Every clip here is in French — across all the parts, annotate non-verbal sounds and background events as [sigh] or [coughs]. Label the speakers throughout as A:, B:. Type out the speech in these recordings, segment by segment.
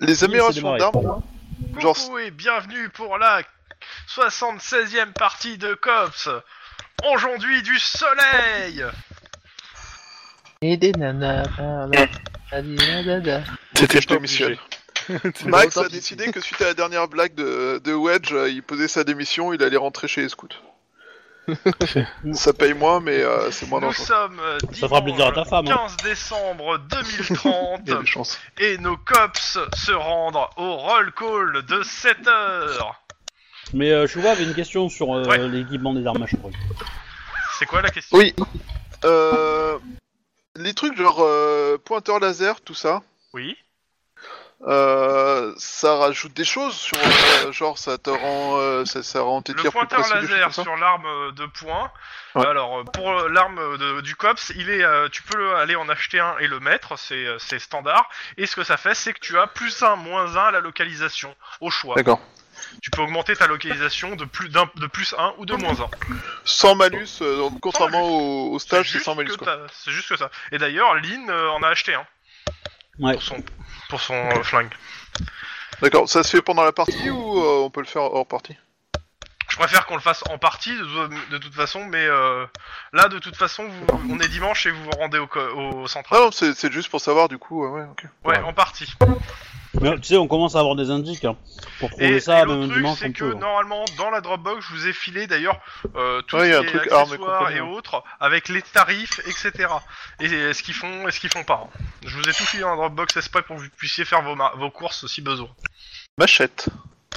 A: les améliorations
B: démarrer.
A: d'armes. Genre-
C: Coucou et bienvenue pour la 76e partie de COPS. Aujourd'hui du soleil
D: Et des nanas. par là, ah, des nanas.
A: C'était
B: pas
A: [laughs] Max a
D: Authenticité.
A: décidé que suite à la dernière blague de, de Wedge, euh, il posait sa démission, il allait rentrer chez les
B: [laughs]
A: scouts. Ça paye moins, mais euh, c'est moins
C: Nous
A: dangereux.
C: sommes euh,
B: Ça fera plaisir à ta
C: dimanche
B: femme, hein.
C: 15 décembre
A: [laughs] Il y a
C: 2030
A: des chances.
C: et nos COPS se rendent au roll call de 7 heures.
B: Mais euh, Chouba avait une question sur euh,
C: Ouais.
B: l'équipement des armes à chevreuil.
C: C'est quoi la question
A: Oui. Euh, les trucs genre euh, pointeur laser, tout ça,
C: Oui.
A: euh, ça rajoute des choses sur. euh, genre, ça te rend. euh, ça, ça rend tes
C: Le
A: tirs plus
C: pointeur
A: précis. des choses comme
C: laser
A: ça
C: sur l'arme euh, de poing.
A: Ouais.
C: Alors euh, pour euh, l'arme de- du cops, il est, euh, tu peux le- aller en acheter un et le mettre, c'est euh, c'est standard. Et ce que ça fait, c'est que tu as plus 1, moins 1 à la localisation, au choix.
A: D'accord.
C: Tu peux augmenter ta localisation de plus d'un, de plus 1 ou de moins 1.
A: Sans malus, euh, donc, contrairement au, au stage, c'est sans malus
C: que
A: quoi.
C: t'as- c'est juste que ça. Et d'ailleurs, Lynn euh, en a acheté un
B: Ouais.
C: pour son pour son euh, flingue.
A: D'accord, ça se fait pendant la partie ou euh, on peut le faire hors partie
C: Je préfère qu'on le fasse en partie de, tout- de toute façon, mais euh, là de toute façon, vous- on est dimanche et vous vous rendez au, co- au central.
A: Ah non, c'est c'est juste pour savoir du coup, euh, ouais, ok.
C: Ouais,
B: Ouais.
C: en partie.
B: Mais, tu sais, on commence à avoir des indices hein, pour trouver
C: Et,
B: ça,
C: et l'autre
B: même
C: truc,
B: dimanche
C: c'est
B: on
C: que
B: peut. hein.
C: normalement, dans la Dropbox, je vous ai filé d'ailleurs euh, tout
A: Ouais, y
C: ce
A: a un
C: qui est
A: truc armes et
C: accessoires et,
A: compagnie, hein. ouais.
C: autres, avec les tarifs, etc. Et, euh, ce qu'ils font et ce qu'ils font pas. hein. Je vous ai tout filé dans la Dropbox exprès pour que vous puissiez faire vos, mar- vos courses si besoin.
A: Machette.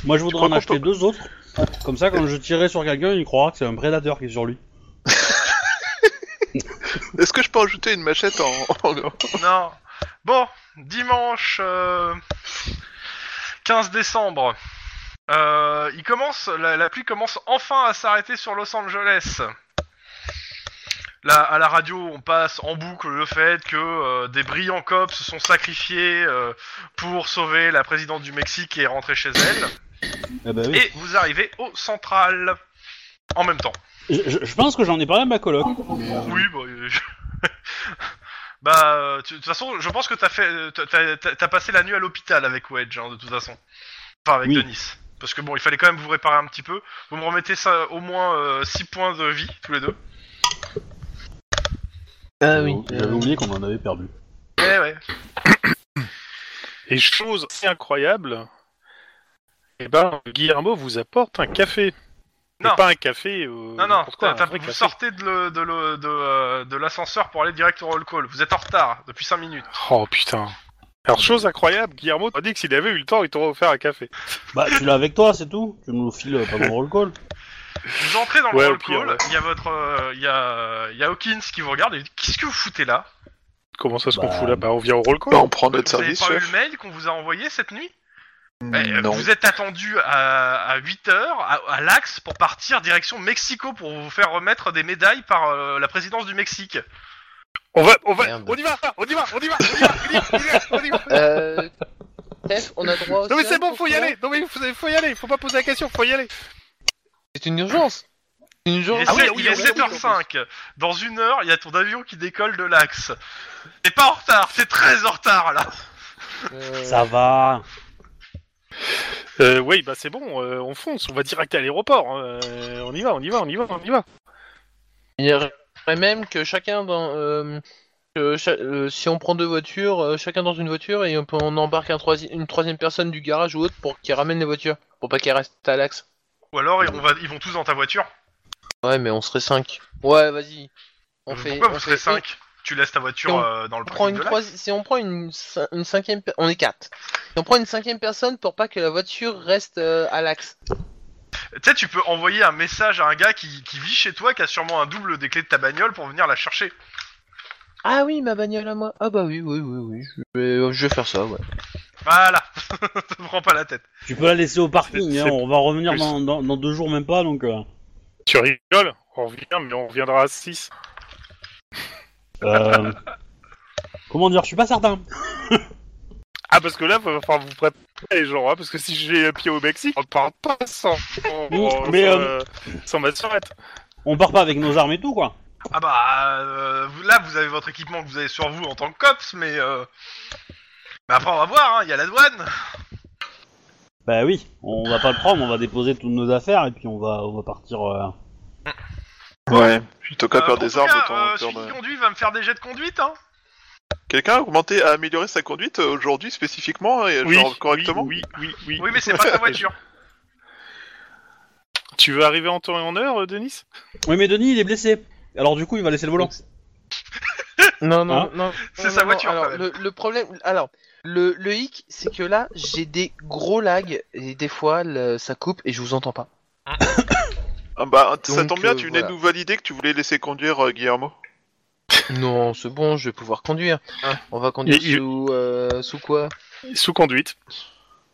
B: Moi, je voudrais
A: crois
B: en
A: qu'on
B: acheter
A: peut-
B: deux autres. Comme ça, quand je tirerai sur quelqu'un, il croira que c'est un prédateur qui est sur lui.
A: Est-ce que je peux ajouter une machette en. en-
C: [laughs] non. Bon, dimanche euh, 15 décembre. Euh, il commence, la, la pluie commence enfin à s'arrêter sur Los Angeles. Là, à la radio, on passe en boucle le fait que euh, des brillants cops se sont sacrifiés euh, pour sauver la présidente du Mexique et rentrer chez elle.
B: Eh ben oui.
C: Et vous arrivez au central en même temps.
B: Je, je- je pense que j'en ai parlé à ma coloc.
C: Oui, bah. euh, je- [laughs] bah, euh, tu- de toute façon, je pense que t'as fait, euh, t'as- t'as t'as- t'as passé la nuit à l'hôpital avec Wedge, hein, de toute façon. Enfin, avec
B: Oui.
C: Denis. Parce que bon, il fallait quand même vous réparer un petit peu. Vous me remettez ça au moins 6 points de vie, tous les deux.
D: Ah oui.
B: J'avais oublié qu'on en avait perdu.
C: Eh ouais.
E: Et chose assez incroyable, eh ben, Guillermo vous apporte un café. Mais
C: Non.
E: pas un café. euh,
C: Non, non,
E: n'importe quoi,
C: t'as-
E: un
C: t'as-
E: vrai
C: vous
E: café.
C: sortez de le- de le- de, euh, de l'ascenseur pour aller direct au roll call. Vous êtes en retard depuis 5 minutes.
E: Oh putain. Alors, chose incroyable, Guillermo t'a dit que s'il avait eu le temps, il t'aurait offert un café.
B: Bah, tu l'as avec toi, c'est tout. Tu nous le files euh, pendant le roll call.
C: Vous entrez dans le
E: Ouais,
C: roll
E: au pire,
C: call,
E: ouais.
C: il y a votre. euh, Il y, a, il y a Hawkins qui vous regarde et il dit Qu'est-ce que vous foutez là
E: Comment ça se qu'on
B: Bah,
E: fout là Bah, on vient au roll call.
A: Bah, on prend notre
C: Vous avez
A: service,
C: pas eu le
A: chef.
C: mail qu'on vous a envoyé cette nuit Eh, euh,
A: non.
C: Vous êtes attendu à, 8h à, à l'Axe pour partir direction Mexico pour vous faire remettre des médailles par euh, la présidence du Mexique.
E: On va, on va,
D: Merde.
E: on y va, on y va, on y va, on y va, on y va, on y va, on
D: [laughs]
E: y va.
D: Euh. Steph, on a droit au
E: Non mais
D: seul
E: c'est bon,
D: pour
E: faut y
D: toi
E: aller. Non mais faut, faut y aller. Faut pas poser la question, faut y aller.
D: C'est une urgence. C'est une Ah
C: Il
D: urgence.
C: est,
E: oui,
C: sept-
E: oui,
C: il est
E: oui, oui,
C: 7h05. Dans une heure, il y a ton avion qui décolle de l'Axe. T'es pas en retard, t'es très en retard là.
D: Euh,
B: Ça va.
E: Euh, oui, bah c'est bon, euh, on fonce, on va direct à l'aéroport. hein. Euh, on y va, on y va, on y va, on y va.
D: Il y aurait même que chacun dans. euh, que cha- euh, si on prend deux voitures, euh, chacun dans une voiture et on, peut- on embarque un troisi- une troisième personne du garage ou autre pour qu'il ramène les voitures, pour pas qu'elles restent à l'axe.
C: Ou alors on va, ils vont tous dans ta voiture.
D: Ouais, mais on serait 5. Ouais, vas-y. On fait.
C: Pourquoi
D: on
C: vous
D: fait-
C: serez 5 Tu laisses ta voiture
D: Et on-
C: euh, dans le
D: on prend
C: parking
D: une
C: de l'Axe.
D: troisi- Si on prend une, cin- une cinquième. pe- On est 4. Si on prend une cinquième personne pour pas que la voiture reste euh, à l'axe.
C: Tu sais, tu peux envoyer un message à un gars qui, qui vit chez toi, qui a sûrement un double des clés de ta bagnole pour venir la chercher.
D: Ah oui, ma bagnole à moi. Ah bah oui, oui, oui, oui. Je vais, je vais faire ça, ouais.
C: Voilà. [laughs] Te prends pas la tête.
B: Tu peux la laisser au parking.
E: C'est-
B: hein,
E: c'est
B: On va revenir
E: plus.
B: dans, dans- dans deux jours, même pas. Donc. euh,
E: Tu rigoles On revient, mais on reviendra à 6.
B: euh, Comment dire Je suis pas certain.
E: Ah, parce que là, va falloir vous préparer, les gens, hein, parce que si j'ai le pied au Mexique, on ne part pas sans, sans-
B: mais,
E: sans,
B: euh,
E: euh, sans ma surette.
B: On part pas avec nos armes et tout, quoi.
C: Ah bah euh, vous- là vous avez votre équipement que vous avez sur vous en tant que cops mais euh... mais après on va voir hein, il y a la douane.
B: Bah oui, on va pas le prendre, on va déposer toutes nos affaires et puis on va, on va partir. euh,
A: Ouais. Plutôt qu'à
C: Euh,
A: perdre
C: en
A: des
C: tout
A: armes,
C: cas,
A: autant
C: euh, celui
A: perdre.
C: qui conduit va me faire des jets de conduite, hein
A: Quelqu'un a augmenté, a amélioré sa conduite euh, aujourd'hui spécifiquement et genre correctement
E: oui, oui, oui,
C: Oui, mais
E: [laughs]
C: c'est pas ta voiture.
E: Tu veux arriver en temps et en heure, euh, Denis
B: Oui, mais Denis il est blessé. Alors du coup, il va laisser le volant.
D: Non, non,
B: Hein
D: non.
C: C'est
D: non,
C: sa
D: non,
C: voiture,
D: Alors,
C: quand même.
D: le, le problème, alors, le, le hic, c'est que là, j'ai des gros lags et des fois, le- ça coupe et je vous entends pas.
A: Ah bah, ça
D: Donc,
A: tombe bien,
D: euh,
A: tu venais
D: voilà.
A: de nous valider que tu voulais laisser conduire euh, Guillermo.
D: [laughs] Non, c'est bon, je vais pouvoir conduire.
C: Hein
D: On va conduire
E: Il- il-
D: sous, euh, sous quoi
E: Sous conduite.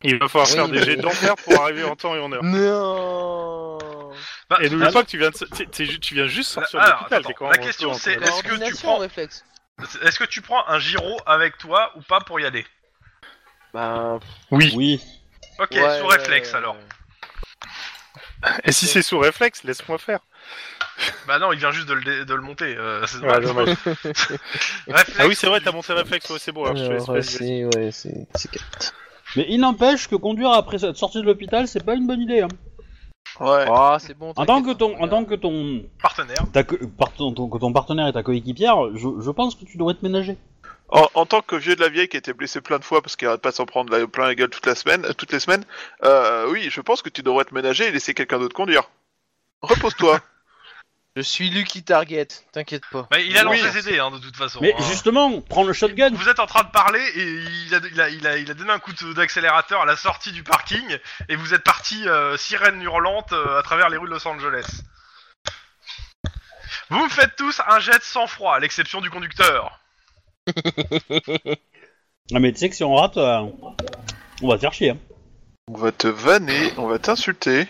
E: Il va falloir
D: Oui,
E: faire
D: mais-
E: des jets d'enfer pour arriver en temps et en heure.
D: Non.
C: Bah,
E: Et n'oublie
B: Ah,
E: pas que tu viens, de, s- t'es- t'es ju- tu viens juste sortir de
C: Alors,
E: l'hôpital.
C: attends,
E: t'es quand
C: la
E: même un peu
C: question,
E: en-
C: c'est- Est-ce que tu
D: Coordination,
C: prends-
D: réflexe.
C: Est-ce que tu prends un gyro avec toi ou pas pour y aller
D: Bah,
E: Oui.
B: Oui.
C: Ok,
D: ouais,
C: sous
D: ouais,
C: réflexe
D: ouais.
C: alors.
E: Et si c'est sous réflexe, laisse-moi faire.
C: Bah non, il vient juste de le, dé- de le monter. euh, c'est
E: Ah, dommage.
C: [laughs] Réflexe,
E: Ah oui, c'est vrai, t'as monté réflexe, ouais, c'est bon. Alors, je te laisse
D: Alors,
E: pas-
D: c'est, ouais, c'est, c'est quatre.
B: Mais il n'empêche que conduire après cette sortie de l'hôpital, c'est pas une bonne idée. Hein.
A: Ouais.
D: Ah, c'est bon.
B: En tant que
D: t'inquiète.
B: ton, en tant que ton,
C: partenaire.
B: ta co- par- ton- ton- que ton partenaire et ta coéquipière, je, je pense que tu devrais te ménager.
A: En, en tant que vieux de la vieille qui était blessé plein de fois parce qu'il arrête pas de s'en prendre la, plein la gueule toute la semaine, euh, toutes les semaines, euh, oui, je pense que tu devrais te ménager et laisser quelqu'un d'autre conduire. Repose-toi.
D: Je suis Lucky Target, t'inquiète pas.
C: Bah, il a
A: Oui.
C: lancé ses dés hein, de toute façon.
B: Mais
C: hein.
B: justement, prends le shotgun.
C: Vous êtes en train de parler et il a, il a- il a- il a donné un coup de- d'accélérateur à la sortie du parking et vous êtes parti euh, sirène hurlante euh, à travers les rues de Los Angeles. Vous me faites tous un jet de sang-froid, à l'exception du conducteur.
B: Ah mais tu sais que si on rate, euh, on va te faire chier. hein.
A: [laughs] on va te vanner, on va t'insulter.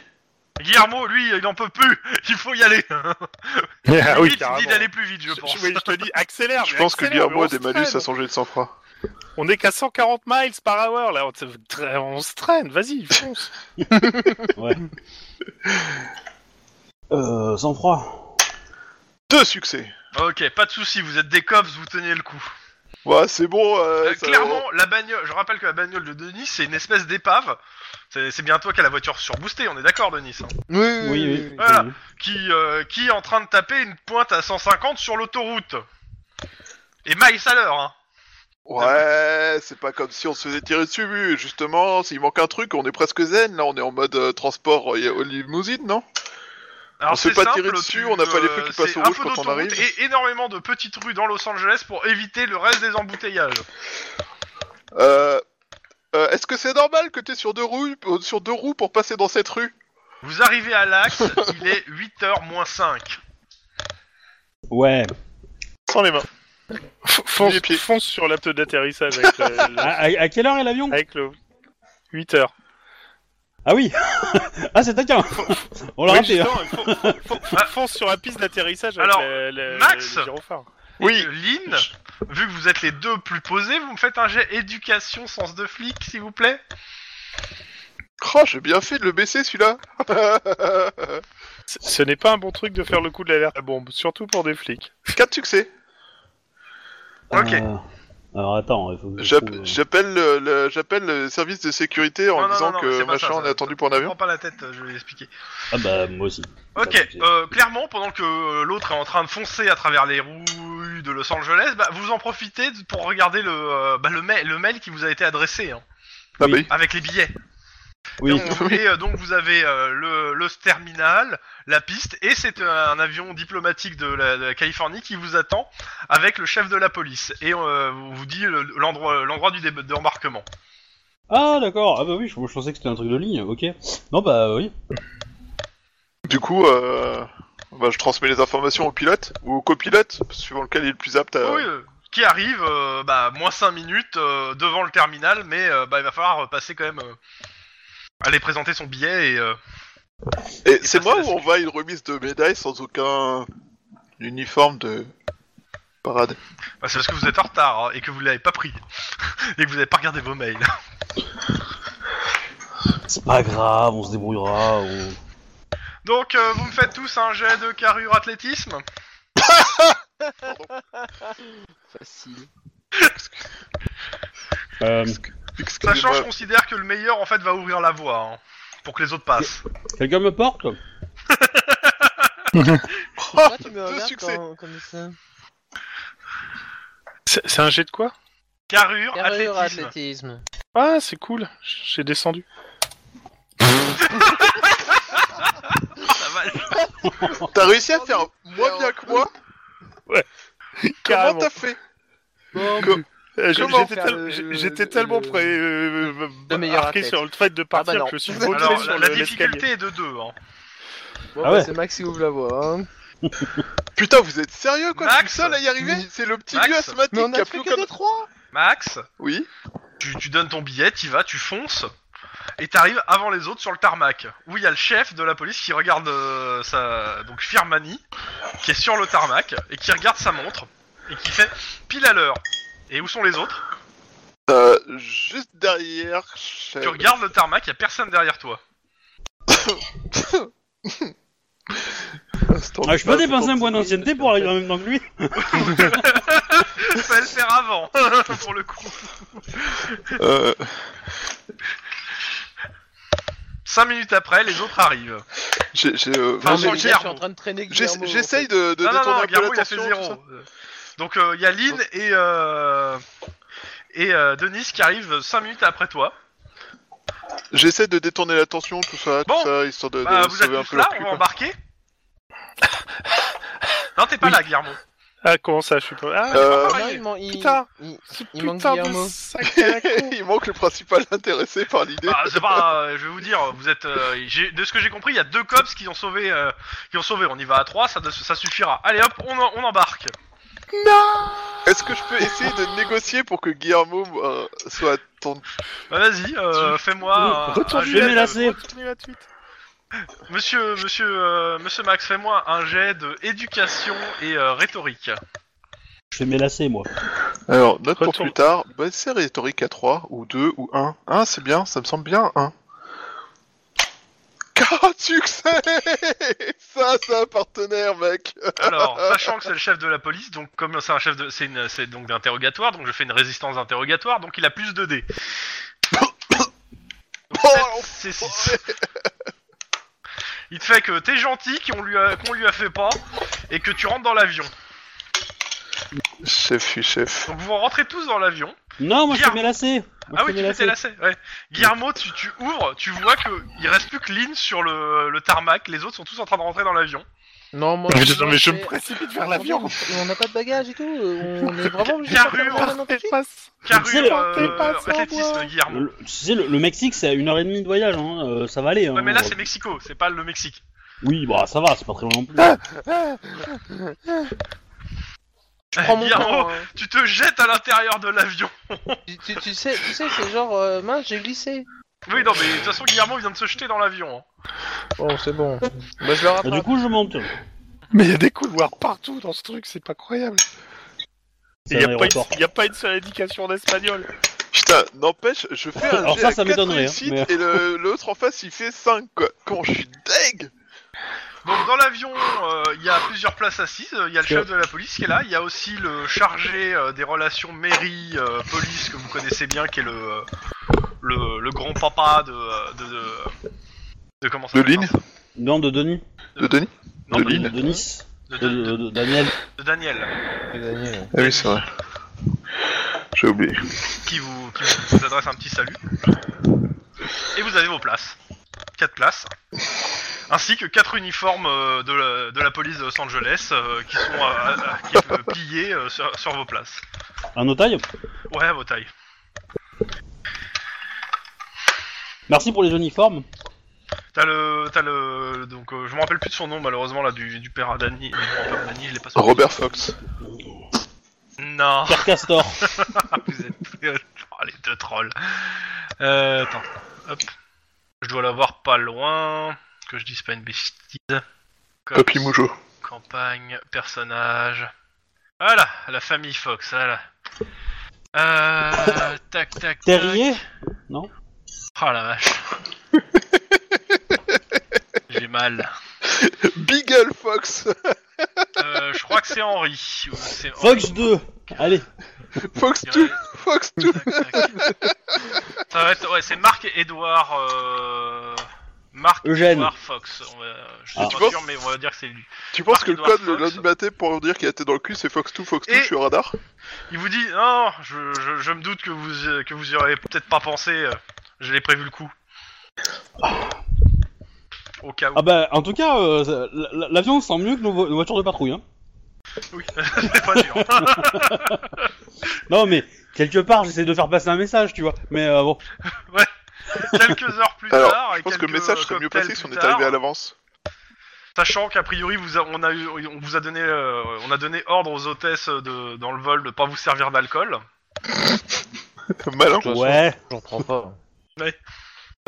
C: Guillermo, lui, il en peut plus, [laughs] il faut y aller.
E: [laughs] Ah
C: Vite, [laughs] il
E: oui,
C: dit
E: carrément.
C: d'aller plus vite, je
E: Je-
C: pense.
E: oui, je te dis, accélère.
A: Je
E: Ah, mais
A: pense que
E: accélère, mais
A: Guillermo
E: on
A: a des
E: se
A: malus
E: traîne.
A: à son jet de sang-froid.
E: On est qu'à 140 miles par hour là, on, se- tra- on se traîne, vas-y, fonce.
B: Euh, sans froid.
A: Deux succès.
C: Ok, pas de souci, vous êtes des cops, vous tenez le coup.
A: Ouais, c'est bon. euh,
C: Euh,
A: ça-
C: clairement, la bagnole, je rappelle que la bagnole de Denis, c'est une espèce d'épave. C'est c'est bien toi qui as la voiture surboostée, on est d'accord, Denis. hein.
D: Oui, oui,
B: Oui, oui.
C: Voilà.
B: oui.
C: Qui, euh, qui est en train de taper une pointe à 150 sur l'autoroute. Et miles à l'heure, hein.
A: Ouais, c'est pas comme si on se faisait tirer dessus. Justement, s'il manque un truc, on est presque zen. Là, on est en mode euh, transport euh, aux limousines, non
C: Alors,
A: On s'est
C: c'est
A: pas
C: simple,
A: tiré dessus,
C: tu, euh,
A: on n'a pas les feux qui
C: c'est
A: passent au
C: un
A: rouge
C: peu
A: quand on
C: d'autoroute
A: arrive.
C: Et énormément de petites rues dans Los Angeles pour éviter le reste des embouteillages.
A: Euh, euh, Est-ce que c'est normal que t'es sur deux roues, euh, sur deux roues pour passer dans cette rue
C: Vous arrivez à
A: [laughs]
C: l'axe, il est 8h moins 5.
B: Ouais.
E: Sans les mains. F- fonce,
A: Les pieds.
E: fonce sur la pneus d'atterrissage avec, euh,
B: [laughs] À,
E: le-
B: à- à quelle heure est l'avion
E: avec le 8 heures.
B: Ah oui. [laughs] ah c'est taquin. on l'a
E: Oui,
B: raté. hein.
E: justement, fon- fon- fon-
C: Ah.
E: fonce sur la piste d'atterrissage avec
C: Alors,
E: le, le-
C: Max
E: le gyrophare.
A: Oui.
C: Euh, Lynn, vu que vous êtes les deux plus posés, vous me faites un jet éducation, sens de flic, s'il vous plaît
A: Oh, j'ai bien fait de le baisser celui-là.
E: C- Ce n'est pas un bon truc de faire le coup de l'alerte à bombe, surtout pour des flics.
A: Quatre succès.
C: Ok.
B: Euh, Alors attends, il faut que je
A: J'app-
B: trouve, euh,
A: J'appelle le, le- j'appelle le service de sécurité en
C: Oh. Non, non,
A: disant
C: non, non,
A: que
C: c'est pas
A: machin
C: ça,
A: on est
C: ça.
A: attendu pour un
C: Prends
A: avion.
C: pas la tête, euh, je vais l'expliquer.
B: Ah bah moi aussi.
C: Ok,
B: Bah, j'ai-
C: euh, clairement, pendant que euh, l'autre est en train de foncer à travers les rues de Los Angeles, bah, vous en profitez pour regarder le, euh, bah, le, mail, le mail qui vous a été adressé, hein,
A: Ah
B: oui.
A: bah oui.
C: avec les billets.
B: Oui.
A: Oui.
C: Et euh, donc vous avez euh, le, le terminal, la piste, et c'est euh, un avion diplomatique de la, de la Californie qui vous attend avec le chef de la police, et euh, vous vous dit le- l'endroit l'endroit du dé- de rembarquement.
B: Ah d'accord. Ah bah oui, je, je pensais que c'était un truc de ligne. Ok. Non bah oui.
A: Du coup, euh, bah, je transmets les informations au pilote ou au copilote, suivant lequel il est le plus apte à.
C: Oui, euh, qui arrive, euh, bah, moins 5 minutes euh, devant le terminal, mais euh, bah, il va falloir passer quand même. euh, aller présenter son billet et. euh, ça,
A: Et c'est moi
C: c'est la
A: où on va à une remise de médaille sans aucun uniforme de parade.
C: bah, c'est parce que vous êtes en retard hein, et que vous l'avez pas pris. [laughs] et que vous n'avez pas regardé vos mails. [laughs]
B: C'est pas grave, on se débrouillera. on-
C: Donc, euh, vous me faites tous un jet de carrure athlétisme
D: Ah, Facile.
B: Euh,
C: Sachant,
A: Excusez-moi.
C: je considère que le meilleur en fait va ouvrir la voie hein, pour que les autres passent.
B: Quelqu'un me porte
D: Pourquoi tu me
A: deux
D: regardes
A: succès.
D: quand- comme ça
E: C'est c'est un jet de quoi
C: Carrure,
D: Carrure,
C: athlétisme.
D: athlétisme.
E: Ah, c'est cool, j'ai descendu.
C: Ça va. Oh.
A: T'as réussi à faire moins bien que moi Comment
E: Carrément.
A: t'as fait
D: Bon,
A: Co-
E: Euh, je-
A: comment
E: J'étais
D: faire
E: tel-
D: le-
E: j'ai-
D: le-
E: j'étais tellement
D: le-
E: prêt, euh, euh,
D: le meilleur
E: arqué
D: athlète.
E: sur le fait de partir
D: Ah bah non.
E: que je me suis volé
C: Alors,
E: sur
C: la,
E: le- l'escalier.
C: difficulté est de 2. Hein.
D: bon,
B: Ah
D: bah,
B: ouais.
D: c'est Max qui ouvre la voie. Hein.
A: Putain, vous êtes sérieux quoi
C: Max
A: Tout seul à y arriver C'est le petit
C: Max
A: vieux asthmatique
D: Mais on
A: qui
D: a
A: a
D: fait
A: plus
D: que des
A: aucun...
D: trois
C: Max,
A: Oui
C: tu, tu donnes ton billet, tu vas, tu fonces. Et t'arrives avant les autres sur le tarmac, où il y a le chef de la police qui regarde euh, sa... Donc Firmani, qui est sur le tarmac, et qui regarde sa montre, et qui fait pile à l'heure. Et où sont les autres
A: euh, Juste derrière... je-
C: Tu regardes le tarmac, il y a personne derrière toi. [laughs]
A: Instant
B: ah, Je peux
A: base,
B: dépenser un
A: instant
B: point
A: base.
B: d'ancienneté pour arriver en même temps que lui
C: Fallait le faire avant, [laughs] pour le coup.
A: Euh,
C: 5 minutes après, les autres arrivent.
A: j'ai- j'ai, euh,
C: Enfin,
A: vraiment-
C: mais
A: j'ai-
C: Guillermo.
D: je suis en train de traîner
A: j'essa-
D: Guillermo.
A: J'essaye de, de
C: non, non,
A: détourner
C: non,
A: un peu
C: Guillermo, il a fait
A: l'attention. tout ça.
C: zéro. Donc, euh, il y a Lynn et, euh, et euh, Denis qui arrivent 5 minutes après toi.
A: J'essaie de détourner l'attention, tout ça,
C: Bon.
A: tout ça, histoire de, de
C: Bah, vous êtes
A: sauver un
C: tous
A: peu hein.
C: là,
A: la pluie,
C: on va
A: quoi.
C: embarquer Non, t'es pas
E: Oui.
C: là, Guillermo.
E: Ah, comment ça, je suis pas... Ah,
C: [laughs]
A: Euh, [laughs]
D: Non, il, man- il-
E: Putain.
D: il-
E: ce
D: il manque
E: putain de
D: Guillermo.
E: sac à la con.
A: Il manque le principal intéressé par l'idée.
C: Bah, c'est pas, euh, je vais vous dire, vous êtes. euh, j'ai- de ce que j'ai compris, il y a deux cops qui ont sauvé. euh, qui ont sauvé. On y va à 3, ça, ça suffira. Allez hop, on, en- on embarque.
A: Est-ce que je peux essayer de négocier pour que Guillermo euh, soit ton...
C: Bah, Vas-y, euh, fais-moi. un- un
E: Retourne
C: jet
B: vais
C: de-
B: me lasser.
E: Retournez la tweet.
C: Monsieur, monsieur, euh, monsieur Max, fais-moi un jet de éducation et euh, rhétorique.
B: Je fais mes lacets, moi.
A: Alors, note pour
E: Retourne.
A: plus tard, bah, c'est rhétorique à 3, ou 2, ou 1. 1, c'est bien, ça me semble bien, [laughs] 1. 40 succès [laughs] Ça, c'est un partenaire, mec
C: Alors, sachant que c'est le chef de la police, donc comme c'est un chef de, c'est une, c'est donc d'interrogatoire, donc je fais une résistance d'interrogatoire, donc il a plus de dés.
A: Oh,
C: C'est six. [laughs] Il te fait que t'es gentil, qu'on lui a, qu'on lui a fait pas, et que tu rentres dans l'avion.
A: Chef, je suis chef.
C: Donc vous rentrez tous dans l'avion.
B: Non, moi je fais
C: Guillermo.
B: mes lacets
C: Ah
B: Moi, je
C: oui,
B: fais
C: tu fais
B: mes
C: tes
B: lacets.
C: lacets. Ouais. Guillermo, tu, tu ouvres, tu vois que il reste plus que Lynn sur le, le tarmac. Les autres sont tous en train de rentrer dans l'avion.
D: Non, moi,
E: Mais je- mais je me
D: fais-
E: précipite vers l'avion.
D: On n'a pas de bagages et tout. euh, On est vraiment obligé
C: Carrure.
D: faire maintenant tout de suite.
E: Ah, Passe.
B: C'est le-
C: Carrure, euh,
E: t'es pas sans
C: athlétisme,
E: voix.
C: Guillermo.
B: Le- Tu sais, le, le Mexique, c'est à une heure et demie de voyage, hein. euh, ça va aller. Hein.
C: Ouais, mais là c'est Mexico, c'est pas le Mexique.
B: Oui, bah ça va, c'est pas très long non plus.
C: Ah,
D: Je prends mon
C: Guillermo,
D: temps. hein.
C: Tu te jettes à l'intérieur de l'avion.
D: Tu, tu- tu sais, tu sais c'est genre, euh, mince, j'ai glissé.
C: Oui, non, mais de toute façon, Guillermo vient de se jeter dans l'avion. hein.
D: Bon, Oh, c'est bon. Bah, je
B: Et
D: le
B: Ah, du
D: rattrape.
B: coup, je monte.
E: Mais il y a des couloirs partout dans ce truc, c'est pas croyable.
B: C'est
E: Il y
B: un
E: a, pas
B: aéroport.
E: une, y a pas une seule indication en espagnol.
A: Putain, n'empêche, je fais un
B: Alors
A: jet
B: ça,
A: à
B: ça
A: quatre
B: m'étonnerait, hein,
A: réussites,
B: mais-
A: et le- l'autre en face, il fait 5, quoi. Quand je suis deg
C: Donc, dans l'avion, euh, il y a plusieurs places assises. Il y a le
B: Parce
C: chef de la police qui est là. Il y a aussi le chargé euh, des relations mairie-police que vous connaissez bien, qui est le, euh, le, le grand papa de. euh, de, de, de comment ça
A: De
C: s'appelle,
A: Lynn
C: hein
B: Non, de Denis.
A: De Denis
C: Non,
A: De
C: de,
A: Lynn
B: De Nice.
C: hein, de-
B: De,
C: de-
B: de- de Daniel.
C: de Daniel,
A: Ah oui, c'est vrai. J'ai oublié.
C: qui vous, qui vous adresse un petit salut. Et vous avez vos places. Quatre places. Ainsi que quatre uniformes euh, de la, de la police de Los Angeles euh, qui sont euh, euh, qui, euh, pliés euh, sur- sur vos places.
B: Un otaille.
C: Ouais, à vos tailles.
B: Merci pour les uniformes.
C: T'as le, t'as le, donc euh, je me rappelle plus de son nom malheureusement là du, du père Adani, du grand-père Adani, je l'ai pas. sorti.
A: Robert Fox.
C: Non, [laughs]
B: Père [laughs] Castor.
C: vous êtes, oh, les deux trolls. Euh, attends, hop, je dois l'avoir pas loin, que je dise pas une bêtise. Cops,
A: Happy Mojo.
C: Campagne, personnage. Voilà, la famille Fox, voilà.
B: [laughs]
C: Euh, tac, tac, tac.
B: Terrier
C: Oh la
B: [laughs]
C: vache. J'ai mal.
A: Beagle Fox.
C: Euh, je crois que c'est Henri. ou c'est-
B: Fox 2. Allez.
A: Fox
C: Je
A: 2.
C: dirais-
A: Fox tout.
C: Tac, tac. Ça va être, ouais, c'est Marc et Edouard. Euh... Marc
B: Eugène.
C: Edouard Fox. On va- Je suis
B: Ah.
A: Tu
C: pas
A: penses-
C: sûr, mais on va dire que c'est lui.
A: Tu penses que le
C: Marc-Edouard
A: code le
C: Fox.
A: lundi matin pour dire qu'il était dans le cul, c'est Fox 2, Fox 2,
C: Et-
A: je suis au radar
C: Il vous dit non, je, je, je me doute que vous euh, que vous y aurez peut-être pas pensé. euh, Je l'ai prévu le coup. Au cas où.
B: Ah bah, en tout cas, euh, ça- l- l- l'avion sent mieux que nos, vo- nos voitures de patrouille. Hein.
C: Oui, [laughs] c'est pas dur.
B: Non, mais quelque part, j'essaie de faire passer un message, tu vois. Mais euh, bon.
C: quelques heures plus
A: Alors,
C: tard.
A: je pense
C: et
A: que le
C: quelques
A: message serait mieux
C: cocktails
A: passé si on
C: plus
A: était arrivé
C: tard,
A: à l'avance. [laughs]
C: Sachant qu'a priori vous a- on a eu, on vous a donné euh, on a donné ordre aux hôtesses de, dans le vol de pas vous servir d'alcool.
A: Malin.
D: De toute façon,
B: Ouais.
D: J'en prends pas.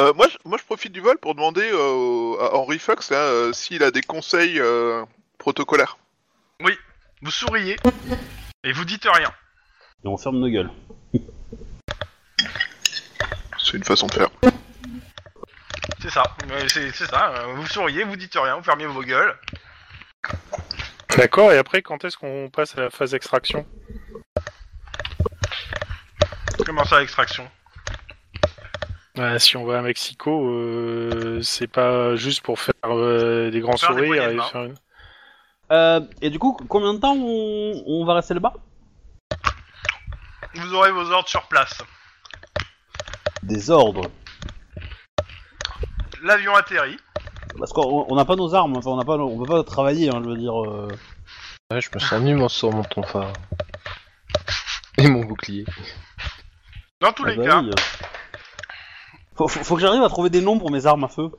A: Euh, moi, je, moi, je profite du vol pour demander euh, au- à Henry Fox hein, euh, s'il a des conseils euh, protocolaires.
C: Vous souriez et vous dites rien.
B: Et on ferme nos gueules.
A: C'est une façon de faire.
C: C'est ça. Euh, C'est c'est ça. euh, Vous souriez, vous dites rien, vous fermez vos gueules.
E: D'accord, et après, quand est-ce qu'on passe à la phase extraction
C: Commencez à l'extraction.
E: Bah, Si on va à Mexico, euh, c'est pas juste pour faire euh, des grands
C: Faire des
E: sourires
C: poignées de
E: et
C: main.
E: faire une...
B: Euh, et du coup, combien de temps on, on va rester là-bas
C: Vous aurez vos ordres sur place.
B: Des ordres.
C: L'avion atterrit.
B: Parce qu'on on n'a pas nos armes, enfin, on n'a pas, nos- on peut pas travailler, hein, je veux dire. euh.
D: Ouais, je me sens un immense sur mon tonfa. Et mon bouclier.
C: Dans tous
B: Ah
C: les
B: bah
C: cas,
B: oui, euh. Faut, faut- faut que j'arrive à trouver des noms pour mes armes à feu.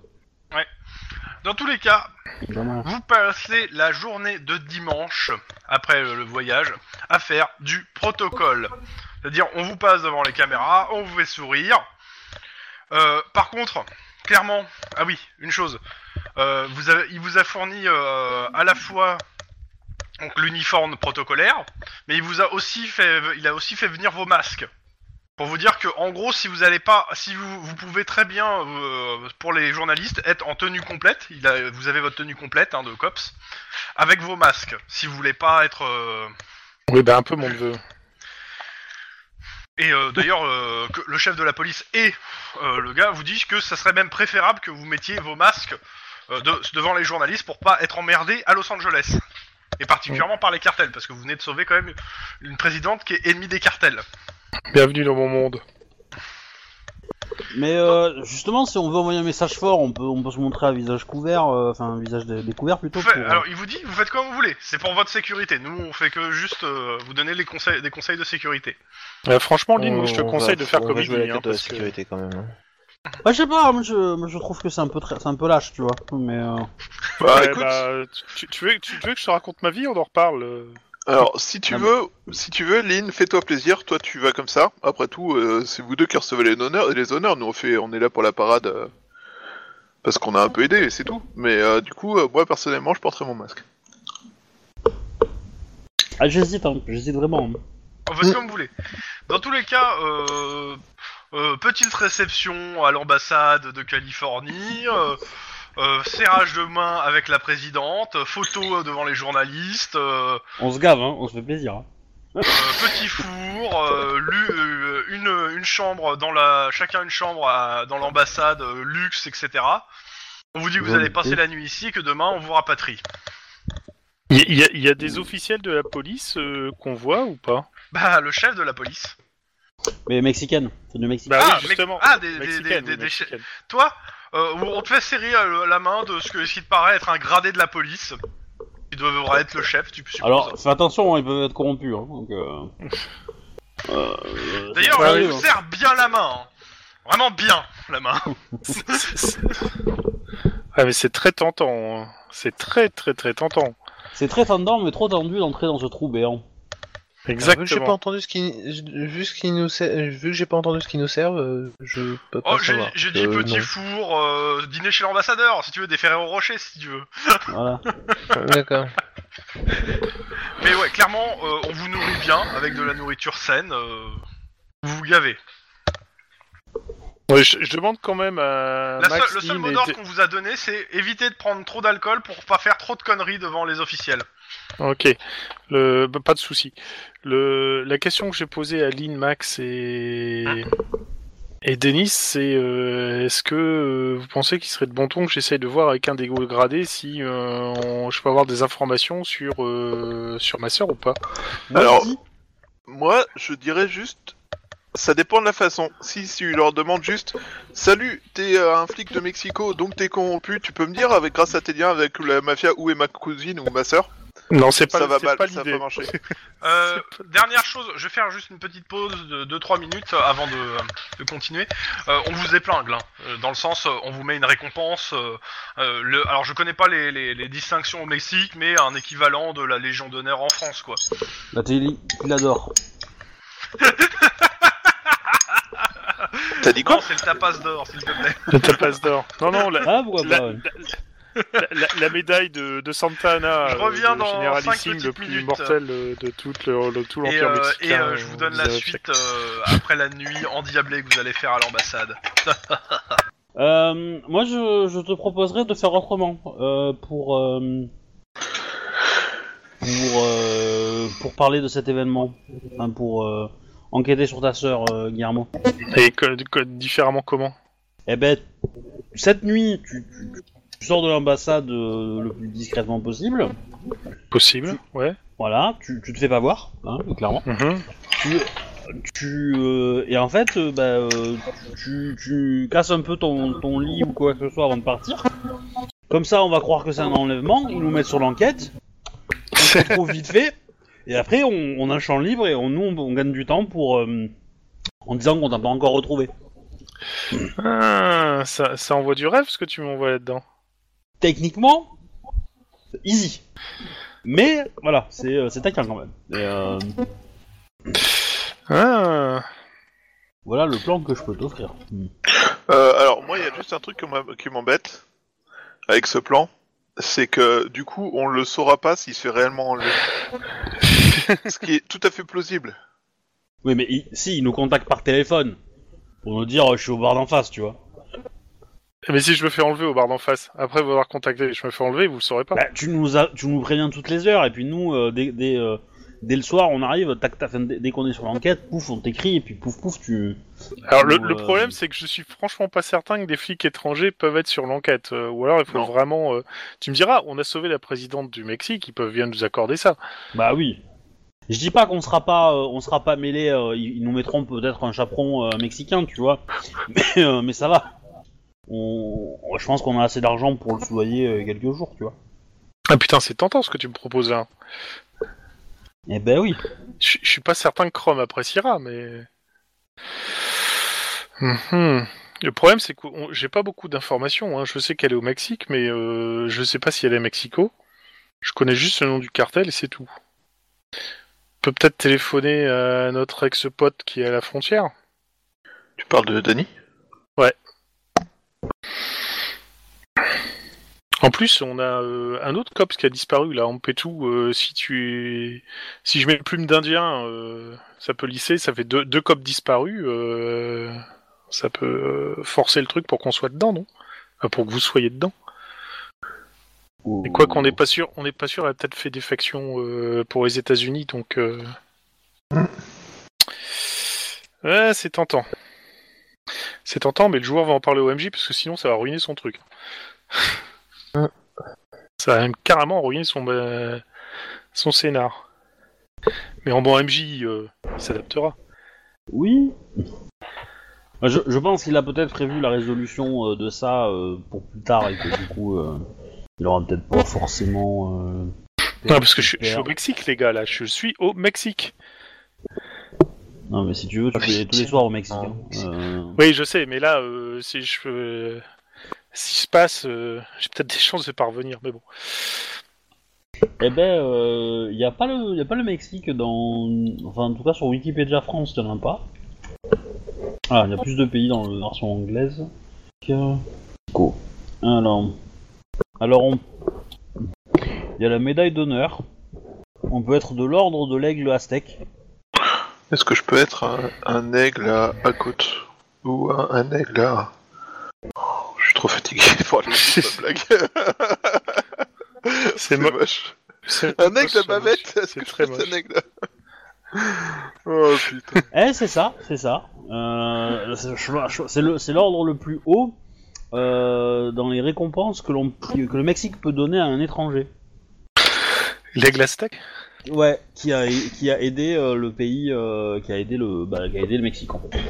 C: dans tous les cas,
B: Évidemment.
C: vous passez la journée de dimanche après euh, le voyage à faire du protocole. C'est-à-dire, on vous passe devant les caméras, on vous fait sourire. Euh, par contre, clairement, ah oui, une chose, Euh, vous avez- il vous a fourni euh, à la fois donc l'uniforme protocolaire, mais il vous a aussi fait, il a aussi fait venir vos masques. Pour vous dire que, en gros, si vous allez pas, si vous, vous pouvez très bien, euh, pour les journalistes, être en tenue complète, il a- vous avez votre tenue complète hein, de COPS, avec vos masques, si vous voulez pas être. euh,
E: Oui, bah un peu mon neveu.
C: Et euh, d'ailleurs, euh, que le chef de la police et euh, le gars vous disent que ça serait même préférable que vous mettiez vos masques euh, de- devant les journalistes pour pas être emmerdé à Los Angeles. Et particulièrement par les cartels, parce que vous venez de sauver quand même une présidente qui est ennemie des cartels.
E: Bienvenue dans mon monde.
B: Mais euh, justement, si on veut envoyer un message fort, on peut, on peut se montrer à visage couvert, euh, enfin visage dé- découvert plutôt.
C: Vous faites-
B: pour, euh,
C: alors, il vous dit, vous faites comme vous voulez, c'est pour votre sécurité. Nous, on fait que juste euh, vous donner les conseils, des conseils de sécurité.
E: Euh, franchement, Lynn, moi, je te
D: Oh, On va-
E: conseille de faire
D: on
E: comme
D: va
E: il
D: jouer
E: dit.
D: la
E: hein,
D: carte de la
E: parce que-
D: sécurité quand même. hein.
B: Bah, je sais pas, moi je, moi, je trouve que c'est un peu très- c'est un peu lâche, tu vois. Mais euh,
A: Bah,
E: Ouais,
A: écoute,
E: bah, tu, tu veux, tu veux que je te raconte ma vie On en reparle. euh.
C: bah.
A: alors si tu
B: Ah,
A: veux, si tu veux, Lynn, fais-toi plaisir. Toi, tu vas comme ça. Après tout, euh, c'est vous deux qui recevez les honneurs. Les honneurs, nous on fait, on est là pour la parade euh, parce qu'on a un peu aidé, et c'est tout. Mais euh, du coup, euh, moi personnellement, je porterai mon masque.
B: ah, j'hésite, hein, j'hésite vraiment. hein.
C: On fait comme vous voulez. Dans tous les cas, euh, euh, petite réception à l'ambassade de Californie, euh, euh, serrage de main avec la présidente, photo devant les journalistes, euh,
B: On se gave, hein, on se fait plaisir. hein.
C: euh, petit four, euh, lu- euh, une, une chambre dans la, chacun une chambre à- dans l'ambassade, euh, luxe, etc. On vous dit que vous allez passer la nuit ici et que demain on vous rapatrie.
E: Il y, a- il y a- il y a des officiels de la police euh, qu'on voit ou pas
C: Bah le chef de la police.
B: Mais mexicaine, c'est du Mexique.
E: Bah
C: Ah,
E: oui,
C: mais-
E: justement.
C: ah, des- des-
E: Mexicaine,
C: des-
E: oui,
C: des- [laughs]
E: mexicaine.
C: Toi, euh, on te fait serrer euh, la main de ce, que, ce qui te paraît être un gradé de la police. Qui devra être le chef, tu supposes.
B: Alors, fais attention, hein, ils peuvent être corrompus. Hein, donc, euh... Euh,
C: D'ailleurs,
B: ça
C: on
B: arrive,
C: te
B: hein.
C: serre bien la main. hein. Vraiment bien la main.
E: Ah, mais c'est très tentant. hein. C'est très, très, très tentant.
B: c'est très tendant, mais trop tendu d'entrer dans ce trou béant.
D: Alors, Vu que j'ai pas
E: Exactement.
D: entendu ce qui, vu ce qui nous, ser- vu que j'ai pas entendu ce qui nous servent, euh, je peux pas
C: Oh, j'ai
D: savoir.
C: j'ai dit
D: Euh,
C: petit four, euh, dîner chez l'ambassadeur, si tu veux, des Ferrero Rocher, si tu veux.
B: Voilà.
D: non. [laughs] D'accord.
C: Mais ouais, clairement, euh, on vous nourrit bien avec de la nourriture saine. euh, vous vous gavez.
E: Ouais, je, je demande quand même à
C: La
E: Max,
C: seule- le seul
E: Lynn
C: mot
E: et
C: d'ordre
E: Thé-
C: qu'on vous a donné, c'est éviter de prendre trop d'alcool pour pas faire trop de conneries devant les officiels.
E: Ok, le... bah, pas de souci. Le... La question que j'ai posée à Lynn, Max et, et Denis, c'est euh, est-ce que euh, vous pensez qu'il serait de bon ton que j'essaye de voir avec un des gros gradés si euh, on- je peux avoir des informations sur, euh, sur ma sœur ou pas
A: Alors-
B: Vas-y.
A: Moi, je dirais juste, ça dépend de la façon. Si tu leur demandes juste, salut, t'es euh, un flic de Mexico, donc t'es corrompu, tu peux me dire, avec grâce à tes liens avec la mafia, où est ma cousine ou ma sœur
E: Non, c'est pas,
A: Ça va
E: c'est
A: mal,
E: pas
A: ça va
E: l'idée.
A: pas
E: [laughs]
A: marcher.
C: Euh, dernière chose, je vais faire juste une petite pause de 2-3 minutes avant de, de continuer. Euh, on vous épingle, hein, euh, dans le sens, euh, on vous met une récompense. euh, euh, le, alors, je connais pas les, les- les distinctions au Mexique, mais un équivalent de la Légion d'honneur en France, quoi.
B: La télé, il adore.
A: T'as dit
C: Non,
A: quoi
C: c'est le tapas d'or, s'il te plaît.
E: Le tapas d'or. Non, non, la,
B: Ah, pourquoi
E: La-
B: pas ouais.
E: la- la- la médaille de, de Santa Anna,
C: Je
E: euh,
C: reviens
E: le
C: dans cinq
E: généralissime
C: petites
E: le plus
C: minutes.
E: mortel euh, de tout le, le- tout
C: Et,
E: l'empire
C: euh,
E: mexicain.
C: et, euh, je vous donne la
E: euh,
C: suite euh, après la nuit endiablée que vous allez faire à l'ambassade.
B: Euh, moi, je, je te proposerais de faire autrement. euh, pour. euh, pour. euh, pour parler de cet événement. Enfin, pour euh, enquêter sur ta sœur, euh, Guillermo.
E: Et que- que- différemment comment
B: Eh ben, cette nuit, tu, tu- tu sors de l'ambassade euh, le plus discrètement possible.
E: Possible, ouais.
B: Voilà, tu, tu te fais pas voir, hein, clairement. Tu, tu euh, et en fait, euh, bah, euh, tu, tu casses un peu ton, ton lit ou quoi que ce soit avant de partir. Comme ça, on va croire que c'est un enlèvement. Ils nous mettent sur l'enquête. On se retrouve vite fait. Et après, on, on a le champ libre et on, nous, on, on gagne du temps pour euh, en disant qu'on t'a pas encore retrouvé.
E: Ah, ça, ça envoie du rêve ce que tu m'envoies là-dedans.
B: Techniquement, c'est easy. Mais voilà, c'est euh, c'est taquin quand même. Et, euh,
E: Ah. [laughs]
B: voilà le plan que je peux t'offrir. Hmm.
A: Euh, alors, moi, il y a juste un truc que m'a- qui m'embête avec ce plan, c'est que du coup, on le saura pas s'il se fait réellement enlever. Ce qui est tout à fait plausible.
B: Oui, mais il- si, il nous contacte par téléphone. Pour nous dire, euh, je suis au bar d'en face, tu vois.
E: Mais si je me fais enlever au bar d'en face, après vous avoir contacté, je me fais enlever, vous le saurez pas.
B: Bah, tu, nous as, tu nous préviens toutes les heures, et puis nous, euh, dès, dès, euh, dès le soir, on arrive, tac, tac, enfin, dès, dès qu'on est sur l'enquête, pouf, on t'écrit, et puis pouf, pouf, tu.
E: Alors le, le
B: Euh,
E: problème c'est que je suis franchement pas certain que des flics étrangers peuvent être sur l'enquête. euh, ou alors il faut
A: Non.
E: vraiment... euh, Tu me diras, on a sauvé la présidente du Mexique, ils peuvent bien nous accorder ça.
B: Bah oui. Je dis pas qu'on sera pas, euh, on sera pas mêlé. ils, ils nous mettront peut-être un chaperon euh, mexicain, tu vois. [laughs] Mais, euh, mais ça va. On, on- je pense qu'on a assez d'argent pour le soudoyer euh, quelques jours, tu vois.
E: Ah putain c'est tentant ce que tu me proposes là.
B: Eh ben oui.
E: Je je suis pas certain que Chrome appréciera, mais. Mhm. Le problème, c'est que on- j'ai pas beaucoup d'informations. hein. Je sais qu'elle est au Mexique, mais euh, je sais pas si elle est à Mexico. Je connais juste le nom du cartel et c'est tout. On peut peut-être téléphoner à notre ex-pote qui est à la frontière.
A: Tu parles de Danny
E: En plus, on a euh, un autre cops qui a disparu là, en Pétou. Euh, si tu es... si je mets une plume d'Indien, euh, ça peut lisser. Ça fait deux, deux cops disparus. euh, ça peut euh, forcer le truc pour qu'on soit dedans, non Enfin, Pour que vous soyez dedans. Et quoi qu'on n'est pas sûr, on n'est pas sûr. Elle a peut-être fait des factions euh, pour les États-Unis, donc. euh, Ouais, c'est tentant. C'est tentant, mais le joueur va en parler au MJ parce que sinon, ça va ruiner son truc. Ça a même carrément ruiné son, euh, son scénar. Mais en bon MJ, euh, il s'adaptera.
B: Oui. Bah, Je, je pense qu'il a peut-être prévu la résolution euh, de ça euh, pour plus tard et que du coup, euh, il aura peut-être pas forcément. euh,
E: Non, parce que je, suis- je suis au
B: Super.
E: Mexique, les gars, là. Je suis au Mexique.
B: Non, mais si tu veux, tu peux y aller tous les soirs au Mexique. hein. Euh,
E: Oui, je sais, mais là, euh, si je. euh, si je passe, euh, j'ai peut-être des chances de parvenir, mais bon.
B: Eh ben, il n'y a, pas le- y a pas le Mexique dans. Enfin, en tout cas, sur Wikipédia France, il n'y en a pas. Ah, il y a plus de pays dans la version anglaise. que- Go. Alors. Alors, on. Il y a la médaille d'honneur. On peut être de l'ordre de l'aigle aztèque.
A: Est-ce que je peux être un, un aigle à, à côte ou un, un aigle là. Oh, je suis trop fatigué [laughs] pour aller sur la blague.
E: C'est
A: moche.
E: mo- c'est
A: Un aigle à
E: moche,
A: bavette Est-ce
E: C'est
A: que je
E: très
A: reste
E: moche.
A: un aigle [laughs] Oh putain.
B: Eh, c'est ça, c'est ça. Euh, c'est- je- je- c'est le- c'est l'ordre le plus haut euh, dans les récompenses que, l'on- que le Mexique peut donner à un étranger.
E: L'aigle aztèque
B: Ouais, qui a, qui a aidé euh, le pays, euh, qui a aidé le, bah, qui a aidé le Mexique en fait.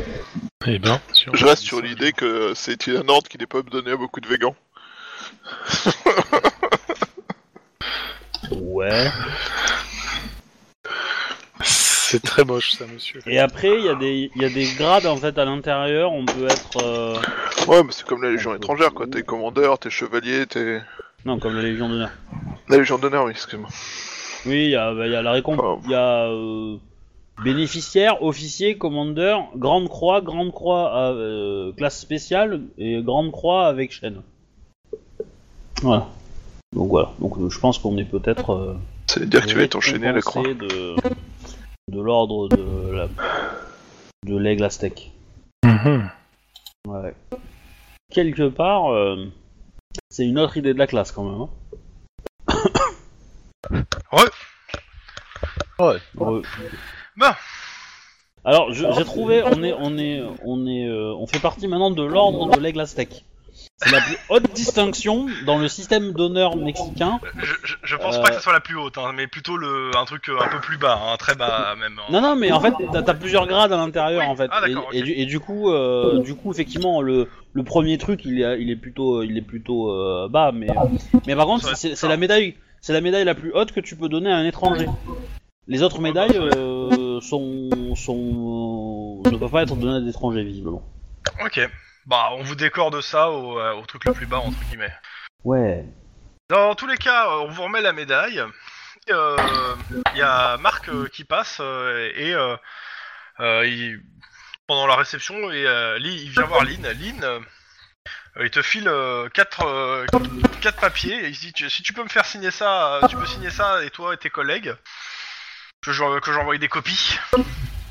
E: Eh ben,
A: Je reste sur l'idée que c'est un ordre qui n'est pas donné à beaucoup de végans.
B: Ouais.
E: C'est très moche, ça, monsieur.
B: Et après, il y, a des- il y a des grades en fait à l'intérieur. On peut être, euh,
A: Ouais, mais c'est comme la Légion étrangère, quoi. T'es commandeur, t'es chevalier, t'es.
B: non, comme la Légion d'honneur.
A: La Légion d'honneur, oui, excuse-moi.
B: Oui, il y, a bah, il y a la récompense, il y a euh, bénéficiaire, officier, commandeur, grande croix, grande croix à euh, classe spéciale et grande croix avec chaîne. Voilà. Donc voilà. Donc euh, je pense qu'on est peut-être. euh,
A: Ça veut dire que tu vas être enchaîné à la croix.
B: récompensé de, de l'ordre de la, de l'aigle aztèque.
E: Mhm.
B: Ouais. Quelque part, euh, c'est une autre idée de la classe quand même. hein.
A: [coughs]
D: Ouais.
B: Pour eux.
C: Bon.
A: Bah.
B: Alors, je- j'ai trouvé, on est, on est, on est, euh, on fait partie maintenant de l'ordre de l'aigle aztèque. C'est la plus haute distinction dans le système d'honneur mexicain.
C: Je, je- je pense
B: Euh.
C: pas que ce soit la plus haute, hein, mais plutôt le, un truc euh, un peu plus bas, hein, très bas même. hein.
B: Non, non, mais en fait, t'as t'as plusieurs grades à l'intérieur
C: Oui.
B: en fait.
C: Ah,
B: et,
C: d'accord,
B: et
C: ok.
B: du, et du coup, euh, du coup, effectivement, le, le premier truc, il est, il est plutôt, il est plutôt euh, bas, mais, mais par contre,
C: Ouais.
B: c'est c'est la médaille, c'est la médaille la plus haute que tu peux donner à un étranger. Les autres médailles
C: bah,
B: euh, sont, sont, euh, ne peuvent pas être données à des étrangers visiblement.
C: Ok. Bah, on vous décore de ça au, euh, au truc le plus bas, entre guillemets.
B: Ouais.
C: Dans tous les cas, euh, on vous remet la médaille. Il y a Marc euh, qui passe euh, et euh, euh, il- pendant la réception, et, euh, Lynn- il vient voir Lynn. Lynn, euh, il te file 4 quatre, euh, quatre papiers et il dit tu- si tu peux me faire signer ça, euh, tu peux signer ça et toi et tes collègues. Que j'en- que j'envoie des copies.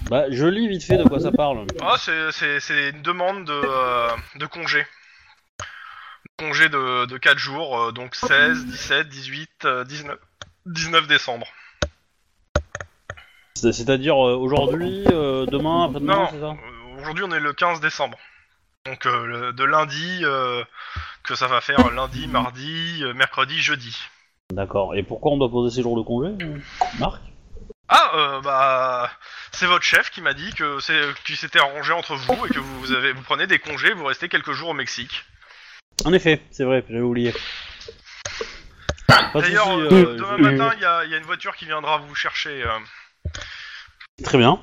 B: Bah, je lis vite fait de quoi ça parle.
C: Ah, c'est- c'est c'est une demande de, euh, de congé. Congé de, de 4 jours, euh, donc 16, 17, 18, euh, 19, 19 décembre.
B: C'est- C'est-à-dire euh, aujourd'hui, euh, demain, après-demain,
C: Non,
B: c'est ça
C: euh, aujourd'hui on est le 15 décembre. Donc euh, le- de lundi, euh, que ça va faire lundi, mardi, euh, mercredi, jeudi.
B: D'accord. Et pourquoi on doit poser ces jours de congé, Marc
C: Ah, euh, bah, c'est votre chef qui m'a dit que c'est qu'il s'était arrangé entre vous et que vous, avez, vous prenez des congés, vous restez quelques jours au Mexique.
B: En effet, c'est vrai, j'avais oublié. Pas de
C: D'ailleurs,
B: souci,
C: euh,
B: euh,
C: demain
E: je-
C: matin, il y, a il y a une voiture qui viendra vous chercher. euh,
B: je- Très bien.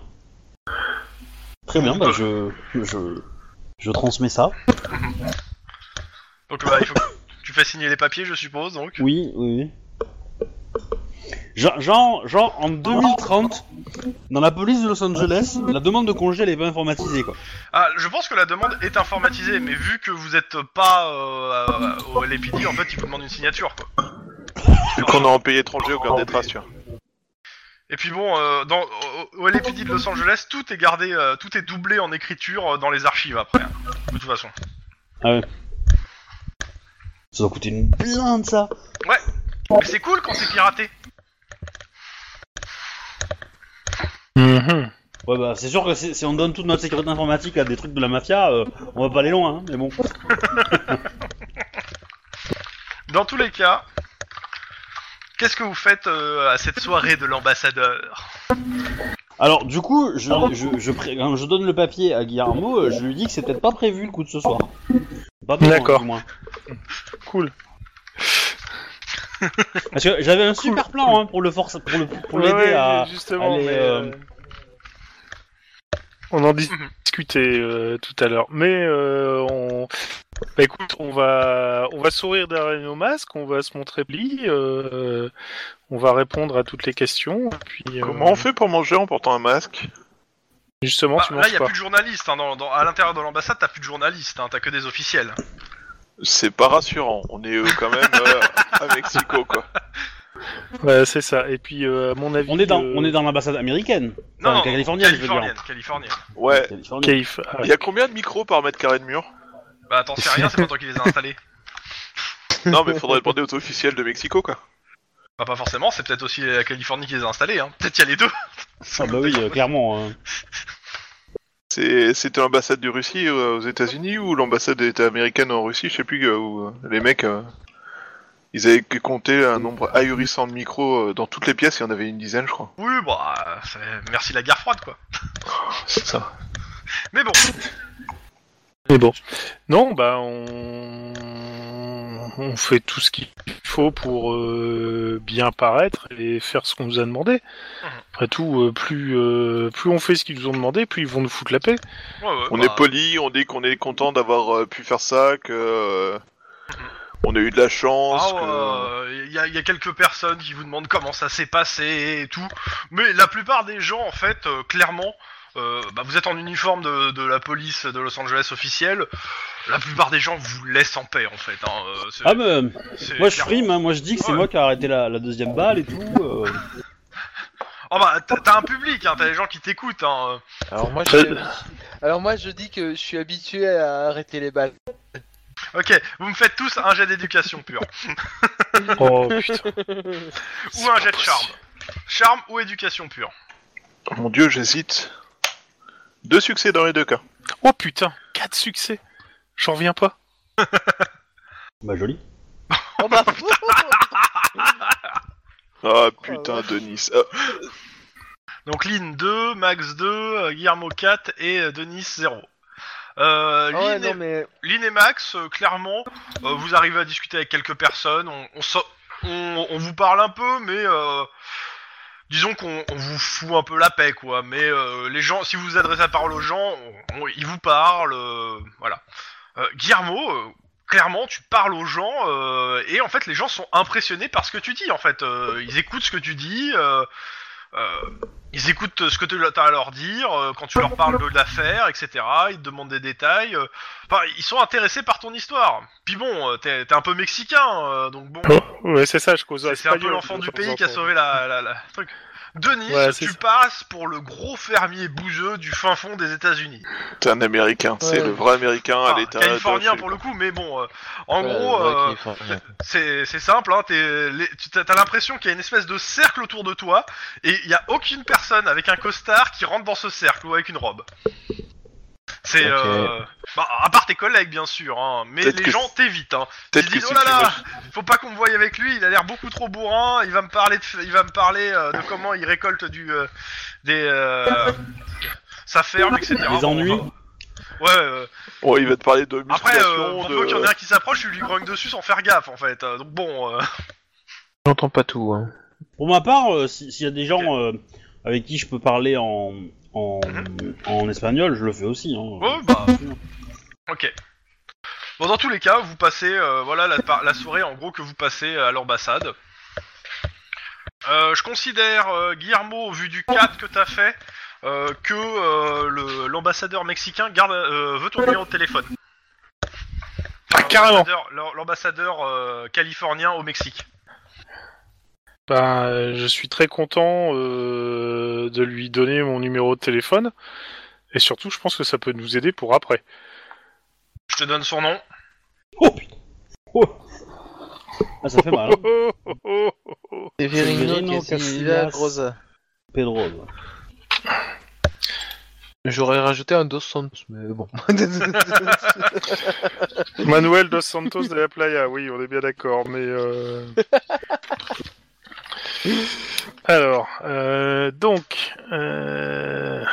B: Très bien, bah je, je, je transmets ça.
C: Donc bah, il faut que tu fais signer les papiers, je suppose, donc.
B: Oui, oui. Genre, genre, genre, en 2030, dans la police de Los Angeles, la demande de congé elle est pas informatisée quoi.
C: Ah, je pense que la demande est informatisée, mais vu que vous êtes pas euh, à- au LAPD, en fait, ils vous demandent une signature, quoi.
A: Vu qu'on est en pays étranger, on garde des traces, tu vois.
C: Et puis bon, euh, dans, au- au LAPD de Los Angeles, tout est gardé, euh, tout est doublé en écriture euh, dans les archives après, hein, de toute façon.
B: Ça doit coûter une blinde ça.
C: Mais c'est cool quand c'est piraté.
E: Mhm.
B: Ouais bah c'est sûr que si si on donne toute notre sécurité informatique à des trucs de la mafia, euh, on va pas aller loin, hein, mais bon.
C: Dans tous les cas, qu'est-ce que vous faites euh, à cette soirée de l'ambassadeur
B: Alors du coup, je, je, je, pré- quand je donne le papier à Guillermo, euh, je lui dis que c'est peut-être pas prévu le coup de ce soir. Pas besoin,
E: D'accord.
B: du moins.
E: Cool.
B: Parce que j'avais un super plan hein, pour le force, pour le pour l'aider
E: Ouais, ouais,
B: à.
E: justement,
B: à les,
E: mais, euh, On en dis- discutait euh, tout à l'heure. Mais euh, on... bah, écoute, on va... on va sourire derrière nos masques, on va se montrer pli, euh, on va répondre à toutes les questions. et Puis, euh,
A: Comment on fait pour manger en portant un masque
E: Justement,
C: Bah,
E: tu
C: Là,
E: manges
C: il y a
E: pas.
C: plus de journalistes. hein, dans- dans- à l'intérieur de l'ambassade, t'as plus de journalistes, hein, t'as que des officiels.
A: C'est pas rassurant. On est euh, quand même euh, à Mexico, quoi.
E: Ouais, c'est ça. Et puis, euh, à mon avis.
B: On est dans,
E: euh,
B: on est dans l'ambassade américaine. Enfin,
C: non,
B: californienne, je veux
C: californienne,
B: dire.
C: californienne.
A: Ouais.
B: Californienne.
E: Caïf. Ah,
A: Il y a combien de micros par mètre carré de mur
C: Bah, t'en sais rien, c'est pas toi qui
B: [laughs]
C: les as installés.
A: Non, mais faudrait demander aux officiels de Mexico, quoi.
C: Bah, pas forcément, c'est peut-être aussi la Californie qui les a installés, hein. Peut-être qu'il y a les deux.
B: Ah bah oui, euh, clairement. euh.
A: C'est- C'était l'ambassade de Russie euh, aux États-Unis ou l'ambassade était américaine en Russie, je sais plus, euh, où euh, les mecs, euh, ils avaient compté un nombre ahurissant de micros euh, dans toutes les pièces, il y en avait une dizaine, je crois.
C: Oui, bah, euh, c'est- merci la guerre froide, quoi.
A: C'est ça.
C: Mais bon,
E: Mais bon. Non, bah, on... on fait tout ce qu'il faut pour euh, bien paraître et faire ce qu'on nous a demandé.
C: Ah.
E: Après tout, euh, plus, euh, plus on fait ce qu'ils nous ont demandé, plus ils vont nous foutre
C: [laughs]
E: la paix.
C: ouais, ouais,
A: On
C: bah,
A: est poli, on dit qu'on est content d'avoir euh, pu faire ça, que euh, on a eu de la chance.
C: Ah,
A: que-
C: euh, y, a- y a quelques personnes qui vous demandent comment ça s'est passé et tout, mais la plupart des gens, en fait, euh, clairement, euh, bah, vous êtes en uniforme de, de la police de Los Angeles officielle. La plupart des gens vous laissent en paix, en fait. hein, euh, c'est-
B: Ah bah,
C: c'est
B: moi je
C: clairement-
B: frime, hein, moi je dis que c'est
C: Ouais.
B: moi qui ai arrêté la, la deuxième balle et tout. euh.
C: Ah bah, t'as- t'as un public, hein, t'as des gens qui t'écoutent. Hein.
D: Alors moi,
E: Très-
D: je... Alors moi, je dis que je suis habitué à arrêter
C: [laughs]
D: les balles.
C: Euh, Ok, vous me faites tous un jet d'éducation pure
E: Oh putain.
C: ou un jet de charme. Charme ou éducation pure.
A: Mon dieu, j'hésite. Deux succès dans les deux cas.
E: Oh putain, 4 succès. J'en reviens pas.
B: Bah joli.
D: Oh bah,
A: Ah
C: Oh,
A: putain, Denis. Ah,
C: Donc Lynn 2, Max 2, euh, Guillermo 4 et euh, Denis 0. Euh,
D: Ah ouais,
C: Lynn,
D: non
C: et,
D: mais
C: Lynn et Max, euh, clairement, euh, vous arrivez à discuter avec quelques personnes, on, on, so- on- on vous parle un peu, mais euh, disons qu'on on vous fout un peu la paix, quoi. Mais euh, les gens, si vous vous adressez la parole aux gens, on- on- ils vous parlent, euh, voilà. Euh, Guillermo, euh, clairement, tu parles aux gens euh, et en fait, les gens sont impressionnés par ce que tu dis. En fait, Euh, ils écoutent ce que tu dis. euh, euh, ils écoutent ce que tu as à leur dire euh, quand tu leur parles de l'affaire, etc. Ils te demandent des détails. euh, Enfin, ils sont intéressés par ton histoire. Puis bon, euh, t'es t'es un peu mexicain, euh, donc bon,
E: Oh, Ouais, c'est ça, je cause
C: c'est c'est un peu l'enfant du pays qui a sauvé la, la, la- truc. Denis,
E: Ouais, c'est
C: tu
E: ça.
C: passes pour le gros fermier bougeux du fin fond des États-Unis.
A: T'es un américain, c'est
D: Ouais.
A: le vrai américain à
C: Enfin,
A: Ah, l'état. de-
C: Ah, californien pour le coup, mais bon, euh, en
D: Ouais,
C: gros,
D: ouais,
C: euh,
D: qu'il faut rien.
C: c'est c'est simple, hein, t'es- les- tu- t'as t'as l'impression qu'il y a une espèce de cercle autour de toi, et il y a aucune personne avec un costard qui rentre dans ce cercle ou avec une robe. C'est
D: Ok.
C: euh, bah, à part tes collègues bien sûr, hein, mais
A: Peut-être
C: les
A: que
C: gens t'évitent. Hein. Ils
A: Peut-être que
C: disent
A: si
C: oh là
A: tu
C: là,
A: imagines-
C: faut pas qu'on me voie avec lui, il a l'air beaucoup trop bourrin, il va me parler de, il va me parler euh, de comment il récolte du euh, des euh, sa ferme etc.
B: Les ennuis.
C: enfin, ouais, ouais, ouais.
A: Ouais, il va te parler de
C: Après,
A: musculation,
C: euh,
A: de...
C: qu'il y en a un qui s'approche, tu lui grogne dessus sans faire gaffe en fait. euh, Donc bon. euh,
D: J'entends pas tout. Hein.
B: Pour ma part, euh, si- s'il y a des gens euh, avec qui je peux parler en, en,
C: Mhm.
B: en espagnol, je le fais aussi. Hein.
C: Ouais, bah. Ok. Bon, dans tous les cas, vous passez, euh, voilà, la, par- la soirée en gros que vous passez à l'ambassade. Euh, je considère, euh, Guillermo, au vu du 4 que t'as fait, euh, que euh, le- l'ambassadeur mexicain garde, euh, veut ton numéro de téléphone.
E: Ah, carrément.
C: L'ambassadeur- l'am- L'ambassadeur euh, californien au Mexique.
E: Ben, euh, je suis très content euh, de lui donner mon numéro de téléphone. Et surtout, je pense que ça peut nous aider pour après.
C: Je te donne son nom.
B: Oh putain. Oh. Ah, ça fait mal. hein.
E: Oh, oh, oh, oh, oh.
B: Severino
D: Severino Casilla
B: Casillas.
D: Groza.
B: Pedro. ouais.
D: J'aurais rajouté un Dos Santos, mais
C: [laughs]
D: bon.
E: [laughs] Manuel dos Santos de la Playa, oui, on est bien d'accord, mais. euh, Alors, euh, donc. euh,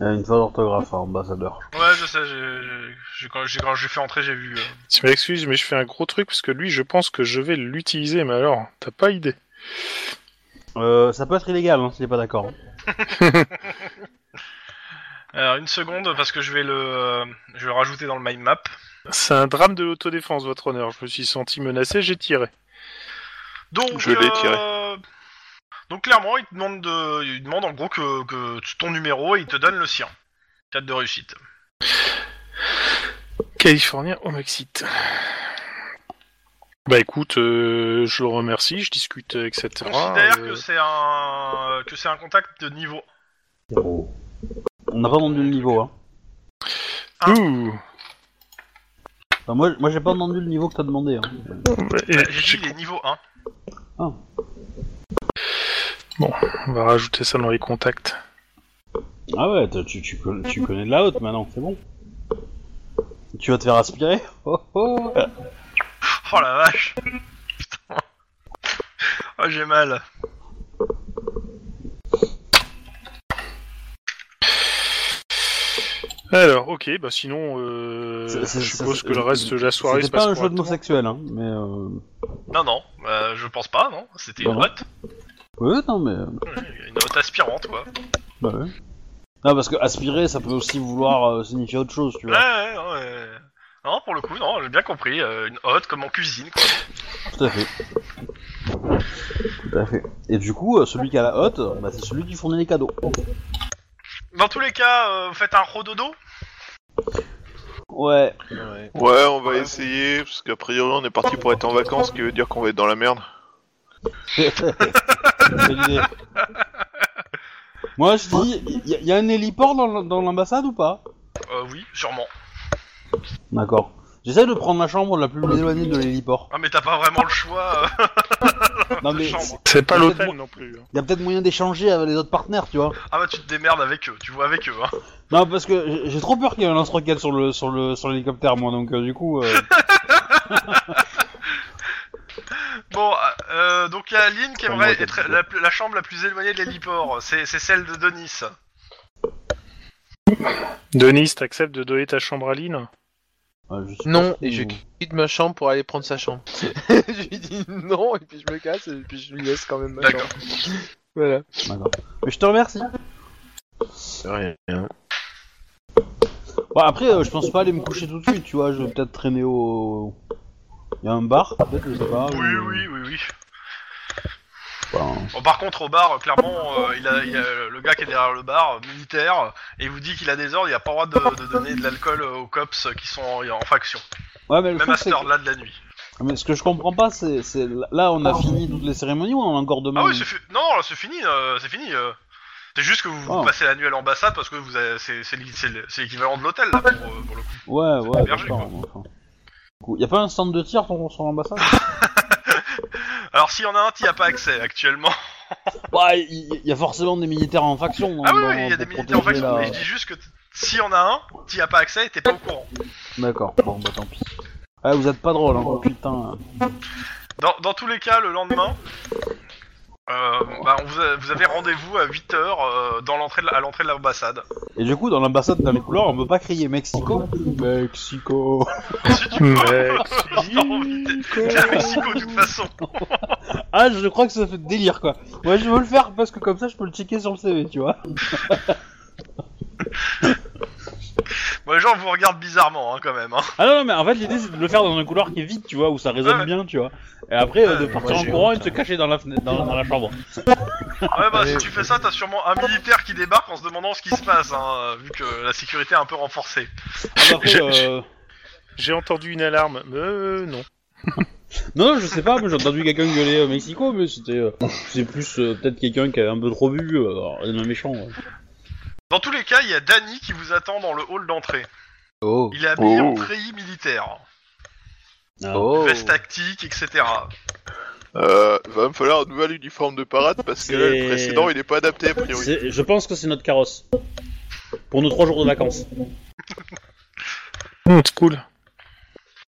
B: Euh, Une fois d'orthographe, hein, ambassadeur.
C: Ouais, je sais, j'ai- j'ai- j'ai- quand j'ai quand j'ai fait entrer, j'ai vu. euh,
E: Tu m'excuses, mais je fais un gros truc parce que lui, je pense que je vais l'utiliser, mais alors, t'as pas idée.
B: Euh, ça peut être illégal hein, s'il n'est pas d'accord.
C: Alors euh, une seconde parce que je vais le, euh, je vais le rajouter dans le mind map.
E: C'est un drame de l'autodéfense, votre honneur. Je me suis senti menacé, j'ai tiré.
C: Donc
A: Je l'ai
C: euh,
A: tiré.
C: Donc clairement, il te demande de, il demande en gros que, que ton numéro et il te donne le sien. 4 de réussite.
E: Californien au Mexique. Bah écoute, euh, je le remercie, je discute, etc.
C: Considère
E: euh,
C: que c'est un que c'est un contact de niveau.
B: On n'a pas entendu le niveau, hein.
E: ouh,
B: Enfin, moi, moi j'ai pas entendu le niveau que t'as demandé. Hein.
E: et
C: Bah, J'ai dit il est niveau 1.
E: on va rajouter ça dans les contacts.
B: Ah ouais, t'as- tu, tu, con- tu connais de la haute maintenant, c'est bon. Tu vas te faire aspirer Oh, oh.
C: Oh la vache. Putain. Oh j'ai mal.
E: Alors, ok, bah sinon, euh,
B: C'est- c'est-
E: je
B: c'est-
E: suppose
B: c'est-
E: que le reste de la soirée se
B: C'était pas
E: passe
B: un jeu de mots
E: correctement.
B: sexuel, hein, mais... Euh...
C: Non non, euh, je pense pas non. C'était une
B: Non.
C: hotte.
B: Ouais, non, mais... euh,
C: Une hotte aspirante quoi.
B: Bah ouais. Non, parce que aspirer, ça peut aussi vouloir euh, signifier autre chose, tu
C: Ouais
B: vois.
C: ouais ouais. Non pour le coup non, j'ai bien compris. euh, une hotte comme en cuisine quoi.
B: Tout à fait. Tout à fait. Et du coup, euh, celui qui a la haute, euh, bah, c'est celui qui fournit les cadeaux.
C: Dans tous les cas, euh, vous faites un rododo.
B: Ouais.
A: Ouais, on va essayer, parce qu'a priori on est parti pour être en vacances, ce qui veut dire qu'on va être dans la merde.
B: Bonne idée. Moi, je dis, il y, a un héliport dans l- dans l'ambassade ou pas
C: Euh, oui sûrement.
B: D'accord. J'essaie de prendre la chambre la plus éloignée
C: [laughs]
B: de l'héliport.
C: Ah mais t'as pas vraiment le choix. euh.
B: Non mais
C: chambre.
E: C'est pas
B: Peut-être
E: l'hôtel
B: moi-
E: non plus. hein.
B: il y a peut-être moyen d'échanger avec les autres partenaires, tu vois.
C: Ah bah tu te démerdes avec eux. Tu vois avec eux. Hein. [laughs]
B: Non parce que j'ai- j'ai trop peur qu'il y ait un lance-roquette sur le sur le sur l'hélicoptère moi donc euh, du coup euh,
C: Bon, euh, donc il y a Aline qui
B: Pas
C: aimerait
B: Ah, moi,
C: être
B: Capitaine.
C: la, la chambre la plus éloignée de l'héliport. C'est c'est celle de Denis.
E: Denis, t'acceptes de donner ta chambre à Lynn
B: ouais, je sais pas
D: Non,
B: si-
D: et je quitte ma chambre pour aller prendre
C: [laughs]
D: sa chambre. [laughs] je lui dis non, et puis je me casse, et puis je lui laisse quand même ma
C: D'accord.
D: chambre. Voilà.
B: D'accord. Mais je te remercie.
F: Rien.
B: Bon après euh, je pense pas aller me coucher tout de suite, tu vois, je vais peut-être traîner au il y a un bar peut-être, je sais pas.
C: Oui,
B: ou-
C: oui, oui, oui.
B: Enfin,
C: Bon, par contre, au bar, euh, clairement, euh, il, a, il a le gars qui est derrière le bar, euh, militaire, et il vous dit qu'il a des ordres, il a pas le droit de, de donner de l'alcool euh, aux cops qui sont en, en faction.
B: Ouais mais le
C: Même
B: truc
C: à cette
B: c'est que-
C: heure-là de la nuit.
B: mais ce que je comprends pas c'est c'est- là on a fini toutes les cérémonies ou on a encore demain
C: Ah oui, c'est fi- non, non, c'est fini, euh, c'est fini. euh. C'est juste que vous, vous
B: Oh.
C: passez la nuit à l'ambassade parce que vous avez- c'est c'est l'é- c'est l'é- c'est l'équivalent de l'hôtel là pour, euh, pour le coup.
B: Ouais,
C: C'est
B: ouais,
C: hébergé,
B: d'accord. Enfin. Cool. Y a pas un centre de tir sur,
C: [laughs]
B: sur l'ambassade
C: Alors s'il y en a un, t'y as pas accès actuellement.
B: Bah, il y, y a forcément des militaires en faction. hein,
C: Ah
B: dans-
C: oui, oui, il y a
B: pour
C: des militaires en
B: protéger
C: faction,
B: la-
C: mais je dis juste que t- s'il y en a un, t'y as pas accès et t'es pas au courant.
B: D'accord, bon, bah tant pis. Ah, vous êtes pas drôle, hein, putain.
C: Dans, dans tous les cas, le lendemain, euh, bah, on vous, a- vous avez rendez-vous à 8h dans l'entrée de la- à l'entrée de l'ambassade. [laughs]
B: Et du coup, dans l'ambassade, dans les couloirs, on peut pas crier Mexico Mexico
E: [laughs]
C: T'as envie de- t'es à Mexico de toute façon.
B: Ah, je crois que ça fait délire, quoi. Ouais, je veux le faire parce que comme ça, je peux le checker sur le CV, tu vois.
C: Bon, les gens vous regardent bizarrement hein, quand même. Hein.
B: Ah non, non, mais en fait, l'idée, c'est de le faire dans un couloir qui est vide, tu vois, où ça résonne
C: Ouais.
B: bien, tu vois. Et après, euh, de
F: Ouais,
B: partir en
F: j'ai
B: courant et
F: honte,
B: de se
F: hein.
B: cacher dans la, fenêtre, dans, dans la chambre.
C: Ouais, bah, si tu fais ça, t'as sûrement un militaire qui débarque en se demandant ce qui se passe, hein, vu que la sécurité est un peu renforcée.
B: Et après,
E: Je- je-
B: euh...
E: J'ai entendu une alarme. Euh, non.
B: Non, non, je sais pas, moi j'ai entendu quelqu'un gueuler au Mexico, mais c'était. euh, c'est plus euh, peut-être quelqu'un qui avait un peu trop bu, euh, alors, rien de méchant. ouais.
C: Dans tous les cas, il y a Danny qui vous attend dans le hall d'entrée.
F: Oh.
C: Il est habillé en
A: Oh.
C: treillis militaire,
B: Ah.
F: Oh.
C: veste tactique, etc.
A: Euh, va me falloir un nouvel uniforme de parade, parce que là,
B: C'est-
A: le précédent il est pas adapté a priori.
B: C'est- Je pense que c'est notre carrosse. Pour nos trois jours de vacances.
E: Hum, c'est cool.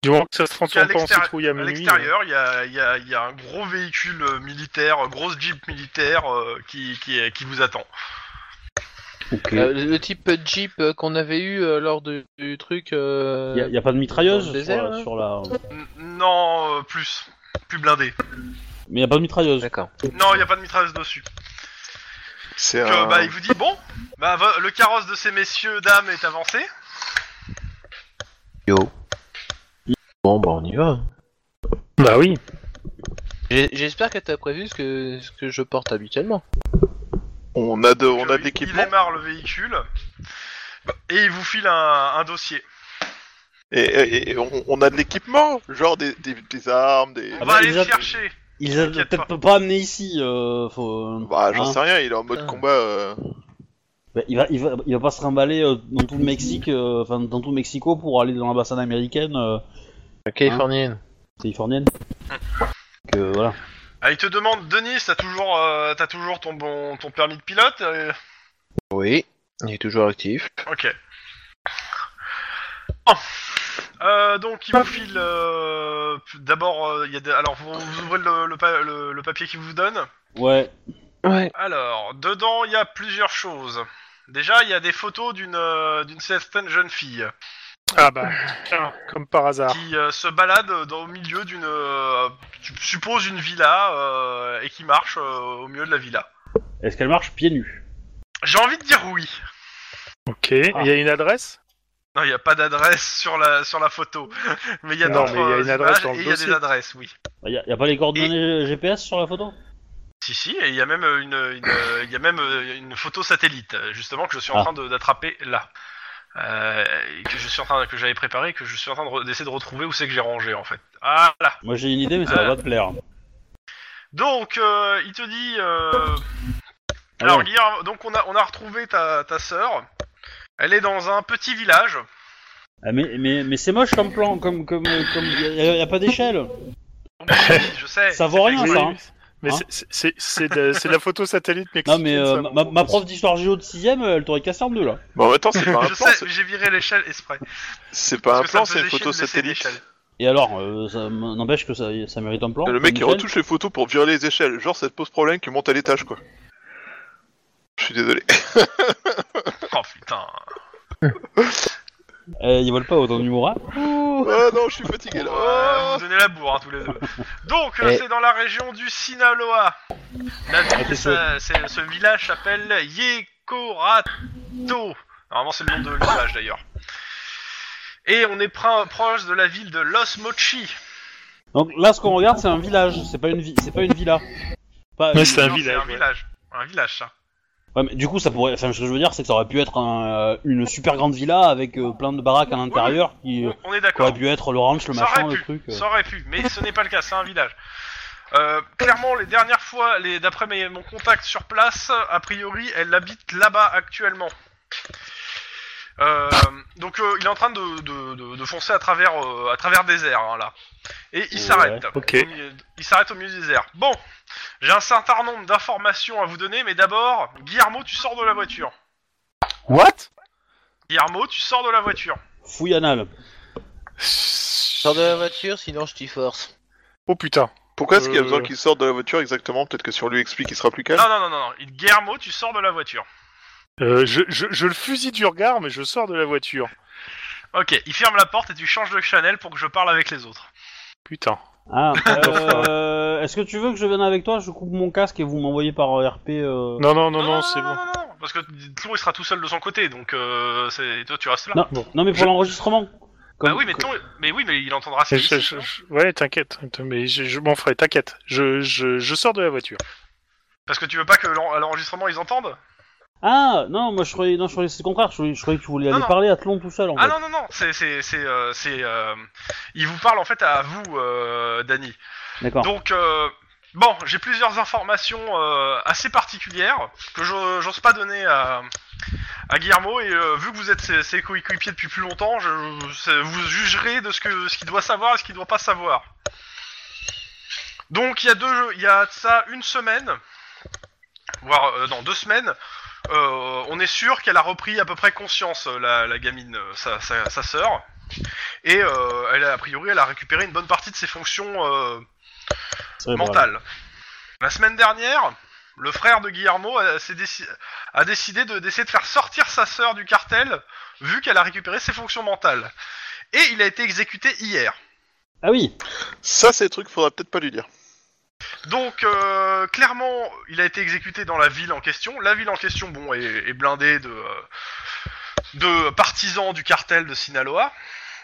E: Du moment que ça se transforme
C: Qu'à
E: pas en
C: l'extérieur-
E: citrouille à
C: À
E: minuit.
C: l'extérieur, il y a, il y a- il y a un gros véhicule euh, militaire, euh, grosse jeep militaire euh, qui, qui, est- qui vous attend.
B: Ok.
D: Euh, le type Jeep euh, qu'on avait eu euh, lors de- du truc. euh,
B: Y'a y a pas de mitrailleuse
D: Dans le
B: sur,
D: désert,
B: la-
D: là
B: sur la.
C: N- non, euh, plus. Plus blindé.
B: Mais y a pas de mitrailleuse.
D: D'accord.
C: Non, il n'y a pas de mitrailleuse dessus.
A: C'est
C: Donc,
A: un...
C: euh, bah, il vous dit bon, bah, vo- le carrosse de ces messieurs, dames est avancé.
F: Yo. Bon, bah, on y va.
E: Bah oui.
D: J'ai- J'espère que t'as prévu ce que, ce que je porte habituellement.
A: On a de, on
C: Donc,
A: a
C: euh,
A: de
C: il-
A: l'équipement.
C: Il démarre le véhicule et il vous file un, un dossier.
A: Et, et- et on, on a de l'équipement, genre des, des- des armes, des.
C: On
B: bah,
C: va aller
B: déjà-
C: le chercher.
B: Ils les
C: T'inquiète
B: peut-être pas amenés ici. euh, faut, euh,
A: Bah, j'en
B: hein.
A: sais rien, il est en mode
D: Ah.
A: combat. euh.
B: Bah, il, va, il, va, il va pas se remballer euh, dans tout le Mexique, euh, enfin dans tout Mexico pour aller dans la bassine américaine, euh,
F: Hein
D: La Californienne.
B: californienne. Que voilà.
C: Ah, il te demande, Denis, t'as toujours, euh, t'as toujours ton, bon, ton permis de pilote euh,
D: Oui, il est toujours actif.
C: Ok. Oh. Euh, donc il vous file euh, d'abord euh, il y a des- alors vous, vous ouvrez le, le pa- le- le papier qu'il vous donne.
B: Ouais.
D: Ouais.
C: Alors dedans il y a plusieurs choses. Déjà il y a des photos d'une euh, d'une certaine jeune fille
E: Ah bah, tiens, Ah. comme par hasard.
C: qui euh, se balade dans, au milieu d'une euh, tu supposes une villa euh, et qui marche euh, au milieu de la villa.
B: Est-ce qu'elle marche pieds nus
C: J'ai envie de dire oui.
E: Ok, il y a une adresse
C: Non, il n'y a pas d'adresse sur la, sur la photo. [laughs] Mais il y a
E: Non,
C: d'autres
E: mais il y a une
C: euh,
E: adresse
C: images
E: dans le
C: et il y a des
E: dossier.
C: adresses, oui.
B: Il Bah, y, a- y a pas les coordonnées GPS sur la photo
C: Si, si, et il y a même euh, une, une, euh, il y a même euh, une photo satellite, euh, justement, que je suis en
B: Ah.
C: train de- d'attraper là. Euh, et que je suis en train que j'avais préparé et que je suis en train de re- d'essayer de, retrouver où c'est que j'ai rangé en fait. Ah là.
B: Moi j'ai une idée, mais ça va
C: Ah.
B: pas te plaire.
C: Donc euh, il te dit euh,
B: Ah
C: alors
B: ouais.
C: Guillermo, donc on a on a retrouvé ta ta sœur. Elle est dans un petit
A: [laughs]
C: village.
B: Ah, mais mais, mais c'est moche comme plan, comme comme euh, comme y a, y a pas d'échelle.
C: Je sais.
B: Ça vaut
C: c'est
B: rien,
E: Ah,
C: fait
B: ça,
C: exprès.
B: hein.
E: Mais
B: Hein
E: c'est- c'est- c'est c'est de, c'est de la photo satellite
B: Non
E: mexicaine.
B: mais euh,
E: ça,
B: ma-
E: bon.
B: ma, ma prof d'histoire géo de 6 elle t'aurait cassé en deux là.
A: Bon, en même temps, c'est pas
C: [laughs]
A: un
C: Je
A: plan,
C: sais,
A: c'est-
C: j'ai viré l'échelle exprès.
A: c'est pas un
C: Parce que ça
A: plan,
C: me
A: c'est une
C: faisait
A: photo
C: chier de laisser
A: satellite.
C: l'échelle.
B: Et alors, euh, ça m- n'empêche que ça, ça mérite un plan.
A: Le mec qui
B: bah, Nickel.
A: retouche les photos pour virer les échelles, genre ça te pose problème qu'il monte à l'étage quoi. Je suis désolé.
C: Oh putain.
B: Euh, ils veulent pas autant d'humour. hein.
A: Ah non, je suis fatigué
C: Bon,
A: là.
C: euh,
A: Oh
C: vous donnez la bourre hein, tous les [laughs] deux. Donc euh,
D: Eh.
C: c'est dans la région du Sinaloa. La ville,
B: qu'est-ce
C: ça- Ah, c'est- ce village s'appelle Yecorato. Normalement c'est le nom de l'image d'ailleurs. Et on est pr- proche de la ville de Los Mochi.
B: Donc là, ce qu'on regarde, c'est un village. C'est pas une vi- c'est pas une villa. Pas-
E: Mais c'est un
C: Non,
E: village,
C: un
E: ouais.
C: village. Un village ça.
B: Ouais, mais du coup, ça pourrait. Enfin, ce que je veux dire, c'est que ça aurait pu être un, euh, une super grande villa avec euh, plein de baraques à l'intérieur qui euh,
C: On est
B: qui aurait
C: d'accord.
B: pu être le ranch, le
C: Ça
B: machin,
C: aurait
B: le
C: pu,
B: truc. euh.
C: Ça aurait pu, mais ce n'est pas le cas, c'est un village. Euh, clairement, les dernières fois, les, d'après mes- mon contact sur place, a priori, elle habite là-bas actuellement. Euh, donc, euh, il est en train de, de- de- de foncer à travers, euh, à travers des airs, hein, là. Et il
B: Ouais,
C: s'arrête.
E: ok.
C: Au milieu- Il s'arrête au milieu des airs. Bon, j'ai un certain nombre d'informations à vous donner, mais d'abord, Guillermo, tu sors de la voiture.
E: What
C: Guillermo, tu sors de la voiture.
B: Fouille anale.
D: Sors de la voiture, sinon je t'y force.
E: Oh putain.
A: Pourquoi est-ce qu'il y a
E: Euh.
A: besoin qu'il sorte de la voiture exactement Peut-être que si on lui explique, il sera plus calme.
C: Non, non, non, non, non. Guillermo, tu sors de la voiture.
E: Euh, je, je, je le fusille du regard, mais je sors de la voiture.
C: Ok, il ferme la porte et tu changes de Chanel pour que je parle avec les autres.
E: Putain.
C: [laughs]
B: Ah, euh, Est-ce que tu veux que je vienne avec toi Je coupe mon casque et vous m'envoyez par euh, RP. euh.
E: Non, non, non, non, c'est
C: non,
E: bon.
C: non, non, non, parce que Tlon il sera tout seul de son côté, donc euh, c'est- toi tu restes là.
B: Non, non, mais pour
E: Je-
B: l'enregistrement. Comme-
C: bah oui, mais Tlon- mais oui, mais il entendra
E: Je-
C: ses
E: je- je- je- ouais, t'inquiète. Mais je, je m'en ferai, t'inquiète. Je, je, je sors de la voiture.
C: Parce que tu veux pas que l'en- à l'enregistrement ils entendent
B: Ah non, moi je croyais, non, je croyais c'est le contraire. Je croyais, je croyais que tu voulais
C: Non,
B: aller
C: non.
B: parler à Tlon tout seul. En
C: Ah
B: fait.
C: non, non, non, c'est, c'est, c'est, euh, c'est, euh, il vous parle en fait à vous, euh, Dani.
B: D'accord.
C: Donc, euh, bon, j'ai plusieurs informations euh, assez particulières que j'o- j'ose pas donner à, à Guillermo. Et euh, vu que vous êtes ses, ses coéquipiers depuis plus longtemps, je, c'est- vous jugerez de ce que ce qu'il doit savoir et ce qu'il doit pas savoir. Donc, il y a deux, il y a de ça une semaine, voire euh, non deux semaines. euh, on est sûr qu'elle a repris à peu près conscience euh, la, la gamine, euh, sa, sa, sa sœur, et euh, elle a, a priori elle a récupéré une bonne partie de ses fonctions euh,
B: C'est vrai,
C: mental. La semaine dernière, le frère de Guillermo euh, s'est déci- a décidé de- d'essayer de faire sortir sa sœur du cartel, vu qu'elle a récupéré ses fonctions mentales. Et il a été exécuté hier.
B: Ah oui.
A: Ça, c'est le truc, faudra peut-être pas lui dire.
C: Donc, euh, clairement, il a été exécuté dans la ville en question. La ville en question, bon, est, est blindée de, euh, de partisans du cartel de Sinaloa.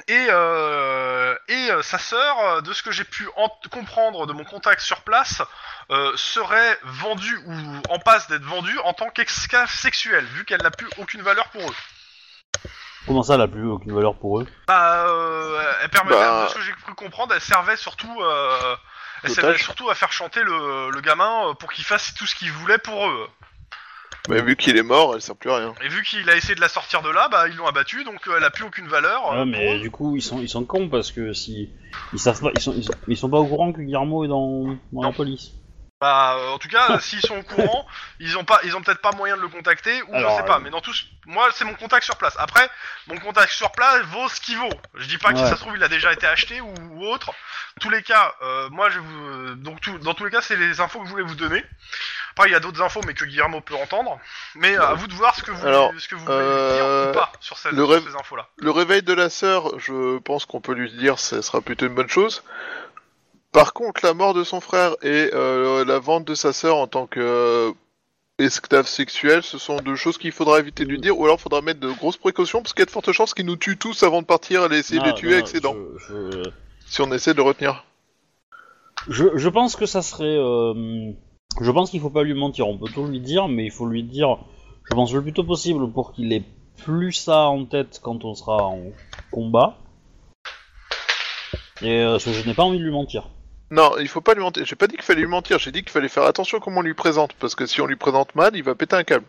C: Et, euh, et euh, sa sœur, euh, de ce que j'ai pu en- comprendre de mon contact sur place, euh, serait vendue ou en passe d'être vendue en tant qu'esclave sexuelle, vu qu'elle n'a plus aucune valeur pour eux.
B: Comment ça, elle a plus aucune valeur pour eux
C: Bah, euh, elle permet,
A: Bah.
C: de ce que j'ai cru comprendre, elle servait surtout, euh, elle servait
A: L'otage.
C: surtout à faire chanter le, le gamin euh, pour qu'il fasse tout ce qu'il voulait pour eux.
A: Mais vu qu'il est mort, elle sert plus à rien.
C: Et vu qu'il a essayé de la sortir de là, bah ils l'ont abattue, donc euh, elle a plus aucune valeur. euh,
B: Ouais, Ah, mais
C: pour eux.
B: du coup, ils sont, ils sont cons parce que si. Ils savent pas, ils sont, ils sont, ils sont pas au courant que Guillermo est dans, dans la
C: Non.
B: police.
C: Bah, euh, en tout cas, euh, s'ils sont au courant, ils ont pas, ils ont peut-être pas moyen de le contacter ou
B: Alors,
C: je sais pas.
B: euh,
C: Mais dans tous, moi c'est mon contact sur place. Après, mon contact sur place vaut ce qu'il vaut. Je dis pas que si
B: Ouais.
C: ça se trouve il a déjà été acheté ou, ou autre. Tous les cas, euh, moi je vous, donc tout- dans tous les cas, c'est les infos que je voulais vous donner. Après, il y a d'autres infos, mais que Guillermo peut entendre. Mais euh, à vous de voir ce que vous,
A: Alors,
C: ce que vous voulez
A: euh,
C: dire ou pas sur, cette-
A: le
C: sur
A: rêve-
C: ces infos-là.
A: Le réveil de la sœur, je pense qu'on peut lui dire, ça sera plutôt une bonne chose. Par contre, la mort de son frère et euh, la vente de sa sœur en tant que euh, esclave sexuel, ce sont deux choses qu'il faudra éviter de lui dire, ou alors faudra mettre de grosses précautions, parce qu'il y a de fortes chances qu'il nous tue tous avant de partir et essayer de les
B: Ah,
A: tuer
B: non,
A: avec ses dents,
B: je- je-
A: si on essaie de le retenir.
B: Je, je pense que ça serait. euh, je pense qu'il faut pas lui mentir. On peut tout lui dire, mais il faut lui dire, je pense, le plus tôt possible pour qu'il ait plus ça en tête quand on sera en combat. Et euh, parce que je n'ai pas envie de lui mentir.
A: Non, il faut pas lui mentir. J'ai pas dit qu'il fallait lui mentir, j'ai dit qu'il fallait faire attention à comment on lui présente, parce que si on lui présente mal, il va péter un câble.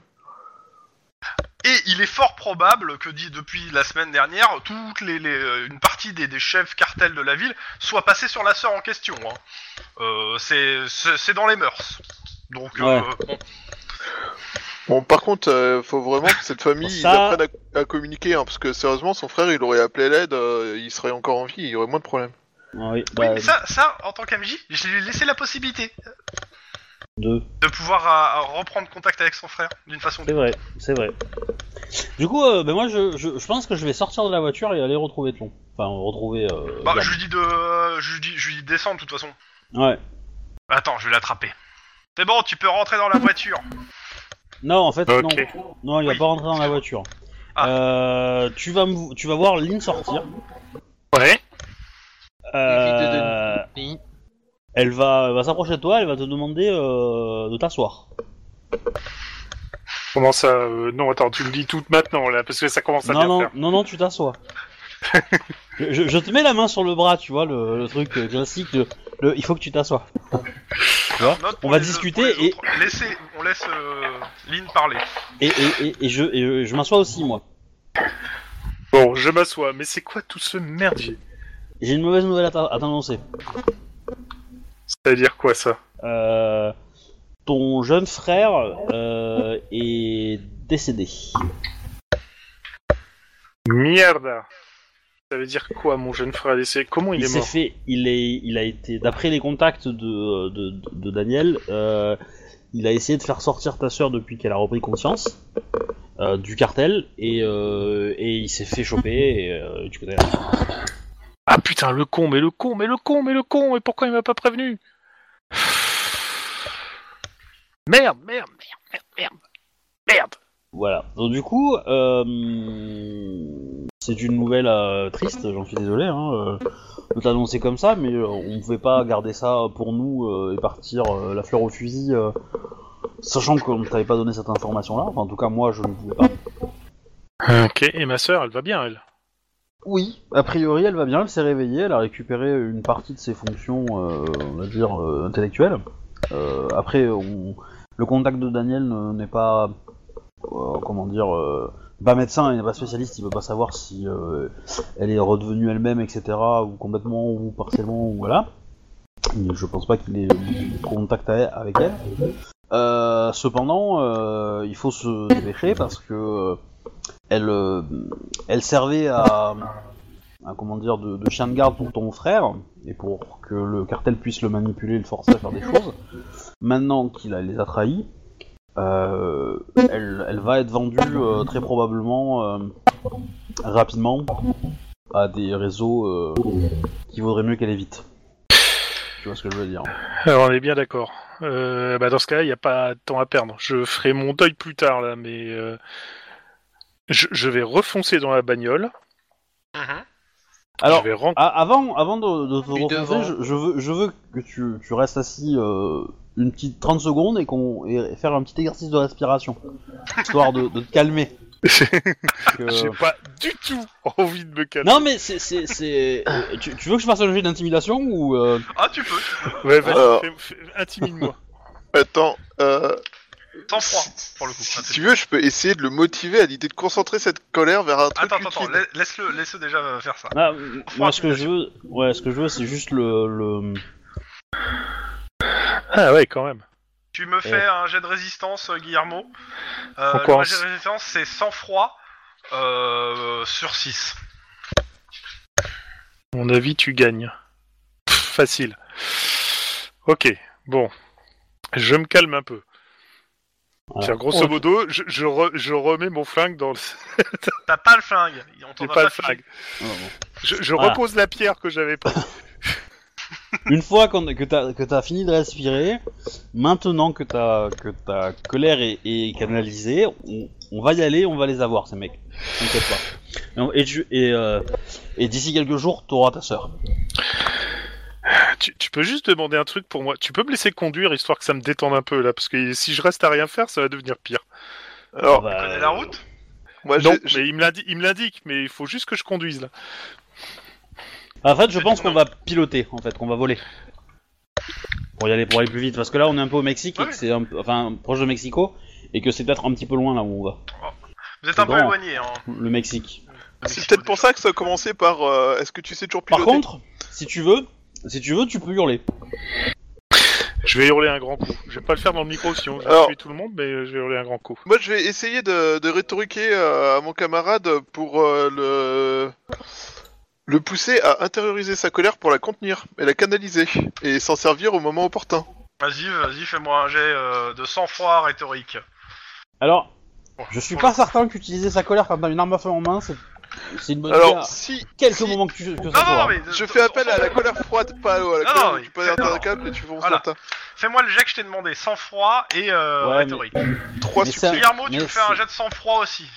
C: Et il est fort probable que dit depuis la semaine dernière, toutes les, les, euh, une partie des, des chefs cartels de la ville soit passée sur la sœur en question. hein. Euh, c'est- c'est c'est dans les mœurs. Donc euh,
B: Ouais.
C: bon.
A: Bon, par contre, euh, faut vraiment que cette famille ils
B: Ça-
A: apprenne à, à communiquer, hein, parce que sérieusement, son frère, il aurait appelé l'aide, euh, il serait encore en vie, il y aurait moins de problèmes.
B: Ah oui,
C: Oui,
B: bah,
C: mais ça, ça, en tant qu'AMJ, je lui ai laissé la possibilité
B: deux.
C: de pouvoir à- à reprendre contact avec son frère d'une façon. ou
B: C'est
C: d'une
B: vrai, c'est vrai. Du coup, euh, ben moi, je, je, je pense que je vais sortir de la voiture et aller retrouver Tlon. Enfin, retrouver. euh,
C: autre. Bah,
B: Gab.
C: je lui dis de, je lui dis, je lui dis de descendre de toute façon.
B: Ouais.
C: Attends, je vais l'attraper. C'est bon, tu peux rentrer dans la voiture.
B: Non, en fait,
E: Ok.
B: non. Non, il va
C: Oui.
B: pas rentrer dans la voiture.
C: Ah.
B: Euh, tu, vas me- tu vas voir Lynn sortir.
E: Ouais.
B: Euh,
D: Oui.
B: elle va, elle va s'approcher de toi, elle va te demander euh, de t'asseoir.
E: Comment ça euh, Non, attends, tu me dis tout maintenant là, parce que ça commence à
B: Non,
E: bien
B: non,
E: faire.
B: non, non, tu t'assois. je, je- je te mets la main sur le bras, tu vois, le, le truc euh, classique de le- il faut que tu t'assoies. Tu vois
C: Note pour
B: on va
C: les- pour
B: discuter
C: les
B: et,
C: autres, laissez- on laisse euh, Lynn parler.
B: et, et, et- et je, et je- je m'assois aussi, moi.
E: Bon, je m'assois, mais c'est quoi tout ce merdier
B: J'ai une mauvaise nouvelle à t'a- à t'annoncer.
E: C'est-à-dire quoi ça
B: Euh, ton jeune frère euh, est décédé.
E: Merde Ça veut dire quoi, mon jeune frère décédé Comment il,
B: Il
E: est
B: s'est
E: mort
B: fait, il est, il a été, d'après les contacts de, de, de Daniel, euh, il a essayé de faire sortir ta sœur depuis qu'elle a repris conscience euh, du cartel et, euh, et il s'est fait choper. Et, euh, tu connais.
E: Ah putain, le con, mais le con, mais le con, mais le con, et pourquoi il m'a pas prévenu Merde, merde, merde, merde, merde Merde
B: Voilà. Donc du coup, euh, c'est une nouvelle euh, triste. J'en suis désolé hein, euh, de t'annoncer comme ça, mais euh, on ne pouvait pas garder ça pour nous euh, et partir euh, la fleur au fusil, euh, sachant qu'on ne t'avait pas donné cette information-là. Enfin, en tout cas, moi, je ne pouvais pas.
E: Ok, et ma sœur, elle va bien, elle
B: Oui, a priori elle va bien, elle s'est réveillée, elle a récupéré une partie de ses fonctions, euh, on va dire, euh, intellectuelles. Euh, après, on- le contact de Daniel ne- n'est pas, euh, comment dire, euh, pas médecin, il n'est pas spécialiste, il ne peut pas savoir si euh, elle est redevenue elle-même, etc., ou complètement, ou partiellement, ou voilà. Mais Je pense pas qu'il ait contact à- avec elle. Euh, cependant, euh, il faut se dépêcher parce que euh, elle, euh, elle servait à, à, comment dire de, de chien de garde pour ton frère et pour que le cartel puisse le manipuler, le forcer à faire des choses. Maintenant qu'il a- les a trahis, euh, elle, elle va être vendue euh, très probablement euh, rapidement à des réseaux euh, qui vaudrait mieux qu'elle évite. Tu vois ce que je veux dire
E: Alors, on est bien d'accord. Euh, bah, dans ce cas-là, il n'y a pas de temps à perdre. Je ferai mon deuil plus tard, là, mais... euh, Je, je vais refoncer dans la bagnole.
C: Mhm.
B: Alors,
E: je vais rentrer.
B: Ah, avant, avant de, de te
D: Lui
B: refoncer,
D: devant.
B: je, je veux, je veux que tu, tu restes assis euh, une petite 30 secondes et qu'on et faire un petit exercice de respiration, histoire de, de te calmer. que- euh,
E: J'ai pas du tout envie de me calmer.
B: Non, mais c'est. c'est- c'est- euh, tu, tu veux que je fasse un jeu d'intimidation ou. euh,
C: Ah, tu peux, tu
E: Ouais, vas-y,
A: Alors.
E: fais- fais- intimide-moi.
A: Attends, euh,
C: peux. T'en froid, pour le coup.
A: si tu veux, je peux essayer de le motiver à l'idée de concentrer cette colère vers un truc
C: Attends, attends, attends,
A: utile.
C: la- laisse-le laisse déjà faire ça.
B: Ah, m- moi, ce que je veux, ouais, ce que je veux, c'est juste le, le-
E: ah ouais, quand même.
C: Tu me fais un jet de résistance, euh, Guillermo. Euh,
E: On
C: le
E: commence.
C: jet de résistance, c'est sang-froid euh, sur 6.
E: À Mon avis, tu gagnes. Pff, Facile. Ok, bon. Je me calme un peu.
B: Voilà.
E: C'est-à-dire, grosso modo, je, je re- je remets mon flingue dans le.
C: T'as pas le flingue. On t'en
E: J'ai
C: a
E: pas le
C: filé.
E: flingue. Je, je
B: Voilà.
E: repose la pierre que
B: [laughs]
E: j'avais prise.
B: Une fois qu'on- que t'as que t'as fini de respirer, maintenant que ta que ta colère est, est canalisée, on, on va y aller, on va les avoir ces mecs. T'inquiète pas. Et on- Et, tu- et, euh, et d'ici quelques jours, t'auras ta sœur.
E: Tu, tu peux juste demander un truc pour moi. Tu peux me laisser conduire histoire que ça me détende un peu là, parce que si je reste à rien faire, ça va devenir pire.
A: Alors,
B: Bah,
C: Oh, Tu connais la route
A: moi,
E: non,
A: j'ai- j'ai-
E: mais il me l'indi- il me l'indique, mais il faut juste que je conduise là.
B: En fait, je pense qu'on va piloter, en fait, qu'on va voler. Pour y aller, pour aller plus vite, parce que là, on est un peu au Mexique, et que c'est un peu- enfin proche de Mexico, et que c'est peut-être un petit peu loin là où on va,
C: Vous êtes un peu
B: Dedans.
C: éloigné. Hein.
B: le Mexique.
A: c'est peut-être pour ça que ça a commencé par euh, est-ce que tu sais toujours
B: Par
A: piloter
B: contre, si tu veux, si tu veux, tu peux hurler.
E: Je vais hurler un grand coup. Je vais pas le faire dans le micro sinon je vais
A: Alors.
E: tuer tout le monde, mais euh, je vais hurler un grand coup.
A: Moi, je vais essayer de, de rétoriquer euh, à mon camarade pour euh, le le pousser à intérioriser sa colère pour la contenir et la canaliser et s'en servir au moment opportun.
C: Vas-y, vas-y, fais-moi un jet euh, de sang-froid rhétorique.
B: Alors,
C: Bon,
B: je suis
C: pour
B: pas
C: le-
B: certain qu'utiliser sa colère quand t'as une arme à feu en main, c'est c'est une bonne idée.
A: Alors,
B: à
A: si
B: quelques
A: si-
B: moments que tu que ça
C: Non, non,
B: soit.
C: non, mais.
A: je fais appel à la colère froide, pas à l'eau, à la
C: Non,
A: colère
C: non,
A: où tu
C: mais-
A: passes un câble et tu fonces
C: Voilà.
A: dans ta-
C: Fais-moi le jet que je t'ai demandé, sang-froid et euh,
B: Ouais, mais-
C: rhétorique.
A: Trois
B: Mais
A: succès.
B: ça-
C: Guillermo, tu
B: mais
C: me fais un
B: c'est-
C: jet de sang-froid aussi.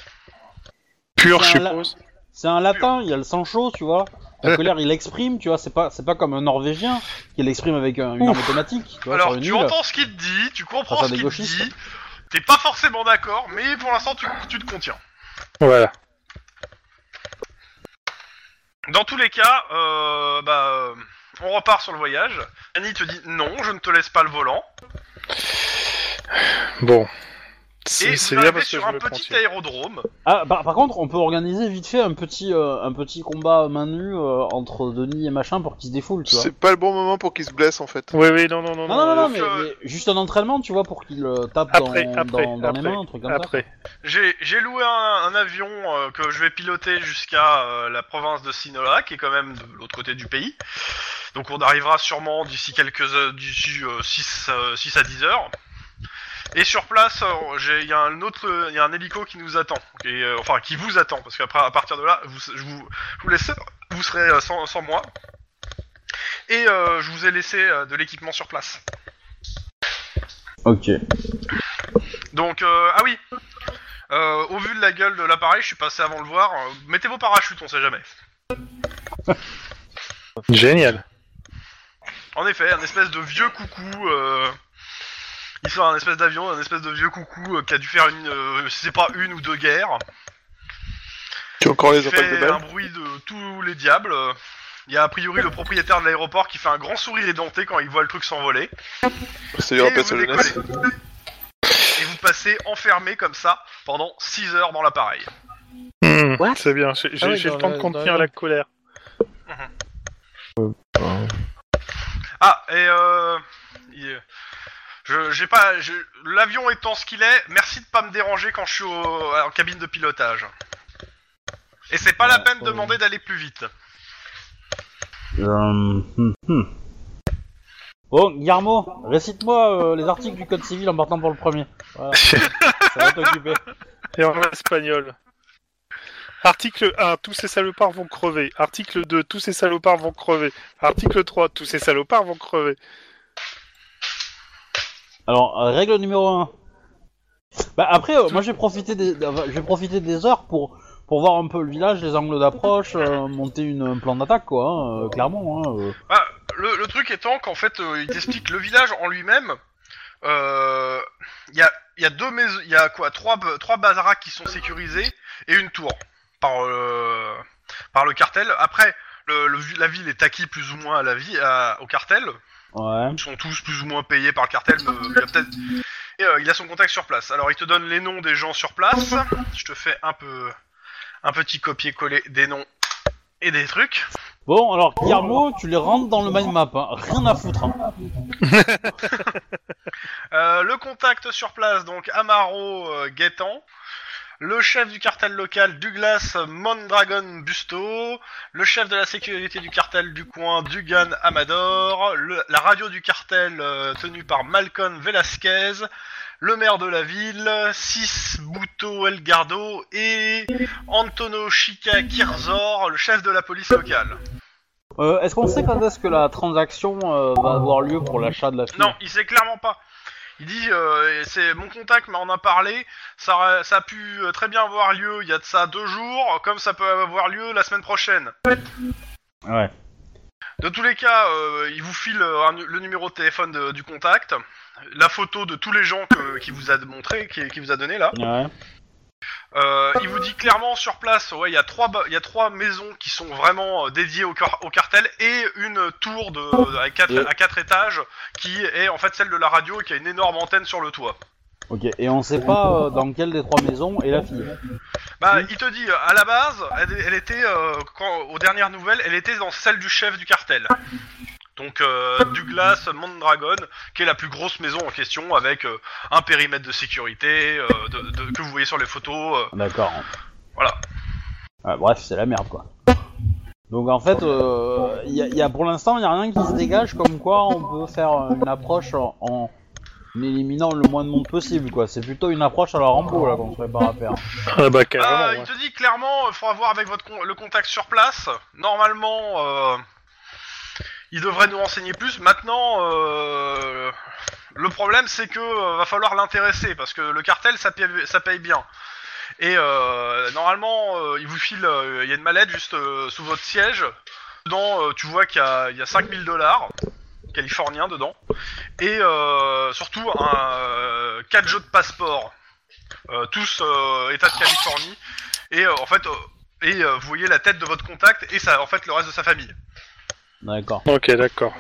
E: Pur, je
B: C'est un la-
E: suppose.
B: C'est un latin, il y a le sang chaud, tu vois.
C: [laughs]
B: La colère, il l'exprime, tu vois. C'est pas, c'est pas comme un norvégien qui l'exprime avec un- une arme automatique. Tu vois, sur
C: Alors,
B: une
C: tu
B: île.
C: entends ce qu'il te dit, tu comprends
B: Enfin,
C: ce
B: des
C: qu'il te
B: gauchistes.
C: dit, t'es pas forcément d'accord, mais pour l'instant, tu, tu te contiens.
E: Voilà.
C: Dans tous les cas, euh, bah, euh, on repart sur le voyage. Annie te dit non, je ne te laisse pas le volant.
E: Bon.
C: Et
E: C'est
C: vous
E: c'est bien
C: arrivez
E: parce que
C: sur
E: je
C: un
E: me
C: petit
E: prends
C: aérodrome.
B: Ah, par, par contre, on peut organiser vite fait un petit, euh, un petit combat main nue euh, entre Denis et machin pour qu'ils se défoulent, tu vois.
A: C'est pas le bon moment pour qu'il se blesse en fait.
E: Oui, oui, non, non, non,
B: Non, non, non, non,
E: euh,
B: mais,
C: que-
B: mais juste un entraînement, tu vois, pour qu'il euh, tape
E: Après,
B: dans,
E: après,
B: dans, dans les
E: après,
B: mains, un truc comme ça.
E: Après.
C: J'ai j'ai loué un, un avion euh, que je vais piloter jusqu'à euh, la province de Sinola, qui est quand même de l'autre côté du pays. Donc on arrivera sûrement d'ici quelques heures, d'ici euh, 6, à 10 heures. Et sur place, euh, j'ai- il y a un autre, euh, il y a un hélico qui nous attend, et, euh, enfin qui vous attend, parce qu'après à partir de là, vous, je, vous, je vous laisse, vous serez euh, sans, sans moi. Et euh, je vous ai laissé euh, de l'équipement sur place.
B: Ok.
C: Donc, euh, ah oui. Euh, au vu de la gueule de l'appareil, je suis passé avant le voir. Euh, mettez vos parachutes, on sait jamais.
E: Génial.
C: En effet, un espèce de vieux coucou. Euh... Il sort un espèce d'avion, un espèce de vieux coucou euh, qui a dû faire une, euh, je sais pas, une ou deux guerres.
A: Tu as encore les
C: Il
A: appels de
C: fait un
A: balles
C: bruit de tous les diables. Euh, Il y a a priori le propriétaire de l'aéroport qui fait un grand sourire édenté quand il voit le truc s'envoler.
A: Ça lui rappelle
C: vous
A: sa jeunesse.
C: décollez. Et vous passez enfermé comme ça pendant 6 heures dans l'appareil.
E: Hmm,
F: What
E: C'est bien, j'ai j'ai-
F: Ah oui,
E: j'ai le
F: dans
E: temps
F: le-
E: de
F: dans
E: contenir
F: le-
E: la colère.
C: Ah, et euh... il- Je, j'ai pas, je- l'avion étant ce qu'il est, merci de pas me déranger quand je suis au- en cabine de pilotage. Et c'est pas la
B: Ouais,
C: peine de
B: ouais.
C: demander d'aller plus vite.
B: Euh, hmm, hmm. Bon, Guillermo, récite-moi euh, les articles du Code civil en partant pour le premier. Voilà. Ça va t'occuper.
E: [laughs] Et en espagnol. Article 1, tous ces salopards vont crever. Article 2, tous ces salopards vont crever. Article 3, tous ces salopards vont crever.
B: [laughs] Alors, euh, règle numéro 1. Bah, après, euh, moi j'ai profité, des, d'avoir- j'ai profité des heures pour, pour voir un peu le village, les angles d'approche, euh, monter une, un plan d'attaque, quoi, hein, euh, clairement. Hein, euh.
C: Bah, le, le truc étant qu'en fait, euh, il t'explique le village en lui-même. euh, il y, a, il y a deux maisons, il y a quoi, trois, b- trois baraques qui sont sécurisées et une tour par le, par le cartel. Après, le, le- la ville est acquis plus ou moins à la vie, à- au cartel.
B: Ouais.
C: Ils sont tous plus ou moins payés par le cartel. mais euh, il, a peut-être- et, euh, il a son contact sur place. Alors, il te donne les noms des gens sur place. Je te fais un peu, un petit copier-coller des noms et des trucs.
B: Bon, alors, Guillermo, tu les rentres dans le mind map, hein. rien à foutre. Hein.
C: Euh, le contact sur place, donc Amaro euh, Gaétan. Le chef du cartel local, Douglas Mondragon Busto. Le chef de la sécurité du cartel du coin, Dugan Amador. le- la radio du cartel, euh, tenue par Malcolm Velasquez. Le maire de la ville, Sis Bouto Elgardo. Et Antono Chica Kirzor, le chef de la police locale.
B: Euh, est-ce qu'on sait quand est-ce que la transaction euh, va avoir lieu pour l'achat de la fille
C: Non, il sait clairement pas. Il dit, euh, c'est mon contact m'en a parlé, ça, aurait- ça a pu euh, très bien avoir lieu il y a de ça deux jours, comme ça peut avoir lieu la semaine prochaine.
B: Ouais.
C: De tous les cas, euh, il vous file euh, un nu- le numéro de téléphone de- du contact, la photo de tous les gens que, qui vous a montré, qui, qui vous a donné là.
B: Ouais.
C: Euh, il vous dit clairement sur place, ouais, il y a trois, ba- il y a trois maisons qui sont vraiment euh, dédiées au, car- au cartel et une tour de à quatre,
B: Et-
C: à quatre étages qui est en fait celle de la radio et qui a une énorme antenne sur le toit.
B: Ok, et on sait pas euh, dans quelle des trois maisons est la fille.
C: Bah, il te dit, à la base, elle, elle était, euh, quand, aux dernières nouvelles, elle était dans celle du chef du cartel. Donc euh, Douglas Mondragon, qui est la plus grosse maison en question, avec euh, un périmètre de sécurité euh, de- de- que vous voyez sur les photos. euh,
B: D'accord.
C: voilà.
B: Ouais, bref, c'est la merde, quoi. Donc en fait, euh, y a, y a, pour l'instant, il n'y a rien qui se dégage comme quoi on peut faire euh, une approche en, en éliminant le moins de monde possible, quoi. C'est plutôt une approche à la Rambo, là, qu'on se prépare à faire.
E: Ah bah
C: Ah,
E: carrément.
C: il
E: ouais.
C: te dit clairement, il faudra voir avec votre con- le contact sur place. Normalement, euh, il devrait nous renseigner plus. Maintenant, euh, le problème, c'est que euh, va falloir l'intéresser parce que le cartel, ça paye, ça paye bien. Et euh, normalement, euh, il vous file, euh, il y a une mallette juste euh, sous votre siège. Dedans, euh, tu vois qu'il y a, il y a 5000 dollars californiens dedans. Et euh, surtout, un, 4 jeux de passeport. Euh, tous euh, État de Californie. Et euh, en fait, euh, et euh, vous voyez la tête de votre contact et ça, en fait, le reste de sa famille.
B: D'accord.
E: Ok, d'accord.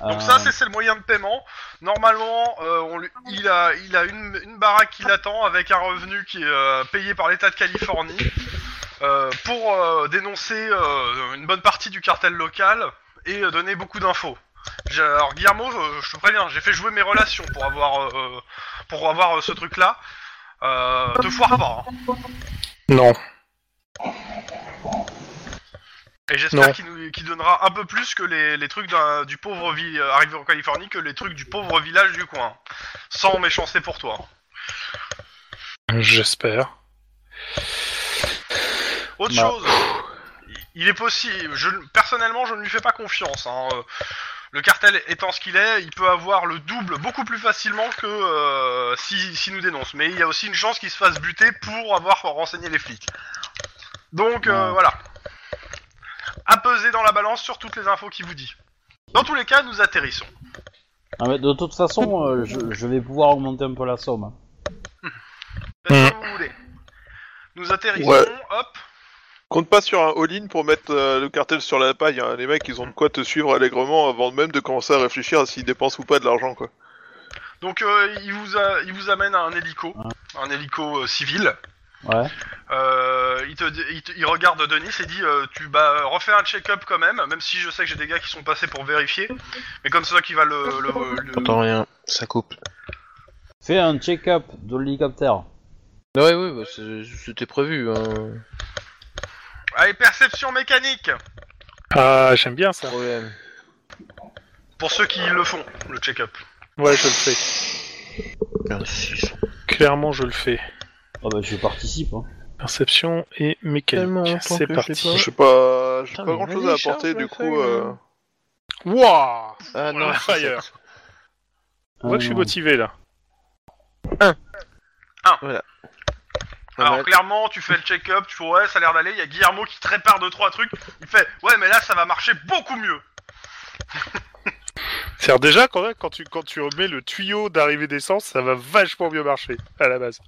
C: Donc
B: Euh,
C: ça, c'est c'est le moyen de paiement. Normalement, euh, on lui- il a, il a une, une baraque qui l'attend avec un revenu qui est euh, payé par l'État de Californie euh, pour euh, dénoncer euh, une bonne partie du cartel local et euh, donner beaucoup d'infos. J'ai- Alors Guillermo, je, je te préviens, j'ai fait jouer mes relations pour avoir, euh, pour avoir euh, ce truc-là. Euh, te foire pas. hein.
E: Non.
C: Et
E: Non.
C: j'espère qu'il nous qu'il donnera un peu plus que les, les trucs d'un- du pauvre vi- euh, arrivé en Californie que les trucs du pauvre village du coin. Sans méchanceté pour toi.
E: J'espère.
C: Autre
B: Bah.
C: chose, il- il est possible. Je, personnellement, je ne lui fais pas confiance. hein. Euh, Le cartel étant ce qu'il est, il peut avoir le double beaucoup plus facilement que euh, si- s'il nous dénonce. Mais il y a aussi une chance qu'il se fasse buter pour avoir renseigné les flics. Donc euh,
B: Ouais.
C: voilà. À peser dans la balance sur toutes les infos qu'il vous dit. Dans tous les cas, nous atterrissons.
B: non, mais de toute façon, euh, je, je vais pouvoir augmenter un peu la somme. hein.
C: Faites comme vous voulez. Nous atterrissons,
A: Ouais.
C: hop.
A: Compte pas sur un all-in pour mettre euh, le cartel sur la paille. hein. Les mecs, ils ont de quoi te suivre allègrement avant même de commencer à réfléchir à s'ils dépensent ou pas de l'argent, quoi.
C: Donc euh, il, vous a- il vous amène à un hélico, un hélico euh, civil.
B: Ouais.
C: Euh, il, te, dit- il, te- il regarde Denis et dit euh, tu bah refais un check-up quand même, même si je sais que j'ai des gars qui sont passés pour vérifier. Mais comme c'est toi qui va le, le- le-
F: J'entends rien, ça coupe.
B: Fais un check-up de l'hélicoptère.
D: Ouais, ouais, bah, c'est- c'était prévu. Hein.
C: Allez Ah, perception mécanique
E: Ah, j'aime bien ça.
D: Problème.
C: pour ceux qui le font le check-up.
E: Ouais, je le fais. Clairement, je le fais.
B: Ah bah, je participe. Hein.
E: Perception et
D: Tellement
E: mécanique.
D: longtemps
E: C'est
D: que je
E: parti.
D: l'ai
A: Je sais pas, j'ai
D: Putain,
A: pas
D: mais
A: grand chose
D: vas-y,
A: à apporter,
D: charge
A: du
D: la
A: coup.
D: feuille,
A: euh,
D: hein.
E: Waouh
F: Ah non,
E: Voilà, ailleurs.
D: [laughs]
E: Moi, je suis
B: Euh,
E: motivé là.
C: Alors
F: mal.
C: clairement tu fais le check-up, tu fais ouais ça a l'air d'aller, il y a Guillermo qui te répare deux trois trucs, il fait ouais mais là ça va marcher beaucoup mieux.
E: C'est-à-dire déjà quand même quand tu quand tu remets le tuyau d'arrivée d'essence, ça va vachement mieux marcher à la [laughs] base.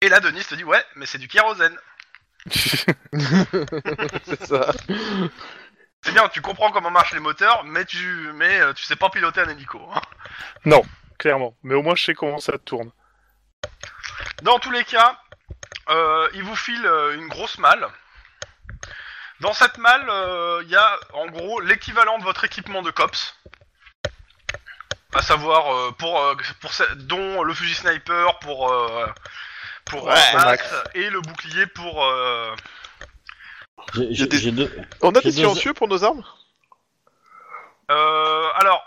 C: Et là, Denis te dit ouais, mais c'est du kérosène.
D: C'est ça.
C: C'est bien, tu comprends comment marchent les moteurs, mais tu mais euh, tu sais pas piloter un hélico. hein.
E: Clairement. Mais au moins je sais comment ça tourne.
C: Dans tous les cas, euh, il vous file euh, une grosse malle. Dans cette malle, euh, il y a en gros l'équivalent de votre équipement de cops, à savoir euh, pour, euh, pour ce- dont le fusil sniper pour euh, pour
A: Ouais,
C: euh,
E: Max.
C: Max et le bouclier pour euh,
B: J'ai-
A: y a
B: J'ai
A: des-
B: j'ai deux.
A: On a
B: J'ai
A: des
B: deux-
A: silencieux pour nos armes
C: Euh, alors,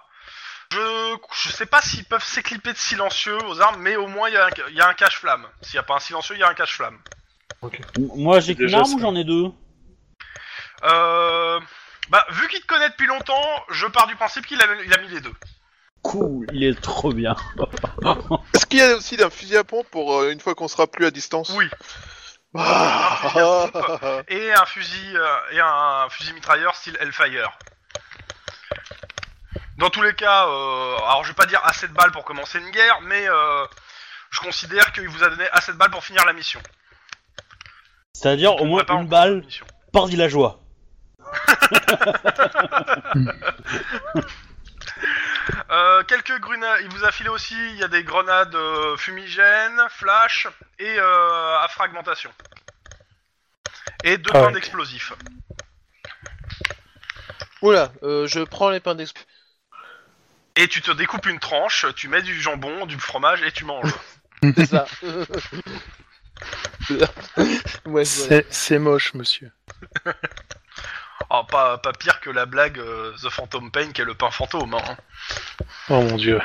C: je, je sais pas s'ils peuvent s'éclipper de silencieux aux armes, mais au moins il y, a un- il y a un cache-flamme. S'il n'y a pas un silencieux, il y a un cache-flamme.
B: M- Moi, j'ai qu'une
E: Déjà,
B: arme
E: ça.
B: ou j'en ai deux
C: Euh, bah, vu qu'il te connaît depuis longtemps, je pars du principe qu'il a, il a mis les deux.
B: Cool, il est trop bien.
A: Est-ce qu'il y a aussi d'un fusil à pompe pour euh, une fois qu'on sera plus à distance
C: Oui.
A: Ah,
C: [laughs] Et un fusil, euh, et un fusil mitrailleur style Hellfire. Dans tous les cas, euh, alors je vais pas dire assez de balles pour commencer une guerre, mais euh, je considère qu'il vous a donné assez de balles pour finir la mission.
B: C'est-à-dire au moins
C: Prépare
B: une
C: encore
B: balle
C: mission.
B: par villageois.
C: Euh, quelques grenades, il vous a filé aussi, il y a des grenades euh, fumigènes, flash et euh, à fragmentation. Et deux
E: Ah
C: pains
E: ouais.
C: d'explosifs.
D: Oula, euh, je prends les pains d'exp.
C: Et tu te découpes une tranche, tu mets du jambon, du fromage et tu manges.
D: [laughs] C'est ça. [laughs] ouais, voilà.
E: c'est moche, monsieur.
C: Alors Ah, pas, pas pire que la blague euh, The Phantom Pain qui est le pain fantôme. hein.
E: Oh mon dieu.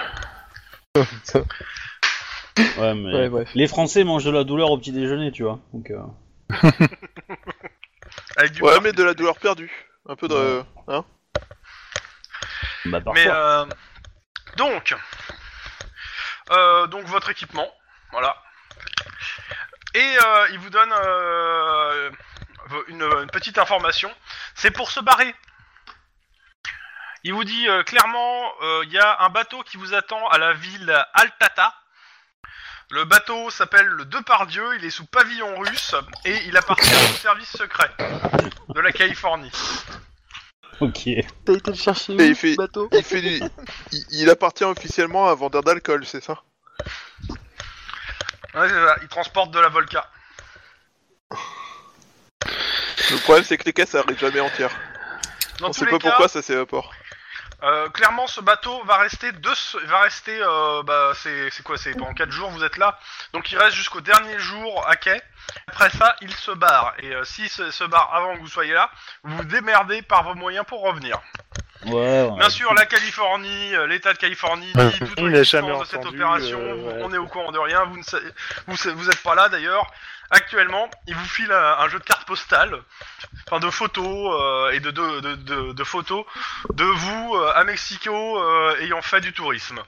B: Ouais, mais...
D: Ouais, bref.
B: Les Français mangent de la douleur au petit déjeuner, tu vois. Donc, euh,
C: Avec du
A: Ouais,
C: beurre.
A: mais de la douleur perdue. Un peu de. Hein
B: bah, parfois.
C: Mais euh, donc, euh, donc votre équipement, voilà. Et euh, il vous donne euh, une, une petite information. C'est pour se barrer. Il vous dit euh, clairement, euh, il y a un bateau qui vous attend à la ville Altata. Le bateau s'appelle le Depardieu, il est sous pavillon russe et il appartient au service secret de la Californie.
B: Ok.
D: T'as été le chercher
A: Mais
D: où,
A: il fait-
D: ce bateau
A: il, fait du- il, il appartient officiellement à un vendeur d'alcool, c'est ça
C: Ouais, c'est ça, il transporte de la Volca.
A: Le problème, c'est que les caisses, ça arrive jamais entière.
C: Dans
A: On
C: tous
A: sait
C: les
A: pas
C: cas,
A: pourquoi ça s'évapore.
C: euh, clairement, ce bateau va rester deux, se- va rester, euh, bah, c'est, c'est quoi, c'est pendant quatre jours, vous êtes là, donc il reste jusqu'au dernier jour à quai. Après ça, il se barre. Et euh, s'il se, se barre avant que vous soyez là, vous vous démerdez par vos moyens pour revenir.
B: Ouais, ouais.
C: Bien sûr, la Californie, euh, l'État de Californie,
E: Ouais.
C: dit toute
E: Il n'a jamais
C: l'existence de cette
E: entendu,
C: opération.
E: euh,
C: vous-
E: ouais.
C: On est au courant de rien. Vous ne sa- vous, sa- vous êtes pas là d'ailleurs. Actuellement, il vous file un, un jeu de cartes postales, enfin de photos euh, et de, de, de, de- de photos de vous euh, à Mexico euh, ayant fait du tourisme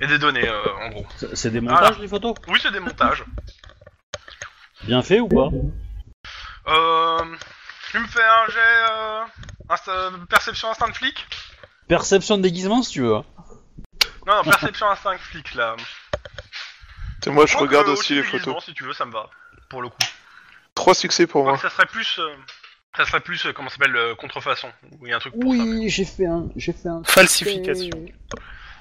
C: et des données euh, en gros.
B: C'est c'est des montages, les photos
C: Oui, c'est des montages.
B: Bien fait ou pas
C: Euh, tu me fais un jet euh, insta- perception instinct de flic
B: Perception de déguisement, si tu veux. hein.
C: Non, non, perception instinct de flic là.
A: Et moi, je
C: crois
A: regarde
C: que
A: aussi les
C: déguisement,
A: photos.
C: Si tu veux, ça me va. Pour le coup.
A: Trois succès
C: Je
A: pour
C: crois
A: moi.
C: que ça serait plus. euh, ça serait plus, euh, comment ça s'appelle, euh, contrefaçon. Ou il y a un truc pour ça.
G: Oui, j'ai fait un, j'ai fait un.
E: Falsification.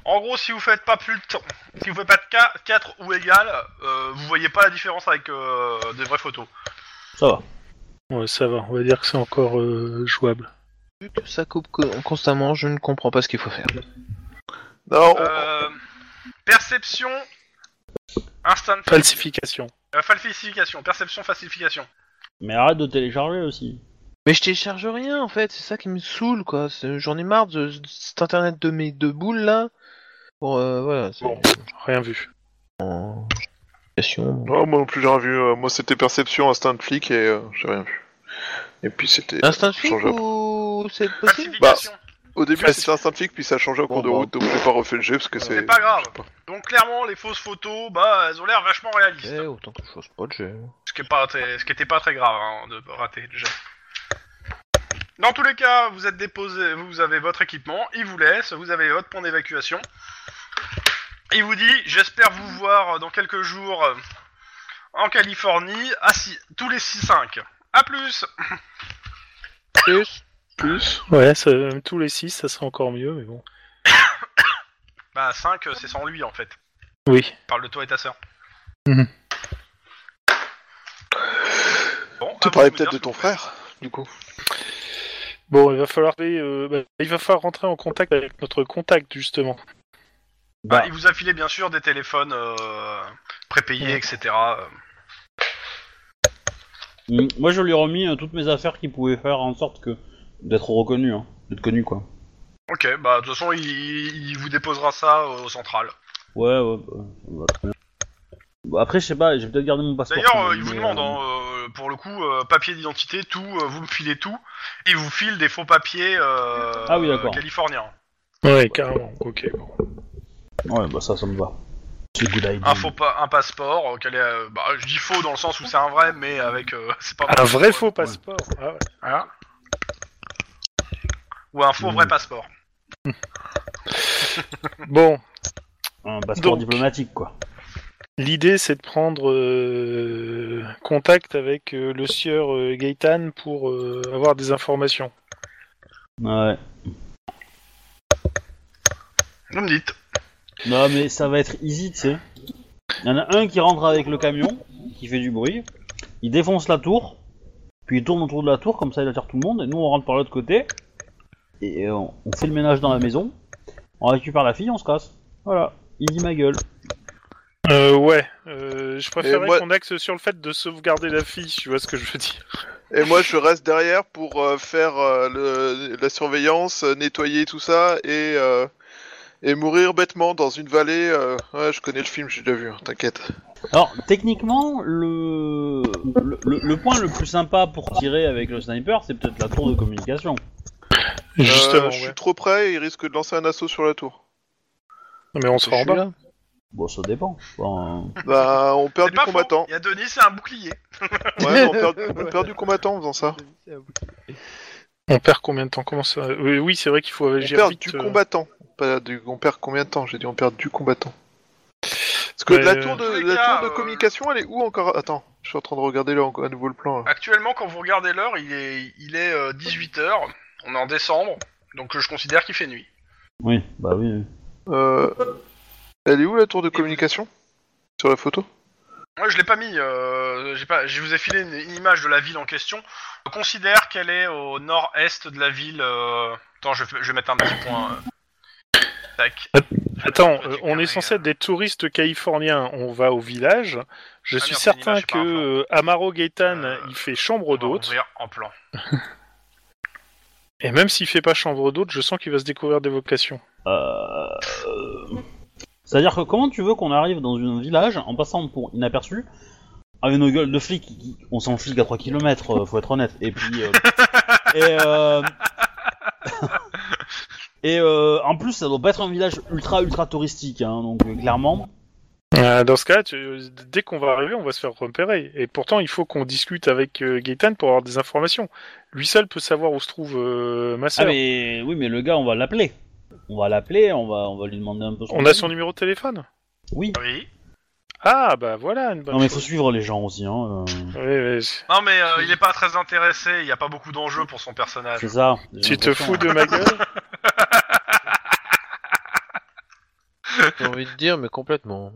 C: En gros, si vous faites pas plus de temps. Si vous faites pas de 4, ou égal, euh, vous voyez pas la différence avec euh, des vraies photos.
B: Ça va.
E: Ouais, ça va. On va dire que c'est encore euh, jouable.
D: Vu que ça coupe co- constamment, je ne comprends pas ce qu'il faut faire.
A: Non, on-
C: Euh, perception. Instant.
E: Falsification.
C: euh, falsification. Perception, falsification.
B: Mais arrête de télécharger aussi.
D: Mais je télécharge rien en fait, c'est ça qui me saoule quoi. C'est- J'en ai marre de, de cet internet de mes deux boules là. Pour euh, voilà. c'est-
E: Bon. Rien vu.
D: en- application.
A: non, moi non plus, j'ai rien vu. Euh, Moi, c'était perception, instinct de flic et euh, j'ai rien vu. Et puis, c'était.
D: Instinct de flic
A: Change après.
D: ou c'est possible
C: Falsification.
A: Au début,
E: Facile.
A: c'était instinct de flic, puis ça a changé au cours
D: Bon,
A: de
D: bah.
A: route, donc j'ai pas refait le jeu parce que c'est.
C: C'est pas grave.
A: je sais pas.
C: Donc clairement, les fausses photos, bah, elles ont l'air vachement réalistes.
D: Eh, autant que je fasse pas de jeu.
C: Ce qui est pas très- ce qui était pas très grave hein, de rater déjà. Dans tous les cas, vous êtes déposé, vous avez votre équipement, il vous laisse, vous avez votre pont d'évacuation. Il vous dit, j'espère vous voir dans quelques jours euh, en Californie, à six- tous les 6-5. A plus
D: Plus.
C: Ah,
E: Plus. Ouais, ça- tous les 6, ça serait encore mieux, mais bon.
C: Bah 5, c'est sans lui en fait.
E: Oui.
C: Je parle de toi et ta sœur.
E: Mhm.
C: Bon,
A: Tu
C: à
A: parlais
C: vous
A: peut-être de
C: me dire
A: ton
C: ce
A: frère, du coup.
E: Bon, il va falloir, euh, bah, il va falloir rentrer en contact avec notre contact, justement.
C: que- Bah, il vous a filé bien sûr des téléphones euh, prépayés, etc. euh.
B: Mm, Moi, je lui ai remis euh, toutes mes affaires qui pouvaient faire en sorte que d'être reconnu, hein, d'être connu, quoi.
C: Ok, bah de toute façon, il, il vous déposera ça euh, au central.
B: Ouais, ouais. bah, bah, très bien. Bah, Après, je sais pas, j'ai peut-être gardé mon passeport.
C: D'ailleurs,
B: quand
C: euh,
B: même,
C: il vous
B: mais,
C: demande,
B: euh,
C: hein, euh, pour le coup, euh, papier d'identité, tout, euh, vous me filez tout, et il vous file des faux papiers euh,
B: Ah oui, d'accord.
C: californiens.
E: Ouais, carrément. Ok, bon.
B: Ouais, bah ça, ça me va. C'est good idea.
C: Un, faux pa- un passeport, euh, quel est, euh, bah, je dis faux dans le sens où c'est un vrai, mais avec... euh, [laughs] c'est pas
E: Un vrai faux passeport. Ah ouais.
C: Hein Ou un
B: Hmm.
C: faux vrai passeport.
E: Bon,
B: Un passeport
E: Donc.
B: diplomatique, quoi.
E: l'idée c'est de prendre euh, contact avec euh, le sieur euh, Gaëtan pour euh, avoir des informations.
B: Ouais.
C: Vous me dites.
B: Non, mais ça va être easy, tu sais. Il y en a un qui rentre avec le camion, qui fait du bruit, il défonce la tour, puis il tourne autour de la tour, comme ça il attire tout le monde, et nous on rentre par l'autre côté, et euh, on, on fait le ménage dans la maison, on récupère la fille, on se casse. Voilà, il dit ma gueule.
E: Euh, ouais, euh, je préférais
A: Et moi-
E: qu'on axe sur le fait de sauvegarder la fille, tu vois ce que je veux dire.
A: Et moi, je reste derrière pour euh, faire euh, le- la surveillance, euh, nettoyer tout ça et, euh, et mourir bêtement dans une vallée. euh, Ouais, je connais le film, j'ai déjà vu, hein, t'inquiète.
B: Alors, techniquement, le... Le, le- le point le plus sympa pour tirer avec le sniper, c'est peut-être la tour de communication.
A: Euh,
E: Justement,
A: je suis
E: ouais.
A: trop près, il risque de lancer un assaut sur la tour.
E: Non, mais on se rend
D: Je suis
E: bas.
D: là.
B: Bon, ça dépend. Enfin,
A: Bah, on perd
C: C'est
A: du
C: pas faux. [laughs]
A: combattant.
C: Il y a Denis, c'est un bouclier.
A: Ouais, on perd, on perd du combattant en faisant ça.
E: On perd combien de temps Comment ça Oui, oui, c'est vrai qu'il faut
A: On
E: agir
A: perd
E: vite.
A: du
E: euh.
A: combattant. Pas du- On perd combien de temps J'ai dit on perd du combattant. Parce que
E: Ouais,
A: la
E: euh,
A: tour de,
C: tous les
A: la
C: cas,
A: tour de
C: euh,
A: communication, elle est où encore Attends, je suis en train de regarder là encore à nouveau le plan. là.
C: Actuellement, quand vous regardez l'heure, il est, il est 18h, on est en décembre, donc euh, je considère qu'il fait nuit.
B: oui, bah oui. oui.
A: Euh, elle est où la tour de communication Sur la photo
C: Moi, je l'ai pas mis. euh, j'ai pas. Je vous ai filé une, une image de la ville en question. On considère qu'elle est au nord-est de la ville. euh, Attends, je, fais- je vais mettre un petit point. euh, Tac.
E: Attends,
C: Je vais
E: euh, on est
C: déclarer,
E: censé
C: euh,
E: être des touristes californiens. On va au village. Je
C: Ah
E: suis
C: merde, c'est
E: certain
C: l'image,
E: que
C: je suis
E: euh, Amaro Gaetan,
C: Euh,
E: il fait
C: on
E: chambre
C: va
E: d'hôte.
C: ouvrir en plan.
E: Et même s'il fait pas chambre d'hôte, je sens qu'il va se découvrir des vocations.
B: Euh, C'est-à-dire que comment tu veux qu'on arrive dans un village en passant pour inaperçu avec nos gueules de flics qui- qui- On s'en flic à 3 km, euh, faut être honnête. Et puis. euh, et euh, [laughs] et euh, en plus, ça doit pas être un village ultra ultra touristique, hein, donc euh, clairement.
E: Euh, dans ce cas, tu- dès qu'on va arriver, on va se faire repérer. Et pourtant, il faut qu'on discute avec euh, Gaëtan pour avoir des informations. Lui seul peut savoir où se trouve euh, ma
B: Ah,
E: sœur.
B: mais oui, mais le gars, on va l'appeler. On va l'appeler, on va, on va lui demander un peu son.
E: On a son numéro de téléphone
B: Oui.
C: Oui.
E: Ah bah voilà une bonne
B: Non, mais faut
E: chose.
B: suivre les gens aussi, hein. euh,
E: Ouais, ouais, c'est-
C: Non, mais euh, il est pas très intéressé. Il n'y a pas beaucoup d'enjeux pour son personnage.
B: C'est ça. j'ai
E: Ah, Tu te
B: l'impression,
E: fous
B: hein.
E: de ma gueule
D: J'ai envie de dire, mais [laughs] complètement.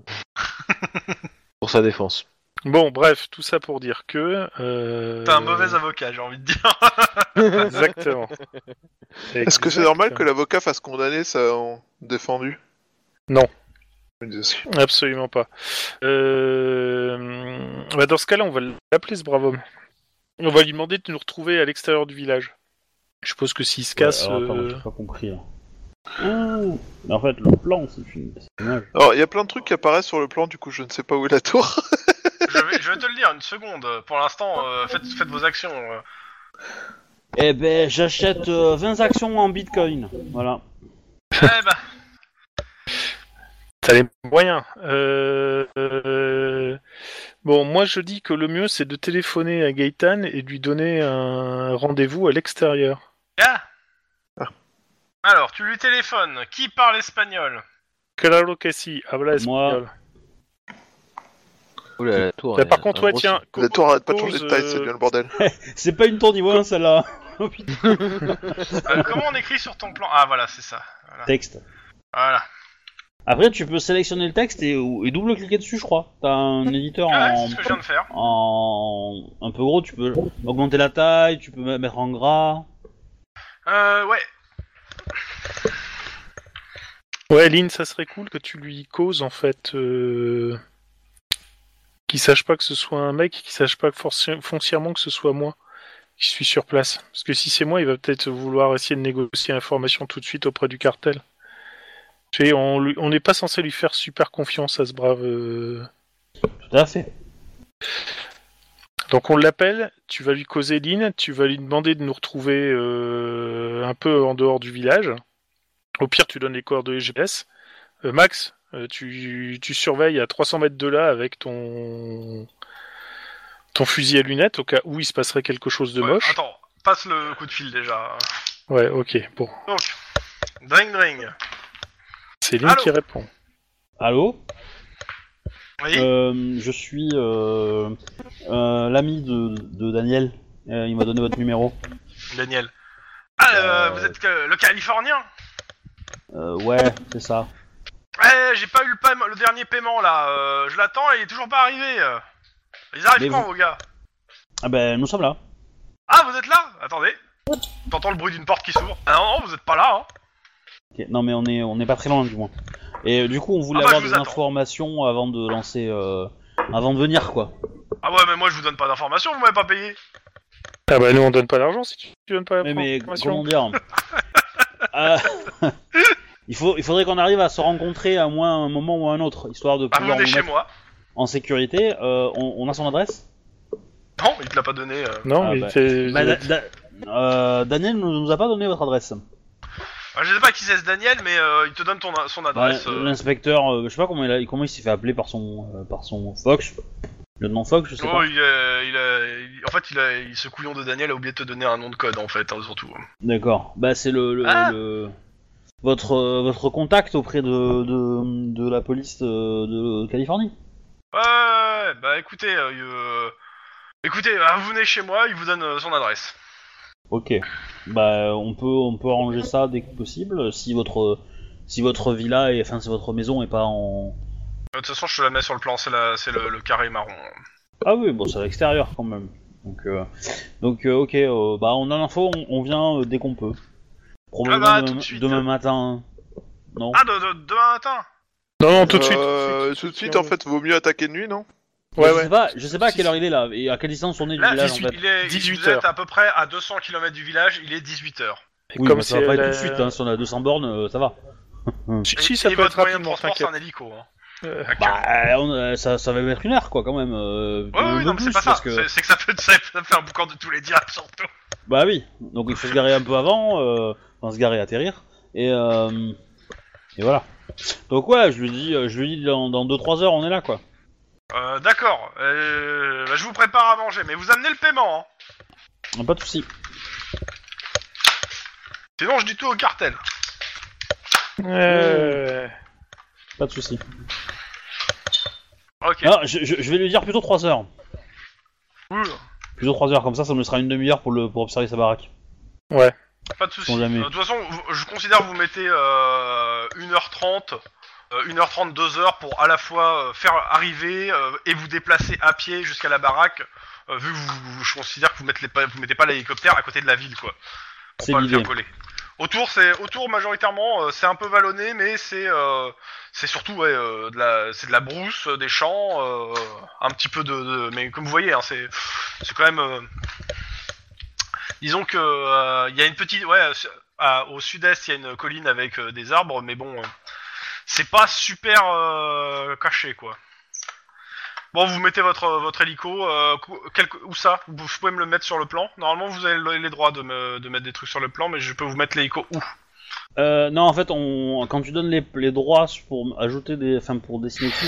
D: Pour sa défense.
E: Bon, bref, tout ça pour dire que... euh,
C: T'as un mauvais avocat, j'ai envie de dire.
E: [laughs]
C: [laughs]
E: Exactement.
A: Est-ce que c'est normal que l'avocat fasse condamner ça en défendu
E: Non.
A: Je me dis aussi.
E: Absolument pas. Euh, bah, dans ce cas-là, on va l'appeler ce brave homme. On va lui demander de nous retrouver à l'extérieur du village. Je suppose que s'il se casse...
B: Ouais, alors, attends,
E: euh,
B: j'ai pas compris. là. Ah, mais en fait, le plan, c'est une. c'est dommage.
A: Alors, il y a plein de trucs qui apparaissent sur le plan, du coup, je ne sais pas où est la
E: [laughs]
A: tour.
C: je, vais, je vais te le dire, une seconde. Pour l'instant, euh, faites, faites vos actions. euh.
B: Eh ben, j'achète euh, 20 actions en bitcoin. Voilà.
C: Eh ben,
E: T'as les moyens. Euh, euh, Bon, moi je dis que le mieux c'est de téléphoner à Gaëtan et de lui donner un rendez-vous à l'extérieur.
C: Ah. Alors, tu lui téléphones. Qui parle espagnol
E: Claro que si, habla
B: Moi.
E: espagnol.
F: Oula, la tour.
E: Bah,
F: est
E: par contre,
F: un
E: ouais,
F: gros-
E: tiens.
A: La tour arrête pas de changer de
E: Cause,
A: taille,
E: euh,
A: c'est bien le bordel.
B: C'est pas une tour niveau 1 celle-là. Oh, putain.
C: Euh, Comment on écrit sur ton plan Ah, voilà, c'est ça.
B: Texte.
C: Voilà.
B: Après, tu peux sélectionner le texte et, et double-cliquer dessus, je crois. T'as un éditeur
C: Ah ouais,
B: en,
C: c'est ce que je viens de faire.
B: en un peu gros, tu peux augmenter la taille, tu peux me- mettre en gras.
C: Euh, ouais.
E: Ouais, Lynn, ça serait cool que tu lui causes en fait. Euh... Qu'il sache pas que ce soit un mec, qu'il sache pas que forci- foncièrement que ce soit moi qui suis sur place. Parce que si c'est moi, il va peut-être vouloir essayer de négocier l'information tout de suite auprès du cartel. Tu sais, on lui- on n'est pas censé lui faire super confiance à ce brave. euh,
B: Tout à fait.
E: Donc on l'appelle, tu vas lui causer Lynn, tu vas lui demander de nous retrouver euh, un peu en dehors du village. Au pire, tu donnes les coordonnées GPS. Euh, Max, euh, tu, tu surveilles à 300 mètres de là avec ton ton fusil à lunettes au cas où il se passerait quelque chose de
C: Ouais,
E: moche.
C: Attends, passe le coup de fil déjà.
E: Ouais, ok, bon.
C: Donc, dring dring.
E: C'est Lynn
C: Allô
E: qui répond.
B: Allô
C: Oui.
B: Euh, Je suis euh, euh, l'ami de, de Daniel. Euh, il m'a donné votre numéro.
C: Daniel. Ah, euh,
B: Euh,
C: vous êtes que- le Californien
B: Euh, ouais, c'est ça.
C: Ouais, Eh, j'ai pas eu le, paie- le dernier paiement là. Euh, je l'attends et il est toujours pas arrivé. euh. Ils arrivent
B: Mais
C: quand,
B: vous-
C: vos gars
B: Ah ben, nous sommes là.
C: Ah, vous êtes là Attendez. T'entends le bruit d'une porte qui s'ouvre Ah non, non, vous êtes pas là, hein
B: Ok, Non, mais on est, on est pas très loin, du moins. Et euh, du coup, on voulait
C: Ah bah,
B: avoir
C: je vous
B: des
C: attends.
B: informations avant de lancer... euh, avant de venir, quoi.
C: Ah ouais, mais moi je vous donne pas d'informations, vous m'avez pas payé.
E: Ah bah nous on donne pas d'argent si tu, tu donnes pas
B: Mais,
E: la
B: mais
E: information.
B: comment dire
C: [laughs]
B: Ah, [laughs] il, faut, il faudrait qu'on arrive à se rencontrer à moins un moment ou un autre, histoire de
C: Ah, vous
B: pouvoir
C: venez
B: nous
C: chez
B: mettre
C: moi.
B: en sécurité. Euh, on, on a son adresse
C: Non, il te l'a pas donné. euh.
E: Non,
B: Ah
E: mais
B: bah.
E: t'es-
B: Bah, Da- Da- euh, Daniel ne nous a pas donné votre adresse.
C: Ah, Je sais pas qui c'est ce Daniel, mais euh, il te donne ton, son
B: Bah,
C: adresse. euh.
B: L'inspecteur, euh, je sais pas comment il, a- comment il s'est fait appeler par son, euh, par son Fox. Le nom Fox, je sais
C: Oh,
B: pas.
C: il, euh, il, euh, il- en fait, il, a, il- ce couillon de Daniel a oublié de te donner un nom de code, en fait, hein, surtout.
B: D'accord. Bah c'est le, le,
C: Ah
B: le- votre euh, votre contact auprès de, de, de la police euh, de Californie.
C: Ouais, ouais, ouais, bah écoutez, euh, il, euh, écoutez, bah, vous venez chez moi, il vous donne euh, son adresse.
B: Ok. Bah on peut on peut arranger ça dès que possible si votre si votre villa et enfin si votre maison est pas en
C: Euh, De toute façon, je te la mets sur le plan, c'est la- c'est le, le carré marron.
B: ah oui bon c'est à l'extérieur quand même donc euh, donc euh, ok euh, bah on a l'info on, on vient euh, dès qu'on peut probablement
C: Ah bah, tout de
B: demain,
C: suite.
B: demain matin hein. non
C: Ah, de, de- demain matin
E: Non, non, tout de suite.
A: Euh, Tout de suite, en fait, vaut mieux attaquer de nuit, non
E: Ouais,
B: je
E: ouais.
B: sais pas je sais pas à quelle heure il est là et à quelle distance on est du
C: Là,
B: village en fait
C: il est,
E: 18
C: vous êtes
E: heures.
C: à peu près à 200 km du village, il est 18h.
B: oui
E: Comme
B: mais ça
E: c'est
B: va pas
E: la-
B: être tout de suite hein, si on a 200 bornes euh, ça va
E: Si, si, ça peut être
C: moyen de
E: rapidement,
C: transport, c'est
E: t'inquiète.
C: un hélico. Hein.
E: Euh,
C: Donc,
B: Bah, on, euh, ça, ça va mettre une heure, quoi, quand même. euh,
C: Ouais,
B: un
C: ouais,
B: peu
C: non, mais c'est
B: plus,
C: pas ça,
B: parce que-
C: c'est c'est que ça peut, [laughs] ça peut faire un boucan de tous les diables, surtout.
B: Bah oui, donc il faut se garer un peu avant, euh, enfin se garer, atterrir, et, euh, et voilà. Donc ouais, je lui dis, euh, je lui dis dans 2-3 heures, on est là, quoi.
C: Euh, D'accord, euh, bah, je vous prépare à manger, mais vous amenez le paiement, hein.
B: Pas de soucis.
C: Sinon, je dis tout au cartel.
E: euh,
B: Pas de soucis.
C: Ok.
B: Ah, je, je- je vais lui dire plutôt 3 heures.
C: Cool.
B: Plutôt 3 heures, comme ça, ça me laissera une demi-heure pour, le, pour observer sa baraque.
C: Pas de soucis.
B: Bon, jamais.
C: Euh, De toute façon, vous- je considère que vous mettez euh, 1h30, euh, 1h30, 2h pour à la fois euh, faire arriver euh, et vous déplacer à pied jusqu'à la baraque, euh, vu que vous, vous- je considère que vous mettez, pas, vous mettez pas l'hélicoptère à côté de la ville, quoi. Pour
B: C'est
C: pas le faire
B: l'idée.
C: coller. Autour, c'est autour majoritairement, euh, c'est un peu vallonné, mais c'est euh, c'est surtout ouais, euh, de la c'est de la brousse, euh, des champs, euh, un petit peu de, de- mais comme vous voyez, hein, c'est c'est quand même euh, disons que euh, il y a une petite ouais su- à- au sud-est il y a une colline avec euh, des arbres, mais bon euh, c'est pas super euh, caché quoi. Bon, vous mettez votre votre hélico. euh, cou- quel- où ça vous, vous pouvez me le mettre sur le plan. Normalement, vous avez le- les droits de, me- de mettre des trucs sur le plan, mais je peux vous mettre l'hélico où
B: Euh, non, en fait, on, quand tu donnes les, les droits pour ajouter des, enfin pour dessiner dessus,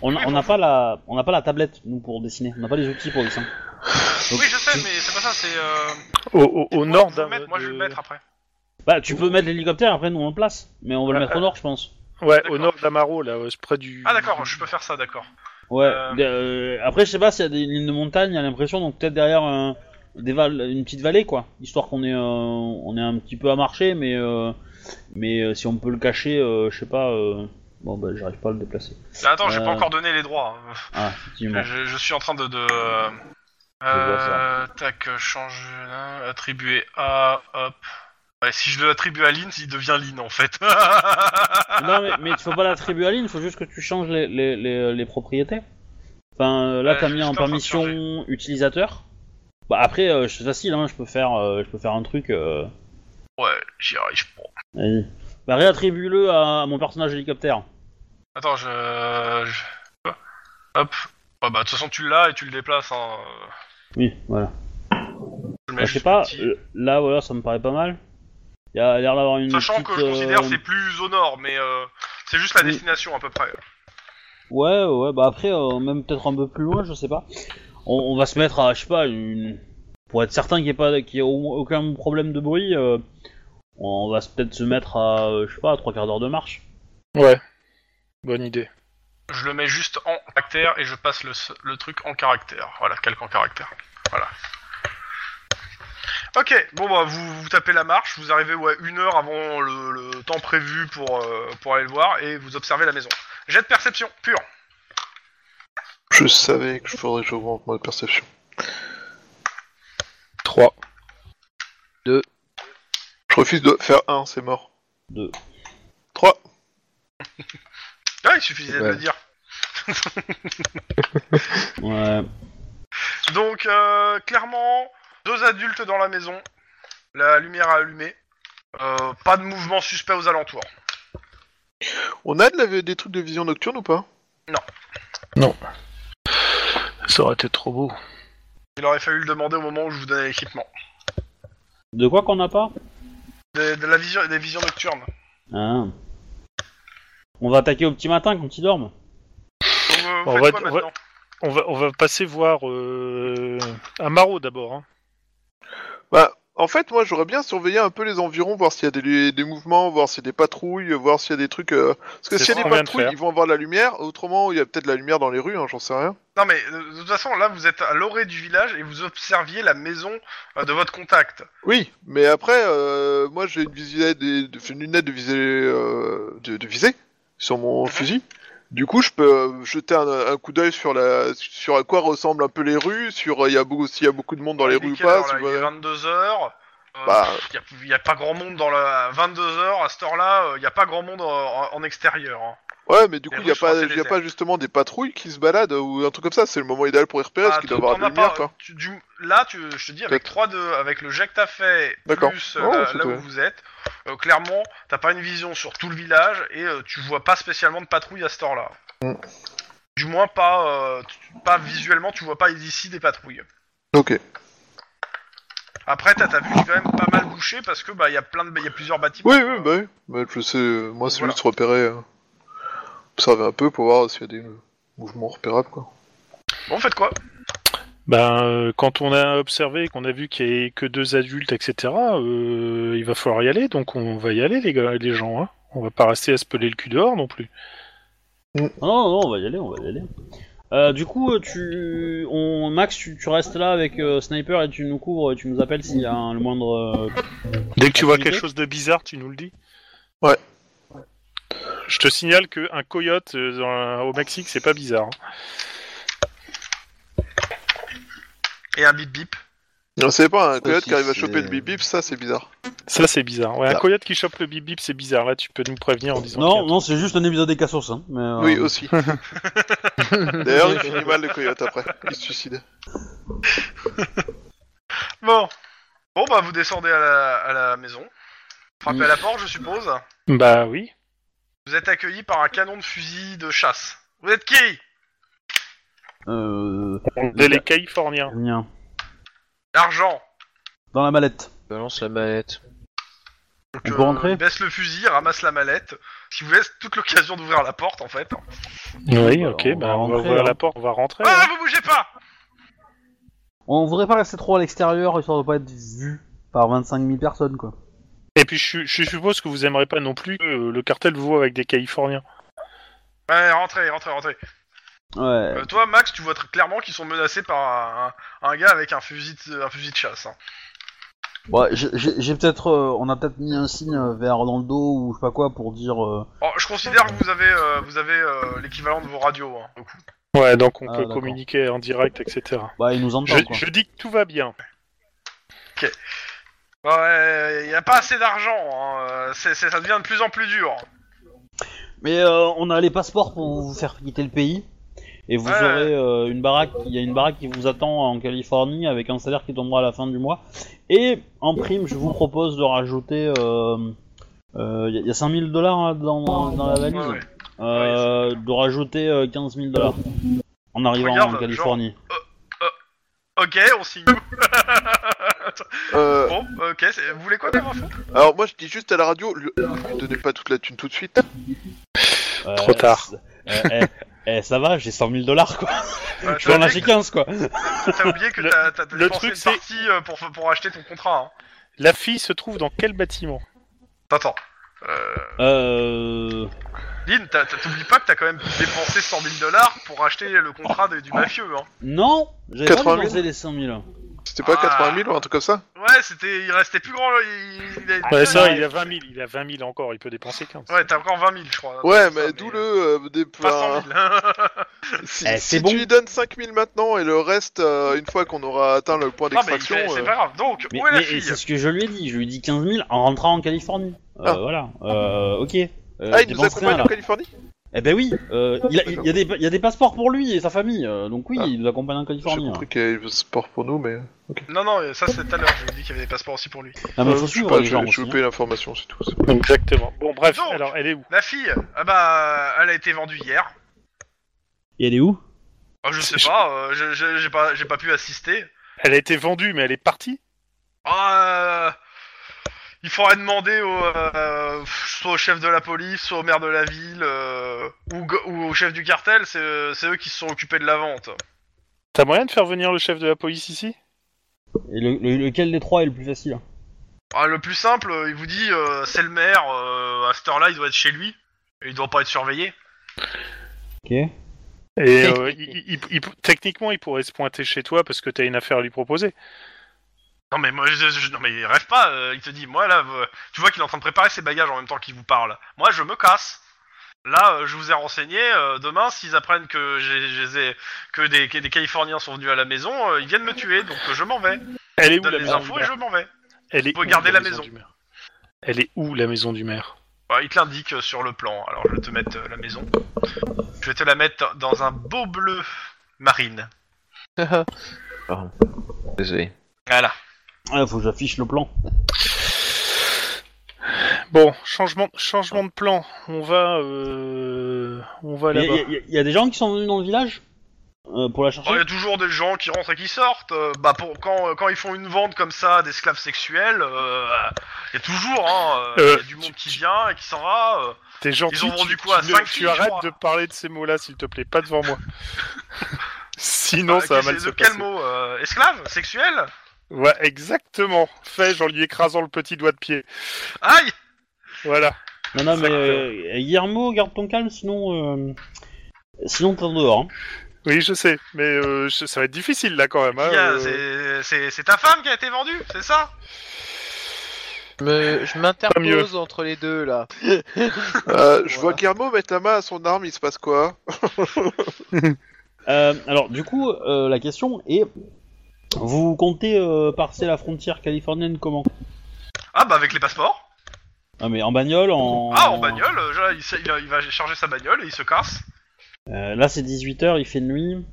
B: on on n'a pas la, on n'a pas la tablette nous pour dessiner, on n'a pas les outils pour dessiner. Donc,
C: Oui, je sais, mais c'est pas ça, c'est. euh,
E: Au, au- au
C: moi,
E: nord
C: vous le
E: d'un.
C: mettre, Moi, je vais le
E: de-
C: mettre après.
B: Bah, tu peux mettre l'hélicoptère, après nous on le place, mais on va le
E: Ah,
C: Euh,
B: mettre au
E: ah.
B: nord, je pense.
E: Ouais,
C: D'accord.
E: au nord d'Amaro, là, ouais, c'est près du.
C: Ah, d'accord, je peux faire ça, d'accord.
B: Ouais.
C: Euh.
B: euh, après, je sais pas s'il y a des lignes de montagne, il y a l'impression, donc peut-être derrière un, des val- une petite vallée, quoi. Histoire qu'on est, on est un petit peu à marcher, mais euh, mais euh, si on peut le cacher, euh, je sais pas. euh, Bon, bah, j'arrive pas à le déplacer.
C: Bah, attends, j'ai
B: Euh.
C: pas encore donné les droits. hein.
B: Ah,
C: [laughs]
B: effectivement.
C: Je, je suis en train de. de euh,
B: vois
C: tac, euh, change là, attribuer à. Hop. Ouais, si je l'attribue à Lynn, il devient Lynn en fait. [laughs]
B: non, mais, mais tu faut pas l'attribuer à l'île, il faut juste que tu changes les, les, les, les propriétés. Enfin, euh, là,
C: Ouais,
B: t'as
C: je
B: mis
C: suis
B: en
C: en train de
B: permission utilisateur. Bah, après, euh, c'est facile, hein, je peux faire, euh, je peux faire un truc. euh,
C: ouais, j'y arrive pas.
B: vas-y. Bah, réattribue-le à, à mon personnage hélicoptère.
C: Attends, je. je- Hop. Ouais, bah, de toute façon, tu l'as et tu le déplaces. Hein.
B: Oui, voilà.
C: Je le mets
B: Bah, je sais
C: juste
B: pas,
C: petit.
B: euh, là, voilà, ça me paraît pas mal. Il y a l'air d'avoir une.
C: Sachant que je
B: petite,
C: considère
B: euh,
C: c'est plus au nord, mais euh, c'est juste la
B: Oui.
C: destination à peu près.
B: Ouais, ouais, bah après, euh, même peut-être un peu plus loin, je sais pas. On, on va se mettre à, je sais pas, une... pour être certain qu'il n'y ait, pas- qu'il y ait au- aucun problème de bruit, euh, on va se- peut-être se mettre à, euh, je sais pas, à trois quarts d'heure de marche.
E: Ouais. Bonne idée.
C: Je le mets juste en caractère et je passe le, s- le truc en caractère. Voilà, calque en caractère. Voilà. Ok, bon bah vous, vous tapez la marche, vous arrivez ouais, une heure avant le, le temps prévu pour, euh, pour aller le voir et vous observez la maison. Jet de perception, pur.
A: Je savais que je faudrait que j'augmente ma perception.
E: 3.
A: Je refuse de faire un, c'est mort.
B: Deux.
A: 3.
C: Ah, il suffisait de
F: Ouais.
C: le dire.
B: Ouais.
C: Donc, euh, clairement, deux adultes dans la maison, la lumière allumée, euh, pas de mouvement suspect aux alentours.
A: On a de la- des trucs de vision nocturne ou pas
E: Ça aurait été trop beau.
C: Il aurait fallu le demander au moment où je vous donnais l'équipement.
B: De quoi qu'on n'a pas
C: Des- de la vision, des visions nocturnes.
B: Hein. On va attaquer au petit matin quand ils dorment.
C: Donc, euh, vous
E: On
C: faites
E: va-
C: quoi
E: on va-
C: maintenant
E: On va, on va passer voir euh, Amaro d'abord. hein.
A: Bah, en fait, moi, j'aurais bien surveillé un peu les environs, voir s'il y a des, des mouvements, voir s'il y a des patrouilles, voir s'il y a des trucs. euh, Parce que s'il
E: C'est
A: y
E: ce
A: a des
E: qu'on vient de
A: patrouilles,
E: faire.
A: ils vont avoir de la lumière. Autrement, il y a peut-être de la lumière dans les rues, hein, j'en sais rien.
C: Non mais euh, de toute façon là vous êtes à l'orée du village et vous observiez la maison euh, de votre contact.
A: Oui, mais après, euh, moi, j'ai une, visée des- de- une lunette de visée, euh, de, de visée sur
E: Mhm.
A: mon fusil. Du coup, je peux euh, jeter un, un coup d'œil sur la sur à quoi ressemblent un peu les rues, sur euh, il y a beaucoup s'il y a beaucoup de monde dans les rues ou pas. si vous-
C: Il est 22h.
A: Bah.
C: Il n'y Euh, a, pas grand monde dans la... 22h à cette heure-là, il n'y a pas grand monde euh, en, en extérieur. hein.
A: Ouais, mais du
C: Les
A: coup, il
C: rues
A: n'y a,
C: sont
A: pas,
C: assez
A: y a
C: légères.
A: pas justement des patrouilles qui se baladent ou un truc comme ça. C'est le moment idéal pour y repérer, parce
C: Ah,
A: qu'il doit
C: t'en-
A: y avoir de
C: t'en
A: la
C: as
A: lumière,
C: pas,
A: quoi.
C: tu- du- là, tu, je te dis, avec
A: Peut-être.
C: 3 2 avec le jet que t'as fait,
A: D'accord.
C: plus euh,
A: Oh,
C: là,
A: c'est
C: là
A: tout,
C: où
A: ouais.
C: vous êtes, euh, clairement, t'as pas une vision sur tout le village et euh, tu vois pas spécialement de patrouille à ce temps-là.
A: Mm.
C: Du moins, pas, euh, tu- pas visuellement, tu vois pas ici des patrouilles.
A: Ok.
C: Après, t'as ta vue qui est quand même pas mal bouchée parce que bah, y, a plein de, y a plusieurs bâtiments.
A: Oui,
C: euh,
A: oui, bah oui. Bah, je sais, euh, moi, c'est
C: Voilà.
A: juste repérer, euh, observer un peu pour voir s'il y a des euh, mouvements repérables, quoi.
C: Bon, faites quoi
E: Ben, euh, quand on a observé, qu'on a vu qu'il n'y avait que deux adultes, etc., euh, il va falloir y aller, donc on va y aller, les, gars, les gens. Hein. On va pas rester à se peler le cul dehors non plus.
B: Ah Non, non, non, on va y aller, on va y aller. Euh, du coup, euh, tu, on, Max, tu, tu restes là avec euh, Sniper et tu nous couvres, et tu nous appelles s'il y a un- le moindre euh,
E: Dès que tu vois
B: Activité.
E: quelque chose de bizarre, tu nous le dis.
A: Ouais.
E: Je te signale qu'un coyote euh, dans la- au Mexique, c'est pas bizarre. hein.
C: Et un bip bip.
A: Non, c'est pas un coyote
F: si,
A: qui arrive à
F: c'est-
A: choper le bip bip, ça, c'est bizarre.
E: Ça, c'est bizarre. Ouais, un
F: Ah.
E: coyote qui chope le bip bip, c'est bizarre. Là, tu peux nous prévenir en disant. qu'il y a-
B: Non, non, c'est juste un épisode des cassos, hein. Mais, euh,
A: Oui,
F: [laughs]
A: aussi. D'ailleurs, il finit mal le coyote après. Il se suicide.
C: Bon. Bon, bah, vous descendez à la, à la maison. Frappez
A: Mm.
C: à la porte, je suppose.
E: Bah oui.
C: Vous êtes accueilli par un canon de fusil de chasse. Vous êtes qui
B: euh,
E: On est les Californiens.
B: rien.
C: L'argent.
B: Dans la mallette.
F: Balance la manette.
C: Donc,
B: On
C: euh,
B: peut rentrer
C: il baisse le fusil, ramasse la mallette. Ce qui vous laisse toute l'occasion d'ouvrir la porte en fait.
E: Oui,
B: Bah,
E: ok,
B: on
E: bah,
B: va
E: on va
B: rentrer,
E: ouvrir
B: hein.
E: la porte, on va rentrer. hein.
C: Ah, vous bougez pas
B: On voudrait pas rester trop à l'extérieur histoire de pas être vu par 25 000 personnes quoi.
E: Et puis je, je suppose que vous aimerez pas non plus que euh, le cartel vous voit avec des Californiens.
C: Ouais, rentrez, rentrez, rentrez.
B: Ouais.
C: Euh, toi, Max, tu vois très clairement qu'ils sont menacés par un, un gars avec un fusil de, un fusil de chasse. hein.
B: Ouais, j'ai- j'ai j'ai peut-être, euh, on a peut-être mis un signe euh, vers dans le dos ou je sais pas quoi pour dire. euh,
C: Oh, je considère que vous avez, euh, vous avez euh, l'équivalent de vos radios. hein, au coup.
E: Ouais, donc on
B: Ah,
E: peut
B: d'accord.
E: communiquer en direct, etc.
B: bah, ils nous entendent
E: Je,
B: quoi.
E: je dis que tout va bien.
C: Ouais, il n'y a pas assez d'argent. hein, euh, c'est- c'est- ça devient de plus en plus dur.
B: Mais euh, on a les passeports pour vous faire quitter le pays et vous
C: Ouais.
B: aurez euh, une baraque. Il y a une baraque qui vous attend en Californie avec un salaire qui tombera à la fin du mois. Et en prime, je vous propose de rajouter. euh, euh, Il y a- il y a 5000 dollars dans, dans la valise.
C: Ouais, ouais.
B: Euh, de rajouter euh, 15 000 dollars en arrivant
C: Regarde,
B: en Californie.
C: Ok, on signe. [laughs]
A: Euh,
C: bon, ok, c'est- vous voulez quoi comme info
A: alors moi je dis juste à la radio, le- ne donnez pas toute la thune tout de suite.
B: Euh,
E: Trop tard.
B: c- euh, eh, eh, ça va, j'ai 100 000 dollars quoi.
C: Ouais,
B: Je
C: t'as
B: vais en
C: oublié
B: lâcher 15 quoi.
C: que- T'as oublié que
E: Le-
C: t'as t'as
E: le
C: dépensé
E: truc,
C: une
E: c'est-
C: partie euh, pour, pour acheter ton contrat. hein.
E: La fille se trouve dans quel bâtiment
C: Attends. Euh,
B: Euh...
C: Lynn, t'as- t'as- t'oublies pas que t'as quand même dépensé 100 000 dollars pour acheter le contrat de- du
A: Oh.
C: mafieux. Hein.
B: Non, j'avais pas
A: 80 000.
B: dépensé les 100 000.
A: C'était pas
C: Ah.
A: 80 000 ou un truc comme ça
C: Ouais, c'était, il restait plus grand. Il, il- il-
E: Ouais,
C: il-
E: ça, il a 20 000, il a 20 000 encore, il peut dépenser 15.
C: Ah, Ouais, t'as encore 20 000, je crois. Ça,
A: Ouais, mais d'où le... euh, des-
C: Pas
A: enfin,
C: 100 000.
A: Si,
B: Eh, c'est
A: si
B: bon.
A: tu lui donnes 5 000 maintenant et le reste, euh, une fois qu'on aura atteint le
C: [laughs]
A: point
C: non, mais il
A: d'extraction...
C: fait- c'est
A: euh,
C: pas grave. Donc,
B: Mais,
C: où est la
B: mais
C: fille
B: c'est ce que je lui ai dit, je lui ai dit 15 000 en rentrant en Californie. Euh,
A: Ah.
B: Voilà, euh, ok. Euh,
A: Ah, il nous
B: dépense rien,
A: accompagne
B: là.
A: en Californie
B: Eh ben oui, euh, il, a, il- il y a des, il y a des passeports pour lui et sa famille, euh, donc oui,
A: Ah.
B: il nous accompagne en
A: J'ai
B: Californie. hein.
A: compris qu'il y avait sport pour nous, mais...
C: Non, non, euh, ça c'est tout à l'heure. Je vous ai dit qu'il y avait des passeports aussi pour lui.
B: Non, mais
A: Euh,
B: faut
A: je sais
B: suivre
A: pas,
B: les
A: je-
B: gens hein.
A: Je
B: aussi,
A: vous paye l'information, c'est tout. c'est-
E: Exactement. Bon, bref,
C: Donc.
E: alors elle est où
C: La fille, ah bah, elle a été vendue hier.
B: hein. Et elle est où
C: Ah, je sais
E: Je-
C: pas, euh, je- je- j'ai pas, j'ai pas pu assister.
E: Elle a été vendue, mais elle est partie
C: Ah, euh, il faudra demander au, euh, soit au chef de la police, soit au maire de la ville, euh, ou, go- ou au chef du cartel, c'est euh, c'est eux qui se sont occupés de la vente.
E: T'as moyen de faire venir le chef de la police ici
B: et le- le- Lequel des trois est le plus facile
C: Ah, le plus simple, euh, il vous dit, euh, c'est le maire, euh, à cette heure-là, il doit être chez lui, et il doit pas être surveillé.
B: Ok.
E: Et euh, il- il- il- il- techniquement, il pourrait se pointer chez toi parce que t'as une affaire à lui proposer.
C: Non mais moi, je, je- non mais rêve pas, euh, il te dit, moi là, vous- tu vois qu'il est en train de préparer ses bagages en même temps qu'il vous parle. Moi, je me casse. Là, euh, je vous ai renseigné, euh, demain, s'ils apprennent que, j'ai, je les ai- que, des, que des Californiens sont venus à la maison, euh, ils viennent me tuer, donc euh, je m'en vais.
E: Elle est où
C: donne
E: la
C: les
E: maison
C: infos et
E: du maire
C: je m'en vais.
E: Elle est
C: pouvez
E: où,
C: garder la maison.
E: du maire Elle est où la maison du maire
C: Ouais, il te l'indique euh, sur le plan. Alors je vais te mettre euh, la maison. Je vais te la mettre dans un beau bleu marine.
F: Désolé.
C: Voilà.
B: Ah, faut que j'affiche le plan.
E: Bon, changement, changement de plan. On va, euh, on va
B: Il y,
E: là-bas.
B: a- y a- y a des gens qui sont venus dans le village euh, pour la
C: Il
B: chercher
C: y a toujours des gens qui rentrent et qui sortent. euh, bah pour quand, euh, quand ils font une vente comme ça d'esclaves sexuels, il y a toujours hein, euh,
E: Euh,
C: y a du monde qui vient et qui s'en va. euh.
E: T'es gentil.
C: Ils ont vendu
E: tu-
C: quoi,
E: Tu, ne-
C: cinq
E: tu
C: filles, je
E: arrêtes
C: crois.
E: de parler de ces mots-là, s'il te plaît, pas devant
C: [laughs]
E: moi. Sinon,
C: Euh,
E: ça va
C: qu'est-ce-
E: mal se
C: de quel
E: passer.
C: mot euh, Esclave Sexuel
E: Ouais, exactement. Fait en lui écrasant le petit doigt de pied.
C: Aïe
E: Voilà.
B: Non, non, mais euh, Guillermo, garde ton calme, sinon. euh, Sinon, t'es en dehors. hein.
E: Oui, je sais, mais euh, je- ça va être difficile là quand même. hein,
C: Tiens,
E: euh.
C: c'est- c'est- C'est ta femme qui a été vendue, c'est ça
D: Je me- Je
E: mieux.
D: m'interpose entre les deux là.
A: Euh, Je
D: Voilà.
A: vois Guillermo mettre la main à son arme, il se passe quoi
B: Euh, alors, du coup, euh, la question est vous comptez euh, passer la frontière californienne comment
C: Ah bah avec les passeports.
B: Ah, mais en bagnole en...
C: Ah, en bagnole, euh, genre, il, s- il a- il va charger sa bagnole et il se casse.
B: Euh, là, c'est 18h, il fait nuit.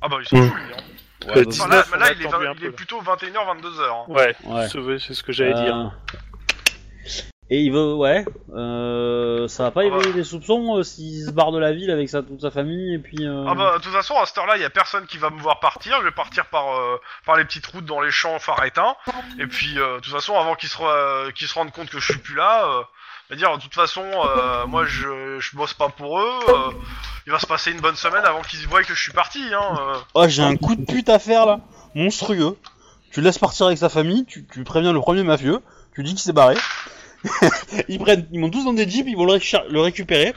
C: Ah bah il s'en fout, lui. hein.
E: Euh,
B: bah,
C: Enfin,
E: 19,
C: là, là,
E: on a
C: il, est,
E: attendu
C: vingt-
E: un
C: il
E: peu,
C: est
E: là.
C: plutôt 21h, 22h.
E: Ouais,
B: Ouais.
E: c'est c'est ce que j'allais dire.
B: Euh, Et il veut, ouais, euh, ça va pas
C: Ah
B: éveiller des soupçons euh, s'il se barre de la ville avec sa, toute sa famille et puis. euh,
C: Ah bah, de toute façon, à cette heure-là, il y a personne qui va me voir partir. Je vais partir par, euh, par les petites routes dans les champs phares éteints. Et puis, euh, de toute façon, avant qu'ils se, re- euh, qu'ils se rendent compte que je suis plus là, euh, je vais dire, de toute façon, euh, moi, je, je bosse pas pour eux. euh, il va se passer une bonne semaine avant qu'ils voient que je suis parti. Hein, euh.
B: Oh, j'ai un coup de pute à faire là, monstrueux. Tu le laisses partir avec sa famille, tu, tu préviens le premier mafieux, tu dis qu'il s'est barré. [laughs] ils prennent, ils montent tous dans des jeeps, ils vont le, récha- le récupérer.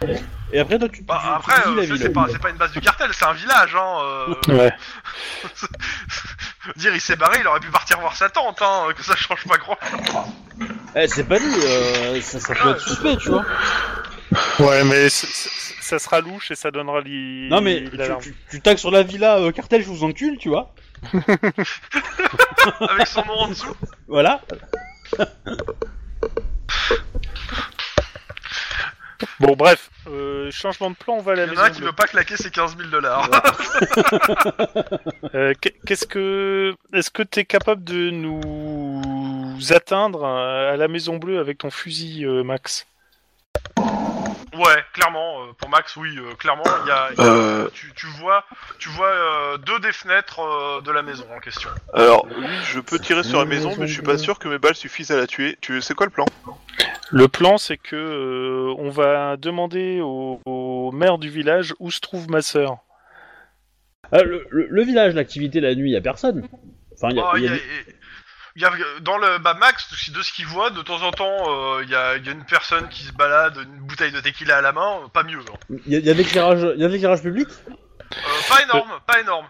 B: Et après, toi, tu, tu,
C: Bah,
B: tu
C: après,
B: dis
C: euh,
B: la
C: c'est-
B: ville.
C: c'est pas, c'est pas une base du cartel, c'est un village. Hein, euh.
E: Ouais.
C: Dire il s'est barré, il aurait pu partir voir sa tante, hein, que ça change pas grand.
B: Eh, c'est pas dit, euh, ça, ça peut être suspect, tu vois.
E: Ouais, mais c- c- ça sera louche et ça donnera les.
B: Non mais tu, tu, tu taques sur la villa euh, cartel, je vous encule, tu vois.
C: Avec son nom en dessous.
B: Voilà.
E: Bon, bref, euh, changement de plan, on va à la
C: Il y en a un
E: maison.
C: qui
E: bleue.
C: veut pas claquer ses 15 000 dollars.
E: Euh, qu'est- Qu'est-ce que. Est-ce que t'es capable de nous atteindre euh, à la Maison Bleue avec ton fusil, euh, Max
C: Ouais, clairement, euh, pour Max, oui, euh, clairement, il y a, il y a-
A: Euh.
C: tu, tu vois, tu vois euh, deux des fenêtres euh, de la maison en question.
A: Alors, oui, je peux tirer sur la maison, mais je suis pas sûr que mes balles suffisent à la tuer. Tu C'est quoi le plan
E: Le plan, c'est que euh, on va demander au, au maire du village où se trouve ma sœur.
B: Ah, le, le- le village, l'activité la nuit, y a personne. Enfin, y a,
C: Oh,
B: y
C: il
B: a
C: y a-
B: des-
C: il y a- dans le bah, Max, de ce- de ce qu'il voit, de temps en temps, euh, il y, a, il y a une personne qui se balade, une bouteille de tequila à la main, euh, pas mieux. hein.
B: y a- y a de l'éclairage, y a de l'éclairage public.
C: Euh, pas énorme, pas énorme.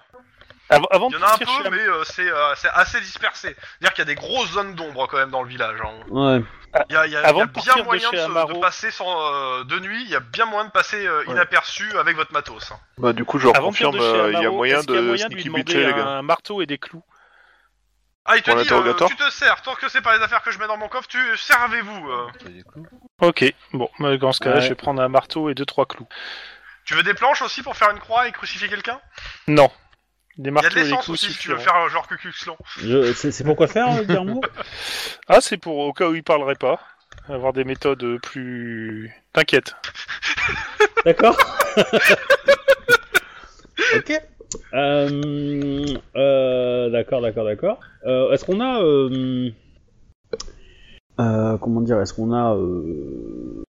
E: Av- avant
C: Il
E: de
C: y en a un
E: partir chez
C: peu,
E: la-
C: mais euh, c'est euh, c'est assez dispersé. C'est-à-dire qu'il y a des grosses zones d'ombre quand même dans le village. hein.
B: Ouais.
C: Il y a, il y a-
E: Avant
C: il y a
E: de partir
C: bien
E: de
C: moyen de,
E: chez
C: se-
E: Amaro.
C: de passer sans, euh, de nuit, il y a bien moyen de passer euh,
A: Ouais.
C: inaperçu avec votre matos. hein.
A: Bah, du coup, je leur
E: Avant de
A: confirme,
E: partir de chez
A: euh, il y a
E: Amaro,
A: moyen
E: est-ce qu'il y a
A: de
E: moyen de lui
A: sneaky
E: demander
A: bitcher, les gars.
E: un marteau et des clous.
C: Ah, il te
A: Pour
C: dit, euh,
A: l'interrogatoire
C: tu te sers, tant que c'est pas les affaires que je mets dans mon coffre, tu servez-vous. euh.
E: Ok, bon, bah, dans ce cas-là,
B: Ouais.
E: je vais prendre un marteau et deux trois clous.
C: Tu veux des planches aussi pour faire une croix et crucifier quelqu'un
E: Non, des
C: Il y a de
E: marteaux et des
C: l'essence
E: clous
C: aussi si tu veux
E: suffiront.
C: faire euh, genre que Cuxlan.
B: Je- c'est c'est pourquoi faire, euh, Guillermo
E: Ah, c'est pour au cas où il parlerait pas, avoir des méthodes euh, plus. T'inquiète.
B: D'accord Ok. Euh, euh, d'accord, d'accord, d'accord. Euh, Est-ce qu'on a. euh, euh, comment dire Est-ce qu'on a. euh,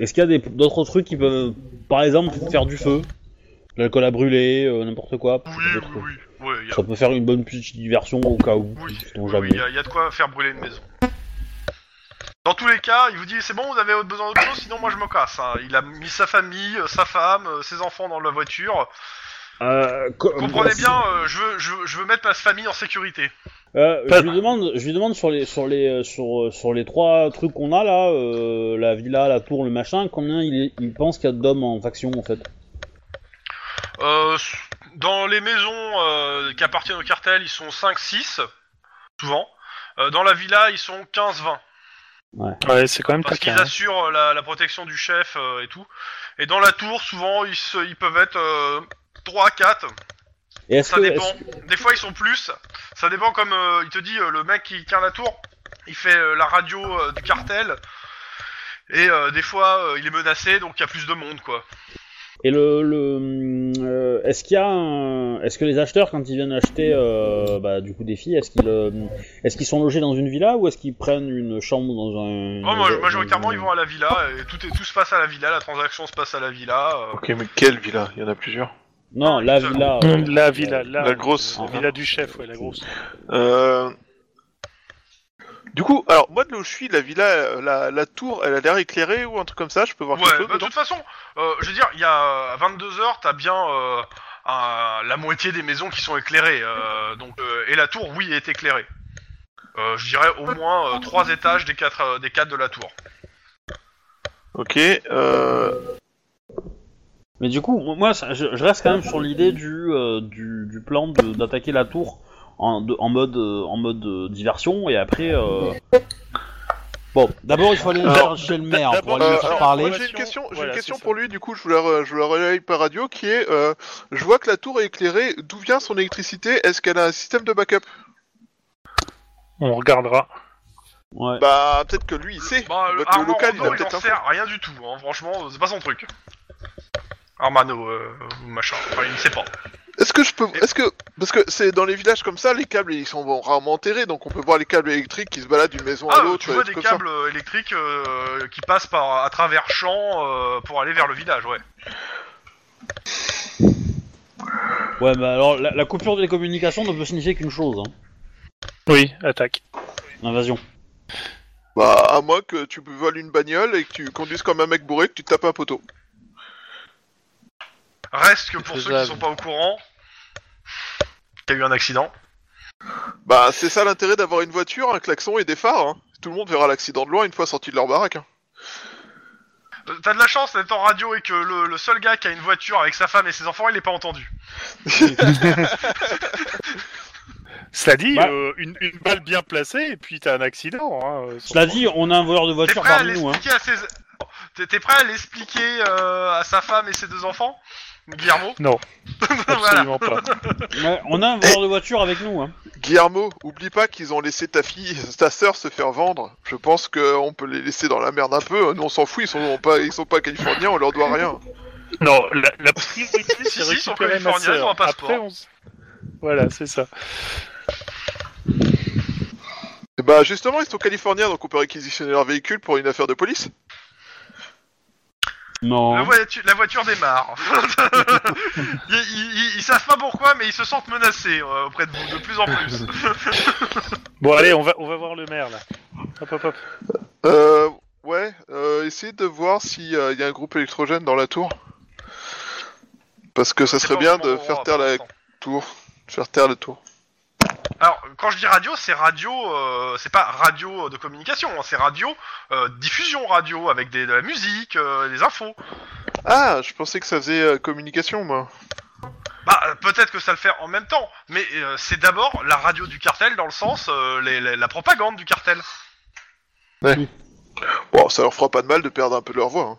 B: Est-ce qu'il y a des- d'autres trucs qui peuvent. Par exemple, faire du feu De L'alcool à brûler, euh, n'importe quoi
C: Oui,
B: ça, peut
C: oui,
B: être-
C: oui. Ouais, il y a-
B: ça peut faire une bonne petite diversion au cas où.
C: Oui,
B: sait-on
C: oui,
B: jamais.
C: il y, a- il y a de quoi faire brûler une maison. Dans tous les cas, il vous dit c'est bon, vous avez besoin d'autre chose, sinon moi je me casse. hein. Il a mis sa famille, euh, sa femme, euh, ses enfants dans la voiture.
B: Euh, co-
C: Comprenez bien, euh, je, veux, je, veux- je veux mettre ma famille en sécurité.
B: Euh,
E: Pas-
B: je lui demande, je lui demande sur les sur les euh, sur euh, sur les trois trucs qu'on a là, euh, la villa, la tour, le machin, combien il, est- il pense qu'il y a d'hommes en faction en fait.
C: Euh, dans les maisons euh, qui appartiennent au cartel, ils sont 5-6, souvent. Euh, dans la villa, ils sont 15-20.
E: Ouais, c'est quand même
C: Parce
E: taquin,
C: qu'ils
E: hein.
C: assurent euh, la, la protection du chef euh, et tout. Et dans la tour, souvent, ils, se- ils peuvent être 3-4.
B: Et est-ce
C: Ça
B: que
C: dépend.
B: est-ce-
C: Des fois, ils sont plus. Ça dépend comme euh, il te dit, euh, le mec qui tient la tour, il fait euh, la radio euh, du cartel. Et euh, des fois, euh, il est menacé, donc il y a plus de monde, quoi.
B: et le, le hum, euh, est-ce qu'il y a un- est-ce que les acheteurs quand ils viennent acheter euh, bah, du coup des filles, est-ce qu'ils euh, est-ce qu'ils sont logés dans une villa ou est-ce qu'ils prennent une chambre dans un
C: Oh, moi,
B: dans-
C: majoritairement,
B: dans-
C: ils vont à la villa. Et tout, est, tout se passe à la villa. La transaction se passe à la villa. euh.
A: Ok, mais quelle villa Il y en a plusieurs.
B: Non, la villa. euh,
E: Hum, La villa, la,
A: La grosse.
E: la villa du chef, ouais, la grosse.
A: Euh... Du coup, alors, moi de là où je suis, la villa, euh, la, la tour, elle a l'air éclairée ou un truc comme ça, je peux voir quelque
C: Ouais,
A: chose
C: bah, de
A: dedans
C: toute façon, euh, je veux dire, il y a euh, à 22h, t'as bien euh, un- la moitié des maisons qui sont éclairées. euh, donc, euh, et la tour, oui, est éclairée. Euh, je dirais au moins euh, trois étages des quatre, euh, des quatre de la tour.
A: Ok, euh...
B: Mais du coup, moi, ça- je, je reste quand même sur l'idée du, euh, du, du plan de- d'attaquer la tour en, de- en mode, euh, en mode euh, diversion et après. euh, Bon, d'abord il faut aller
A: Alors,
B: chercher le maire pour
E: d'abord,
B: aller
A: euh,
B: lui faire
A: alors,
B: parler.
A: moi, j'ai une question, j'ai
E: Voilà,
A: une question
E: c'est ça.
A: pour lui, du coup, je vous la, re- je vous la relaye par radio, qui est, euh, je vois que la tour est éclairée, d'où vient son électricité Est-ce qu'elle a un système de backup
E: On regardera.
B: Ouais.
A: Bah, peut-être que lui, il sait.
C: Bah,
A: Votre
C: Armando,
A: local, il a
C: il
A: peut-être
C: en
A: un
C: sert rien du tout, hein, franchement, c'est pas son truc. Armano, euh, ou machin, enfin, il ne sait pas.
A: Est-ce que je peux. Est-ce que. Parce que c'est dans les villages comme ça, les câbles, ils sont rarement enterrés, donc on peut voir les câbles électriques qui se baladent d'une maison
C: Ah,
A: à Oh, l'autre.
C: tu vois
A: des
C: des
A: trucs comme ça.
C: câbles euh, électriques euh, qui passent par, à travers champs euh, pour aller vers le village, ouais.
B: Ouais, bah alors la, la coupure des communications ne peut signifier qu'une chose hein.
E: Oui, attaque.
B: l'invasion.
A: Bah, à moins que tu voles une bagnole et que tu conduises comme un mec bourré, que tu tapes un poteau.
C: Reste que pour
D: C'est
C: ceux qui
D: faisable.
C: sont pas au courant, qu'il y a eu un accident.
A: Bah, c'est ça l'intérêt d'avoir une voiture, un klaxon et des phares. hein. Tout le monde verra l'accident de loin une fois sorti de leur baraque. hein.
C: Euh, T'as de la chance d'être en radio et que le, le seul gars qui a une voiture avec sa femme et ses enfants, il est pas entendu.
E: Cela dit,
B: Bah.
E: euh, une, une balle bien placée et puis t'as un accident. Hein, euh,
B: Cela dit, on a un voleur de
C: T'es
B: voiture
C: prêt à
B: parmi nous.
C: [laughs]
B: Hein.
C: l'expliquer à ses... T'es t'es prêt à l'expliquer euh, à sa femme et ses deux enfants Guillermo
E: Non.
C: [laughs] voilà.
E: [laughs] absolument pas.
B: Ouais, on a un voleur de voiture avec nous. Hein.
A: Guillermo, oublie pas qu'ils ont laissé ta fille, ta sœur se faire vendre. Je pense qu'on peut les laisser dans la merde un peu. hein. Nous, on s'en fout, ils sont pas, ils sont pas californiens, on leur doit rien.
E: Non, la, la priorité
C: [laughs] Si,
E: c'est
C: si, ils sont
E: récupérer ma
C: californiens, ils ont un
E: sœur.
C: passeport.
E: Après, on s- Voilà, c'est ça.
A: Bah, justement, ils sont californiens, donc on peut réquisitionner leur véhicule pour une affaire de police.
B: Non.
C: La, voitu- la voiture démarre. [laughs] ils, ils- ils- ils savent pas pourquoi, mais ils se sentent menacés euh, auprès de vous, de plus en plus.
E: Bon, allez, on va, on va voir le maire là. Hop, hop, hop.
A: Euh, ouais, euh, essayez de voir s'il y a un groupe électrogène dans la tour. Parce que ça
C: C'est
A: serait
C: pas
A: bien
C: au euh,
A: de
C: moment
A: faire
C: où,
A: taire
C: pour
A: la
C: l'instant.
A: tour. Faire taire la tour.
C: Alors, quand je dis radio, c'est radio, euh, c'est pas radio de communication, hein, c'est radio, euh, diffusion radio, avec des, de la musique, euh, des infos.
A: Ah, je pensais que ça faisait euh, communication, moi.
C: Bah, euh, peut-être que ça le fait en même temps, mais euh, c'est d'abord la radio du cartel dans le sens, euh, les- les- la propagande du cartel.
A: Bon, ça leur fera pas de mal de perdre un peu leur voix. hein.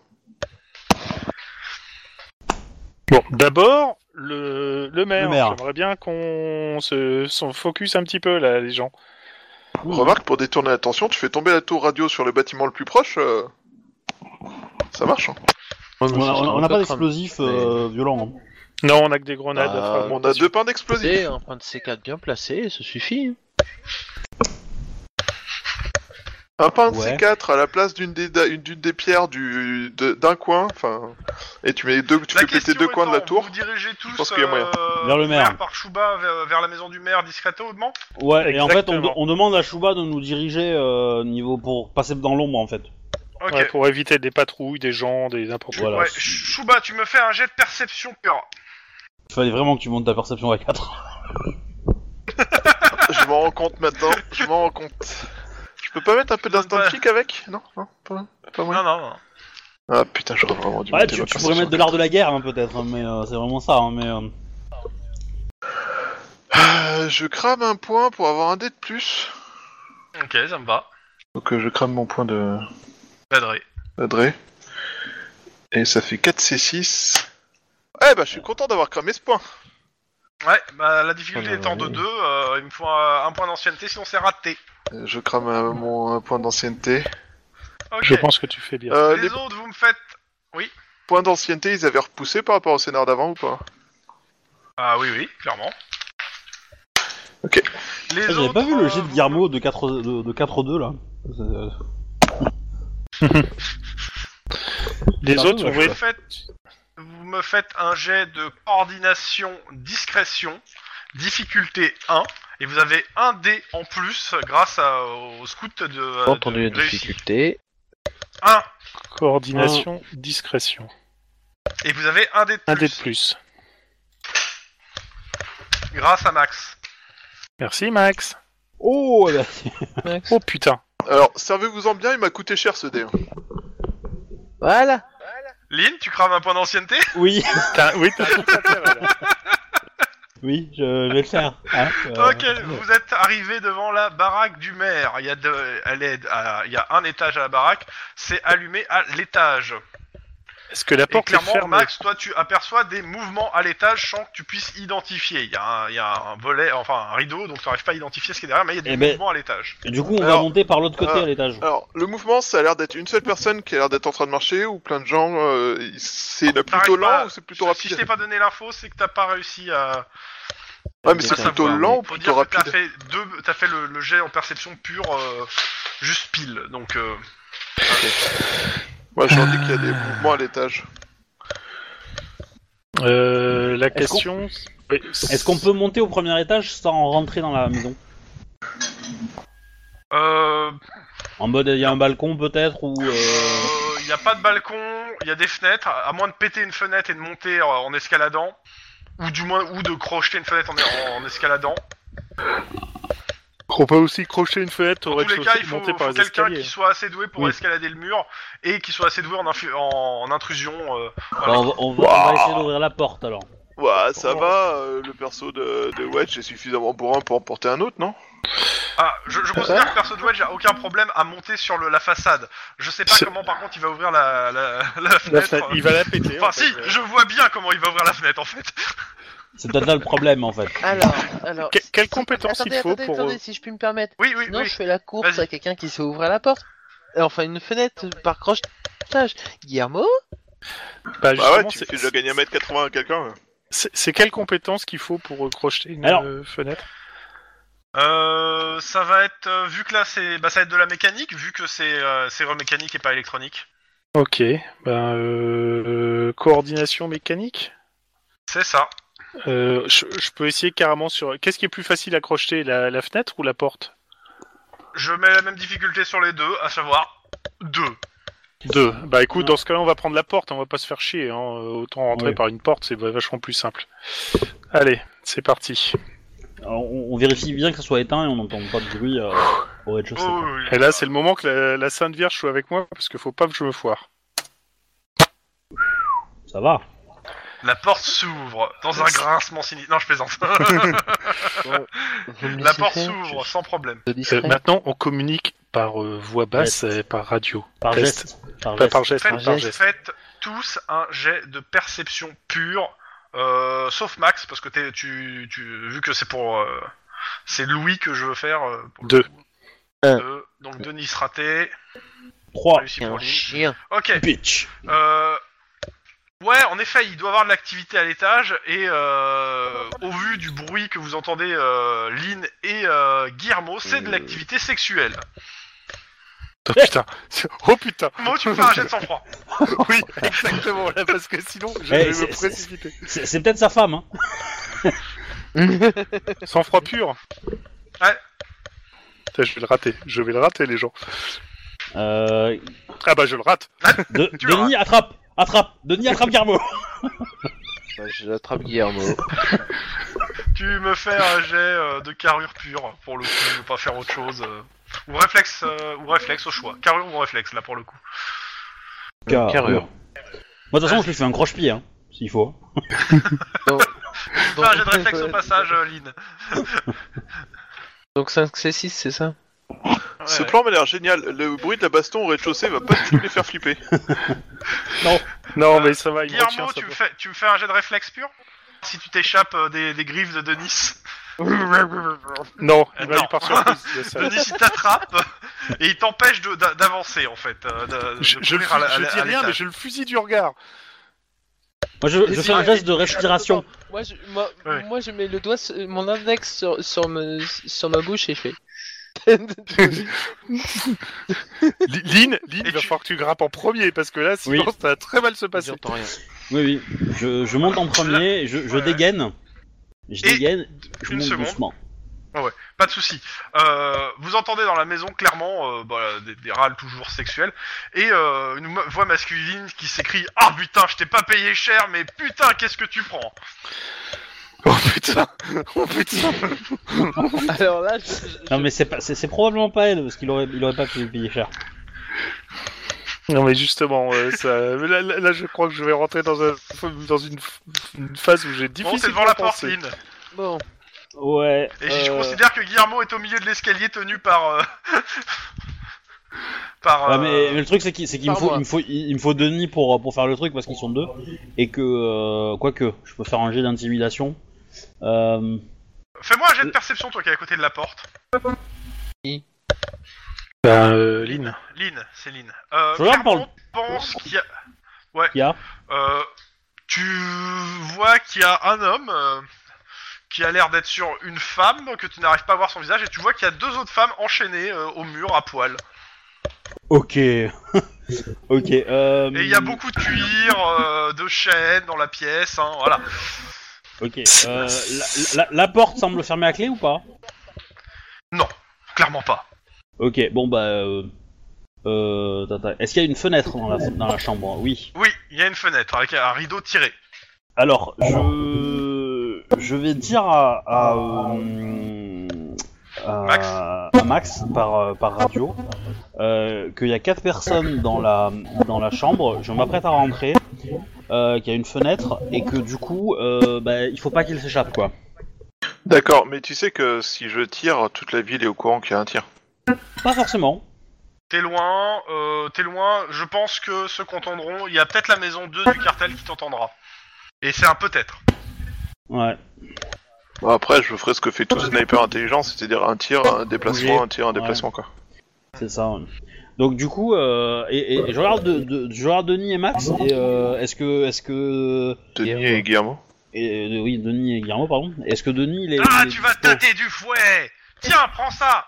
E: Bon, d'abord, le, le maire.
B: Le maire.
E: J'aimerais bien qu'on se, s'en focus un petit peu là, les gens.
A: Remarque, pour détourner l'attention, tu fais tomber la tour radio sur le bâtiment le plus proche. euh, Ça marche. hein.
B: On a- on n'a pas d'explosifs euh, violents. hein.
E: Non, on a que des grenades.
C: Bah,
D: Ah,
E: à fragmentation.
A: On a deux pains d'explosifs.
C: euh,
D: Un point de C4 bien placé, ça suffit. hein.
A: Un pain de
B: Ouais.
A: C4 à la place d'une des, d'une des pierres du, de- d'un coin. Enfin, et tu mets deux, tu fais péter deux coins de la
C: étant,
A: tour.
C: Vous dirigez tous
A: pense qu'il y a moyen.
C: euh,
B: Vers le maire.
C: Par Chouba, vers, vers la maison du maire, discrètement.
B: Ouais, et en fait, on,
E: Exactement.
B: on demande à Chouba de nous diriger euh, niveau pour passer dans l'ombre en fait.
C: Ok.
E: Ouais,
C: Ouais,
E: pour éviter des patrouilles, des gens, des n'importe quoi.
B: Voilà.
C: Ch- Chouba, tu me fais un jet de perception pure.
B: Il fallait vraiment que tu montes ta perception à 4.
A: Je m'en rends compte maintenant, je m'en rends compte. Je peux pas mettre un peu d'instant
C: Bah.
A: clic avec Non Non Pas, pas moyen
C: Non, non, non.
A: Ah putain, j'aurais vraiment dû
B: Ouais,
A: mettre
B: tu, tu pourrais mettre de l'art de la guerre hein, peut-être, hein, mais euh, c'est vraiment ça. hein, mais euh,
A: Euh, je crame un point pour avoir un dé de plus.
C: Ok, ça me va.
A: Donc euh, je crame mon point de
C: Badré.
A: d'adré. Et ça fait 4C6. Eh bah je suis content d'avoir cramé ce point.
C: Ouais, bah la
E: Euh,
C: difficulté étant de 2, il me faut un, un point d'ancienneté, sinon c'est raté.
A: Euh, Je crame euh, mon euh, point d'ancienneté.
C: Ok.
E: Je pense que tu fais bien.
A: Euh,
C: les,
A: les
C: autres, vous me faites.
A: points d'ancienneté, ils avaient repoussé par rapport au scénar d'avant ou pas
C: Ah oui, oui, clairement.
A: Ok.
C: Les
B: Ah, J'avais
C: autres,
B: pas vu le
C: euh,
B: jet de
C: vous-
B: Guillermo de 4 de, de 4 2 là. Euh,
E: Les
B: pardon, ouais.
E: autres, vous
C: Vous
E: voyez-
C: me faites, vous me faites un jet de coordination discrétion, difficulté 1, et vous avez un dé en plus grâce à- au scout de. euh,
D: Entendu
C: de
D: la
C: réussite.
D: difficulté.
C: 1,
E: coordination, discrétion.
C: et vous avez un dé de
E: Un
C: plus,
E: dé de plus.
C: grâce à Max.
E: Merci, Max.
B: Oh, eh ben,
E: Oh putain.
A: Alors, servez-vous-en bien, il m'a coûté cher ce dé. hein.
D: Voilà.
C: Lynn, tu crames un point d'ancienneté
B: [laughs] oui,
E: T'as- Oui,
C: Ah,
E: t'as tout intérêt, là.
B: oui, je vais le faire. hein, euh,
C: Ok, vous êtes arrivé devant la baraque du maire. Il y a, deux- elle est à- il y a un étage à la baraque, c'est allumé à l'étage.
E: Est-ce que la
C: Et
E: porte est
C: clairement,
E: fermée
C: Max, toi, tu aperçois des mouvements à l'étage sans que tu puisses identifier. Il y, a un- il y a un volet, enfin un rideau, donc tu n'arrives pas à identifier ce qui est derrière, mais il y a des
B: Eh ben-
C: mouvements à l'étage.
B: Et Du coup, on va
A: Alors,
B: monter par l'autre côté
A: euh,
B: à l'étage.
A: Alors, le mouvement, ça a l'air d'être une seule personne qui a l'air d'être en train de marcher ou plein de gens. euh, il- c'est là, plutôt
C: T'arrives
A: lent
C: pas-
A: ou c'est plutôt
C: Si
A: rapide
C: je t'ai pas donné l'info, c'est que t'as pas réussi à.
A: Ouais, mais
B: à
A: c'est
B: savoir,
A: plutôt
B: mais
A: lent ou
C: Faut
A: plutôt
C: dire que t'as
A: rapide
C: fait deux, t'as fait le, le jet en perception pure, euh, juste pile. Donc, euh,
A: Moi, je leur dis qu'il y a des mouvements à l'étage.
E: Euh, La
B: Est-ce qu'on-
E: question. Oui,
B: Est-ce qu'on peut monter au premier étage sans rentrer dans la maison
C: euh,
B: En mode, il y a un balcon peut-être ou. euh,
C: Il n'y a pas de balcon, il y a des fenêtres, à moins de péter une fenêtre et de monter euh, en escaladant, ou du moins ou de crocheter une fenêtre en, en escaladant.
E: On peut aussi crocheter une fenêtre au
C: Dans tous les cas,
E: rez-de-chaussée
C: il
E: et
C: faut,
E: monter
C: faut
E: par les
C: quelqu'un
E: escaliers.
C: qui soit assez doué pour
E: Oui.
C: escalader le mur et qui soit assez doué en, infu- en, en intrusion. euh,
B: bah, on, va, on va- on va essayer d'ouvrir la porte alors.
A: Ouais, ça va, euh, le perso de, de Wedge est suffisamment bourrin pour en porter un autre, non
C: Ah, je, je considère que perso de Wedge a aucun problème à monter sur le- la façade. Je sais pas
E: C'est-
C: comment par contre il va ouvrir la, la, [laughs] la fenêtre.
E: La fenêtre, Il va la péter.
C: euh, Enfin
E: en fait,
C: si,
E: euh.
C: je vois bien comment il va ouvrir la fenêtre en fait.
B: C'est peut-être là le problème en fait.
D: Alors, alors.
E: Que- quelle
D: si-
E: compétence il
D: attendez,
E: faut
D: attendez,
E: pour,
D: attendez,
E: euh,
D: si je puis me permettre.
C: Oui, oui,
D: Non,
C: oui.
D: je fais la course
C: Vas-y.
D: à quelqu'un qui sait ouvrir la porte. Euh, Enfin, une fenêtre par crochetage. Guillermo
E: Bah,
A: Bah ouais,
E: justement,
A: tu
E: c'est-
A: fais déjà gagner 1m80 à quelqu'un. ouais.
E: c'est c'est quelle compétence qu'il faut pour euh, crocheter une
B: Alors-
E: euh, fenêtre
C: Euh, ça va être euh, vu que là c'est bah ça va être de la mécanique vu que c'est euh, c'est remécanique et pas électronique.
E: Ok. Ben, euh, euh, coordination mécanique
C: C'est ça.
E: Euh, je, je peux essayer carrément sur. Qu'est-ce qui est plus facile à crocheter, la, la fenêtre ou la porte
C: Je mets la même difficulté sur les deux, à savoir deux.
E: Deux. Bah écoute,
B: Ouais.
E: dans ce cas-là, on va prendre la porte, on va pas se faire chier. hein. Euh, Autant rentrer
B: Oui.
E: par une porte, c'est vachement plus simple. Allez, c'est parti.
B: Alors, on, on vérifie bien que ça soit éteint et on n'entend pas de bruit euh, au rez-de-chaussée.
C: Oh, oui,
E: Et
C: oui.
E: là, c'est le moment que la, la Sainte Vierge soit avec moi, parce qu'il faut pas que je me foire.
B: Ça va.
C: La porte s'ouvre dans un grincement sinistre. Non, je
D: [laughs]
C: plaisante.
D: Vous me
C: la
D: laissez
C: porte
D: faire,
C: s'ouvre
D: je
C: sans problème.
D: suis
E: Euh,
D: discret.
E: maintenant, on communique par euh, voix basse
B: Geste.
E: et par radio.
B: Par
E: Geste.
B: geste. Par
E: Pas
B: geste.
E: par geste, hein,
C: Faites,
E: par
D: geste.
E: geste.
C: faites tous un jet de perception pure, euh, sauf Max parce que t'es, tu, tu vu que c'est pour euh, c'est Louis que je veux faire. euh, pour le
E: Deux.
C: coup.
D: Un.
C: Deux. Donc Denis raté,
B: 3.
C: réussi
D: C'est un
C: pour lui.
D: chien.
C: Ok.
B: Bitch.
C: Euh... Ouais, en effet, il doit avoir de l'activité à l'étage et euh, au vu du bruit que vous entendez, euh, Lynn et euh, Guillermo, c'est de l'activité sexuelle.
E: Oh putain, [laughs] oh putain,
C: Moi, tu me fais un jet de sang-froid.
E: oui,
C: [laughs]
E: exactement, là, parce que sinon, je
B: Eh,
E: vais me
B: c'est- c'est-
E: précipiter.
B: C'est c'est peut-être sa femme. Hein.
E: Sans froid pur
C: Ouais.
E: Putain, je vais le rater, je vais le rater, les gens.
B: Euh,
E: Ah bah je le rate.
B: de-
C: Tu l'auras.
B: Denis attrape. Attrape. Denis attrape Garbo.
D: Bah, je l'attrape Guillermo.
C: Tu me fais un jet euh, de carrure pure pour le coup, je veux pas faire autre chose. euh. Ou réflexe, euh, ou réflexe au choix. Carrure ou réflexe, là pour le coup.
D: Carrure.
B: Moi, de toute façon, je lui fais un croche-pied. Hein, S'il faut.
C: Tu me fais un jet de réflexe au passage, euh, Lynn.
D: Donc 5, c'est 6, c'est ça
C: Ouais,
A: Ce
C: ouais.
A: plan m'a l'air génial. Le bruit de la baston au rez-de-chaussée va pas du tout les faire flipper.
E: Non
C: Euh,
E: mais ça va, il me retient,
C: Guillermo,
E: ça
C: tu me,
E: va.
C: fais, tu me fais un jet de réflexe pur Si tu t'échappes euh, des, des griffes de Denis.
E: Non,
C: Euh,
E: il va
C: non.
E: lui par surprise.
C: [laughs]
E: le sale.
C: Denis il Euh, t'attrape et il t'empêche de- d'a- d'avancer en fait. euh, de- de
E: Je, je, le
C: courir à la-
E: fus-
C: à
E: je
C: la-
E: dis
C: à
E: rien, mais
C: l'étage.
E: je le fusille du regard.
B: Moi, je, je fais un geste de respiration.
D: [laughs] Moi, je, moi,
C: Ouais.
D: moi, je mets le doigt, sur- mon index sur, sur, me- sur ma bouche et je fais.
E: Li- Lynn, Lynn,
C: Et
E: il va
C: tu-
E: falloir que tu grappes en premier parce que là, sinon,
B: Oui.
E: ça va très mal se passer.
D: J'entends rien.
B: Oui, oui. Je, je monte en premier. Je, je
C: Ouais.
B: dégaine. Je
C: Et
B: dégaine. Je
C: une
B: monte
C: seconde.
B: doucement.
C: Pas de souci. Euh, vous entendez dans la maison clairement euh, bah, des, des râles toujours sexuels et euh, une mo- voix masculine qui s'écrie Ah putain, je t'ai pas payé cher, mais putain, qu'est-ce que tu prends
E: Oh putain, oh putain.
D: Alors là, je, je-
B: Non, mais c'est pas- c'est c'est probablement pas elle parce qu'il aurait, il aurait pas pu payer cher.
E: Non mais justement, euh, ça... là, là- là, je crois que je vais rentrer dans, un... dans une... une phase où j'ai
C: Bon,
E: difficile
C: c'est devant la porte,
E: penser.
C: Lynn.
D: bon.
B: Ouais.
C: Et je
D: Euh.
C: considère que Guillermo est au milieu de l'escalier tenu par. euh, [laughs] par.
B: Ouais,
C: euh,
B: Ah, mais, mais le truc c'est qu'il c'est qu'il me
D: par
B: faut
D: mois.
B: il me faut il, il me faut Denis pour euh, pour faire le truc parce qu'ils sont deux et que euh, quoique je peux faire un jet d'intimidation. Euh,
C: Fais-moi un jet de perception, toi qui es à côté de la porte.
B: Bah,
E: Ben, euh, Lynn.
C: Lynn, c'est Lynn. Euh,
B: Je regarde par le-
C: clairement, pense qu'il y a. Ouais.
B: Il y a
C: Euh, tu vois qu'il y a un homme euh, qui a l'air d'être sur une femme, que tu n'arrives pas à voir son visage, et tu vois qu'il y a deux autres femmes enchaînées euh, au mur à poil.
B: ok [laughs] ok. Euh,
C: Et il y a beaucoup de cuir, euh, de chaînes dans la pièce, hein, voilà.
B: Ok. Euh, la, la- la porte semble fermée à clé ou pas
C: Clairement pas.
B: Ok. Bon bah. Euh, euh, tata. Est-ce qu'il y a une fenêtre dans la, dans la chambre Oui.
C: Oui, il y a une fenêtre avec un rideau tiré.
B: Alors je je vais dire à à, euh, à-
C: Max.
B: à Max par euh, par radio euh, qu'il y a quatre personnes dans la dans la chambre. Je m'apprête à rentrer. euh, qu'il y a une fenêtre et que du coup euh, bah, il faut pas qu'il s'échappe quoi.
A: D'accord, mais tu sais que si je tire, toute la ville est au courant qu'il y a un tir.
B: Pas forcément.
C: T'es loin, euh, t'es loin, je pense que ceux qu'entendront, il y a peut-être la maison 2 du cartel qui t'entendra. Et c'est un peut-être.
B: Ouais.
A: Bon, après, je ferai ce que fait tout sniper intelligent, c'est-à-dire un tir, un déplacement, un tir, un
B: Ouais.
A: déplacement, quoi.
B: C'est ça. ouais. Donc du coup, euh, et, et- et je regarde, de, de- je regarde Denis et Max. Et euh, est-ce que, est-ce que,
A: Denis et Guillermo.
B: et, euh, oui, Denis et Guillermo, pardon. Est-ce que Denis, il est,
C: Ah,
B: il est
C: tu vas
B: dispo
C: tâter du fouet Tiens, prends ça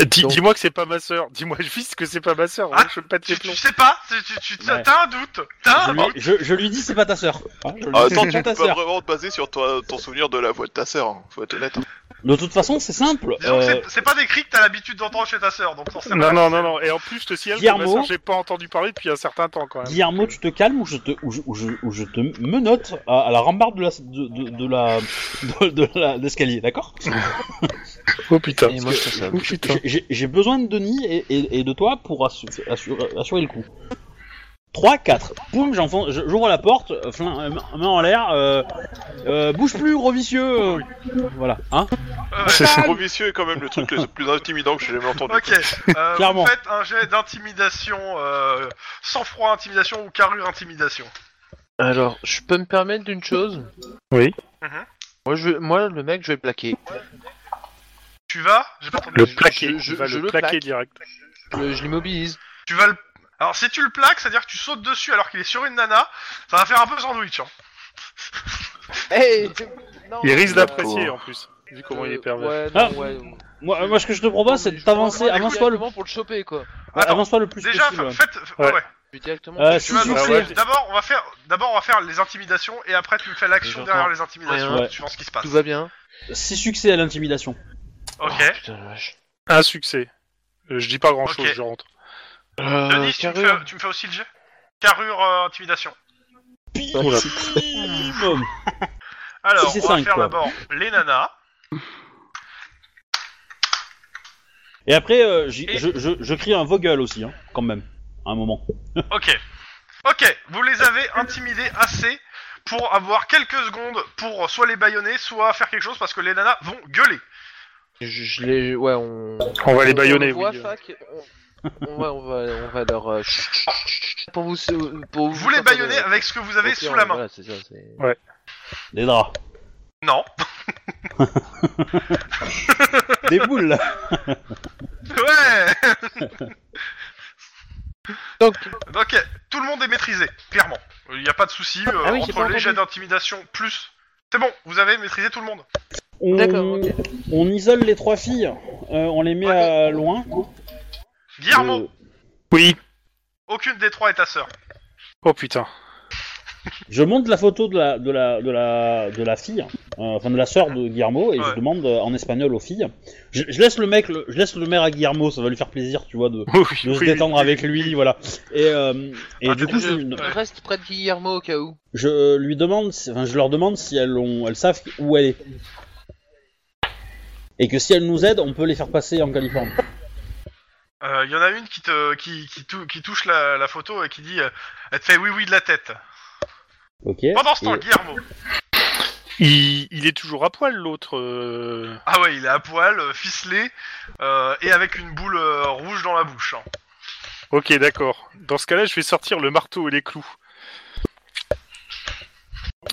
E: Dis-
F: Donc-
E: Dis-moi que c'est pas ma sœur. Dis-moi juste que c'est pas ma sœur.
C: Ah,
E: hein, je veux pas de tes
C: Tu, tu
E: plombs.
C: sais pas tu, tu, tu-
B: Ouais.
C: T'as un doute T'as
B: je
C: un
B: lui,
C: doute
B: je, je lui dis, c'est pas ta sœur. Hein, je lui dis,
A: Ah,
B: c'est
A: attends,
B: pas
A: tu peux
B: ta
A: pas
B: sœur.
A: vraiment te baser sur toi- ton souvenir de la voix de ta sœur, hein, faut être honnête. hein.
B: De toute façon, c'est simple.
C: Disons que
B: euh,
C: c'est- c'est pas des cris que t'as l'habitude d'entendre chez ta sœur, donc forcément.
E: Non, non, non, non. Et en plus, je te signale que ma
B: Guillermo.
E: sœur, j'ai pas entendu parler depuis un certain temps quand même.
B: Guillermo, tu te calmes ou je te, ou je, ou je, ou je te menote à, à la rambarde de la, de, de, de la, de, de la- de l'escalier, d'accord
A: Ah,
E: Oh putain.
F: Et moi, je fais ça.
E: Oh putain.
B: J'ai- j'ai- J'ai besoin de Denis et, et- et de toi pour assu- assurer, assurer le coup. 3, 4. Boum, j'enfonce- je- j'ouvre la porte, euh, flin- euh, main en l'air. euh, euh, bouge plus, gros vicieux. euh, voilà, hein
C: Euh,
A: Gros vicieux est quand même le truc le plus intimidant que j'ai jamais entendu.
C: ok, euh,
B: Clairement.
C: vous faites un jet d'intimidation, euh, sang-froid intimidation ou carrure intimidation.
D: Alors, je peux me permettre d'une chose
E: Oui.
C: Mhm.
D: Moi, je vais- moi, le mec, je vais le plaquer.
C: Tu vas J'ai pas entendu.
E: Le
D: Je-
E: plaquer.
D: je-
E: Je, va
D: je
E: le
D: le
E: plaquer
D: plaque.
E: direct.
D: Je, je l'immobilise.
C: Tu vas le... Alors si tu le plaques, c'est-à-dire que tu sautes dessus alors qu'il est sur une nana, ça va faire un peu sandwich. Hein.
D: Hey non,
E: Il risque
D: euh,
E: d'apprécier en plus, vu comment il est
D: euh,
E: pervers.
D: Ouais,
B: Ah.
D: non, ouais.
B: moi, moi, ce que je te propose, c'est de t'avancer.
D: Je prends
B: Avance-toi le,
D: directement pour le choper, quoi.
B: ouais,
C: Attends,
B: avance-toi le plus
C: Déjà,
B: possible.
C: fa- faites... f-
E: Ouais.
C: ouais.
D: Je vais directement.
B: Euh,
C: Tu
B: si
C: vas
B: tu
C: donc-
E: ouais,
B: sais-
C: D'abord, on va faire, d'abord, on va faire les intimidations et après, tu me fais l'action
D: J'entends.
C: derrière les intimidations,
B: Ouais.
C: suivant ce qui se passe.
D: Tout va bien.
B: six succès à l'intimidation.
C: Ok.
D: Oh, putain, la vache.
E: Un succès. Euh, Je dis pas grand chose,
C: Ok.
E: je rentre.
D: Euh,
C: Denis, tu me,
D: carrure.
C: fais, tu me fais aussi le jet Carrure euh, intimidation.
E: Oula.
B: Minimum.
C: Alors,
B: Si, c'est
C: on va
B: cinq,
C: faire
B: quoi.
C: d'abord les nanas.
B: Et après, euh, j'y- je, je, je crie un Vogel aussi, hein, quand même, à un moment.
C: Ok. Ok, vous les avez intimidés assez pour avoir quelques secondes pour soit les baïonner, soit faire quelque chose parce que les nanas vont gueuler.
D: Je, je les. Ouais, on.
E: On va les
D: on-
E: baïonner,
D: On, le voit,
E: oui. euh.
D: fac, on- on va, on va, on va leur.
E: [laughs]
D: euh, chut, chut, chut, pour vous, pour
C: Vous les baïonnez avec ce que vous avez sous la main.
D: c'est ça, c'est.
B: Des draps.
C: [laughs] Non.
B: Des boules.
C: Ouais
D: Donc,
C: Ok, tout le monde est maîtrisé, clairement. Il n'y a pas de souci euh,
D: Ah oui, j'ai
C: entre
D: pas
C: les
D: entendu.
C: jets d'intimidation plus. C'est bon, vous avez maîtrisé tout le monde.
B: On...
D: D'accord, ok.
B: on isole les trois filles, euh, on les met à loin.
C: Guillermo,
B: Euh,
E: Oui.
C: aucune des trois est ta sœur.
E: Oh putain. [laughs]
B: je montre la photo de la, de la, de la, de la fille, euh, enfin de la sœur de Guillermo, et
C: Ouais.
B: je demande euh, en espagnol aux filles. Je, je laisse le mec, le- je laisse le maire à Guillermo, ça va lui faire plaisir, tu vois, de,
E: Oui,
B: de se
E: oui,
B: détendre avec lui, voilà. Et, euh, et
C: Ah,
B: du
C: t'es
B: coup,
D: je-
B: c'est une-
C: Ouais.
D: reste près de Guillermo au cas où.
B: je lui demande, si- enfin, je leur demande si elles, ont, elles savent où elle est. Et que si elles nous aident, on peut les faire passer en Californie.
C: Euh, Il y en a une qui te qui, qui, tou- qui touche la, la photo et qui dit euh, Elle te fait oui oui de la tête.
B: Ok.
C: Pendant ce
B: Et-
C: temps, Guillermo.
E: Il, il est toujours à poil, l'autre. euh,
C: Ah ouais, il est à poil, euh, ficelé, euh, et avec une boule euh, rouge dans la bouche. hein.
E: Ok, d'accord. Dans ce cas-là, je vais sortir le marteau et les clous.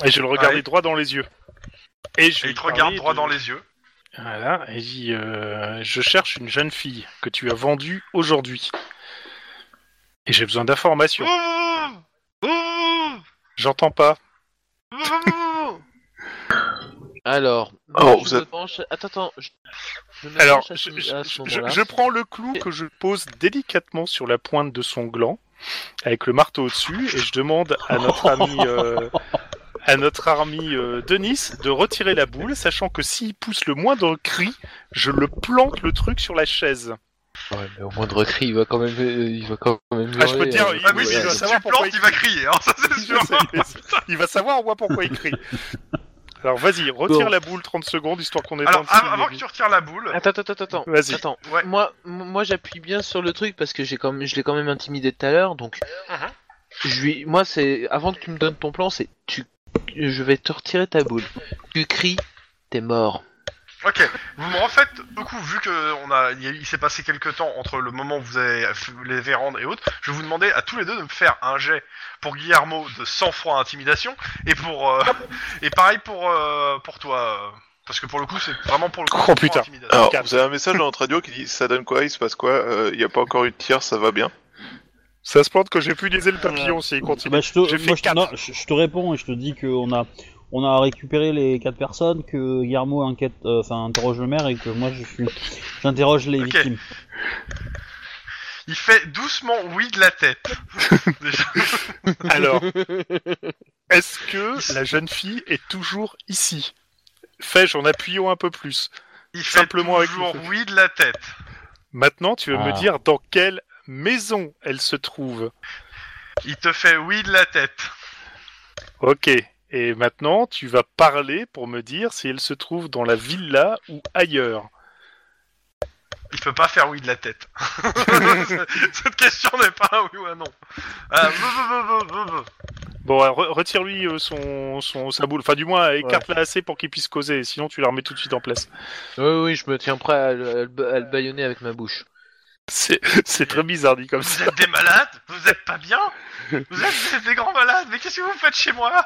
E: Et je vais le regarder
C: Ouais.
E: droit dans les yeux. Et je
C: Et
E: vais
C: il te
E: lui
C: regarde
E: parler
C: droit
E: de-
C: dans les yeux.
E: Voilà, et dit euh, Je cherche une jeune fille que tu as vendue aujourd'hui. Et j'ai besoin d'informations.
C: Ouh, ouh,
E: J'entends pas.
C: ouh.
D: Alors,
A: Alors,
D: je
A: Oh, vous
D: me
A: êtes-
D: penche- Attends, attends. Je... je me
E: Alors,
D: penche à
E: je,
D: ce-
E: je-
D: à ce
E: je-
D: moment-là.
E: je prends le clou que je pose délicatement sur la pointe de son gland, avec le marteau au-dessus, et je demande à notre ami, euh, à notre ami euh, Denis de retirer la boule, sachant que s'il pousse le moindre cri, je le plante le truc sur la chaise.
D: [laughs] Ouais, mais au moindre cri, il va quand même. euh, Il va quand même
E: Ah, je peux
D: hurler,
E: te dire,
D: euh,
E: il-
C: Ah oui,
E: Ouais,
C: si
E: il doit
C: si
E: savoir
C: tu
E: pourquoi
C: plantes,
E: il
C: il va crier, hein, [laughs] ça c'est sûr.
E: [laughs] il va savoir moi pourquoi il crie. Alors vas-y, retire la boule 30 secondes histoire qu'on ait
C: Alors,
E: temps de
C: av-
E: finir.
C: avant que tu retires la boule,
D: Attends, attends, attends, attends.
E: Vas-y.
D: Attends.
C: Ouais.
D: Moi, m- moi j'appuie bien sur le truc parce que j'ai quand même, je l'ai quand même intimidé tout à l'heure, donc.
C: Mhm.
D: Je lui, moi c'est, avant que tu me donnes ton plan, c'est, tu, je vais te retirer ta boule. Tu cries, t'es mort.
C: Ok, vous me refaites, du coup, vu que on a, il y a- il s'est passé quelques temps entre le moment où vous avez f- les vérandes et autres, je vais vous demander à tous les deux de me faire un jet pour Guillermo de sang-froid intimidation, et pour, euh,
E: [laughs]
C: et pareil pour, euh, pour toi, euh, parce que pour le coup, c'est vraiment pour le coup.
E: Oh,
C: sang-froid
E: putain.
C: intimidation.
A: Alors,
E: Quatre.
A: vous avez un message dans notre radio qui dit ça donne quoi, il se passe quoi, euh, il n'y a pas encore une tierce, ça va bien.
E: Ça se plante que j'ai pu liser le papillon s'il continue.
B: Bah, je, te,
E: J'ai fait
B: moi, je, te-
E: quatre.
B: non, je- je te réponds et je te dis qu'on a, on a récupéré les quatre personnes, que Guillermo enquête, euh, enfin interroge le maire et que moi je suis, j'interroge les
C: Ok.
B: victimes.
C: Il fait doucement oui de la
E: [laughs]
C: tête. Déjà.
E: Alors, est-ce que la jeune fille est toujours ici Fais-je en appuyant un peu plus.
C: Il fait
E: Simplement avec
C: toujours
E: le feu.
C: oui de la tête.
E: Maintenant, tu vas
B: Ah.
E: me dire dans quelle maison elle se trouve.
C: Il te fait oui de la tête.
E: Ok. Et maintenant, tu vas parler pour me dire si elle se trouve dans la villa ou ailleurs.
C: Il peut pas faire oui de la
E: [laughs]
C: tête. [laughs] Cette question n'est pas un oui ou un non. Euh, veu, veu, veu, veu, veu, veu.
E: Bon, alors, re- retire-lui euh, son, son, sa boule. Enfin, du moins, écarte-la assez pour qu'il puisse causer. Sinon, tu la remets tout de suite en place.
D: Oui, oui, je me tiens prêt à, le- à le ba- à le baïonner avec ma bouche.
E: C'est c'est très bizarre dit comme
C: Vous
E: ça.
C: êtes des malades Vous êtes pas bien vous êtes, vous êtes des grands malades, mais qu'est-ce que vous faites chez moi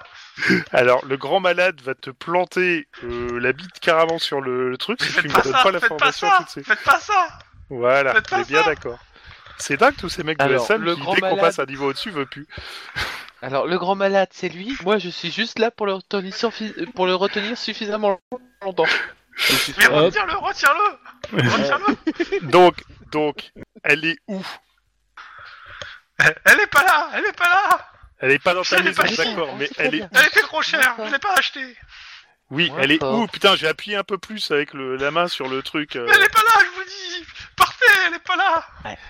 E: Alors, le grand malade va te planter euh, la bite carrément sur le, le truc
C: Mais
E: si tu
C: faites
E: me
C: pas
E: donnes
C: ça,
E: pas la
C: faites pas
E: formation
C: ça,
E: tout de suite.
C: faites pas ça
E: Voilà,
C: Faites pas
E: on est bien
C: ça.
E: d'accord. C'est dingue tous ces mecs de
D: Alors,
E: SM
D: le
E: qui,
D: grand
E: dès qu'on
D: malade-
E: passe à un niveau au-dessus, veut plus.
D: Alors, le grand malade, c'est lui. Moi, je suis juste là pour le retenir, suffi- pour le retenir suffisamment longtemps. Je suis-
C: Mais
B: Hop.
C: retire-le, retire-le Retire-le
E: Donc, donc, elle est où
C: Elle est pas là Elle est pas là
E: Elle est pas dans ta
C: Elle est
E: maison,
C: pas ici.
E: Ah,
C: Ah,
E: d'accord, mais
D: On sait
E: elle est...
D: bien.
C: Elle était trop
D: hein.
C: chère, je l'ai pas achetée
E: Oui,
D: Ouais,
E: elle est
D: fort.
E: où Putain, j'ai appuyé un peu plus avec le- la main sur le truc. euh.
C: [laughs] Mais Elle est pas là, je vous dis Partez, elle est pas là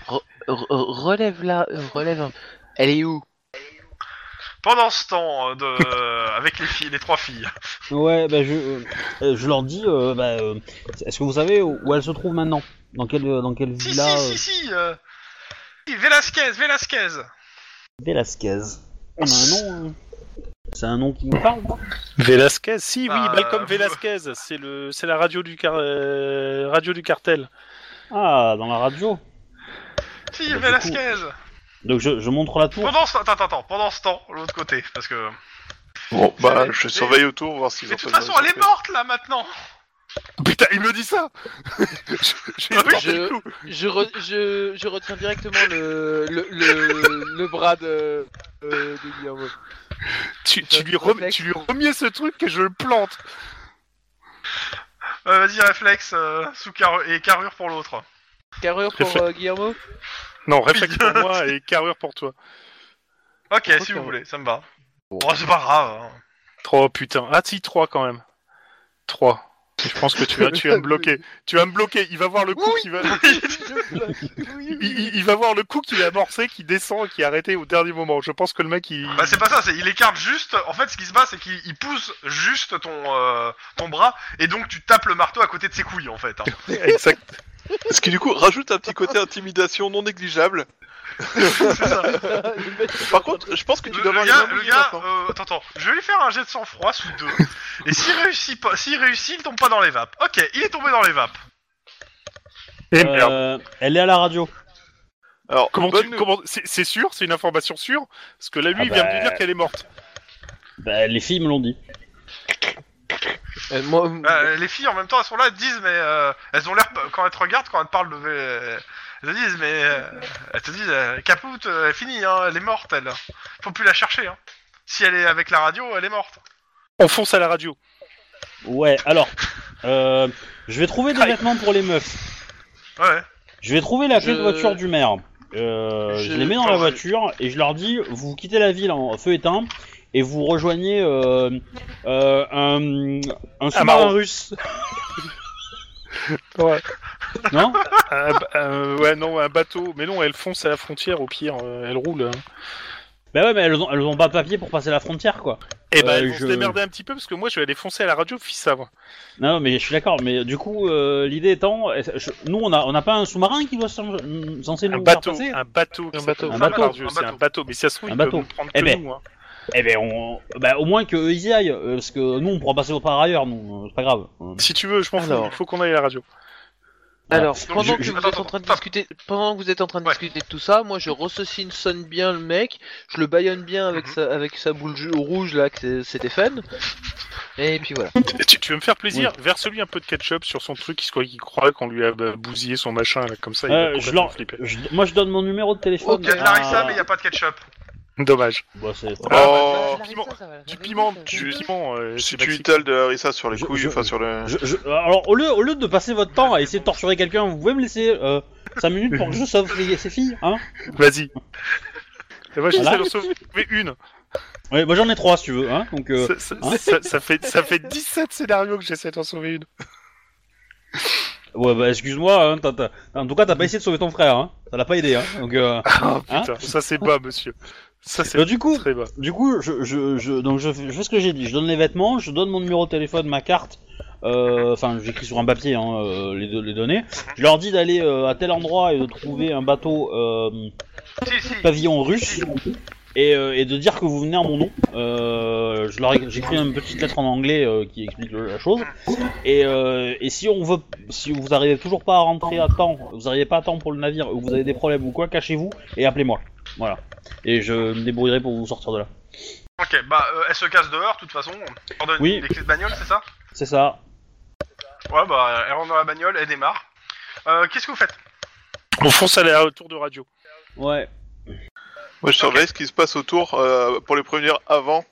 D: R- r- relève là, euh, relève. un- Elle est où
C: Pendant ce temps, euh,
B: [laughs]
C: de... avec les, filles, les trois filles,
B: Ouais, bah je, euh, euh, je leur dis, euh, bah, euh, est-ce que vous savez où, où elle se trouve maintenant Dans quelle, dans quelle
C: Si,
B: villa
C: si,
B: euh,
C: si, si euh, si, Velasquez, Velasquez
B: Velasquez. On a un nom. euh, C'est un nom qui me parle. quoi.
E: Velasquez, si, oui,
C: Ah,
E: Malcolm
C: vous-
E: Velasquez, c'est le, c'est la radio du, car- euh, radio du cartel.
B: Ah, dans la radio.
C: Si,
B: Bah, du
C: Velasquez
B: Donc je, je montre la tour.
C: Pendant ce temps, attends, attends, attends, pendant ce temps, l'autre côté, parce que...
A: Bon, bah, je
C: Mais-
A: surveille autour, voir s'ils
C: Mais
A: ont
C: de toute
A: pas de
C: façon, elle est
A: surprise.
C: morte, là, maintenant
E: Putain, il me dit ça [laughs] J'ai
C: Ah oui,
E: planté le
D: je,
E: clou.
D: je, re- je, je retiens directement le, le, le, le bras de, euh, de Guillermo.
E: Tu, tu lui
D: je-
E: rem-
D: réflexe.
E: tu lui remets ce truc et je le plante.
C: Euh, Vas-y, réflexe, euh, sous carru- et carrure pour l'autre.
D: Carrure pour
E: [laughs]
D: euh, Guillermo
E: Non, réflexe pour moi et carrure pour toi.
C: Ok,
D: Pourquoi
C: si vous
D: carrure
C: voulez, ça me va. Oh, c'est pas grave. hein.
E: 3, putain. Ah si, 3 quand même. 3. Je pense que tu vas, tu vas me bloquer. Tu vas me bloquer. Il va voir le coup qui va... Il, il- il va voir le coup qu'il a amorcé, qui descend et qui est arrêté au dernier moment. Je pense que le mec, il...
C: Bah, c'est pas ça, c'est il écarte juste. En fait, ce qui se passe, c'est qu'il il pousse juste ton, euh, ton bras, et donc tu tapes le marteau à côté de ses couilles, en fait. hein.
E: exact.
A: Ce qui du coup rajoute un petit côté intimidation non négligeable.
C: C'est ça.
A: [laughs] Par contre, je pense que tu
C: Le,
A: dois avoir
C: le gars,
A: une hein.
C: le
A: ambiance
C: gars,
A: maintenant.
C: euh, attends, attends, je vais lui faire un jet de sang-froid sous deux. et s'il réussit pas, s'il réussit, il tombe pas dans les vapes. Ok, il est tombé dans les vapes.
E: Et merde.
B: Euh, elle est à la radio.
A: Alors,
E: Comment
A: bonne
E: tu-
A: nou-
E: comment- C'est c'est sûr C'est une information sûre Parce que là, lui,
B: Ah
E: il vient de
B: bah.
E: me dire qu'elle est morte.
B: Bah, les filles me l'ont dit.
D: Euh, moi,
C: Euh, les filles en même temps, elles sont là, elles disent, mais euh, elles ont l'air, quand elles te regardent, quand elles te parlent de. euh, elles te disent, mais. euh, elles te disent, euh, Capoute, euh, elle est finie, hein, elle est morte, elle. Faut plus la chercher, hein. Si elle est avec la radio, elle est morte.
E: On fonce à la radio.
B: Ouais, alors, euh, je vais trouver des
E: Aïe.
B: vêtements pour les meufs.
C: Ouais.
B: Je vais trouver la clé de
D: Je-
B: voiture du maire. Euh, je...
D: Je-
B: les mets dans la
C: Enfin,
B: voiture et je leur dis vous quittez la ville en feu éteint et vous rejoignez euh, euh, un, un sous-marin
E: Amarant.
B: russe.
E: Ouais.
B: Non
E: [laughs] Un ba- euh, ouais, non, un bateau. Mais non, elle fonce à la frontière, au pire. euh, elle roule. hein.
B: Bah ouais, mais elles ont, elles ont pas de papier pour passer la frontière quoi.
E: Eh ben,
B: Euh,
E: elle vont
B: je-
E: se démerder un petit peu parce que moi, je vais aller foncer à la radio, fils ça. moi.
B: Non, non, mais je suis d'accord, mais du coup, euh, l'idée étant, est-ce- je- nous on a, on a pas un sous-marin qui doit s'en- censé
E: Un
B: nous
E: bateau,
B: faire passer
E: un bateau,
D: Un
E: qui
D: bateau.
E: s'appelle
B: Un bateau.
E: Pardieu,
C: Un
E: c'est
C: bateau.
E: un bateau. Mais si ça se trouve,
B: Un
E: il peut
B: bateau.
E: nous prendre
B: Eh
E: que
B: ben.
E: nous. hein.
B: Eh ben, on... bah, au moins que eux, ils y aillent, euh, parce que nous on pourra passer par ailleurs, nous, euh, c'est pas grave. Euh,
E: Si tu veux, je m'en fous.
D: Alors.
E: Il faut qu'on aille à la radio.
D: Alors,
C: Donc,
D: pendant
C: je-
D: que
C: je-
D: vous
C: attends,
D: êtes en train de
C: attends.
D: discuter, pendant que vous êtes en train de
C: Ouais.
D: discuter de tout ça, moi je ressuscite sonne bien le mec, je le baïonne bien avec
C: Mhm.
D: sa avec sa boule ju- rouge là que c'est- c'était fun. Et puis voilà.
E: Tu, tu veux me faire plaisir Verse-lui un peu de ketchup sur son truc, qu'il croit qu'il croit qu'on lui a bah, bousillé son machin, là, comme ça, il
B: Euh,
E: va
B: je
E: complètement
B: l'en-
E: flipper.
B: je- moi je donne mon numéro de téléphone.
D: Ok,
C: Il y a de
B: à-
C: Larissa, mais il y a pas de ketchup.
E: Dommage.
B: Bah, c'est-
D: Ah,
A: Oh,
E: bah, piment- Du piment, du piment, euh,
A: si
E: chez
A: tu
E: Maxi.
A: étales de Harissa sur les
B: Je-
A: couilles,
B: je-
A: enfin sur
E: Euh,
A: le.
B: je- je- Alors, au lieu, au lieu de passer votre temps à essayer de torturer quelqu'un, vous pouvez me laisser 5 minutes pour que je sauve les- ces filles, hein
E: Vas-y. Et moi, j'essaie
B: Voilà.
E: d'en sauver une.
B: Ouais, moi j'en ai 3 si tu veux, hein Donc, euh,
E: Ça, ça-
B: hein
E: ça- ça fait, ça fait 17 scénarios que j'essaie d'en sauver une.
B: ouais, bah, excuse-moi, hein, t'as- t'as- en tout cas, t'as pas essayé de sauver ton frère, hein Ça l'a pas aidé, hein Donc,
E: [laughs]
B: euh,
E: Ah,
B: Hein
E: putain, ça c'est bas, monsieur. Ça c'est
B: euh, du coup,
E: très bas.
B: Du coup, je, je, je, donc je, je fais ce que j'ai dit. Je donne les vêtements, je donne mon numéro de téléphone, ma carte. euh, Enfin, j'écris sur un papier hein, euh, les, do- les données. Je leur dis d'aller euh, à tel endroit et de trouver un bateau euh,
C: Si, si.
B: pavillon russe et, euh, et de dire que vous venez en mon nom. Euh, je leur ai- j'écris une petite lettre en anglais euh, qui explique le- la chose. Et, euh, et si on veut, si vous arrivez toujours pas à rentrer à temps, vous arrivez pas à temps pour le navire ou vous avez des problèmes ou quoi, cachez-vous et appelez-moi. Voilà. Et je me débrouillerai pour vous sortir de là.
C: Ok, bah euh, elle se casse dehors, de toute façon. On leur donne
B: Oui.
C: les clés de bagnole, c'est ça
B: C'est ça.
C: Ouais, bah elle rentre dans la bagnole, elle démarre. Euh, Qu'est-ce que vous faites
E: On fonce à la tour de radio.
B: Ouais.
A: Moi, je surveille ce qui se passe autour euh, pour les prévenir avant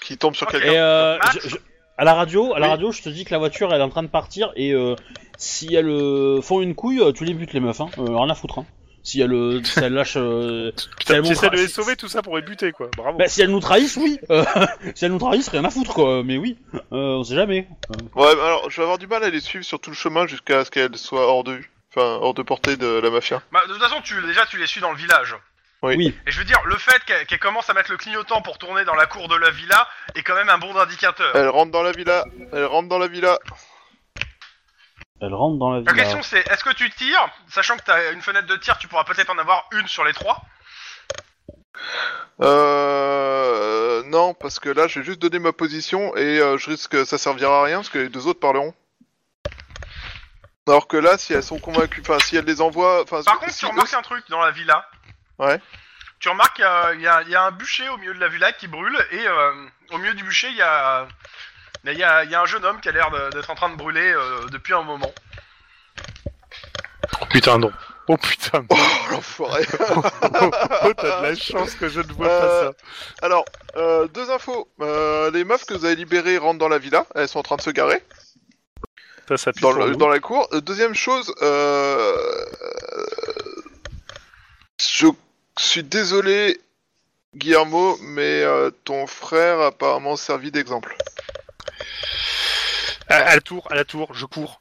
A: qu'ils tombent sur
C: Ok.
A: quelqu'un.
B: Et euh,
C: Max
B: je- je- à la radio, à la
A: Oui.
B: radio, je te dis que la voiture elle est en train de partir et euh, si elles euh, font une couille, euh, tu les butes les meufs, hein. Euh, rien à foutre. Hein. Si elles, euh, si elles lâchent, [laughs] euh, si
E: Putain,
B: elles
E: j'essaie
B: montrent-
E: de les sauver tout ça pour les buter, quoi. Bravo.
B: Bah, si elles nous trahissent, oui. Euh, [laughs] si elles nous trahissent, rien à foutre quoi. Mais oui, euh, on sait jamais.
A: Ouais, mais alors je vais avoir du mal à les suivre sur tout le chemin jusqu'à ce qu'elles soient hors de vue, enfin hors de portée de la mafia.
C: Bah de toute façon, tu, déjà tu les suis dans le village.
A: Oui.
B: Oui.
C: Et je veux dire, le fait qu'elle qu'elle commence à mettre le clignotant pour tourner dans la cour de la villa est quand même un bon indicateur.
A: Elles rentrent dans la villa, elles rentrent dans la villa.
B: Elles rentrent dans la
C: La
B: ville.
C: question c'est, est-ce que tu tires Sachant que t'as une fenêtre de tir, tu pourras peut-être en avoir une sur les trois.
A: Euh... Non, parce que là je vais juste donner ma position et euh, je risque que ça servira à rien parce que les deux autres parleront. Alors que là, si elles sont convaincues, enfin si elles les envoient, enfin
C: Par
A: si-
C: contre,
A: si
C: tu [laughs]
A: [laughs]
C: remarques un truc dans la villa.
A: Ouais.
C: Tu remarques euh, il y, a- il y a un bûcher au milieu de la villa qui brûle et euh, au milieu du bûcher il y a il y a, il y a un jeune homme qui a l'air de- d'être en train de brûler euh, depuis un moment.
E: Oh, putain, non. Oh putain,
A: eux- Oh,
E: [laughs]
A: l'enfoiré.
E: oh, t'as de la chance que je ne vois
A: Euh,
E: pas ça.
A: Alors, euh, deux infos. Euh, les meufs que vous avez libérées rentrent dans la villa. Elles sont en train de se garer.
E: Ça, ça pue
A: dans,
E: pour
A: le-
E: nous.
A: dans la cour. Euh, Deuxième chose, euh, je suis désolé, Guillermo, mais euh, ton frère a apparemment servi d'exemple.
E: À, à la tour, à la tour, je cours.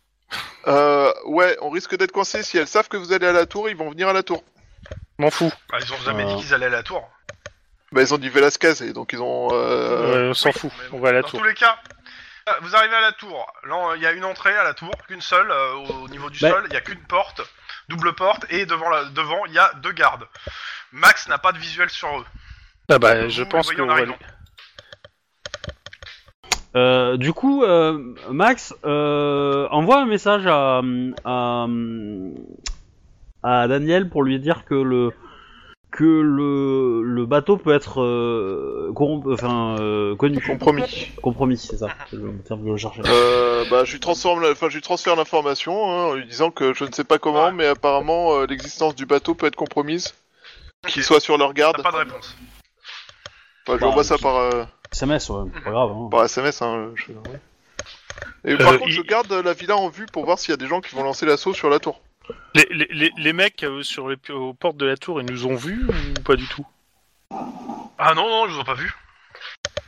A: Euh, ouais, on risque d'être coincé. Si elles savent que vous allez à la tour, ils vont venir à la tour.
E: M'en fous.
C: Bah, ils ont
A: Ah.
C: jamais dit
B: Euh.
C: qu'ils allaient à la tour.
A: Bah, ils ont dit Velasquez et donc ils ont. euh,
E: Euh, on s'en
C: oui,
E: fout.
C: mais bon,
E: On va à la
C: dans
E: tour.
C: tous les cas, Ah, Vous arrivez à la tour. Là, il y a une entrée à la tour, qu'une seule, euh, au au niveau du
B: Bah.
C: sol. Il y a qu'une porte, double porte, et devant, la- devant, il y a deux gardes. Max n'a pas de visuel sur eux.
E: Ah bah, je
C: Vous
E: pense
C: les
E: que.
C: voyez en arrivant.
B: Euh, du coup, euh, Max, euh, envoie un message à, à, à Daniel pour lui dire que le que le, le bateau peut être euh, corromp- enfin euh, connu
A: Compromis.
B: compromis, c'est ça, c'est le terme que je cherchais.
A: Euh, bah, je lui transforme, la- enfin, je lui transfère l'information hein, en lui disant que je ne sais pas comment,
C: Ouais.
A: mais apparemment euh, l'existence du bateau peut être compromise, qu'ils
C: Ok.
A: soient sur leur garde.
C: T'as pas de réponse.
A: Enfin, je vois ça
E: Bah,
A: par, euh,
B: SMS, ouais, pas grave. hein.
A: par SMS. Hein, je- Et par
E: Euh,
A: contre,
E: il-
A: je garde la villa en vue pour voir s'il y a des gens qui vont lancer l'assaut sur la tour.
E: Les, les- les- les mecs euh, sur les, aux portes de la tour, ils nous ont vus ou pas du tout
C: Ah non, non, je vous ai pas vu.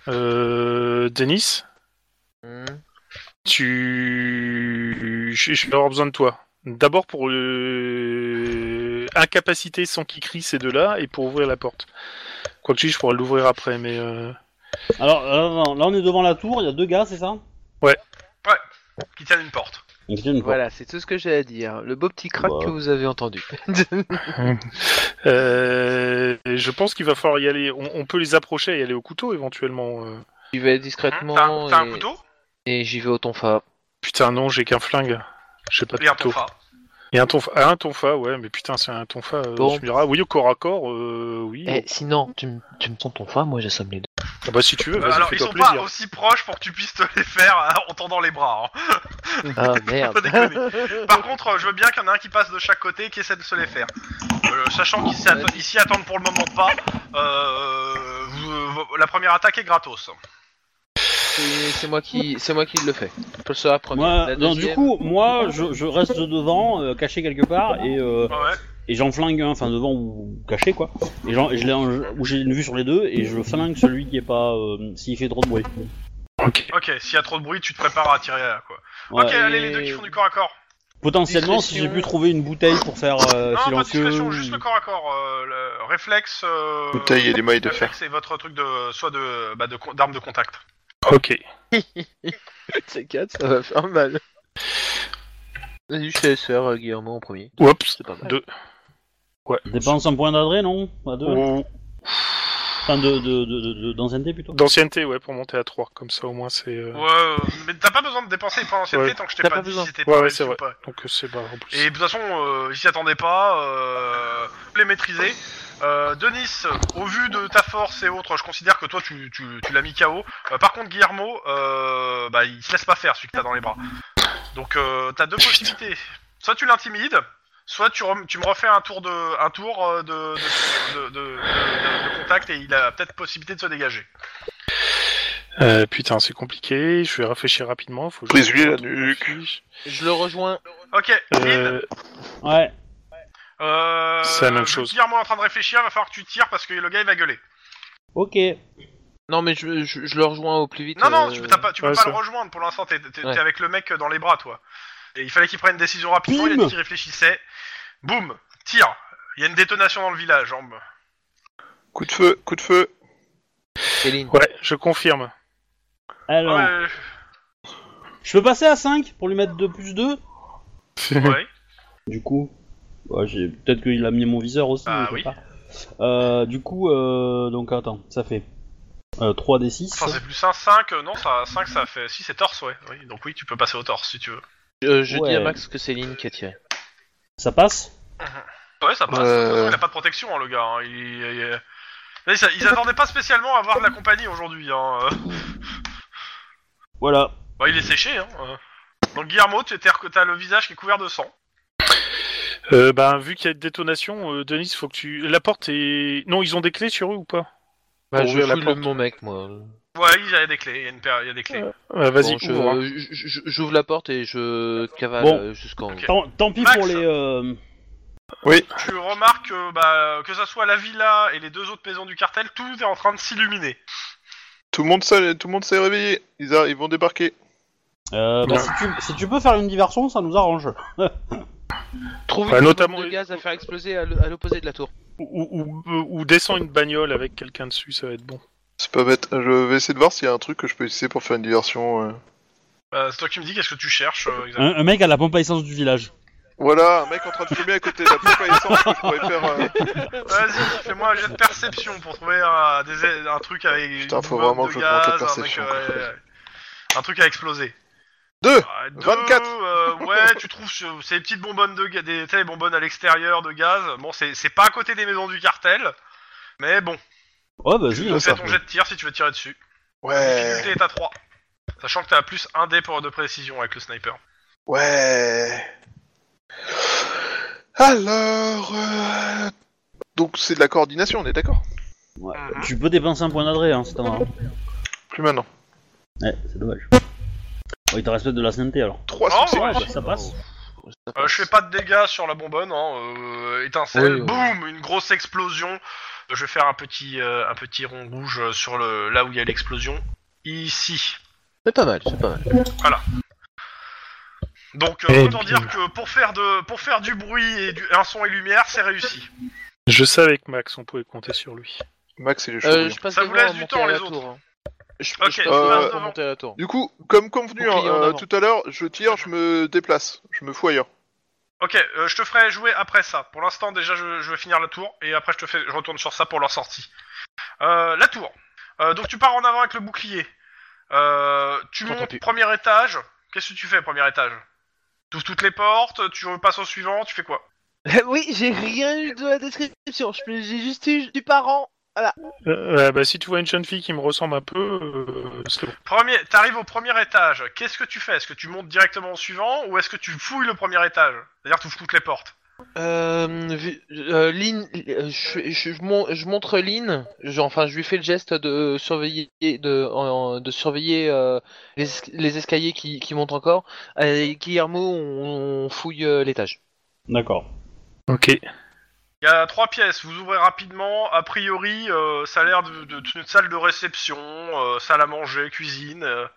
E: euh, Denis
D: Hmm.
E: Tu. Je je vais avoir besoin de toi. D'abord pour euh, incapacité sans qui crie ces deux-là et pour ouvrir la porte. Quoique je pourrais l'ouvrir après, mais. euh,
B: Alors euh, non, là, on est devant la tour, il y a deux gars, c'est ça
C: Qui tiennent une porte.
B: Donc, il y a une porte.
D: Voilà, c'est tout ce que j'ai à dire. Le beau petit crack
B: Bah.
D: que vous avez entendu. [laughs]
E: euh, je pense qu'il va falloir y aller. On, on peut les approcher et aller au couteau éventuellement. euh.
D: J'y vais
C: Hein, T'as
D: discrètement
C: un, t'as un
D: et-
C: couteau
D: et, j'y vais au tonfa.
E: Putain, non, j'ai qu'un flingue. J'ai pas de
C: et un
E: couteau.
C: tonfa.
E: Et un tonfa. Ah, un tonfa, ouais, mais putain, c'est un tonfa. euh,
D: Bon.
E: Tu me diras, oui, au corps à corps, euh, oui.
D: Eh, sinon, tu, m- tu me sens tonfa, moi j'assomme les deux.
C: [laughs]
E: Ah bah, si tu veux, vas-y,
C: Euh, Alors, ils
E: fais-toi
C: sont pas
E: plaisir.
C: aussi proches pour que tu puisses te les faire euh, en tendant les bras. hein.
D: Ah
C: Faut
D: merde.
C: déconner. Par contre, euh, je veux bien qu'il y en ait un qui passe de chaque côté et qui essaie de se les faire. Euh, sachant qu'ils s'y atte- ils s'y attendent pour le moment pas, euh, vous- vous- la première attaque est gratos.
D: [laughs] c'est c'est moi qui c'est moi qui le fais. Je serai la première.
B: Moi,
D: La
B: non, du
D: deuxième-
B: coup, moi, je, je reste devant, euh, caché quelque part, et euh,
C: Ah Ouais, ouais.
B: et j'en flingue un, enfin devant ou ou caché quoi, et j'en- et je l'ai en- où j'ai une vue sur les deux, et je flingue celui qui est pas, euh, s'il fait trop de bruit.
E: Ok.
C: Ok, s'il y a trop de bruit, tu te prépares à tirer. euh, Quoi.
B: Ouais.
C: Ok, allez, les deux qui font du corps à corps.
B: Potentiellement, si j'ai
D: Discrétion.
B: pu trouver une bouteille pour faire euh,
C: non, pas de
B: silencieux.
C: discrétion, juste le corps à corps. euh, le réflexe. euh,
A: Bouteille et des mailles de fer.
C: réflexe et votre truc de. soit de. bah, de con- d'arme de contact.
E: Ok.
D: C'est 4, ça va faire mal. Vas-y, je te laisse faire euh, Guillermo en premier.
E: Oups.
D: C'est pas mal.
E: Deux.
B: Dépense un point d'adré, non À deux
E: Ou-
B: Enfin, de, de, de, de- de- d'ancienneté plutôt.
E: D'ancienneté, ouais, pour monter à 3, comme ça au moins c'est. euh,
C: Ouais, euh, mais t'as pas besoin de dépenser les points d'ancienneté
E: Ouais.
C: tant que je t'ai
D: T'as
C: pas,
D: pas
C: dit
D: besoin.
C: si t'étais
E: Ouais, ouais,
C: réussi
E: c'est
C: ou
E: vrai.
C: pas.
E: Donc euh, c'est bah, en plus.
C: Et de toute façon, euh, ils s'y attendaient pas, euh, vous les maîtriser. Euh, Denis, au vu de ta force et autres, je considère que toi tu, tu, tu l'as mis KO. Euh, par contre, Guillermo, euh, bah, il se laisse pas faire celui que t'as dans les bras. Donc euh, t'as deux
E: Putain.
C: possibilités. Soit tu l'intimides, soit tu, rem- tu me refais un tour de un tour euh, de, de, de, de- de- de contact et il a peut-être possibilité de se dégager.
E: Euh, putain, c'est compliqué, je vais réfléchir rapidement. Faut que je-
A: Brise-lui la nuque.
D: Je le rejoins.
C: Ok, Lynn,
E: Euh,
B: Ouais.
C: euh,
E: c'est la même
C: vu que
E: chose.
C: Guillermo est en train de réfléchir, va falloir que tu tires parce que le gars il va gueuler.
B: Ok.
D: Non, mais je, je, je le rejoins au plus vite.
C: Non, non,
D: euh,
C: tu, peux- t'as pas, tu peux
E: ouais,
C: pas
E: ça.
C: le rejoindre pour l'instant, t'es t'es-
D: Ouais.
C: t'es avec le mec dans les bras, toi. Et il fallait qu'il prenne une décision rapidement, il a dit
B: Bim
C: qu'il réfléchissait. Boum, tire Il y a une détonation dans le village. hein.
A: Coup de feu, coup de feu.
D: Céline.
E: Ouais, je
D: [laughs]
E: confirme.
B: Alors,
C: Ouais,
B: je peux passer à 5 pour lui mettre 2 plus 2
C: ouais.
B: Du coup. Ouais, j'ai... Peut-être qu'il a mis mon viseur aussi.
C: Ah
B: je sais
C: oui.
B: pas. Euh, du coup, euh, donc attends, ça fait euh, 3 des 6.
C: Enfin, c'est plus un 5, non, ça, 5 ça fait. Si, c'est torse, ouais. Oui, donc oui, tu peux passer au torse si tu veux.
D: Euh, je
B: Ouais.
D: dis à Max que Céline qui a tiré.
B: Ça passe
C: Ouais, ça passe. De toute
A: Euh.
C: façon, il a pas de protection, hein, le gars. hein. Il, il- il- ça- Ils attendaient pas spécialement à avoir de la compagnie aujourd'hui. Hein. euh.
B: Voilà.
C: Bah, il est séché, hein. euh. Donc, Guillermo, tu as le visage qui est couvert de sang.
E: Euh, bah, vu qu'il y a une détonation, euh, Denis, faut que tu. La porte est. Non, ils ont des clés sur eux ou pas
D: Bah,
E: Pour
D: je
E: ouvrir la
D: fouille le
E: porte.
D: mon mec, moi.
C: Ouais, il y a des clés, il y a une paire- il y a des clés.
E: Euh, Vas-y,
D: Bon, je-
E: ouvre, hein.
D: je- je- J'ouvre la porte et je cavale
B: Bon.
D: euh, jusqu'en haut.
C: Ok.
B: Tant, tant pis
C: Max
B: pour les. euh,
C: Tu remarques que, bah, que ça soit la villa et les deux autres maisons du cartel, tout est en train de s'illuminer.
A: Tout le monde s'est, tout le monde s'est réveillé. Ils, a- ils vont débarquer.
B: euh, bah, si, tu, si tu peux faire une diversion, ça nous arrange.
D: Trouve
E: Bah,
D: une
E: notamment-
D: bombe de gaz à faire exploser à l'o- à l'opposé de la tour.
E: Ou, ou- ou- ou descend une bagnole avec quelqu'un dessus, ça va être bon.
A: C'est pas bête. Je vais essayer de voir s'il y a un truc que je peux utiliser pour faire une diversion. euh.
C: Euh, c'est toi qui me dis qu'est-ce que tu cherches euh, exactement.
B: Un, un mec à la pompe à essence du village.
A: Voilà, un mec en train de fumer à côté de la pompe à essence que je pourrais faire. euh,
C: Vas-y, fais-moi un jet de perception pour trouver un, des- un truc avec.
A: Putain,
C: une
A: faut
C: bombe
A: vraiment
C: de
A: que j'augmente la
C: gaz, un mec,
A: perception,
C: euh,
A: quoi.
C: euh, un truc à exploser.
A: Deux
C: Ah, deux,
A: 24.
C: euh, Ouais, tu trouves. ce- C'est des petites bonbonnes de gaz. Des, tu sais, les bonbonnes à l'extérieur de gaz. Bon, c'est c'est pas à côté des maisons du cartel. Mais bon,
B: Oh, bah,
C: tu
B: vas-y, hein,
C: fais
B: ça.
C: ton jet de tir si tu veux tirer dessus. La difficulté
A: Ouais
C: est à 3. Sachant que t'as plus 1 dé pour de précision avec le sniper.
A: Ouais Alors. euh, Donc c'est de la coordination, on est d'accord
B: Ouais.
C: hein.
B: Tu peux dépenser un point d'adresse, hein, si t'en as. un.
A: Plus maintenant.
B: Ouais, c'est dommage. Bon, Oh, il te reste de la sainteté alors.
A: Trois
C: Oh,
A: succès
B: Ouais, bah, ça passe.
C: Euh, je fais pas de dégâts sur la bonbonne, hein, euh, étincelle,
D: Oui, oui.
C: boum, une grosse explosion. Je vais faire un petit, euh, un petit rond rouge euh, sur le là où il y a l'explosion. Ici.
D: C'est pas mal, c'est pas mal.
C: Donc euh,
E: Eh
C: autant
E: bien.
C: dire que pour faire de, pour faire du bruit et du, un son et lumière, c'est réussi.
E: Je savais que Max, on pouvait compter sur lui.
A: Max, il est chaud. lui.
D: Euh,
A: hein.
D: je passe
C: Ça vous
D: devant à
C: laisse du
D: monter
C: temps,
D: à la
C: les
D: tour,
C: autres.
D: hein. Je,
C: Ok,
D: je
A: euh,
D: passe devant à
C: devant.
D: monter à la tour.
A: Du coup, comme convenu hein,
D: Bouclier en
A: euh,
D: avant.
A: tout à l'heure, je tire, je me déplace, je me fous ailleurs.
C: Ok, euh, je te ferai jouer après ça. Pour l'instant, déjà, je, je vais finir la tour et après, je te fais, je retourne sur ça pour leur sortie. Euh, la tour. Euh, donc tu pars en avant avec le bouclier. Euh, tu
D: T'entends
C: montes
D: plus.
C: premier étage. Qu'est-ce que tu fais premier étage Tu ouvres toutes les portes, tu passes au suivant, tu fais quoi
D: [laughs] oui, j'ai rien eu de la description. J'ai juste eu du parent.
E: Euh, euh, bah, si tu vois une jeune fille qui me ressemble un peu, euh, c'est bon.
C: Premier, t'arrives au premier étage. Qu'est-ce que tu fais Est-ce que tu montes directement au suivant ou est-ce que tu fouilles le premier étage C'est-à-dire tu ouvres toutes les portes.
D: Euh, vu- euh, Lynn, euh, je, je, je mon- je montre Lynn, je- enfin je lui fais le geste de surveiller, de, en- de surveiller euh, les, es- les escaliers qui, qui montent encore. Avec Guillermo, on, on fouille euh, l'étage.
B: D'accord.
E: Ok.
C: Il y a trois pièces. Vous ouvrez rapidement. A priori, euh, ça a l'air de- de- d'une salle de réception, euh, salle à manger, cuisine. euh.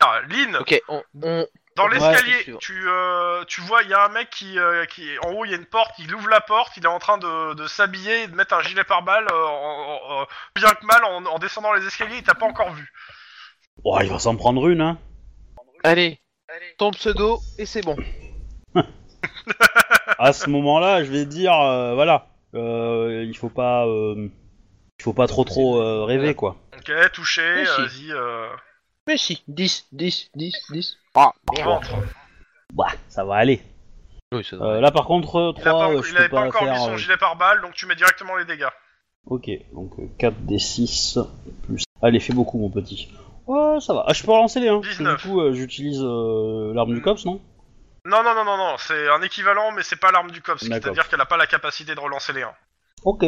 C: Ah, Lynn,
D: Ok, on, on-
C: Dans
D: Ouais,
C: l'escalier,
D: c'est sûr.
C: tu, euh, tu vois, il y a un mec qui, euh, qui, en haut, il y a une porte, il ouvre la porte, il est en train de, de s'habiller et de mettre un gilet pare-balles, euh, en- en- en- bien que mal, en, en descendant les escaliers, il t'a pas encore vu.
B: Oh, il va s'en prendre une, hein.
D: allez, ton pseudo et c'est bon.
B: à ce moment-là, je vais dire, euh, voilà, euh, il faut pas, euh, il faut pas trop trop euh, rêver quoi.
C: Ok, touché,
D: Merci.
C: vas-y, euh,
D: Mais si, 10, 10, 10, 10.
C: au ventre.
B: Bah, ça va aller.
D: Oui, ça doit
B: Euh, là, par contre,
C: Il, a pas,
B: 3,
C: il
B: euh, je
C: avait
B: peux
C: pas
B: pas,
C: encore mis
B: faire.
C: son
B: euh,
C: gilet pare-balles, donc tu mets directement les dégâts.
B: Ok, donc 4 des 6 plus. Allez, fais beaucoup mon petit. Ouais, ça va. Ah, je peux relancer les 1. Du
C: 19.
B: coup, euh, j'utilise euh, l'arme du cops, non
C: Non, non, non, non, non, c'est un équivalent, mais c'est pas l'arme du cop,
B: D'accord.
C: c'est-à-dire qu'elle a pas la capacité de relancer les 1.
B: Ok.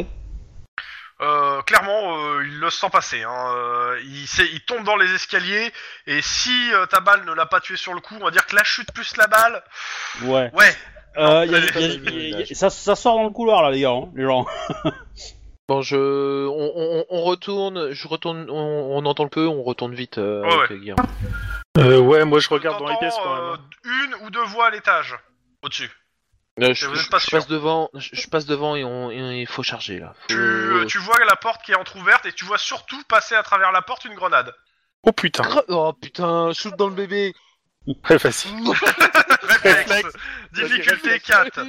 C: Euh, clairement, euh, il le sent passer. Hein. Euh, il, sait- il tombe dans les escaliers et si euh, ta balle ne l'a pas tué sur le coup, on va dire que la chute plus la balle.
B: Ouais.
C: Ouais.
B: Euh, y a-
C: Non,
B: y a- y a- y a- ça, ça sort dans le couloir là, les gars. hein, les gens.
D: Bon, je, on, on- on retourne, je retourne, on, on entend le peu, on retourne vite euh,
C: Ouais,
D: avec Guillermo.
E: Euh, ouais, moi je regarde dans les pièces quand même.
C: T'entends, euh, une ou deux voix à l'étage au-dessus.
D: Euh, je,
C: vous êtes
D: je-
C: pas
D: je
C: sûr.
D: passe devant, je, je passe devant et on, et il faut charger là. Faut-
C: Tu, euh, tu vois la porte qui est entrouverte et tu vois surtout passer à travers la porte une grenade.
E: Oh putain,
D: Cre- Oh putain, shoot dans le bébé.
E: très facile.
C: [laughs] Réflexe. difficulté
D: Réflexe.
C: 4.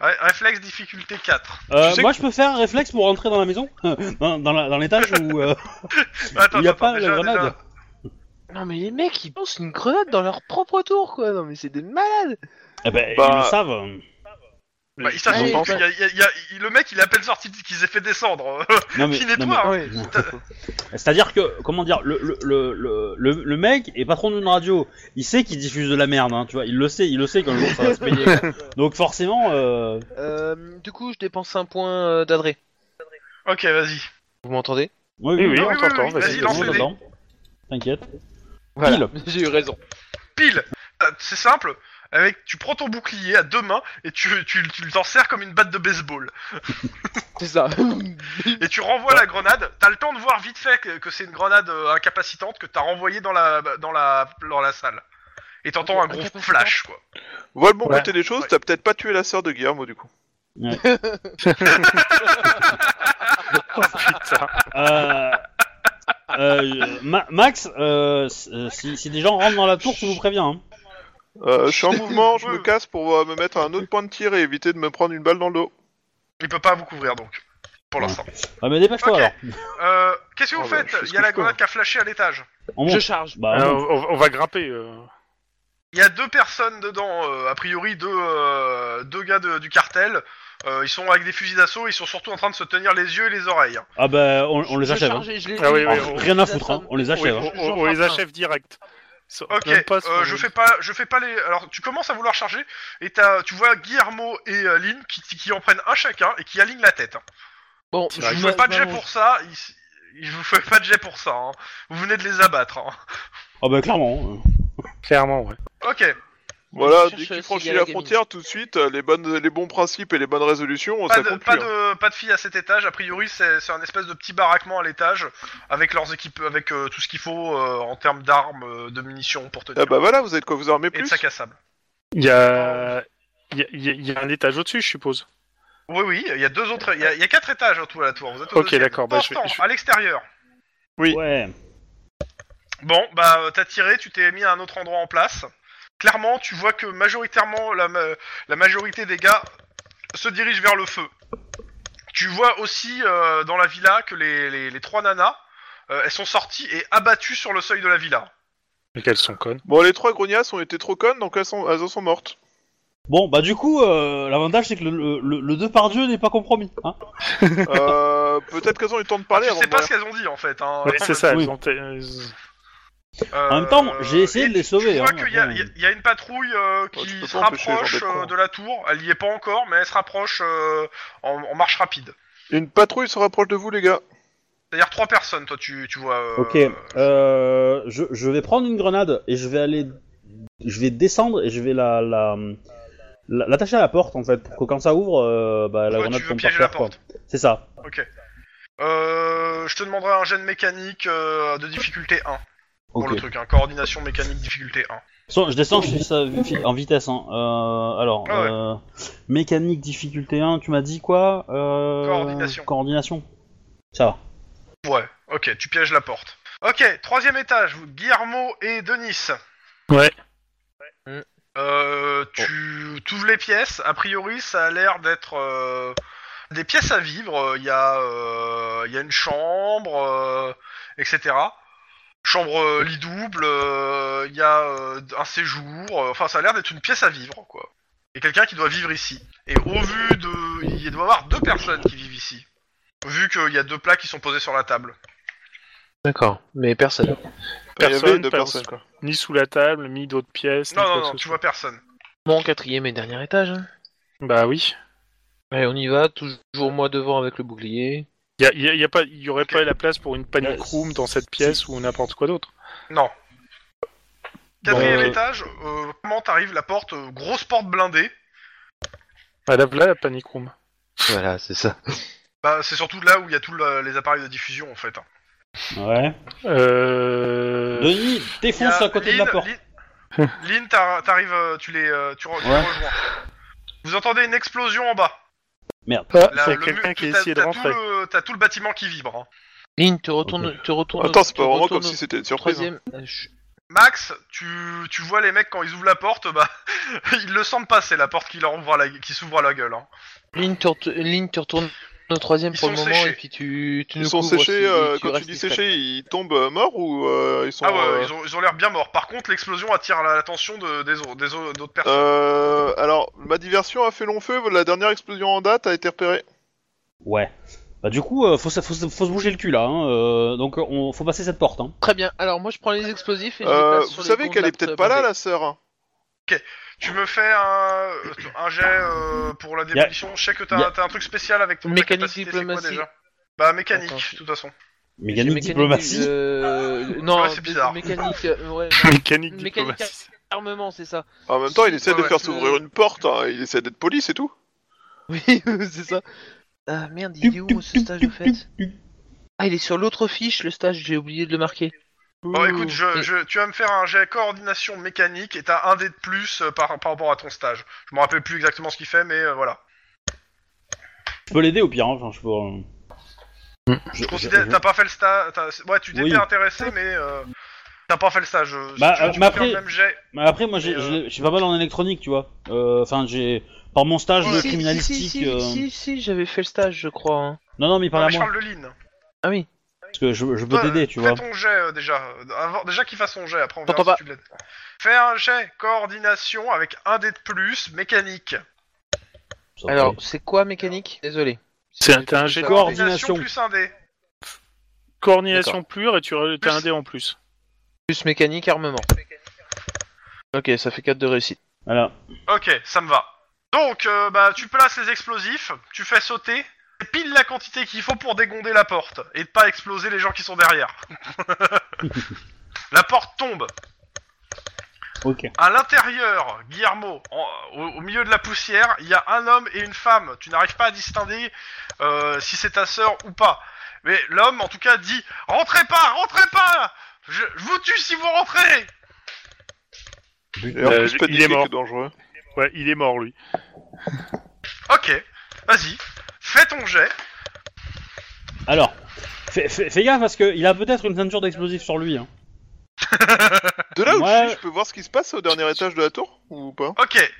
C: Ouais, réflexe difficulté 4.
B: Euh,
E: Tu sais
B: moi, je peux faire un réflexe pour rentrer dans la maison [laughs] Dans, dans la- dans l'étage où. euh,
C: Attends,
B: Il y a
C: attends,
B: pas la
C: déjà-
B: grenade. hein.
C: déjà-
D: Non mais les mecs, ils lancent une grenade dans leur propre tour quoi. Non mais c'est des malades.
B: Eh ben, ils
A: Bah,
B: le savent.
C: Bah, il s'attend-
D: Allez,
C: il y a- il y a- il y a- il- le mec il a à peine sorti qu'ils aient fait descendre. [laughs]
B: Non, mais-
C: Qui nettoie,
B: non, mais-
C: Ah
D: ouais.
B: C'est-à-dire que, comment dire, le, le, le, le, le- le mec est patron d'une radio. Il sait qu'il diffuse de la merde, hein, tu vois. Il le sait, il le sait qu'un jour ça va se payer. Donc forcément, euh,
D: Euh, du coup, je dépense un point euh, d'adré.
C: ok, vas-y.
D: Vous m'entendez
B: oui,
E: Oui, oui,
C: oui,
E: on
C: oui,
E: t'entend,
C: oui,
E: vas-y.
C: vas-y,
B: c'est bon,
C: lance-les.
B: j'attends. T'inquiète. [laughs] Pile.
D: [laughs] J'ai eu raison.
C: pile. Euh, C'est simple. Avec, tu prends ton bouclier à deux mains et tu, tu, tu t'en sers comme une batte de baseball.
D: C'est ça.
C: Et tu renvoies la grenade. T'as le temps de voir vite fait que, que c'est une grenade euh, incapacitante que t'as renvoyée dans la, dans la, dans la salle. Et t'entends un gros flash, quoi.
A: Voilà le bon
E: Ouais.
A: côté des choses, t'as peut-être pas tué la sœur de Guillermo du coup.
E: Oh putain.
B: Euh, euh, euh, Ma- Max, euh, s- euh, si, si des gens rentrent dans la tour, tu nous préviens. hein.
A: Euh, je suis en mouvement, je me casse pour euh, me mettre à un autre point de tir et éviter de me prendre une balle dans le dos.
C: Il peut pas vous couvrir donc, pour l'instant.
B: Ah, mais dépêche-toi
C: Ok.
B: alors.
C: Euh, Qu'est-ce que vous
E: Oh, bah,
C: faites
E: je fais ce
C: Il y a
E: que
C: la
E: je peux,
C: grenade qui a flashé à l'étage.
B: On monte.
D: Je charge.
B: Bah,
E: Ah,
B: on monte.
E: on, on va grimper. euh.
C: Il y a deux personnes dedans, euh, a priori deux, euh, deux gars de- du cartel. Euh, ils sont avec des fusils d'assaut, ils sont surtout en train de se tenir les yeux et les oreilles. hein.
B: Ah bah, on, on les
D: Je
B: achève.
D: charge et je les-
E: Ah oui, oui,
B: hein.
E: on-
B: Rien à foutre, hein. on les
E: Oui,
B: achève. hein.
E: on,
D: J'en
E: on les
D: frappe un.
E: achève direct. Ça-
C: Ok,
E: même pas ce
C: euh,
E: qu'on-
C: je fais pas, je fais pas les. Alors tu commences à vouloir charger et t'as- tu vois Guillermo et euh, Lynn qui, qui en prennent un chacun et qui alignent la tête. hein.
D: Bon,
E: Je
C: Je vous
D: m'a-
C: fais pas de jet
D: m'allonge.
C: pour ça. ils- Je vous fais pas de jet pour ça. hein. Vous venez de les abattre. hein.
B: Ah bah, clairement. euh.
E: Clairement, ouais.
C: Ok.
A: Voilà,
D: Je
A: dès
D: cherche
A: que tu
D: la
A: franchis
D: cigale
A: la
D: à gamine.
A: frontière, tout de suite, euh, les, bonnes, les bons principes et les bonnes résolutions,
C: Pas
A: ça
C: de,
A: compte
C: pas,
A: plus. hein.
C: de, pas de filles à cet étage, a priori c'est c'est un espèce de petit baraquement à l'étage avec leurs équipes, avec euh, tout ce qu'il faut euh, en termes d'armes, euh, de munitions pour tenir
A: Ah bah voilà, vous êtes quoi Vous armez
C: et de
A: plus
C: sac à sable.
E: Il y a... il y a- il y a- il y a un étage au-dessus, je suppose.
C: Oui, oui, il y a deux autres, il y, a- il y a quatre étages en tout à la tour. Vous êtes au
E: Ok,
C: deuxième.
E: d'accord, bah,
C: Pour
E: je vais-
C: l'instant,
E: je-
C: à l'extérieur.
A: Oui.
B: Ouais.
C: Bon, bah euh, t'as tiré, tu t'es mis à un autre endroit en place. Clairement, tu vois que majoritairement la, ma- la majorité des gars se dirigent vers le feu. Tu vois aussi euh, dans la villa que les, les- les trois nanas, euh, elles sont sorties et abattues sur le seuil de la villa.
E: Mais qu'elles sont connes.
A: Bon, les trois grognasses ont été trop connes, donc elles, sont, elles en sont [laughs] mortes.
B: Bon, bah, du coup, euh, l'avantage c'est que le, le, le, le Depardieu n'est pas compromis. Hein
A: euh, Peut-être qu'elles ont eu le temps de parler
C: Je
A: avant
C: Ah, sais
A: de
C: pas
A: mourir.
C: ce qu'elles ont dit en fait. hein.
E: Ouais, c'est ça,
B: oui.
E: elles ont- elles-
C: Euh,
B: En même temps, j'ai essayé
C: et
B: de les sauver,
C: Tu vois
B: hein,
C: qu'il y, a-
B: après,
C: il y a- il y a une patrouille euh,
A: Ouais, tu
C: qui
A: peux
C: se
A: pas empêcher les gens
C: rapproche
A: d'être
C: euh,
A: cons.
C: de la tour. Elle y est pas encore, mais elle se rapproche euh, en, en marche rapide.
A: Une patrouille se rapproche de vous, les gars.
C: C'est-à-dire trois personnes, toi, tu, tu vois. euh,
B: Ok, euh, je, je vais prendre une grenade et je vais aller. Je vais descendre et je vais la. la- la- l'attacher à la porte en fait, pour que quand ça ouvre, euh, bah, la
C: Toi,
B: grenade
C: tu veux
B: tombe par
C: piéger la
B: terre. quoi.
C: porte.
B: C'est ça.
C: Euh, je te demanderai un gène mécanique euh, de difficulté 1 pour
B: Ok.
C: le truc. Hein. Coordination mécanique difficulté 1.
B: So- je descends, je fais ça vi- en vitesse. Hein. Euh, alors,
C: Ah ouais.
B: euh, mécanique, difficulté 1, tu m'as dit quoi Euh,
C: Coordination.
B: Coordination. Ça va.
C: Ouais, ok, tu pièges la porte. Ok, troisième étage, vous- Guillermo et Denis.
E: Ouais.
D: Ouais.
C: Euh, tu ouvres les pièces, a priori ça a l'air d'être euh, des pièces à vivre, il y, a, euh, il y a une chambre, euh, etc. Chambre euh, lit double, euh, il y a euh, un séjour, euh, enfin ça a l'air d'être une pièce à vivre quoi. Et quelqu'un qui doit vivre ici. Et au vu de... Il doit y avoir deux personnes qui vivent ici. Vu qu'il y a deux plats qui sont posés sur la table.
D: D'accord, mais personne.
A: il y avait
E: Personne,
A: deux
E: pas-
A: personnes, quoi.
E: ni sous la table, ni d'autres pièces.
C: Non,
E: ni
C: non,
E: quoi
C: non,
E: que ce
C: tu vois personne.
D: Bon, quatrième et dernier étage. hein.
E: soit. Bah oui.
D: Allez, on y va, toujours moi devant avec le bouclier.
E: Il y, a- y a- y a pas, y aurait pas la place pour une panic
B: Ouais,
E: room dans cette pièce ou n'importe quoi d'autre.
C: Non. Quatrième
E: euh,
C: étage, euh, comment t'arrives la porte euh, Grosse porte blindée.
E: Bah là, voilà la panic room.
F: Voilà, c'est ça.
C: Bah, c'est surtout là où il y a tous le- les appareils de diffusion en fait. hein.
B: Ouais.
E: Euh...
B: Denis,
C: Il y a
B: défonce à côté de la
C: Lynn-
B: porte.
C: Lynn,
E: [laughs]
C: Lynn, t'ar- t'arrives, euh, tu les, euh, tu, re- tu les
B: Ouais.
C: rejoins. Vous entendez une explosion en bas.
E: Ah,
C: Là,
E: il y a
C: le
E: quelqu'un
C: mu-
E: qui a
C: t'as-
E: essayé de
C: t'as tout
E: rentrer.
C: le- T'as tout le bâtiment qui vibre. hein.
D: Lynn, te retourne, te retourne.
A: Attends, c'est
D: te
A: pas vraiment
D: retourne
A: comme si
D: au
A: c'était une surprise. hein.
D: Troisième. euh, je-
C: Max, tu, tu vois les mecs quand ils ouvrent la porte, bah [laughs] ils le sentent passer la porte qui leur ouvre à la, qui s'ouvre à la gueule. hein.
D: Ligne, te retourne- Ligne, tu retournes au troisième
C: Ils
D: pour le
C: sont
D: moment
C: séchés.
D: et puis tu, tu nous
A: Ils sont
D: couvres
A: séchés,
D: aussi, et
A: euh, quand tu
D: restes
A: dis
D: discret.
A: séchés, ils tombent euh, morts ou euh, ils sont.
C: Ah ouais,
A: euh,
C: ils ont ils ont l'air bien morts. Par contre, l'explosion attire la- l'attention de, des au- des au- d'autres personnes.
A: Euh, alors, ma diversion a fait long feu, la dernière explosion en date a été repérée.
B: Ouais. Bah, du coup, euh, faut, se- faut, se- faut se bouger le cul là. Hein. euh, donc, on, faut passer cette porte. Hein.
D: Très bien, alors moi je prends les explosifs et je les
A: Euh,
D: place
A: vous
D: sur les euh,
A: savez
D: gonds
A: qu'elle
D: de
A: est
D: la-
A: peut-être pas là,
D: bombée.
A: la sœur. hein.
C: Tu me fais un, un jet euh, pour la démolition. Je sais que t'as
B: y a-
C: t'as un truc spécial avec ton
D: Mécanique,
C: ta capacité, c'est quoi,
D: diplomatie.
C: déjà bah mécanique,
D: Attends,
C: de toute façon.
B: Mécanique,
D: Mécanique,
B: diplomatie.
D: euh, Non,
C: Ouais, c'est bizarre.
D: Mécanique, euh, ouais,
E: [laughs] Mécanique
D: Mécanique.
E: diplomatie.
D: armement, c'est ça.
A: En même temps, il essaie
C: Ouais,
A: de
C: ouais,
A: faire
D: je-
A: s'ouvrir une porte, hein, il essaie d'être poli, c'est tout.
D: [laughs] Oui, c'est ça. Ah merde, il est où ce stage au fait Ah, il est sur l'autre fiche le stage, j'ai oublié de le marquer. Euh,
C: Bon écoute, je,
D: Et-
C: je- tu vas me faire un jet coordination mécanique et t'as un dé de plus euh, par, par rapport à ton stage. Je me rappelle plus exactement ce qu'il fait, mais euh, voilà.
B: Je peux l'aider au pire. Hein. Enfin, je peux... euh,
C: Je considère- T'as pas fait le stage. Ouais, tu t'étais
B: Oui.
C: intéressé, mais euh, t'as pas fait le stage. Euh, si
B: Bah,
C: tu veux,
B: euh,
C: tu
B: mais
C: me fais
B: après-
C: le même jet.
B: Mais après, moi, j'ai-
C: Et, euh,
B: j'ai- je suis pas mal en électronique, tu vois. Euh, Enfin, j'ai. Par mon stage de
D: Si, si,
B: criminalistique.
D: Si, si,
B: euh,
D: si, si, j'avais fait le stage, je crois. hein.
B: Non, non, mais il
C: Non,
B: parle
C: mais
B: à
C: je
B: moi.
C: parle de Lynn.
D: Ah oui.
B: Parce que je, je peux
C: Toi,
B: t'aider, tu
C: Bah, fais
B: vois.
C: ton jet euh, déjà. Euh, avant- déjà qu'il fasse son jet, après on verra
D: T'entends
C: si tu l'aides. Fais un jet coordination avec un dé de plus, mécanique.
B: Ça fait-
D: Alors, c'est quoi mécanique Désolé.
E: C'est un- t'as un jet de
B: Coordination.
C: Coordination plus un dé.
E: coordination pure et tu re- t'as un
C: Plus.
E: dé en plus.
D: Plus mécanique, armement. Ok, ça fait 4 de réussite.
B: Voilà.
C: Ok, ça me va. Donc, euh, bah, tu places les explosifs, tu fais sauter, c'est pile la quantité qu'il faut pour dégonder la porte et de pas exploser les gens qui sont derrière. [laughs] la porte tombe.
B: Ok.
C: À l'intérieur, Guillermo, en- au, au milieu de la poussière, il y a un homme et une femme. Tu n'arrives pas à distinguer euh, si c'est ta sœur ou pas. Mais l'homme, en tout cas, dit Rentrez pas, rentrez pas Je, je vous tue si vous rentrez
A: Et en
E: Euh,
A: plus, pas
E: il est mort.
A: que dangereux.
E: Ouais, il est mort lui.
C: Ok, vas-y, fais ton jet.
B: Alors, fais, fais- fais gaffe parce qu'il a peut-être une ceinture d'explosifs sur lui. Hein.
A: De là où
B: Ouais.
A: je suis, je peux voir ce qui se passe au dernier étage de la tour ou pas
C: Ok.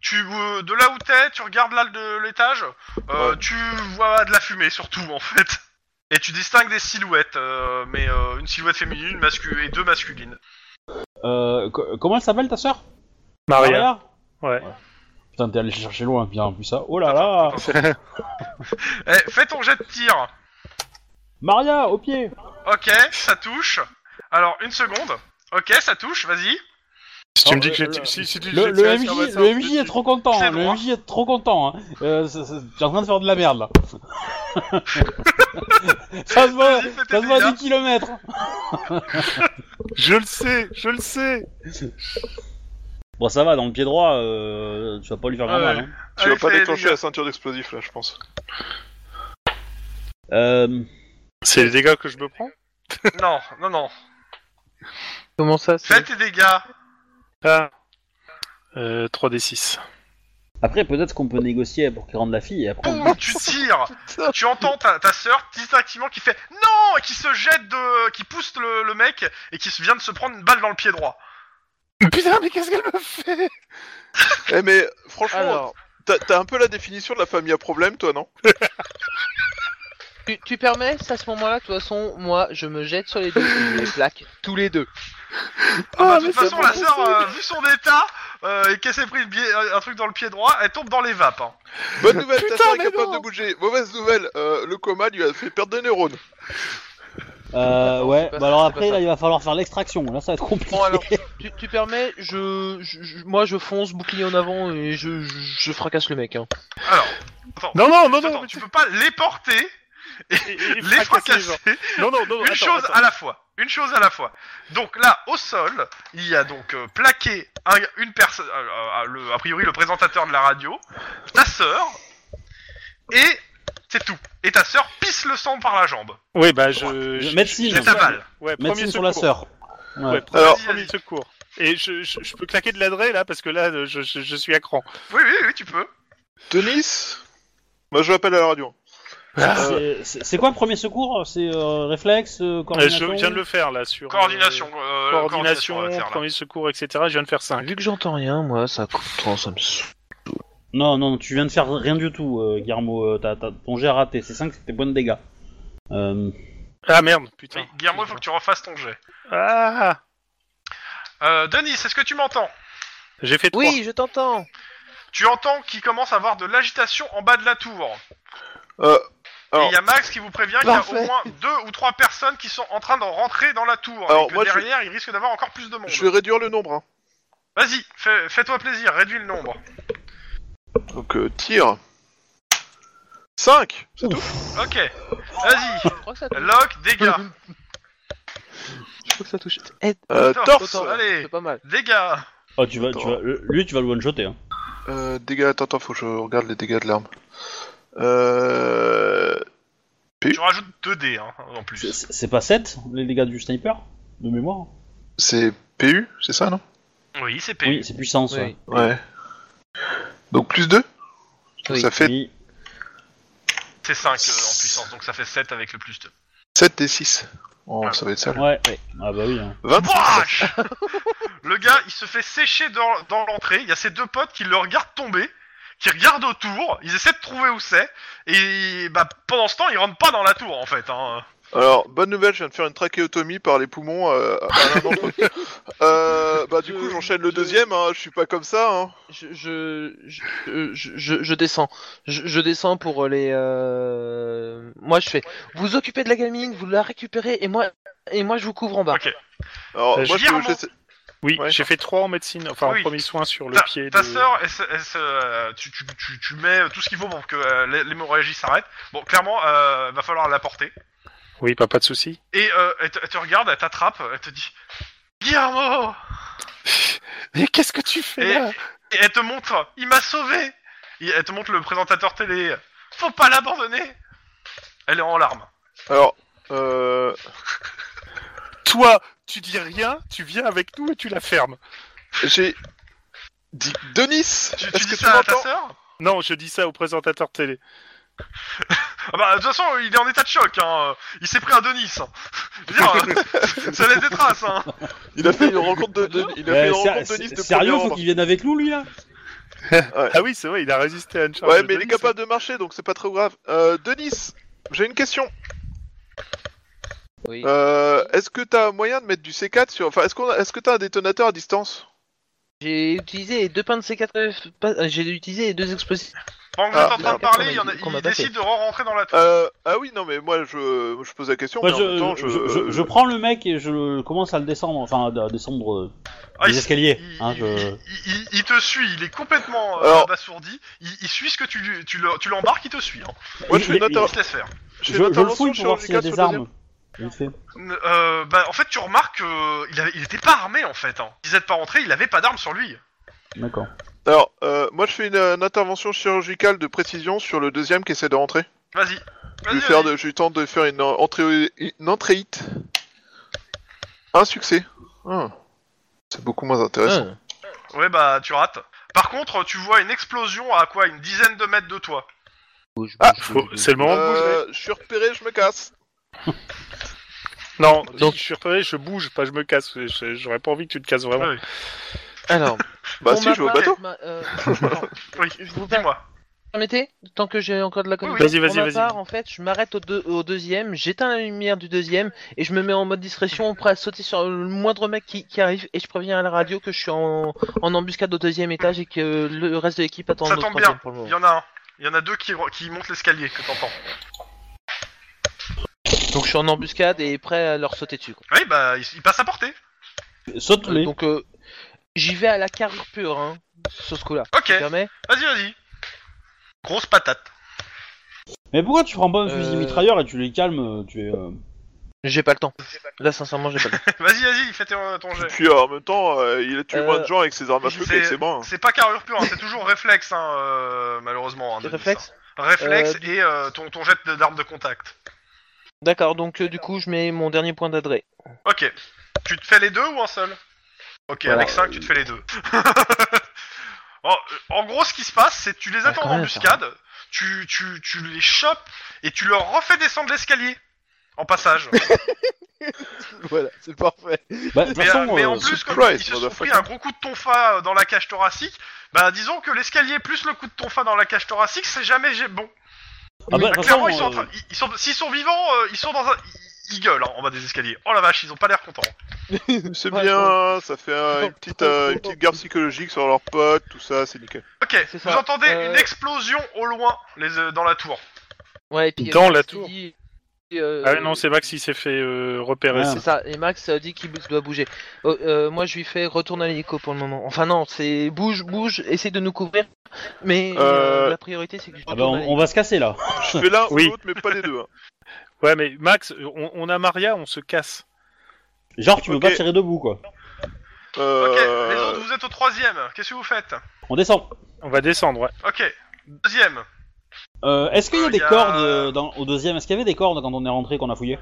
C: Tu, euh, de là où t'es, tu regardes là de l'étage, euh,
A: Ouais.
C: tu vois de la fumée surtout en fait. Et tu distingues des silhouettes, euh, mais euh, une silhouette féminine une mascu- et deux masculines.
B: Euh, co- comment elle s'appelle ta sœur
E: Maria. Ouais.
B: Putain, t'es allé chercher loin, bien en plus ça. Oh là là
C: Eh, fais ton jet de tir.
B: Maria, au pied
C: Ok, ça touche. Alors une seconde. Ok, ça touche. Vas-y.
E: Si tu
B: Oh,
E: me dis que
B: euh,
E: j'ai
B: le-
E: ti- si- si tu dis que
B: Le,
E: j'ai tiré
B: le,
E: sur ma
B: MJ,
E: sœur,
B: le
E: je
B: MJ
E: te
B: est
E: dis-
B: trop content,
C: C'est
B: hein, le
C: moi.
B: MJ est trop content. hein. Euh, ça- ça- T'es en train de faire de la merde là.
E: [laughs]
B: ça se voit,
C: Vas-y, fais tes
B: ça se voit à
C: dégâts.
B: 10 km.
E: Je le sais, je le sais.
B: Bon, ça va, dans le pied droit, euh, tu vas pas lui faire
E: Ah
B: grand
C: Ouais.
B: mal. hein.
A: Tu vas
C: Allez,
A: pas
C: fais les
A: déclencher
C: dégâts.
A: la ceinture d'explosifs là, je pense.
B: Euh,
E: C'est les dégâts que je me prends.
C: Non, non,
E: [laughs]
C: non.
D: Comment ça c'est-
C: Fais tes dégâts.
E: Ah. Euh, 3d6.
B: après, peut-être qu'on peut négocier pour qu'il rende la fille et après. on-
C: Boum, tu tires. tu entends ta, ta sœur distinctement qui fait non et qui se jette de, qui pousse le, le mec et qui se- vient de se prendre une balle dans le pied droit.
E: Putain, mais qu'est-ce qu'elle me fait
A: Eh mais franchement,
D: Alors,
A: t'as t'as un peu la définition de la famille à problème, toi, non
D: tu, tu permets C'est à ce moment-là, de toute façon, moi, je me jette sur les deux et je les plaque tous les deux.
C: Ah bah,
E: Ah,
C: de
E: mais
C: toute façon, la sœur, euh, vu son état euh, et qu'elle s'est pris le biais- un truc dans le pied droit, elle tombe dans les vapes. hein.
A: Bonne nouvelle,
D: [laughs]
A: ta
E: Putain,
A: sœur est
E: mais
A: capable
E: non
A: de bouger. Mauvaise nouvelle, euh, le coma lui a fait perdre des neurones.
B: Euh, ouais,
D: Ah. c'est pas
B: bah
D: ça,
B: alors
D: c'est
B: après,
D: pas ça.
B: là, il va falloir faire l'extraction. Là, ça va être compliqué. [laughs]
D: Bon, alors, tu, tu permets je, je- je- Moi, je fonce, bouclier en avant et je, je, je fracasse le mec. Hein.
C: Alors, attends,
E: Non, non, non,
C: attends,
E: non, mais
C: tu
E: tu-
C: peux pas les porter,
E: et- et- et
C: les
E: fracasser
C: fracasser.
E: les gens. Non, non, non,
C: Une
E: attends,
C: chose
E: attends.
C: à la fois. Une chose à la fois. Donc là, au sol, il y a donc euh, plaqué un- une personne, euh, euh, le- a priori le présentateur de la radio, ta sœur, et c'est tout. Et ta sœur pisse le sang par la jambe.
E: Oui, bah je.
B: Je-
E: je-
B: médecine.
E: je-
C: C'est ta balle.
E: Ouais, premier
B: Médecine sur
E: secours.
B: la sœur.
E: Ouais,
B: Ouais.
E: premier-
A: Alors-
E: premier secours. Et je, je, je peux claquer de l'adré là parce que là je, je, je suis à cran. Euh,
C: Oui, oui, oui, tu peux.
A: Denis Moi, je l'appelle à la radio.
B: C'est- C'est c'est quoi le premier secours C'est euh, réflexe, euh,
E: Euh,
B: coordination
E: je viens de le faire là sur. euh,
C: Coordination. euh,
E: coordination,
C: on va faire, là.
E: premier secours, etc. Je viens de faire 5.
D: Vu que j'entends rien, moi, ça coupe trop, ça me saoule.
B: Non, non, tu viens de faire rien du tout, euh, Guillermo. euh, t'as- t'as- ton jet a raté. C'est 5, c'était point de dégâts. Euh,
E: Ah merde, putain.
C: Mais, Guillermo, il faut que tu refasses ton jet.
E: Ah
C: Euh, Denis, est-ce que tu m'entends
E: J'ai fait 3.
D: Oui, je t'entends
C: Tu entends qu'il commence à avoir de l'agitation en bas de la tour. Et
A: Euh, alors,
C: il y a Max qui vous prévient qu'il y a au
D: Parfait.
C: moins deux ou trois personnes qui sont en train de rentrer dans la tour.
A: Alors,
C: et que
A: moi, je-
C: derrière, il risque d'avoir encore plus de monde.
A: je vais réduire le nombre. Hein.
C: Vas-y, fais- fais-toi plaisir, réduis le nombre.
A: Donc, euh, tire. 5 C'est tout
C: Ok, vas-y,
D: Je crois que ça touche.
C: lock, dégâts,
A: [laughs]
D: Je crois que ça touche. Eh,
A: euh,
C: Torse.
A: Torse
D: autant,
C: allez.
D: C'est pas mal.
C: dégâts.
B: oh, tu vas, tu vas, le- lui, tu vas le one-shotter. Hein.
A: Euh, dégâts, attends, attends, faut que je regarde les dégâts de l'arme. Euh...
C: Tu rajoutes 2 dés hein, en plus.
B: C'est- C'est c'est pas 7, les dégâts du sniper De mémoire
A: C'est PU, c'est ça, non
C: Oui, c'est P.
B: Oui, c'est puissance.
D: Oui.
B: ouais.
A: Ouais. Donc, plus 2
D: Oui.
A: Ça fait
B: Oui.
C: C'est 5 en puissance, donc ça fait 7 avec le plus 2.
A: 7 et 6. Oh, ça va être sale.
B: Ouais, Ah bah oui. hein.
A: [laughs] 26.
C: Wesh le gars, il se fait sécher dans, dans l'entrée. Il y a ses deux potes qui le regardent tomber, qui regardent autour. Ils essaient de trouver où c'est. Et bah, pendant ce temps, ils rentrent pas dans la tour en fait. Hein.
A: Alors, bonne nouvelle, je viens de faire une trachéotomie par les poumons euh, à l'un d'entre eux. Euh, bah, du coup, j'enchaîne le deuxième, hein, je suis pas comme ça. Hein.
D: Je, je, je, je- je- je descends. Je, je descends pour les. euh, Moi, je fais. Vous occupez de la gamine, vous la récupérez, et moi, et moi, je vous couvre en bas.
C: Ok.
A: Alors,
E: Euh,
A: moi, je,
C: Guillermo.
A: peux- j'essa-
E: Oui,
A: Ouais.
E: j'ai fait 3 en médecine, enfin
C: Oui.
E: en premier soin sur le
C: Ta,
E: pied.
C: ta
E: de-
C: sœur, elle se- elle se, euh, tu, tu, tu, tu mets tout ce qu'il faut pour que euh, l'hé- l'hémorragie s'arrête. Bon, clairement, euh, va falloir la porter.
E: Oui, pas, pas de souci. [laughs]
C: Et euh, elle, te, elle te regarde, elle t'attrape, elle te dit Guillermo
E: Mais qu'est-ce que tu fais
C: Et-
E: là
C: Et elle te montre Il m'a sauvé Et Elle te montre le présentateur télé Faut pas l'abandonner Elle est en larmes.
A: Alors, euh,
E: Toi, tu dis rien, tu viens avec nous et tu la fermes.
A: j'ai dit Denis Est-ce
C: Tu,
A: que
C: tu dis
A: tu
C: ça à ta
A: m'entends
C: sœur
E: Non, je dis ça au présentateur télé.
C: Ah bah, de toute façon, il est en état de choc, hein. Il s'est pris un Denis. hein. Je veux
A: [laughs]
C: dire, euh, ça laisse des traces, hein.
A: Il a fait une rencontre de, de- il a fait
B: Euh,
A: une
B: ser-
A: rencontre de Denis de
B: sérieux,
A: premier
B: faut
A: ordre.
B: qu'il vienne avec nous, lui, là
E: Ah oui, c'est vrai, il a résisté à une charge.
A: Ouais,
E: de
A: mais il est
E: Denis,
A: capable de marcher, donc c'est pas trop grave. Euh, Denis, j'ai une question.
D: Oui.
A: Euh, est-ce que t'as moyen de mettre du C4 sur... Enfin, est-ce, qu'on a- est-ce que t'as un détonateur à distance
D: J'ai utilisé les deux pains de C4. pas- euh, J'ai utilisé les deux explosifs.
C: Pendant que vous êtes
A: Ah,
C: en train de
D: d'accord,
C: parler,
D: mais
C: il, y en a-
D: qu'on
C: il
D: m'a pas
C: décide de re-rentrer dans la tour.
A: euh, Ah oui, non, mais moi, je, je pose la question,
B: Moi,
A: mais en
B: je,
A: même temps,
B: je,
A: je...
B: je- je prends le mec et je le- commence à le descendre, enfin à descendre euh,
C: Ah,
B: les
C: il-
B: escaliers.
C: il,
B: hein, je-
C: il- il- il te suit, il est complètement euh,
A: Alors-
C: abasourdi. Il, il suit ce que tu, lui- tu, le- tu l'embarques, il te suit. Hein.
A: Moi, je
B: [laughs]
A: fais
B: il-
A: une
B: il-
A: atta-
C: Il se laisse faire.
B: je,
A: je fais
B: je
A: une
B: le
A: intervention
B: fouille pour voir s'il y a
A: chirurgicale
B: des
A: sur
B: armes.
A: le
B: Vite fait.
C: Euh, bah, en fait, tu remarques qu'il avait, il était pas armé en fait. Hein. Ils étaient pas rentrés, il avait pas d'arme sur lui.
B: D'accord.
A: deuxième. Alors, euh, moi, je fais une, euh, une intervention chirurgicale de précision sur le deuxième qui essaie de rentrer.
C: Vas-y.
A: Je,
C: Vas-y,
A: lui faire
C: vas-y.
A: de- je lui tente de faire une en- entrée, une entrée hit. Un succès. Ah. C'est beaucoup moins intéressant.
D: Hein.
C: Ouais, bah, tu rates. Par contre, tu vois une explosion à quoi Une dizaine de mètres de toi.
D: Bouge,
A: Ah,
D: bouge,
E: faut-
D: bouge,
E: C'est le moment de bouger.
A: Euh, je suis repéré, je me casse.
E: Non,
D: Donc-
E: euh, je suis retourné, je bouge, pas je me casse. Je- J'aurais pas envie que tu te casses vraiment.
C: Ouais.
D: bouge. Alors.
A: Bah
D: pour
A: si,
D: ma
A: je vais au
D: part,
A: bateau.
D: ma- euh, [laughs] alors,
C: Oui,
D: je vous
C: dis-moi.
D: permettez Tant que j'ai encore de la connexion.
E: Vas-y, vas-y,
D: Pour ma
E: vas-y.
D: part, en fait, je m'arrête au, deux- au deuxième, j'éteins la lumière du deuxième et je me mets en mode discrétion, prêt à sauter sur le moindre mec qui, qui arrive et je préviens à la radio que je suis en, en embuscade au deuxième étage et que le reste de l'équipe attend
C: Ça
D: au
C: tombe
D: troisième
C: bien.
D: pour le
C: Il
D: moment.
C: y en a un. Il y en a deux qui, qui montent l'escalier, que t'entends.
D: Donc je suis en embuscade et prêt à leur sauter dessus. quoi.
C: Oui, bah, ils, ils passent à portée.
B: Saute-les.
D: Donc euh, j'y vais à la carrure pure, hein, sur ce coup-là.
C: Ok,
D: Tu permets
C: vas-y, vas-y. Grosse patate. [laughs]
B: Mais pourquoi tu prends pas un
D: Euh,
B: fusil mitrailleur et tu les calmes euh, Tu es. euh,
D: J'ai pas le temps. Là, sincèrement, j'ai pas
C: [laughs]
D: le temps.
C: vas-y, vas-y, fais ton, ton jet.
A: Puis euh, en même temps, euh, il a tué
D: Euh,
A: moins de gens avec ses armes à feu
C: c'est-
A: qu'avec ses mains.
C: C'est pas carrure pure, hein, c'est toujours réflexe, hein, euh, malheureusement. hein, de-
D: Réflexe
C: Réflexe et euh, ton, ton jet de- d'arme de contact.
D: D'accord, donc euh, du coup, je mets mon dernier point d'adresse.
C: Ok. Tu te fais les deux ou un seul Ok,
D: Voilà.
C: avec 5, tu te fais les deux. [laughs] en, euh, en gros, ce qui se passe, c'est que tu les attends
D: quand
C: en
D: même,
C: embuscade, tu, tu, tu les chopes et tu leur refais descendre l'escalier. En passage.
A: hein.
F: Voilà, c'est parfait.
B: Bah, de
C: [laughs]
B: toute
C: Mais, euh,
B: façon,
C: mais en
B: euh,
C: plus, comme
A: Christ,
C: ils se sont
A: motherfucker.
C: pris un gros coup de tonfa euh, dans la cage thoracique, bah disons que l'escalier plus le coup de tonfa dans la cage thoracique, c'est jamais j'ai- bon.
B: ah bah, de
C: Bah,
B: toute
C: clairement,
B: façon,
C: ils sont, en
B: euh,
C: train- ils- ils sont- s'ils sont vivants, euh, ils sont dans un, ils, ils gueulent hein, en bas des escaliers. Oh la vache, ils ont pas l'air contents.
A: C'est
D: Ouais,
A: bien,
D: bon.
A: hein, ça fait euh, une, petite, euh, une petite guerre psychologique sur leurs potes, tout ça,
C: [laughs]
A: c'est nickel.
C: Ok,
D: C'est
C: vous
D: ça.
C: entendez
D: Euh,
C: une explosion au loin, les, euh, dans la tour.
D: Ouais, et puis,
E: Dans la
D: Max qui
E: tour.
D: dit- euh,
E: Ah non, c'est Max qui s'est fait euh, repérer.
B: Ah.
D: C'est ça, et Max a dit qu'il bou- doit bouger. Euh, euh, moi je lui fais retourne à l'hélico pour le moment. Enfin non, c'est bouge, bouge, essaie de nous couvrir. Mais
A: Euh,
D: euh, la priorité c'est que je
B: ah bah, on,
D: retourne à
B: on va se casser là.
A: Je fais l'un
E: Oui.
A: ou l'autre, mais pas les deux. hein.
E: Ouais, mais Max, on, on a Maria, on se casse.
B: Genre, tu peux
A: Ok.
B: pas tirer debout quoi.
C: [laughs] Ok,
A: Euh,
C: les autres, vous êtes au troisième. Qu'est-ce que vous faites
B: On descend.
E: On va descendre, ouais.
C: Ok, deuxième.
B: Euh, Est-ce qu'il y a
C: Euh,
B: des
C: y a-
B: cordes euh, dans- au deuxième Est-ce qu'il y avait des cordes quand on est rentré qu'on a fouillé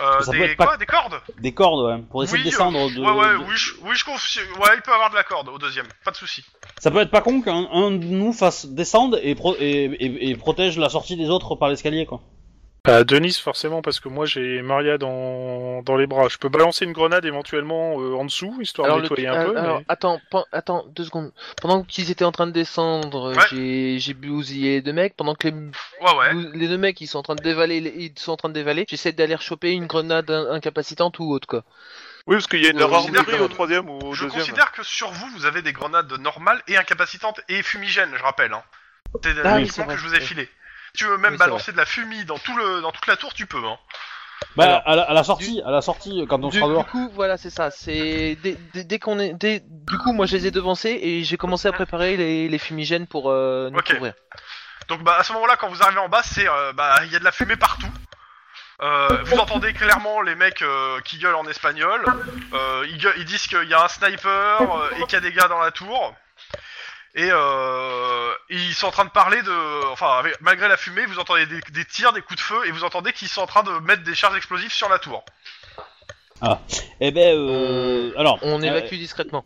C: Euh,
B: Ça peut
C: des,
B: être pas- Euh,
C: quoi, des cordes
B: Des cordes, ouais, pour essayer
C: Oui, euh,
B: de descendre de.
C: Ouais, ouais,
B: de-
C: oui, je, oui, je confie- Ouais, il peut avoir de la corde au deuxième, pas de souci.
B: Ça peut être pas con qu'un un de nous fasse descendre et, pro- et, et- et protège la sortie des autres par l'escalier, quoi.
E: Bah, Denis, forcément, parce que moi j'ai Maria dans, dans les bras. Je peux balancer une grenade éventuellement euh, en dessous, histoire de
D: le-
E: nettoyer un
D: alors-
B: euh,
E: peu.
D: alors,
E: mais-
D: attends, pen- attends, deux secondes. Pendant qu'ils étaient en train de descendre,
C: Ouais.
D: j'ai j'ai bousillé les deux mecs. Pendant que les,
C: Ouais, ouais.
D: bous- les deux mecs ils sont en train de dévaler, les- ils sont en train de dévaler. J'essaie d'aller choper une grenade in- incapacitante ou autre quoi.
A: Oui, parce qu'il y a une
D: Je
A: erreur
D: considère
A: nourrie
D: que-
A: au troisième ou au
C: Euh, Je
A: deuxième.
C: considère que sur vous, vous avez des grenades normales et incapacitantes et fumigènes, je rappelle. Hein. C'est
D: Ah oui,
C: l'équipement
D: c'est
C: que
D: vrai.
C: je vous ai filé. Tu veux même
D: Oui, c'est
C: balancer de la fumée dans, tout le, dans toute la tour, tu peux. Hein.
B: Bah, à, la, à la sortie, à la sortie, euh, quand on
D: Du,
B: sera
D: du
B: dehors.
D: coup, voilà, c'est ça. C'est dès, dès- dès qu'on est, dès- du coup, moi je les ai devancés et j'ai commencé à préparer les, les fumigènes pour euh, nous
C: Ok.
D: couvrir.
C: Donc bah, à ce moment-là, quand vous arrivez en bas, c'est euh, bah il y a de la fumée partout. Euh, vous entendez clairement les mecs euh, qui gueulent en espagnol. Euh, ils, gueulent- ils disent qu'il y a un sniper euh, et qu'il y a des gars dans la tour. Et euh, ils sont en train de parler de, enfin avec- malgré la fumée, vous entendez des, des tirs, des coups de feu et vous entendez qu'ils sont en train de mettre des charges explosives sur la tour.
B: Eh ben, euh, alors.
D: On
B: euh,
D: évacue discrètement.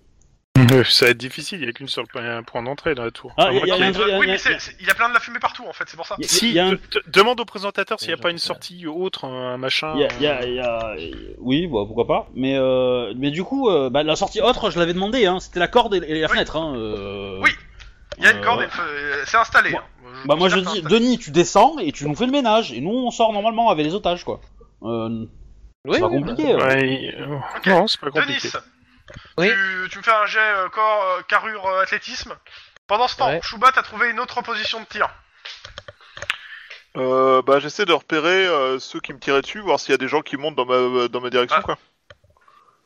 E: Euh, [laughs] ça va être difficile, il n'y a qu'une seule un point d'entrée dans la tour.
B: Ah,
E: À
B: y a-
E: moins
B: y a
E: qu'il y ait-
B: un truc-
C: Euh, oui,
B: y a-
C: mais c'est- c'est- il y a plein de la fumée partout en fait, c'est pour ça.
B: y a-
E: Si,
B: y a un-
E: te- te- demande au présentateur s'il n'y a
D: Ouais,
E: pas
D: j'en
E: une
D: sais
E: sortie autre, un machin.
B: y a- y a- y a- Oui, bah, pourquoi pas. Mais, euh, mais du coup, euh, bah, la sortie autre, je l'avais demandé, hein, c'était la corde et, et la
C: Oui.
B: fenêtre. Hein, euh,
C: Oui. Il y a une
B: euh,
C: corde, et une fe- c'est installé.
B: Moi-
C: hein.
B: Bah moi je
C: considère que
B: dis,
C: c'est
B: Denis, tu descends et tu nous fais le ménage. Et nous, on sort normalement avec les otages, quoi. Euh,
D: Oui,
B: c'est pas
D: oui, bah,
B: compliqué. euh.
E: Ouais, y- euh,
C: Ok.
E: Non, c'est pas compliqué.
C: Denis,
D: Oui.
C: tu, tu me fais un jet euh, corps, euh, carrure, euh, athlétisme. Pendant ce temps,
D: Ouais.
C: Chouba t'as trouvé une autre position de tir.
A: Euh, bah, j'essaie de repérer euh, ceux qui me tiraient dessus, voir s'il y a des gens qui montent dans ma, euh, dans ma direction,
C: Ah.
A: quoi.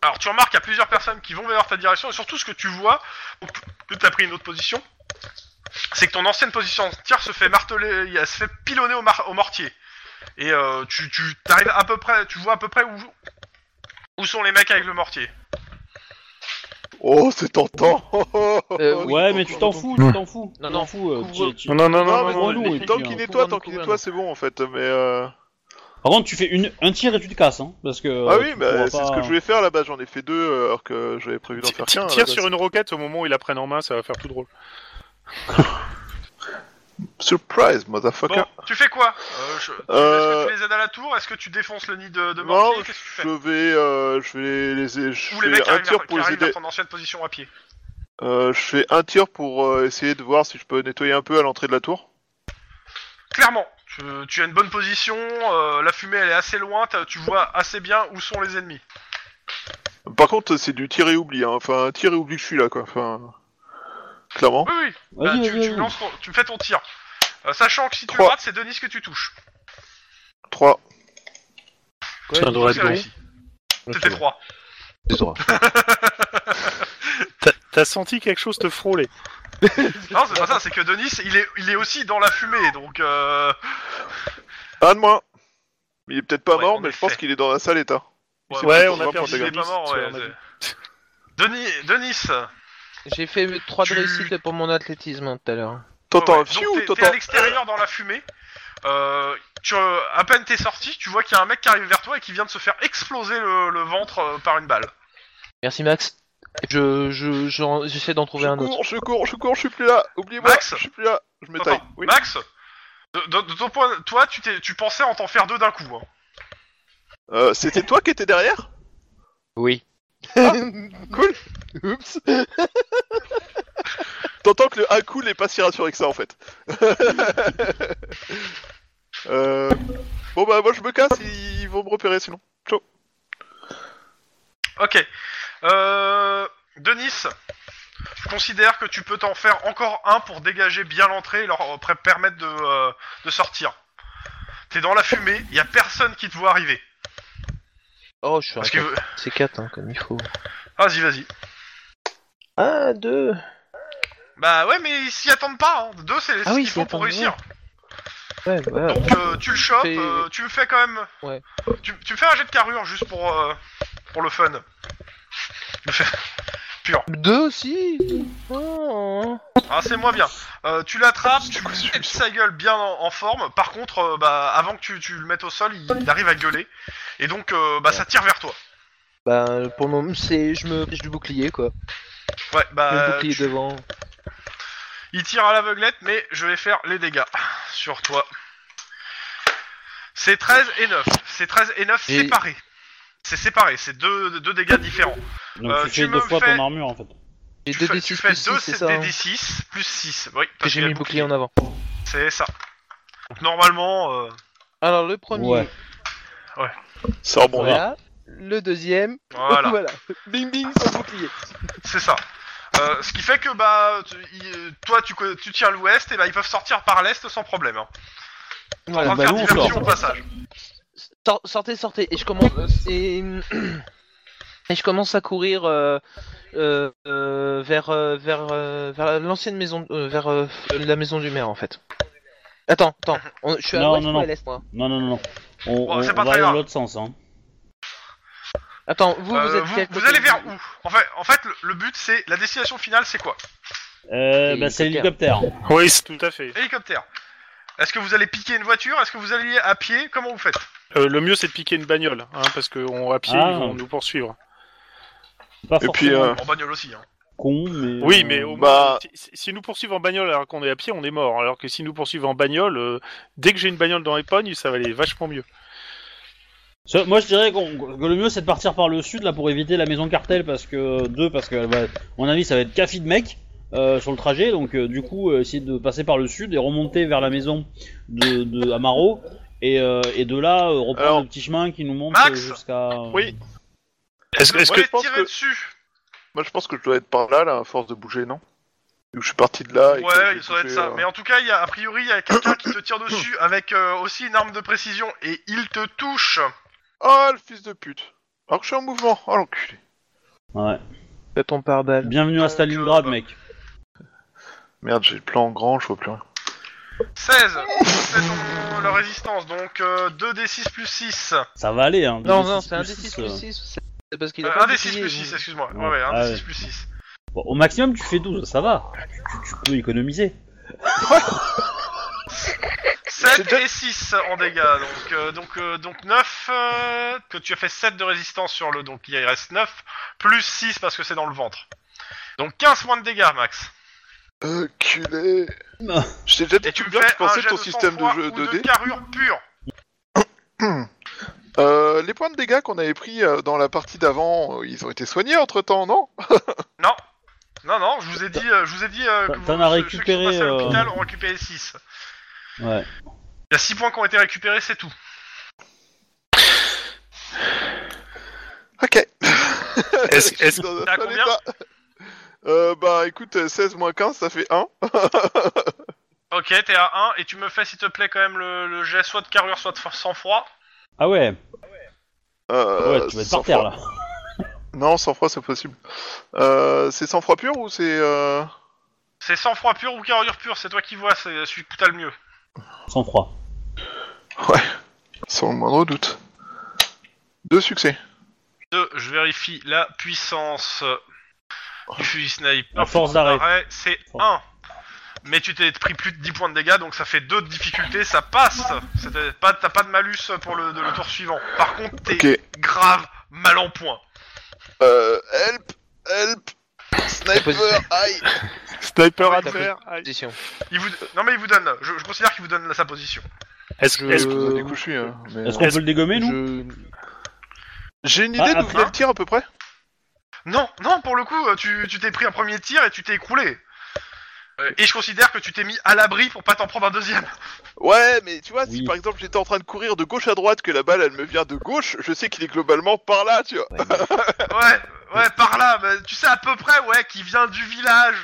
C: Alors tu remarques qu'il y a plusieurs personnes qui vont vers ta direction et surtout ce que tu vois, donc, que t'as pris une autre position, c'est que ton ancienne position de tir se fait marteler, elle se fait pilonner au, mar- au mortier. Et euh, tu, tu t'arrives à peu près, tu vois à peu près où, où sont les mecs avec le mortier.
A: Oh, c'est tentant [laughs]
D: Euh, oui,
B: ouais, mais tu t'en fous, tu t'en fous.
D: Non,
B: tu
D: non,
B: t'en fous. euh,
D: couvre-
B: tu- tu-
E: Non, non, non,
D: bah.
E: non,
A: Non, Ah, mais
E: non,
B: nous,
E: les-
B: oui.
A: Tant
B: puis,
A: qu'il
B: hein,
A: nettoie,
D: couvre-nous,
A: tant qu'il nettoie,
D: couvre-nous.
A: c'est bon, en fait, mais... Euh...
B: Par contre, tu fais une, un tir et tu te casses, hein, parce que.
A: ah
B: euh,
A: oui,
B: tu
A: bah,
B: pourras
A: c'est
B: pas-
A: ce que je voulais faire là-bas, j'en ai fait deux, euh, alors que j'avais prévu d'en
E: Ti-
A: faire
E: ti-
A: qu'un. à la
E: Tire
A: base.
E: sur une roquette au moment où ils la prennent en main, ça va faire tout drôle.
A: Surprise, motherfucker
C: Bon, tu fais quoi Euh, je- Est-ce
A: Euh,
C: que tu les aides à la tour Est-ce que tu défonces le nid de, de
A: non,
C: mortier Qu'est-ce que tu fais
A: je vais, euh, je vais les, je
C: Ou les mecs
A: fais un
C: arrivent,
A: tir
C: vers, qui
A: pour les
C: arrivent vers
A: aider.
C: ton ancienne position à pied.
A: Euh, je fais un tir pour euh, essayer de voir si je peux nettoyer un peu à l'entrée de la tour.
C: Clairement, tu, tu as une bonne position, euh, la fumée elle est assez loin, t'as- tu vois assez bien où sont les ennemis.
A: Par contre, c'est du tir et oubli, hein. enfin tir et oubli que je suis là, quoi. Enfin, clairement.
C: Oui, oui, bah,
B: Vas-y,
C: tu,
B: vas-y,
C: tu
B: vas-y.
C: lances ton- tu fais ton tir. Euh, sachant que si tu
A: Trois.
C: rates, c'est Denis que tu touches.
A: 3.
E: Ça devrait
C: C'est
E: être bon.
C: réussi. C'était 3.
E: T'as- T'as senti quelque chose te frôler.
C: Non, c'est pas ça, c'est que Denis il est, il est aussi dans la fumée, donc euh,
A: Un de moins. Il est peut-être pas
C: Ouais,
A: mort,
C: en
A: mais je
C: effet.
A: pense qu'il est dans un sale état.
C: Ouais,
A: C'est
E: ouais,
A: pas
E: on a
A: pour
E: perdu
C: il
A: protéger.
C: est pas
E: Denis,
C: mort, ouais.
E: on a dit.
C: c'est- Denis, Denis
D: J'ai fait trois de
C: Tu-
D: réussite pour mon athlétisme hein, tout à l'heure.
A: T'entends
C: Ouais,
A: un
C: donc
A: fiou,
C: t'es- T'es à
A: t'entends.
C: l'extérieur dans la fumée. Euh, tu, euh, à peine t'es sorti, tu vois qu'il y a un mec qui arrive vers toi et qui vient de se faire exploser le, le ventre euh, par une balle.
D: Merci Max. Je, je, j'en- j'essaie d'en trouver
A: Je
D: un autre.
A: cours, je cours, je cours, je suis plus là. Oubliez-moi,
C: Max
A: je suis plus là. Je m'étaille.
C: Attends,
A: Oui.
C: Max, de, de- de ton point, toi, tu, t'es- tu pensais en t'en faire deux d'un coup. hein.
A: Euh, C'était toi qui étais derrière
D: Oui. Ah,
A: Cool.
F: Oups.
A: T'entends que le à cool n'est pas si rassuré que ça en fait. [laughs] Euh, Bon bah moi je me casse, ils vont me repérer sinon.
C: Ok. Euh, Denis, je considère que tu peux t'en faire encore un pour dégager bien l'entrée et leur euh, pré- permettre de, euh, de sortir. T'es dans la fumée, il y a personne qui te voit arriver.
D: Oh, je suis un
C: Parce que...
D: C'est 4 hein, comme il faut.
C: Vas-y, vas-y.
D: Ah, 2
C: Bah ouais, mais ils s'y attendent pas. Hein. Deux, c'est
D: Ah
C: ce
D: oui,
C: qu'il faut
D: ils s'y
C: pour
D: attendent
C: réussir.
D: Ouais, voilà.
C: Donc euh, tu le chopes,
D: C'est-
C: euh, tu me fais quand même.
D: Ouais.
C: Tu, tu me fais un jet de carrure juste pour, euh, pour le fun. Tu me fais- pur.
D: Deux aussi Oh.
C: Ah, c'est moins bien. Euh, tu l'attrapes, tu lui tapes sa gueule bien en, en forme. Par contre, euh, bah, avant que tu, tu le mettes au sol, il, il arrive à gueuler. Et donc, euh, bah, ça tire vers toi.
D: Bah, pour le moment, c'est. Je me pêche du bouclier, quoi.
C: Ouais,
D: le
C: bah,
D: bouclier
C: tu-
D: devant.
C: il tire à l'aveuglette, mais je vais faire les dégâts sur toi. C'est 13 et 9. C'est 13 et 9
D: Et-
C: séparés. C'est séparé, c'est deux, deux dégâts différents.
B: Donc
C: Euh,
B: tu
C: tu
B: fais
C: me
B: deux fois
C: fais-
B: ton armure en fait.
D: J'ai
C: tu
D: deux
C: fais,
D: D6
C: tu fais
D: plus 6,
C: deux
D: c'est
C: c'est
D: ça
C: des
D: hein.
C: 6 plus 6. Oui, parce
D: J'ai
C: qu'il y a
D: mis le bouclier en avant.
C: C'est ça. Donc normalement, euh,
D: Alors, le premier,
B: Ouais.
A: Sors bon vin.
D: voilà. Le deuxième, [laughs]
C: voilà.
D: Bing bing, sans bouclier.
C: C'est ça. Euh, ce qui fait que bah tu- il- toi tu, co- tu tires l'ouest et bah ils peuvent sortir par l'est sans problème. Hein. On
D: Voilà.
C: va
B: bah,
C: faire
B: nous, on
C: diversion
B: sort.
C: au passage.
D: Sor- sortez, sortez. Et je commence. Et, et je commence à courir euh, euh, euh, vers euh, vers euh, vers l'ancienne maison, euh, vers euh, la maison du maire en fait. Attends, attends. On- je suis à
B: Non,
D: l'ouest
B: non,
D: ou à
B: non.
D: l'est moi
B: Non, non, non, non. On,
C: Bon,
B: on-
C: c'est
B: on
C: pas très
B: va aller dans
C: grave.
B: l'autre sens. Hein.
D: Attends, vous vous
C: Euh,
D: êtes quel
C: vous,
D: côté
C: allez vers où En fait, en fait le, le but c'est la destination finale c'est quoi
B: Euh,
D: Et
B: bah, c'est
D: l'hélicoptère.
B: l'hélicoptère.
E: Oui, c'est tout à fait.
C: Hélicoptère. Est-ce que vous allez piquer une voiture Est-ce que vous allez à pied Comment vous faites
E: Euh, le mieux, c'est de piquer une bagnole, hein, parce qu'on à pied,
B: Ah.
E: ils vont nous poursuivre.
B: Pas
A: Et puis,
B: forcément
A: euh,
C: En bagnole aussi. Hein.
B: con, mais.
E: Oui,
B: euh,
E: mais au
A: bah-
E: moins, si- si- s'ils nous poursuivent en bagnole alors qu'on est à pied, on est mort. Alors que s'ils nous poursuivent en bagnole, euh, dès que j'ai une bagnole dans les pognes, ça va aller vachement mieux.
B: Ça, Moi je dirais qu'on- que le mieux c'est de partir par le sud là pour éviter la maison de cartel parce que deux parce que bah, à mon avis ça va être café de mec euh, sur le trajet donc euh, du coup euh, essayer de passer par le sud et remonter vers la maison de, de Amaro et, euh, et de là euh, reprendre
A: Alors,
B: le petit chemin qui nous monte
C: Max
B: euh, jusqu'à
E: Oui.
A: Est-ce
C: Vous
A: que
C: allez
A: je pense
C: tirer
A: que-
C: dessus
A: Moi, je pense que je dois être par là, là, à force de bouger, non Vu que Je suis parti de là. et que
C: Ouais,
A: j'ai
C: ça doit être
A: bougé,
C: ça.
A: euh,
C: Mais en tout cas, il y a, a priori, il y a quelqu'un qui te tire
A: [laughs]
C: dessus avec euh, aussi une arme de précision et il te touche.
A: Oh, le fils de pute Alors que je suis en mouvement Oh, l'enculé
B: Ouais.
D: De ton pare-balles.
B: bienvenue à Stalingrad
C: euh,
B: mec
A: Merde, j'ai le plan en grand, je vois plus rien.
C: 16, c'est ton, leur résistance, donc euh, 2d6 plus 6.
B: ça va aller hein
D: Non,
B: D6
D: non, c'est un
B: plus
D: D6
B: six,
D: plus
B: euh.
D: 6. C'est parce qu'il a
C: Euh,
D: pas
C: 1d6
D: bouclier,
C: plus
D: vous.
C: 6, excuse-moi. Ouais,
B: Ouais.
C: ouais,
B: Ah
C: 1d6
B: ouais.
C: plus 6.
B: Bon, au maximum tu fais 12 ça va tu, tu- tu peux économiser
C: 7
A: déjà-
C: et 6 en dégâts, donc, euh, donc, euh, donc 9, euh, que tu as fait 7 de résistance sur le, donc il reste 9, plus 6 parce que c'est dans le ventre. Donc 15 points de dégâts, Max.
A: Enculé
B: Non.
A: Je t'ai déjà dit
C: Et tu me
A: bien que
C: fais
A: je pensais
C: un jet
A: ton système de
C: sang-froid
A: jeu
C: ou de
A: 2D.
C: carrure pure.
A: Euh, les points de dégâts qu'on avait pris euh, dans la partie d'avant, euh, ils ont été soignés entre temps, non
C: Non. Non, non, je vous ai dit, euh, je vous ai dit euh, que
B: T'en-
C: vous,
B: t'en as
C: ceux- ceux qui sont
B: récupéré,
C: passés à
B: euh,
C: l'hôpital ont récupéré 6.
B: ouais
C: Il y a 6 points qui ont été récupérés, c'est tout.
A: Ok
E: Est-ce-
A: Je suis
E: est-ce-
A: dans un
C: T'es à
A: sale
C: combien
A: état. euh, Bah écoute, euh, 16 moins 15, ça fait 1.
C: Ok, t'es à 1 et tu me fais s'il te plaît quand même le, le jet soit de carrure soit de for- sang-froid.
B: ah ouais ouais
A: Euh,
B: tu vas être
A: sans
B: par terre
A: froid.
B: là
A: Non, sans froid, c'est possible. Euh, c'est sans froid pur ou c'est... Euh...
C: C'est sang-froid pur ou carrure pure, c'est toi qui vois, c'est celui que t'as le mieux.
B: sans froid
A: Sans le moindre doute. Deux succès.
C: Deux, je vérifie la puissance du fusil sniper.
B: La force d'arrêt.
C: C'est 1. Mais tu t'es pris plus de 10 points de dégâts, donc ça fait 2 de difficulté, ça passe. C'était pas- T'as pas de malus pour le, de- le tour suivant. Par contre, t'es
A: Ok.
C: grave mal en point.
A: Euh, help Help Sniper
D: Position.
A: Aïe
E: [laughs] Sniper à
D: t'as
E: terre. aïe.
D: Position.
C: Il vous... Non mais il vous donne, je, je considère qu'il vous donne sa position.
E: Est-ce que. est-ce que-
A: Du coup, je suis, euh, mais,
B: est-ce qu'on
A: euh,
B: peut le dégommer nous
D: Je...
A: J'ai une idée
B: Ah,
A: d'où
B: après-
A: venait le tir à peu près
C: Non, non, pour le coup, euh, tu tu t'es pris un premier tir et tu t'es écroulé. Euh, Et je considère que tu t'es mis à l'abri pour pas t'en prendre un
D: [laughs]
C: deuxième.
A: Ouais, mais tu vois, si
B: Oui.
A: par exemple j'étais en train de courir de gauche à droite, que la balle elle me vient de gauche, je sais qu'il est globalement par là, tu vois.
C: Ouais, ouais, par là, bah, tu sais à peu près, ouais, qui vient du village.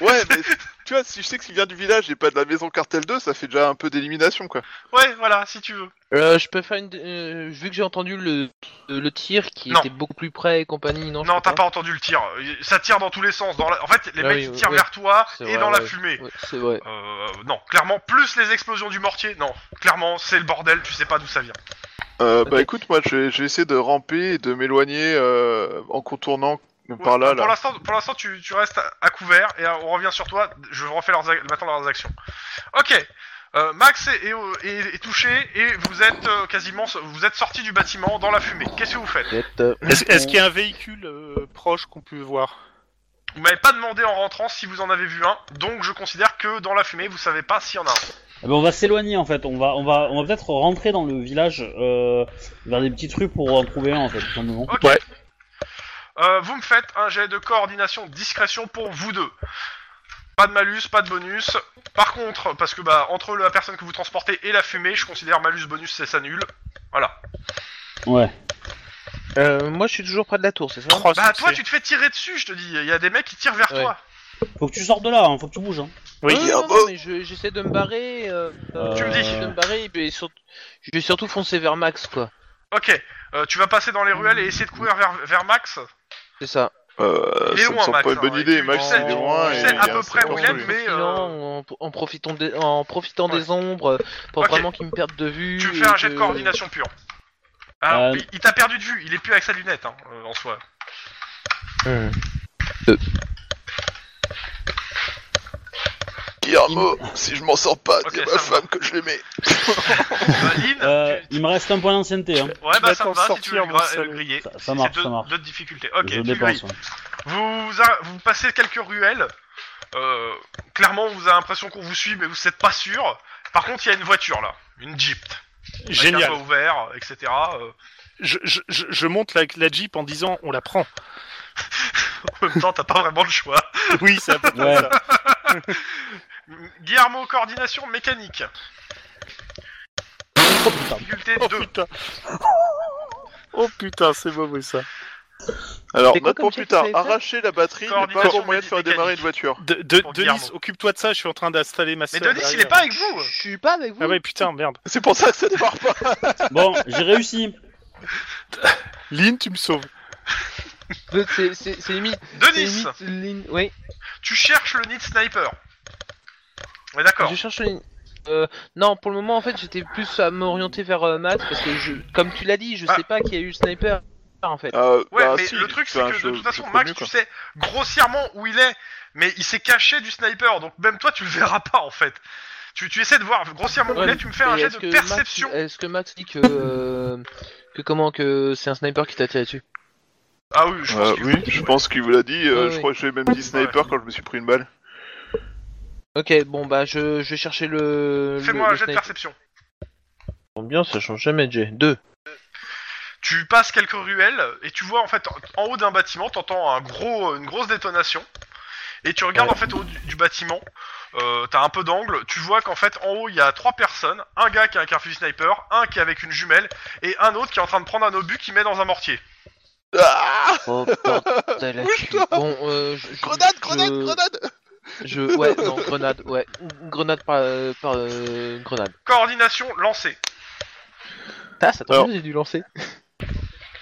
A: Ouais, mais tu vois, si je sais qu'il vient du village et pas de la maison Cartel 2, ça fait déjà un peu d'élimination, quoi.
C: Ouais, voilà, si tu veux.
D: Euh, je peux faire une. euh, vu que j'ai entendu le, le tir qui
C: Non.
D: était beaucoup plus près et compagnie, non je
C: Non,
D: peux
C: t'as pas entendu le tir. Ça tire dans tous les sens. Dans la- En fait, les
D: Ah
C: mecs
D: oui,
C: ils tirent
D: oui.
C: vers toi et
D: C'est vrai,
C: dans la
D: ouais.
C: fumée.
D: Ouais, c'est vrai.
C: Euh, non, clairement, plus les explosions du mortier. Non, clairement, c'est le bordel. Tu sais pas d'où ça vient.
A: Euh, bah
D: Ok.
A: écoute, moi je vais, je vais essayer de ramper et de m'éloigner euh, en contournant Donc, Par là,
C: Pour
A: là.
C: l'instant, pour l'instant, tu, tu restes à- à couvert et euh, on revient sur toi. Je refais leurs, ac- maintenant leurs actions. Ok. Euh, Max est, est au- est- est touché et vous êtes euh, quasiment, vous êtes sorti du bâtiment dans la fumée. Qu'est-ce que vous faites
D: euh,
E: Est-ce est-ce qu'il y a un véhicule euh, proche qu'on peut voir
C: Vous m'avez pas demandé en rentrant si vous en avez vu un, donc je considère que dans la fumée, vous savez pas s'il y en a un.
B: Eh ben, on va s'éloigner en fait, on va, on va, on va peut-être rentrer dans le village euh, vers des petites rues pour en trouver un en fait, tout simplement.
C: Ok.
E: Ouais.
C: Euh, vous me faites un jet de coordination discrétion pour vous deux. Pas de malus, pas de bonus. Par contre, parce que bah entre la personne que vous transportez et la fumée, je considère malus bonus c'est ça nul. Voilà.
B: Ouais.
D: Euh, moi, je suis toujours près de la tour, c'est ça
E: Trois
C: Bah toi
E: succès.
C: tu te fais tirer dessus, je te dis. Il y a des mecs qui tirent vers
D: Ouais.
C: toi.
B: Faut que tu sortes de là, hein, faut que tu bouges. Hein.
E: Oui.
D: Euh, Non, non, non, mais je- j'essaie de me barrer. euh, euh,
B: Tu
C: me dis.
D: j'essaie de me barrer, et puis surtout- je vais surtout foncer vers Max, quoi.
C: Ok. Euh, tu vas passer dans les ruelles et essayer de courir vers, vers Max.
D: C'est ça.
A: Euh,
C: Il est
A: ça me
C: loin,
A: semble
C: Max,
A: pas une
C: hein,
A: bonne
C: et
A: idée,
C: tu-
A: Max
C: tu
A: il
D: sais-
A: est loin.
D: tu
A: et
D: sais
A: il
D: à
A: y a
C: peu
A: un
C: près où
A: second
C: il est,
A: lieu.
C: mais- euh,
D: Profilant, en, en profitant, des- en profitant
C: Ouais.
D: des ombres, pour
C: Ok.
D: vraiment qu'ils me perdent de vue.
C: Tu me
D: et
C: fais un jet de
D: que-
C: coordination pure. Alors,
B: Euh.
C: il, il t'a perdu de vue. Il est plus avec sa lunette hein, euh, en
B: [laughs]
C: soi.
D: Hmm.
A: Guillermo, si je m'en sors pas,
C: Ok,
A: dis à
C: ça
A: ma
C: va.
A: femme que je l'aimais.
C: Euh, Lynn,
B: Euh,
C: tu-
B: il me reste un point d'ancienneté, hein.
C: Ouais,
E: Tu
C: bah
E: vas
C: ça
E: t'en
C: me va si tu
E: sortir,
C: veux
E: mon
C: le, gra-
E: salaud.
C: le griller.
B: Ça- ça
C: C'est
B: marche,
C: deux,
B: ça marche.
C: deux difficultés. Ok, tu
B: je
C: grilles.
B: dépense. ouais.
C: Vous, a- vous passez quelques ruelles. Euh, clairement, vous avez l'impression qu'on vous suit, mais vous n'êtes pas sûr. Par contre, il y a une voiture là, une Jeep. Avec un
E: Génial.
C: toit ouvert, etc. Euh,
E: Je, je, je- je monte la, la Jeep en disant on
C: [laughs]
E: la prend.
C: en même temps, t'as pas vraiment le choix.
E: Oui, c'est à peu près
B: hein. Ouais.
E: ça.
C: Guillermo, coordination mécanique.
B: Oh, putain.
C: Difficulté
E: Oh
C: 2.
E: putain. Oh putain, c'est mauvais ça.
A: Alors,
D: C'est quoi
A: note
D: comme
A: pour plus tard,
D: check, ça
A: arracher la batterie n'est pas un
C: Coordination
A: bon moyen de faire
C: mécanique.
A: démarrer une voiture.
E: De, de-
C: Pour
E: Denis,
C: Guillermo.
E: occupe-toi de ça, je suis en train d'installer ma
C: Mais
E: sœur
C: Denis, il est
E: derrière.
C: pas avec vous.
D: Je suis pas avec vous.
E: Ah ouais, putain, merde.
A: C'est pour ça que ça démarre pas.
B: Bon, j'ai réussi.
E: Lynn, tu me sauves.
D: L'autre, c'est- C'est c'est limite. c'est
C: Denis,
D: limite ligne- Oui,
C: tu cherches le nid sniper. Ouais, d'accord.
D: je cherche une. Euh, non, pour le moment, en fait, j'étais plus à m'orienter vers euh, Max parce que, je, comme tu l'as dit, je
C: Ah.
D: sais pas qu'il y a eu le sniper en fait.
A: Euh,
C: [laughs] Ouais,
A: bah,
C: mais
A: si,
C: le truc, c'est
A: enfin,
C: que
A: je-
C: de toute
A: je
C: façon,
A: peux
C: Max,
A: mieux,
C: tu
A: quoi.
C: sais grossièrement où il est, mais il s'est caché du sniper, donc même toi, tu le verras pas en fait. Tu, tu essaies de voir grossièrement où
D: Ouais,
C: il est, tu me fais un
D: Et
C: jet
D: est-ce
C: de
D: que
C: perception.
D: Max- Est-ce que Max dit que. euh, que comment Que c'est un sniper qui t'a tiré dessus
C: Ah oui, je pense
A: Euh,
C: que
A: oui, je pense qu'il vous l'a dit. euh,
D: Ouais,
A: je
D: ouais.
A: crois que j'ai même dit sniper quand je me suis pris une balle.
D: Ok, bon bah je, je vais chercher le.
C: Fais-moi
D: le-
C: un
D: le
C: jet de
D: sniper.
C: perception.
D: Combien ça change jamais de jet Deux.
C: Tu passes quelques ruelles et tu vois en fait en- en haut d'un bâtiment, t'entends un gros, une grosse détonation. Et tu regardes
D: Ouais.
C: en fait au haut du, du bâtiment, euh, t'as un peu d'angle, tu vois qu'en fait en haut il y a trois personnes, un gars qui a avec un fusil sniper, un qui est avec une jumelle et un autre qui est en train de prendre un obus qui met dans un mortier.
A: Ah
D: Oh bordel la cul. Bon, euh, je- je-
A: grenade,
D: je-
A: grenade, grenade
D: Je, ouais, non, grenade, ouais. Grenade par. euh, par euh, grenade.
C: Coordination lancée.
D: Ah, ça
A: Alors.
D: tombe bien, j'ai dû lancer.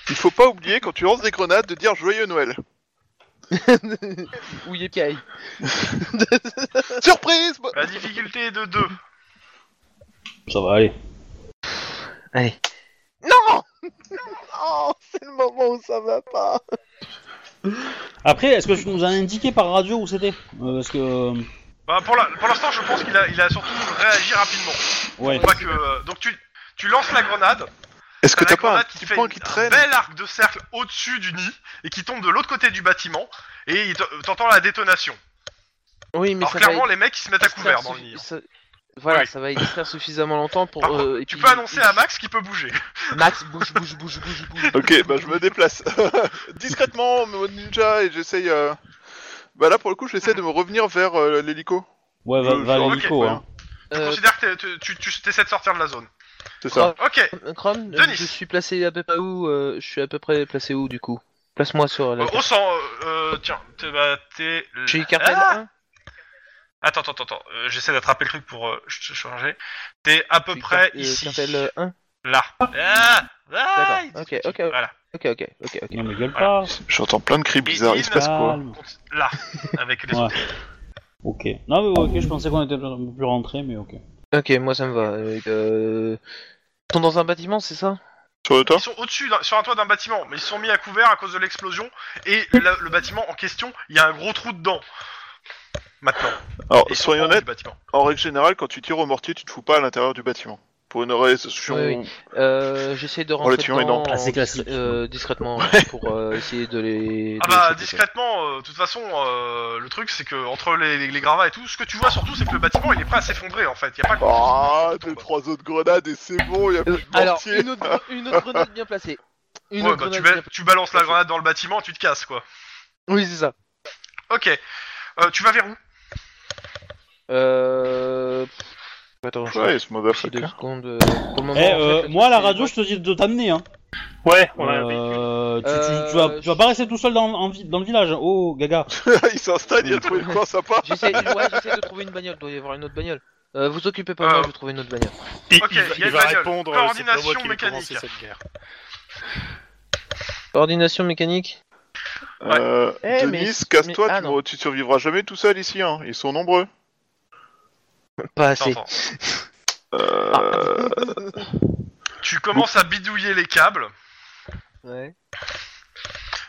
A: Il faut pas oublier quand tu lances des grenades de dire joyeux Noël.
D: Où il est Kai
A: Surprise bo-
C: La difficulté est de 2.
B: Ça va aller.
D: Allez.
F: Non Non, Oh, c'est le moment où ça va pas.
B: Après, est-ce que tu nous as indiqué par radio où c'était Euh, Parce que. euh,
C: Bah, pour la- pour l'instant, je pense qu'il a, il a surtout réagi rapidement.
B: Ouais.
C: Pas que, euh, donc tu, tu lances la grenade.
A: Est-ce que
C: T'as
A: t'as
C: la
A: pas un
C: grenade qui
A: petit
C: fait
A: point qui
C: une-
A: traîne
C: un bel arc de cercle au-dessus du nid et qui tombe de l'autre côté du bâtiment. Et il te- t'entends la détonation.
D: Oui, mais
C: Alors
D: ça va
C: clairement, les mecs ils se mettent à couvert dans le nid. hein.
D: suffi- ça- Voilà,
E: Ouais.
D: ça va extraire suffisamment longtemps pour.
C: Par contre,
D: euh, et
C: Tu
D: puis-
C: peux annoncer
D: et-
C: à Max qu'il peut bouger.
D: Max, bouge, bouge, bouge, bouge, bouge.
A: Ok, bah je me déplace. [laughs] Discrètement, en mode ninja, et j'essaye... euh, Bah là, pour le coup, j'essaie de me revenir vers euh, l'hélico.
B: Ouais, va,
A: je-
B: va à
C: Euh, ok,
B: l'hélico,
A: ouais.
B: hein.
C: Tu
D: Euh,
C: considères que t'es- tu, tu essaies de sortir de la zone.
A: C'est ça.
C: Ok,
D: Chrome,
C: Denis.
D: je suis placé à peu près où euh, Je suis à peu près placé où du coup Place-moi sur la.
C: euh, au sang. euh, euh, tiens, t'es. Bah, t'es-
D: Je suis cartel
C: Ah
D: 1
C: Attends, attends, attends, euh, j'essaie d'attraper le truc pour euh, ch- changer. T'es à peu
D: Je suis
C: près
D: car- euh,
C: ici.
D: Cartel 1
C: Là. Ah Ah
D: D'accord, ok, ok,
C: Voilà.
D: ok, ok, ok, ok.
B: Non, mais gueule
C: Voilà.
B: pas.
A: J'entends plein de cris bizarres, il se passe quoi
B: Calme.
C: Là, avec les
B: Ouais.
C: autres.
B: Ok. Non, mais ok, je pensais qu'on était un peu plus rentré, mais ok.
D: Ok, moi ça me va. Euh, euh, Ils sont dans un bâtiment, c'est ça
A: Sur le toit
C: Ils sont au-dessus, d'un- sur un toit d'un bâtiment, mais ils se sont mis à couvert à cause de l'explosion, et la- le bâtiment en question, il y a un gros trou dedans. Maintenant.
A: Alors,
C: Et ils sont
A: Oh, soyons
C: en haut
A: honnêtes,
C: du bâtiment.
A: en règle générale, quand tu tires au mortier, tu te fous pas à l'intérieur du bâtiment. Pour une raison.
D: Oui, Euh, J'essaie de rentrer
A: Relativement
D: dedans
A: énorme.
D: en
B: Assez classique.
D: dis-
A: [laughs]
D: euh, discrètement pour euh, essayer de les.
C: Ah
D: de les
C: bah,
D: choper,
C: discrètement, euh, de toute façon, euh, le truc, c'est que entre les, les- les gravats et tout, ce que tu vois surtout, c'est que le bâtiment, il est prêt à s'effondrer, en fait. Il y a pas que-
A: Ah, deux, trois autres grenades et c'est bon, y a
D: quoi. Euh,
A: plus de
D: alors,
A: mortier.
D: une autre, gre- une autre grenade bien placée.
E: Oh.
D: Une
C: Ouais,
D: autre
C: bah, tu,
D: grenade
C: ba-
D: bien placée.
C: tu balances la grenade dans le bâtiment, tu te casses, quoi.
D: Oui, c'est ça.
C: Ok. Euh, tu vas vers où
D: Euh. Attends, je
A: Ouais, ce
D: réfléchis
A: motherfucker.
D: deux secondes. euh, pour le moment,
B: Eh,
D: en
B: euh,
D: fait, le
B: moi, à la
D: truc, c'est-
B: radio, je te dis de t'amener. Hein.
E: Ouais, on a un véhicule.
B: Euh, tu,
D: Euh,
B: tu, tu vas, tu vas pas rester tout seul dans, en vi- dans le village. hein. Oh, gaga.
A: [laughs] il s'installe, il a trouvé le coin sympa.
D: J'essaie ouais, j'essaie de trouver une bagnole, doit y avoir une autre bagnole. Euh, vous occupez pas,
C: Euh.
D: moi, je vais trouver une autre bagnole.
E: Il,
C: Ok,
E: il va-
C: il y a
E: il
C: une
E: va
C: bagnole.
E: répondre. euh, c'est pas
C: Coordination
E: moi qui vais commencer
C: mécanique.
E: cette guerre.
D: Coordination mécanique
C: Ouais.
A: Euh,
D: Eh,
A: Denis,
D: mais-
A: casse-toi,
D: mais- ah,
A: tu,
D: non.
A: mourras- tu survivras jamais tout seul ici, hein. Ils sont nombreux.
D: Pas assez.
C: T'entends.
A: Euh,
C: Tu commences à bidouiller les câbles.
D: Ouais.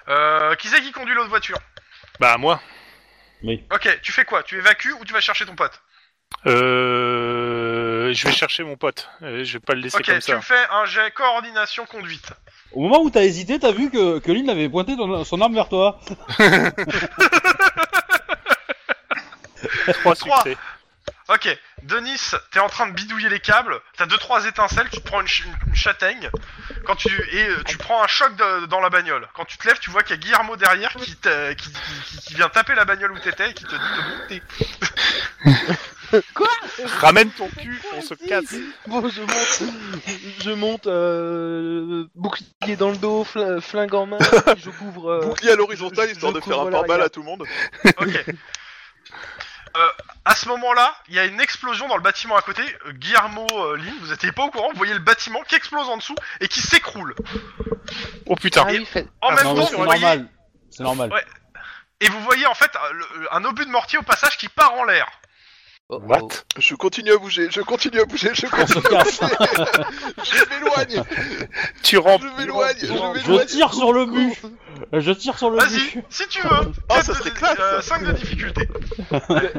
C: Euh, qui c'est qui conduit l'autre voiture
E: Bah moi.
C: Ok, tu fais quoi Tu évacues ou tu vas chercher ton pote
E: Euh, je vais chercher mon pote. Euh, je vais pas le laisser
C: Ok,
E: comme
C: tu
E: ça.
C: me fais un jet coordination conduite.
B: Au moment où t'as hésité, t'as vu que, que Lynn avait pointé ton- son arme vers toi.
E: Trois
C: Trois.
E: succès.
C: Ok, Denis, t'es en train de bidouiller les câbles, t'as deux trois étincelles, tu te prends une, ch- une châtaigne, quand tu et euh, tu prends un choc de- dans la bagnole. Quand tu te lèves, tu vois qu'il y a Guillermo derrière qui, t'a- qui, qui- qui- qui vient taper la bagnole où t'étais et qui te dit de monter.
E: Ramène ton cul, on se casse.
D: Bon, je monte, je monte euh, bouclier dans le dos, fl- flingue en main, et je couvre. euh,
A: [laughs] Bouclier à l'horizontale
D: je-
A: histoire
D: je
A: de faire
D: couvre
A: un
D: la
A: pare-balles à
D: regarde.
A: tout le monde.
C: Ok. Euh, à ce moment-là, il y a une explosion dans le bâtiment à côté. Euh, Guillermo, euh, Lynn, vous étiez pas au courant, vous voyez le bâtiment qui explose en dessous et qui s'écroule.
E: Oh putain.
D: Ah oui, fait-
C: En
E: Ah,
C: même
E: non,
B: mais
C: temps,
B: c'est
C: vous voyez
B: normal. C'est normal.
C: Ouais. Et vous voyez en fait un- le- euh, un obus de mortier au passage qui part en l'air.
D: oh,
E: What
D: oh.
A: Je continue à bouger, je continue à bouger, je
B: On se
A: continue à
B: casse.
A: bouger. je m'éloigne,
E: Tu rentres.
A: je m'éloigne, je
B: Je
A: m'éloigne.
B: tire sur le but.
D: oh.
B: Je tire sur le
C: Vas-y,
B: but.
C: si tu veux.
A: Oh,
C: Quatre
A: ça serait
C: de-
A: classe,
C: euh,
A: ça.
C: cinq de difficulté.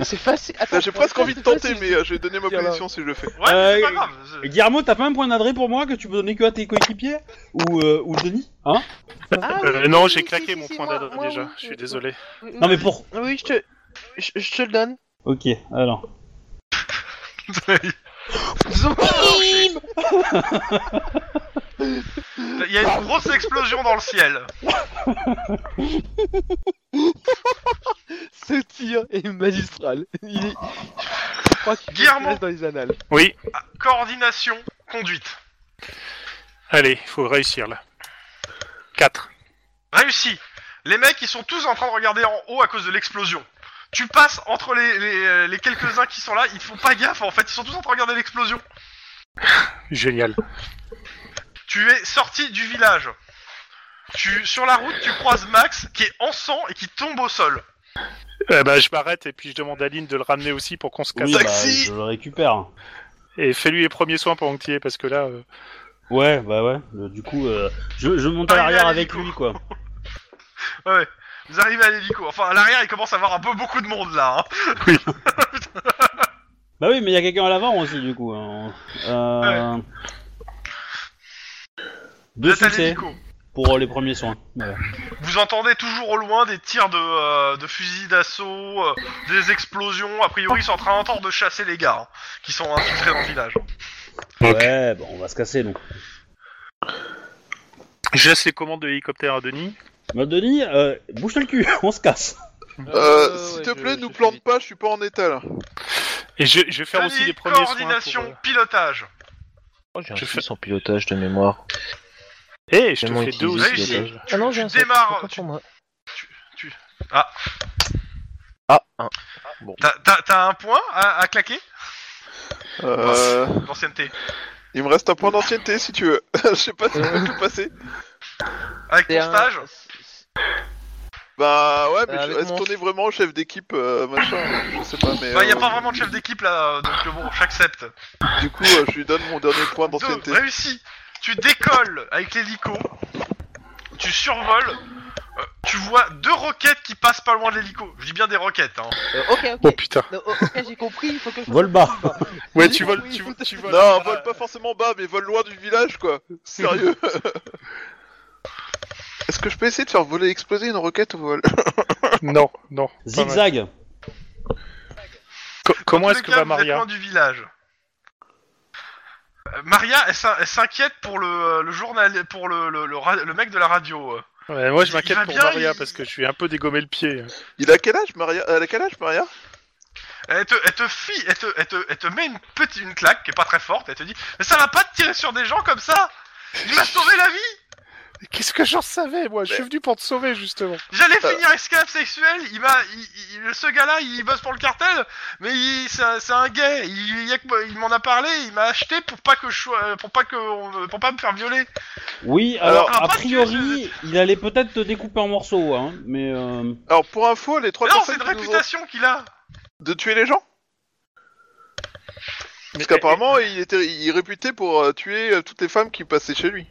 D: C'est facile.
A: Là,
D: Attends,
A: J'ai presque envie de tenter, mais euh, je vais donner ma
D: Tiens, là.
A: position si je le fais.
C: Ouais, mais c'est
B: Euh,
C: pas grave.
B: Et Guillermo, t'as pas un point d'adresse pour moi que tu peux donner que à tes coéquipiers ou, euh, ou Denis hein
D: Ah, oui,
E: Euh,
D: oui,
E: non,
D: oui,
E: j'ai
D: si,
E: claqué
D: si,
E: mon
D: si,
E: point
D: moi-
E: d'adresse
D: moi,
E: déjà.
D: oui,
E: Je
D: oui,
E: suis désolé.
D: oui, Ah
B: Non mais pour.
D: Oui, je te, je, je te le donne.
B: Ok, alors.
D: [laughs] Zoom
C: [laughs] Il y a une grosse explosion dans le ciel.
D: Ce tir est magistral. [laughs] Il est... Je crois qu'il
C: Guillermo.
D: reste dans les annales.
E: Oui.
C: Ah, Coordination, conduite.
E: Allez, faut réussir là. 4.
C: Réussi. Les mecs, ils sont tous en train de regarder en haut à cause de l'explosion. Tu passes entre les, euh, les- les quelques-uns qui sont là, ils font pas gaffe en fait, ils sont tous en train de regarder l'explosion.
E: Génial.
C: Tu es sorti du village. Tu, sur la route, tu croises Max qui est en sang et qui tombe au sol.
E: Euh, bah, je m'arrête et puis je demande à Lynn de le ramener aussi pour qu'on se casse.
B: Oui, bah,
A: Taxi
B: je le récupère.
E: Et fais-lui les premiers soins pendant que tu y es parce que là. euh,
B: Ouais, bah ouais. Euh, du coup, euh, je, je monte à
C: Arrivé
B: l'arrière
C: à
B: avec
C: l'hélico.
B: lui, quoi.
C: Ouais. Vous arrivez à l'hélico. Enfin, à l'arrière, il commence à avoir un peu beaucoup de monde là. hein.
B: Bah oui, mais il y a quelqu'un à l'avant aussi, du coup. hein. Euh... Deux
C: Vous êtes à
B: succès
C: l'hélico.
B: pour euh, les premiers soins. Ouais.
C: Vous entendez toujours au loin des tirs de, euh, de fusils d'assaut, euh, des explosions. A priori, ils sont en train encore de chasser les gars hein, qui sont infiltrés dans le village.
E: Ok.
B: Ouais, bon, on va se casser donc.
E: Je laisse les commandes de l'hélicoptère à Denis.
B: Bah, Denis, euh, bouge le cul, [laughs] on se casse.
A: Euh, S'il te plaît, nous plante pas, je suis pas en état
D: [laughs]
A: là.
E: Et je, je vais faire aussi
C: Denis,
E: les premiers
C: coordination,
E: soins. Pour, euh,
C: pilotage.
D: Oh, j'ai un
E: Je fais-
D: fils en pilotage de mémoire.
E: Eh, je te
D: Tellement
E: fais deux
D: utilisé ce
E: aussi.
C: Réussi.
D: pilotage. Ah non, j'ai un seul.
C: démarres,
D: Pourquoi
C: tu-
D: pour moi
C: tu- Ah.
D: Ah, un.
C: T'as- T'as t'as un point à, à claquer
A: Euh,
C: D'ancienneté.
A: il me reste un point d'ancienneté si tu veux. [laughs] je sais pas si je peux te le passer.
C: Avec
D: C'est
C: ton
D: un-
C: stage
A: Bah ouais, mais
D: Euh,
A: je-
D: avec
A: est-ce
D: mon-
A: qu'on est vraiment chef d'équipe euh, machin Je sais pas, mais.
C: Bah, y a
A: euh,
C: pas vraiment de chef d'équipe là, euh, donc bon, j'accepte.
A: Du coup, euh, je lui donne mon dernier point
C: Deux,
A: d'ancienneté.
C: réussi tu décolles avec l'hélico, tu survoles, euh, tu vois deux roquettes qui passent pas loin de l'hélico. Je dis bien des roquettes, hein.
D: Euh, ok, ok.
E: Oh putain.
D: Non, oh, ok, j'ai compris, il faut que je...
B: Vole bas.
E: [laughs] Ouais, tu voles, tu, tu voles.
A: Non, vole pas forcément bas, mais vole loin du village, quoi.
C: [laughs]
A: Sérieux. Est-ce que je peux essayer de faire voler, exploser une roquette au vol
E: Non, non. pas mal.
B: Zigzag.
E: Co- comment
C: Dans
E: est-ce
C: tous
E: que
C: les cas,
E: va
C: vous êtes
E: Maria
C: loin du village. Euh, Maria, elle, s'in- elle s'inquiète pour le, le journal, pour le, le, le ra- le mec de la radio. euh.
E: Ouais, Moi, je
C: Il
E: m'inquiète
C: va
E: pour
C: bien,
E: Maria
C: il-
E: parce que je suis un peu dégommé le pied.
A: Il a quel âge, Maria Elle a quel âge, Maria
C: Elle te, elle te fie, elle te, elle te- elle te met une petite une claque qui est pas très forte. Elle te dit, mais ça va pas te tirer sur des gens comme ça. Il m'a sauvé la vie.
E: Qu'est-ce que j'en savais, moi Je suis venu pour te sauver, justement.
C: J'allais
A: Euh.
C: finir esclave sexuel, il m'a, il- il- ce gars-là, il bosse pour le cartel, mais il- c'est un- c'est un gay. Il, il y a que- il m'en a parlé, il m'a acheté pour pas que je, sois- euh, pour pas que, on- pour pas me faire violer.
B: Oui, alors,
C: Alors, ah,
B: a
C: pas de-
B: priori, il allait peut-être te découper en morceaux, hein, mais... euh,
A: Alors, pour info, les trois
C: Mais non, c'est
A: personnes
C: une
A: qui nous ont-
C: réputation qu'il a.
A: de tuer les gens Parce
C: eh,
A: qu'apparemment, il était il est réputé pour euh, tuer euh, toutes les femmes qui passaient chez lui.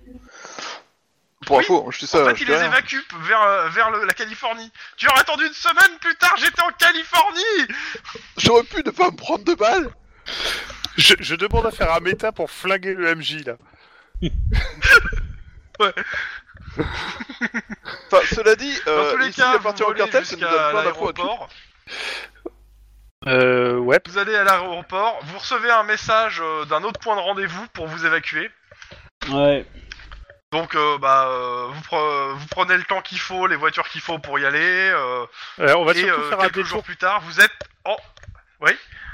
A: Pour
C: Oui,
A: info, hein, je dis ça.
C: En fait,
A: je
C: il
A: dis
C: les
A: rien.
C: évacue vers, euh, vers le- la Californie. Tu aurais attendu une semaine plus tard, j'étais en Californie
A: J'aurais pu ne pas me prendre de balles
E: Je, je demande à faire un méta pour flinguer le MJ, là.
A: Enfin, cela dit,
C: Dans
A: euh,
C: tous les
A: ici,
C: cas,
A: la
C: vous
A: partie en
C: volez
A: cartel, ça nous
C: jusqu'à
A: donne plein d'infos à tuer.
C: l'aéroport.
E: Euh, ouais.
C: Vous allez à l'aéroport, vous recevez un message euh, d'un autre point de rendez-vous pour vous évacuer.
B: Ouais.
C: Donc, euh, bah, euh, vous, pre- vous prenez le temps qu'il faut, les voitures qu'il faut pour y aller. euh,
E: Euh, on va
C: et
E: surtout
C: euh,
E: faire un
C: quelques
E: détour.
C: jours plus tard, vous êtes. en...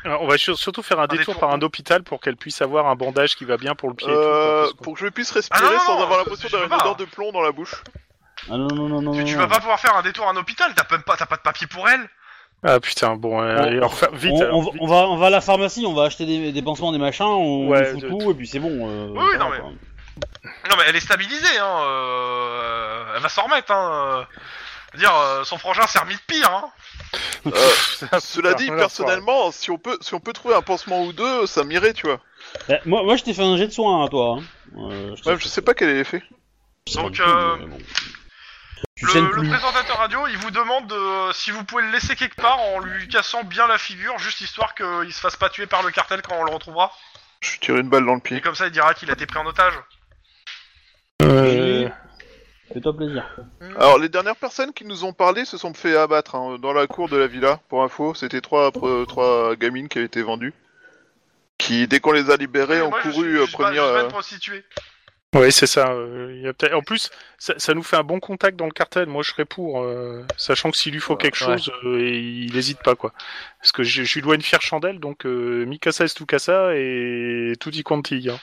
E: Euh, On va sur- surtout faire un, détour,
C: détour.
E: par un hôpital pour qu'elle puisse avoir un bandage qui va bien pour le pied. et tout,
A: Euh,
E: quoi, parce que-
A: pour que je puisse respirer
C: Ah non, non,
A: sans
C: non,
A: avoir
C: je-
A: l'impression
C: je
A: d'avoir
C: veux
A: une
C: pas.
A: odeur de plomb dans la bouche.
B: Ah non, non, non, non.
C: Tu, tu
B: non,
C: vas
B: non.
C: pas pouvoir faire un détour à un hôpital, t'as même pas, t'as pas de papier pour elle.
E: Ah putain, bon, euh,
B: On-
E: allez, alors, fa- vite.
B: on,
E: alors,
B: on va-
E: vite.
B: on va, on va à la pharmacie, on va acheter des, des pansements, des machins, on,
E: Ouais,
B: on fout
E: de-
B: tout, et puis c'est bon. euh,
C: Oui, oui,
B: voilà,
C: non, mais-
B: quoi.
C: Non, mais elle est stabilisée, hein. euh, elle va s'en remettre, hein. euh. Je veux Dire, euh, son frangin s'est remis de pire, hein.
E: Ah,
A: Cela
E: putain,
A: dit,
E: on l'a foiré.
A: personnellement, si on peut si on peut trouver un pansement ou deux, ça m'irait, tu vois.
B: Eh, moi, moi, je t'ai fait un jet de soin à toi. hein. Euh, je t'ai
A: Même
B: fait-
A: je sais pas quel est l'effet.
B: je sais pas
C: Donc,
B: du tout,
C: euh,
B: mais bon. Tu
C: Le,
B: saignes
C: le
B: plus.
C: présentateur radio, il vous demande de, euh, si vous pouvez le laisser quelque part en lui cassant bien la figure, juste histoire qu'il se fasse pas tuer par le cartel quand on le retrouvera.
A: Je tire une balle dans le
C: Et
A: pied.
C: comme ça, il dira qu'il a été pris en otage.
E: Euh,
B: Fais-toi plaisir.
A: Alors, les dernières personnes qui nous ont parlé se sont fait abattre hein, dans la cour de la villa, pour info. C'était trois, pre- trois gamines qui avaient été vendues. Qui, dès qu'on les a libérées, ont
C: Moi, je suis-
A: couru
C: je
A: euh,
C: suis pas- je
A: première.
C: suis pas une
A: euh,
C: prostituée.
E: Oui, c'est ça. euh, il y a peut-être- en plus, ça, ça nous fait un bon contact dans le cartel. Moi, je serais pour, euh, sachant que s'il lui faut quelque
D: ouais.
E: chose, euh, et il hésite pas, quoi. Parce que je, je lui dois une fière chandelle, donc euh, mi casa est tout casa et tout y quanti. hein.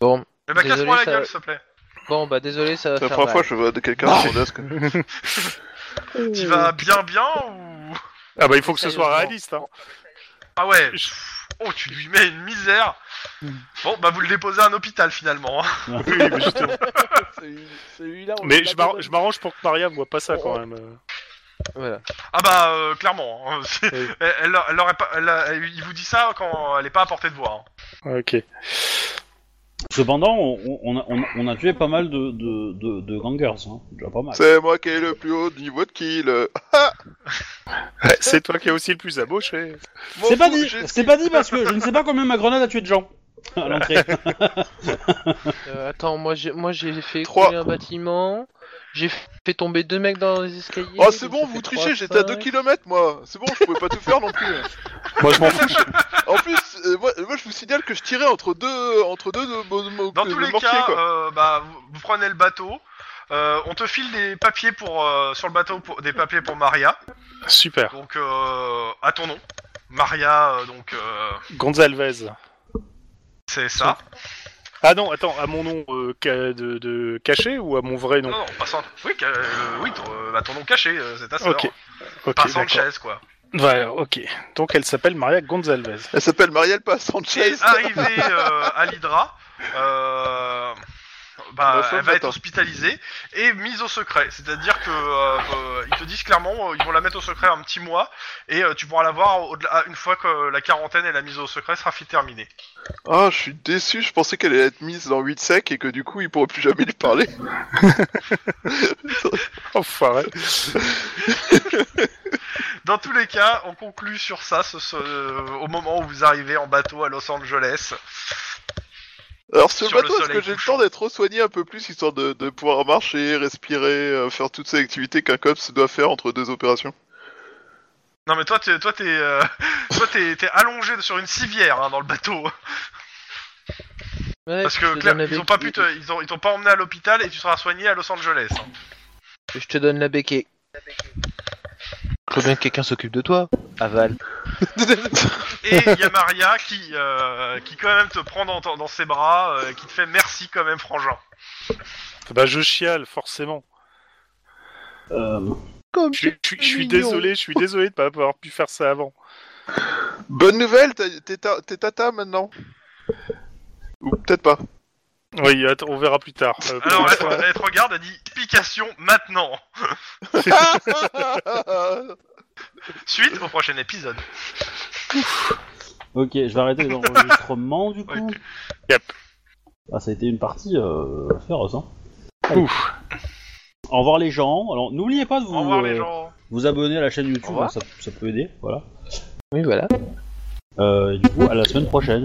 D: Bon,
C: Eh ben,
D: Désolé,
C: casse-moi la
D: ça-
C: gueule, s'il te plaît.
D: bon, bah désolé, ça va
A: C'est la
D: faire
A: première
D: mal.
A: fois que je vois quelqu'un
B: [laughs]
A: dans son desk.
C: Tu vas bien, bien ou.
E: Ah bah, il faut que ce soit
D: Sérieusement.
E: réaliste. Hein.
C: Ah ouais.
E: Je-
C: Oh, tu lui mets une misère. Bon, bah, vous le déposez à un hôpital finalement. hein.
E: Oui, mais justement.
G: Celui-là, on
E: Mais
G: l'a
E: je m'arr-
G: pas
E: je m'arrange pour que Maria voit pas ça, quand même. euh.
D: Voilà.
C: Ah bah, euh, clairement. hein, [laughs] c'est-
E: Oui.
C: elle, elle, elle aurait pas. elle a- elle- il vous dit ça quand elle est pas à portée de voix. hein.
E: Ok.
B: Cependant, on, on a, on a- on a tué pas mal de, de, de, de gangers, hein. déjà pas mal.
A: C'est moi qui ai le plus haut niveau de kill. euh,
E: Ouais, c'est toi qui es aussi le plus abauché.
A: m'en
B: C'est pas
A: fous,
B: dit,
A: j'ai-
B: c'est pas dit parce que je ne sais pas combien ma grenade a tué de gens à l'entrée.
D: Euh, attends, moi j'ai, moi j'ai fait
A: Trois.
D: exploser un bâtiment, j'ai fait tomber deux mecs dans les escaliers.
A: Oh, c'est
D: donc
A: bon,
D: ça fait
A: vous
D: trois,
A: trichez, j'étais à 2
D: cinq.
A: km moi. C'est bon, je pouvais pas tout faire non plus.
E: Moi, je m'en fous. [laughs] je-
A: En plus, euh, moi, moi, je vous signale que je tirais entre deux entre deux de, de- de-
C: Dans
A: de
C: tous les
A: mortiers,
C: cas,
A: quoi.
C: euh, bah, vous, vous prenez le bateau. euh, on te file des papiers pour euh, sur le bateau pour, des papiers pour Maria.
E: Super.
C: Donc euh, à ton nom, Maria. euh, donc euh,
E: Gonzalvez.
C: c'est ça.
E: Ah non, attends, à mon nom euh, ca- de, de caché ou à mon vrai nom
C: Non, non, pas San- Oui, ca- euh, oui, ton, euh, bah, ton nom caché, euh, c'est ta sœur.
E: Ok. Ok,
C: Pas
E: d'accord.
C: Sanchez, quoi.
E: Ouais, ok. Donc elle s'appelle Maria Gonzalez.
A: Elle s'appelle Marielle pas
C: Et
A: Sanchez.
C: arrivé euh, à l'Hydra, euh, bah,
A: Bah, ça,
C: elle va être
A: j'attends.
C: hospitalisée et mise au secret. C'est-à-dire que euh, euh, ils te disent clairement, euh, ils vont la mettre au secret un petit mois et euh, tu pourras la voir au-delà- une fois que euh, la quarantaine et la mise au secret sera fi- terminée.
A: Ah, je suis déçu, je pensais qu'elle allait être mise dans 8 secs et que du coup, il pourrait plus jamais lui parler.
E: Enfoiré.
C: Dans tous les cas, on conclut sur ça ce- ce- euh, au moment où vous arrivez en bateau à Los Angeles.
A: Alors, sur le
C: Sur le
A: bateau, est-ce
C: soleil
A: que j'ai le
C: couchant.
A: temps d'être soigné un peu plus, histoire de, de pouvoir marcher, respirer, euh, faire toutes ces activités qu'un COPS doit faire entre deux opérations
C: Non mais toi, t'es, toi t'es, euh, toi t'es, t'es allongé sur une civière hein, dans le bateau
D: Ouais,
C: parce
D: je
C: que
D: te
C: clair,
D: donne la
C: ils ont pas pu,
D: béquille.
C: te- ils ont, ils t'ont pas emmené à l'hôpital et tu seras soigné à Los Angeles. hein.
D: Je te donne la béquille. Je veux bien que quelqu'un s'occupe de toi. Aval.
C: Et il y a Maria qui, euh, qui quand même te prend dans, dans ses bras, euh, qui te fait merci quand même, Frangin.
E: Bah, je chiale, forcément.
B: Euh,
D: Comme
E: Je, je- je suis désolé, je suis désolé de pas avoir pu faire ça avant.
A: Bonne nouvelle, t'as- t'es ta- t'es tata maintenant Ou
C: [laughs]
A: peut-être pas. [laughs]
E: Oui, attends, on verra plus tard. Euh,
C: Alors
E: pour
C: elle,
E: l'instant-
C: te- elle te regarde, elle dit explication maintenant. Suite au prochain épisode.
B: ok, je vais arrêter les enregistrements du coup.
C: Ok.
E: Yep.
B: Ah, ça a été une partie euh, féroce. Hein.
E: Ouf.
B: Au revoir les gens. Alors n'oubliez pas de vous,
C: Au revoir les
B: euh,
C: gens.
B: vous abonner à la chaîne YouTube,
D: revoir.
B: hein, ça, ça peut aider. Voilà.
D: Oui, voilà.
B: Euh, et du coup, à la semaine prochaine.